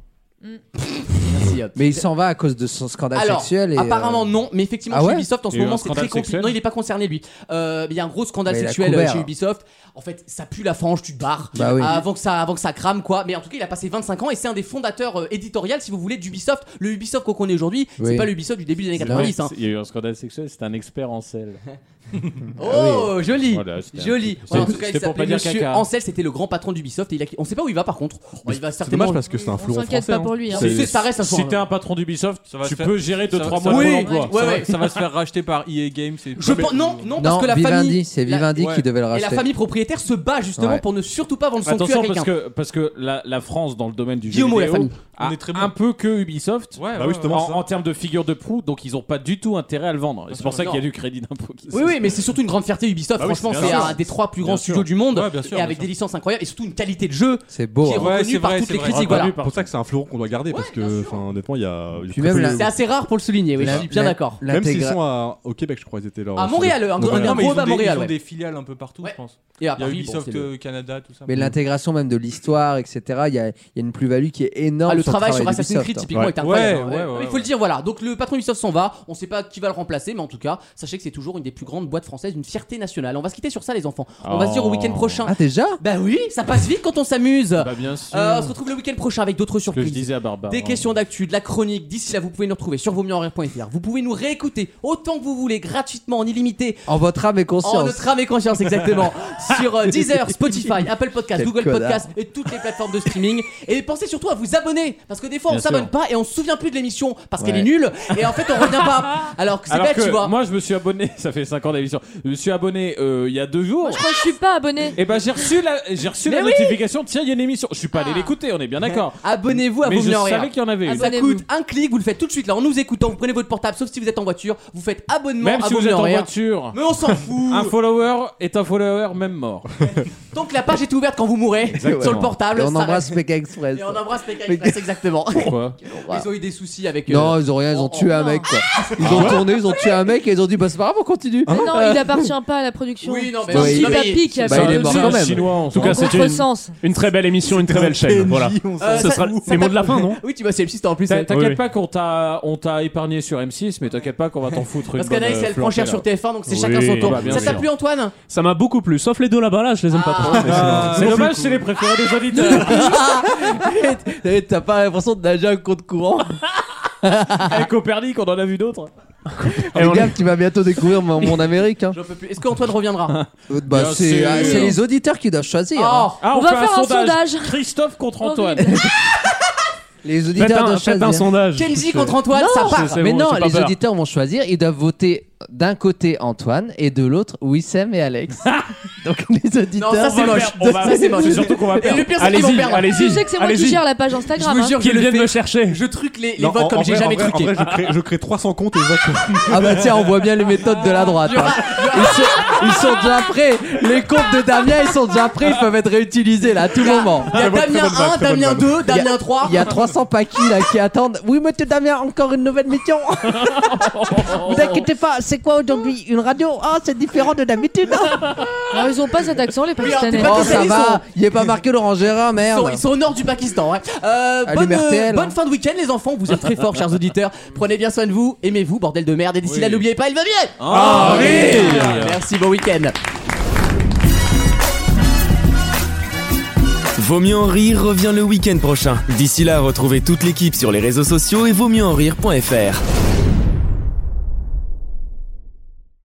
Speaker 7: Mais il s'en va à cause de son scandale
Speaker 2: Alors,
Speaker 7: sexuel. Et, euh,
Speaker 2: apparemment non, mais effectivement
Speaker 7: Ah ouais
Speaker 2: chez Ubisoft en ce
Speaker 4: Il y a eu un
Speaker 2: moment c'est très
Speaker 4: scandale
Speaker 2: compliqué.
Speaker 4: sexuel
Speaker 2: Non, il est pas concerné lui. Euh, Il y a un gros scandale
Speaker 7: Mais il a
Speaker 2: sexuel euh,
Speaker 7: couvert.
Speaker 2: chez Ubisoft. En fait, ça pue la frange, tu te barres
Speaker 7: Bah oui.
Speaker 2: Ah, avant que ça, avant que ça crame quoi. Mais en tout cas, il a passé 25 ans et c'est un des fondateurs euh, éditorial, si vous voulez, d'Ubisoft. Le Ubisoft qu'on connaît aujourd'hui,
Speaker 7: Oui.
Speaker 2: c'est pas le Ubisoft du début des années
Speaker 4: C'est
Speaker 2: 90.
Speaker 4: vrai,
Speaker 2: hein.
Speaker 4: c'est- Il y a eu un scandale sexuel, c'est un expert en sel.
Speaker 2: Ah Oh, joli,
Speaker 4: Ah Voilà, c'était un
Speaker 2: joli.
Speaker 4: petit-
Speaker 2: Voilà, en
Speaker 4: c'était-
Speaker 2: tout cas, il
Speaker 4: c'était pour
Speaker 2: s'appelait
Speaker 4: pas dire
Speaker 2: Monsieur
Speaker 4: caca.
Speaker 2: Ancel, c'était le grand patron d'Ubisoft. Et il a... on sait pas où il va par contre. Bon, il va
Speaker 6: C'est
Speaker 2: certainement.
Speaker 6: dommage parce que c'est un fleuron
Speaker 9: s'inquiète
Speaker 6: français.
Speaker 9: pas pour lui, hein.
Speaker 6: C'est-
Speaker 2: C'est- ça reste un
Speaker 4: Si
Speaker 2: soir-
Speaker 4: t'es un patron d'Ubisoft,
Speaker 3: Ça va
Speaker 4: tu
Speaker 3: se faire-
Speaker 4: peux gérer
Speaker 3: ça-
Speaker 4: 2-3
Speaker 3: ça-
Speaker 4: mois de
Speaker 2: Oui.
Speaker 4: Pôle emploi.
Speaker 2: Ouais,
Speaker 3: ça,
Speaker 2: ouais.
Speaker 3: Va, ça va se faire racheter par EA Games. Et...
Speaker 2: Je pense- non, non, parce
Speaker 7: Non,
Speaker 2: que la
Speaker 7: Vivendi,
Speaker 2: famille,
Speaker 7: c'est
Speaker 2: la-
Speaker 7: Vivendi
Speaker 3: ouais.
Speaker 7: qui devait le
Speaker 2: et la
Speaker 7: racheter.
Speaker 2: famille propriétaire se bat justement
Speaker 7: Ouais.
Speaker 2: pour ne surtout pas vendre son cul à
Speaker 4: Attention
Speaker 2: quelqu'un.
Speaker 4: parce que, parce que la, la France dans le domaine du
Speaker 2: Guillaume,
Speaker 4: jeu
Speaker 2: la
Speaker 4: vidéo
Speaker 2: famille.
Speaker 4: a
Speaker 3: On est très bon.
Speaker 4: un peu que Ubisoft
Speaker 3: Ouais,
Speaker 6: Bah
Speaker 3: ouais,
Speaker 6: oui,
Speaker 3: ouais.
Speaker 6: justement.
Speaker 4: en, en termes de figure de proue donc ils ont pas du tout intérêt à le vendre. Et C'est pour ça
Speaker 2: non.
Speaker 4: qu'il y a du crédit d'impôt. qui
Speaker 2: Oui, oui, mais c'est surtout une grande fierté Ubisoft.
Speaker 4: Bah oui,
Speaker 2: Franchement,
Speaker 4: bien
Speaker 2: c'est
Speaker 4: sûr.
Speaker 2: un des trois plus
Speaker 4: Bien
Speaker 2: grands
Speaker 4: sûr.
Speaker 2: studios du monde
Speaker 3: Ouais, bien sûr,
Speaker 2: et
Speaker 3: bien
Speaker 2: avec
Speaker 3: sûr.
Speaker 2: des licences incroyables et surtout une qualité de jeu
Speaker 7: C'est beau.
Speaker 2: qui est
Speaker 7: hein.
Speaker 3: Ouais,
Speaker 2: reconnue
Speaker 3: c'est
Speaker 2: par
Speaker 3: vrai,
Speaker 2: toutes
Speaker 3: c'est
Speaker 2: les
Speaker 3: vrai.
Speaker 2: critiques.
Speaker 4: Reconnu
Speaker 2: Voilà.
Speaker 6: Ah, C'est pour ça que c'est un fleuron qu'on doit garder parce que, enfin, honnêtement, il y a. il y a
Speaker 7: Puis
Speaker 6: très
Speaker 7: même
Speaker 6: peu
Speaker 7: la-
Speaker 6: de-
Speaker 2: C'est assez rare pour le souligner, oui,
Speaker 7: La-
Speaker 2: je suis bien
Speaker 7: la-
Speaker 2: d'accord.
Speaker 6: Même s'ils
Speaker 7: l'intégra-
Speaker 6: sont à- au Québec, je crois, ils étaient là.
Speaker 2: À Montréal, un gros-
Speaker 3: Non, mais ils
Speaker 2: gros
Speaker 3: ont,
Speaker 2: à
Speaker 3: des,
Speaker 2: Montréal,
Speaker 3: ils ont
Speaker 2: ouais.
Speaker 3: des filiales un peu partout,
Speaker 2: Ouais.
Speaker 3: je pense.
Speaker 2: Et à
Speaker 3: Il y a
Speaker 2: Paris, bon,
Speaker 3: Ubisoft
Speaker 2: c'est le-
Speaker 3: euh, Canada, tout ça.
Speaker 7: Mais l'intégration même de l'histoire, etc. Il y a, il y a une plus-value qui est énorme.
Speaker 2: Ah, le
Speaker 7: sur
Speaker 2: travail sur
Speaker 7: d'Ubisoft,
Speaker 2: Assassin's Creed
Speaker 7: hein.
Speaker 2: typiquement
Speaker 6: Ouais.
Speaker 2: est incroyable.
Speaker 3: Ouais, ouais, ouais,
Speaker 2: Il faut le dire, voilà. Donc le patron Ubisoft s'en va. On sait pas qui va le remplacer, mais en tout cas, sachez que c'est toujours une des plus grandes boîtes françaises, une fierté nationale. On va se quitter sur ça, les enfants. On va se dire au week-end
Speaker 4: Oh.
Speaker 2: prochain.
Speaker 7: Ah, déjà
Speaker 2: Bah oui, ça passe vite quand on s'amuse.
Speaker 4: Bah bien sûr.
Speaker 2: Euh, on se retrouve le week-end prochain avec d'autres
Speaker 4: que je
Speaker 2: surprises.
Speaker 4: disais à Barbara.
Speaker 2: Des questions d'actu, de la chronique. D'ici là, vous pouvez nous retrouver sur vosmieuxenrire.fr. Vous pouvez nous réécouter autant que vous voulez, gratuitement, en illimité,
Speaker 7: En votre âme et
Speaker 2: en
Speaker 7: conscience.
Speaker 2: Oh, notre âme et conscience, exactement. sur euh, Deezer, Spotify, Apple Podcast,
Speaker 7: Quel
Speaker 2: Google
Speaker 7: connard.
Speaker 2: Podcast et toutes les plateformes de streaming. Et pensez surtout à vous abonner, parce que des fois, on
Speaker 4: Bien sûr.
Speaker 2: s'abonne pas et on se souvient plus de l'émission parce qu'elle
Speaker 7: Ouais.
Speaker 2: est nulle. Et en fait, on revient pas. Alors que c'est
Speaker 4: Alors
Speaker 2: bête,
Speaker 4: que
Speaker 2: tu vois.
Speaker 4: moi je me suis abonné, ça fait 5 ans d'émission. Je me suis abonné euh, il y a 2 jours.
Speaker 9: Moi, je crois que je suis pas abonné.
Speaker 4: Et ben j'ai reçu la, j'ai reçu
Speaker 2: Mais
Speaker 4: la
Speaker 2: oui Ah.
Speaker 4: notification. Tiens, il y a une émission. Je suis pas allé l'écouter, on est bien d'accord.
Speaker 2: Abonnez-vous à
Speaker 4: Mais
Speaker 2: Vos
Speaker 4: je
Speaker 2: Mieux en
Speaker 4: savais
Speaker 2: Rire.
Speaker 4: qu'il y en avait une.
Speaker 2: Ça
Speaker 9: début.
Speaker 2: coûte un clic, vous le faites tout de suite là en nous écoutant. Vous prenez votre portable, sauf si vous êtes en voiture, vous faites abonnement
Speaker 15: Même
Speaker 2: à
Speaker 15: si
Speaker 2: Vaut
Speaker 15: vous
Speaker 2: mieux
Speaker 15: êtes en
Speaker 2: rire.
Speaker 15: voiture.
Speaker 2: Mais on s'en fout.
Speaker 15: Un follower est un follower même mort.
Speaker 2: Tant que la page est ouverte quand vous mourrez sur le
Speaker 15: Exactement.
Speaker 2: portable.
Speaker 15: Et on
Speaker 2: ça
Speaker 15: embrasse
Speaker 2: reste-
Speaker 7: Pékin Express.
Speaker 2: Et on embrasse Pékin Express, exactement.
Speaker 15: Pourquoi
Speaker 2: Ils ont eu des soucis avec.
Speaker 7: Non,
Speaker 2: euh,
Speaker 7: ils ont rien, ils ont
Speaker 2: oh,
Speaker 7: tué
Speaker 2: oh,
Speaker 7: un
Speaker 2: non.
Speaker 7: mec quoi. Ils ont tourné, ils ont tué un mec et ils ont dit bah c'est pas grave, on continue.
Speaker 2: Ah
Speaker 9: Mais non,
Speaker 7: Euh.
Speaker 9: il appartient pas à la production.
Speaker 2: Oui, non, mais
Speaker 9: C'est un
Speaker 7: oui.
Speaker 9: petit
Speaker 7: Bah,
Speaker 9: papy qui a
Speaker 7: bah, il est mort
Speaker 9: perdu.
Speaker 7: quand même.
Speaker 5: En tout
Speaker 9: En
Speaker 5: cas, c'était une,
Speaker 9: contresens.
Speaker 5: une très belle émission, une très belle chaîne. Voilà.
Speaker 2: Euh,
Speaker 5: Ce
Speaker 2: ça-
Speaker 5: sera
Speaker 2: ça
Speaker 5: les mots de la
Speaker 2: tape-
Speaker 5: fin, non
Speaker 2: Oui, tu vas sur M6 en plus.
Speaker 15: T'a-
Speaker 2: ouais.
Speaker 15: T'inquiète pas qu'on t'a on t'a épargné sur M6, mais t'inquiète pas qu'on va t'en foutre une
Speaker 2: Parce qu'Anaïs,
Speaker 15: bonne, euh,
Speaker 2: elle prend cher
Speaker 15: flambée,
Speaker 2: sur
Speaker 15: là.
Speaker 2: TF1, donc c'est
Speaker 15: Oui,
Speaker 2: chacun son tour.
Speaker 15: bah, bien
Speaker 2: ça t'a
Speaker 15: sûr.
Speaker 2: plu, Antoine
Speaker 5: Ça m'a beaucoup plu, sauf les deux là-bas là, je les aime pas trop. mais c'est-
Speaker 15: Ah,
Speaker 5: c'est
Speaker 15: C'est
Speaker 5: dommage.
Speaker 15: dommage, c'est les préférés des auditeurs.
Speaker 7: Et Ah T'as pas l'impression de nager un compte courant.
Speaker 15: Avec Copernic, on en a vu d'autres.
Speaker 7: Les Euh, gars, tu vas bientôt découvrir mon, mon Amérique. hein.
Speaker 2: Je peux plus. Est-ce qu'Antoine reviendra
Speaker 7: Euh, Bah,
Speaker 15: Bien
Speaker 7: c'est
Speaker 15: sûr.
Speaker 7: ah, c'est les auditeurs qui doivent choisir. hein.
Speaker 2: Oh.
Speaker 15: Ah,
Speaker 9: On va
Speaker 15: fait
Speaker 9: faire un sondage. Oh,
Speaker 15: Christophe contre Antoine.
Speaker 7: Les auditeurs
Speaker 5: Faites un,
Speaker 7: doivent
Speaker 5: faites
Speaker 7: choisir.
Speaker 5: un sondage.
Speaker 2: Kenzie contre Antoine,
Speaker 7: Non,
Speaker 2: ça part.
Speaker 5: c'est
Speaker 7: mais
Speaker 5: bon,
Speaker 7: non,
Speaker 5: j'ai pas
Speaker 7: les
Speaker 5: peur.
Speaker 7: auditeurs vont choisir. Ils doivent voter d'un côté Antoine et de l'autre Wissem et Alex. Donc les auditeurs.
Speaker 2: Non, ça c'est
Speaker 5: va
Speaker 2: moche.
Speaker 5: perdre, on va-
Speaker 2: Ça c'est moche.
Speaker 5: c'est surtout qu'on va
Speaker 2: Et
Speaker 5: perdre.
Speaker 2: le pire, c'est qu'ils vont
Speaker 5: Allez-y,
Speaker 2: perdre.
Speaker 5: allez-y.
Speaker 9: Tu sais que c'est moi qui
Speaker 5: allez-y.
Speaker 9: gère la page Instagram.
Speaker 2: Je vous
Speaker 9: hein.
Speaker 2: jure,
Speaker 5: Qu'ils
Speaker 2: je le
Speaker 5: viennent
Speaker 2: fais.
Speaker 5: me chercher.
Speaker 2: Je truque les, les
Speaker 6: Non,
Speaker 2: votes
Speaker 6: en
Speaker 2: comme j'ai
Speaker 6: vrai-
Speaker 2: jamais
Speaker 6: en vrai-
Speaker 2: truqué.
Speaker 6: En vrai, je crée, je crée 300 comptes et je vois que-
Speaker 7: Ah bah tiens, on voit bien les méthodes de la droite. hein. Ils, sont, ils sont déjà prêts. Les comptes de Damien, ils sont déjà prêts. Ils peuvent être réutilisés là à tout moment.
Speaker 2: Il y a Damien 1, Damien 2,
Speaker 7: Il y a-
Speaker 2: Damien 3.
Speaker 7: Il y a 300 paquis là qui attendent. Oui, monsieur Damien, encore une nouvelle mission. Vous inquiétez pas, c'est quoi aujourd'hui Une radio Ah, c'est différent de d'habitude.
Speaker 9: Alors, ils ont pas cet accent, les Pakistanais.
Speaker 2: alors,
Speaker 7: Oh,
Speaker 2: Pakistan,
Speaker 7: ça
Speaker 2: ils
Speaker 7: va.
Speaker 2: sont-
Speaker 7: Il est pas marqué Laurent Gérard,
Speaker 2: Ils
Speaker 7: merde.
Speaker 2: sont, ils sont au nord du Pakistan. ouais. Euh,
Speaker 7: Allume
Speaker 2: bonne, euh,
Speaker 7: RTL,
Speaker 2: bonne
Speaker 7: hein.
Speaker 2: fin de week-end, les enfants. Vous êtes très forts, chers auditeurs. Prenez bien soin de vous. Aimez-vous, bordel de merde. Et d'ici
Speaker 15: Oui.
Speaker 2: là, n'oubliez pas, il va bien.
Speaker 15: Ah, oui.
Speaker 2: Merci, bon week-end.
Speaker 1: Vaut mieux en rire revient le week-end prochain. D'ici là, retrouvez toute l'équipe sur les réseaux sociaux et vaut mieux en rire.fr.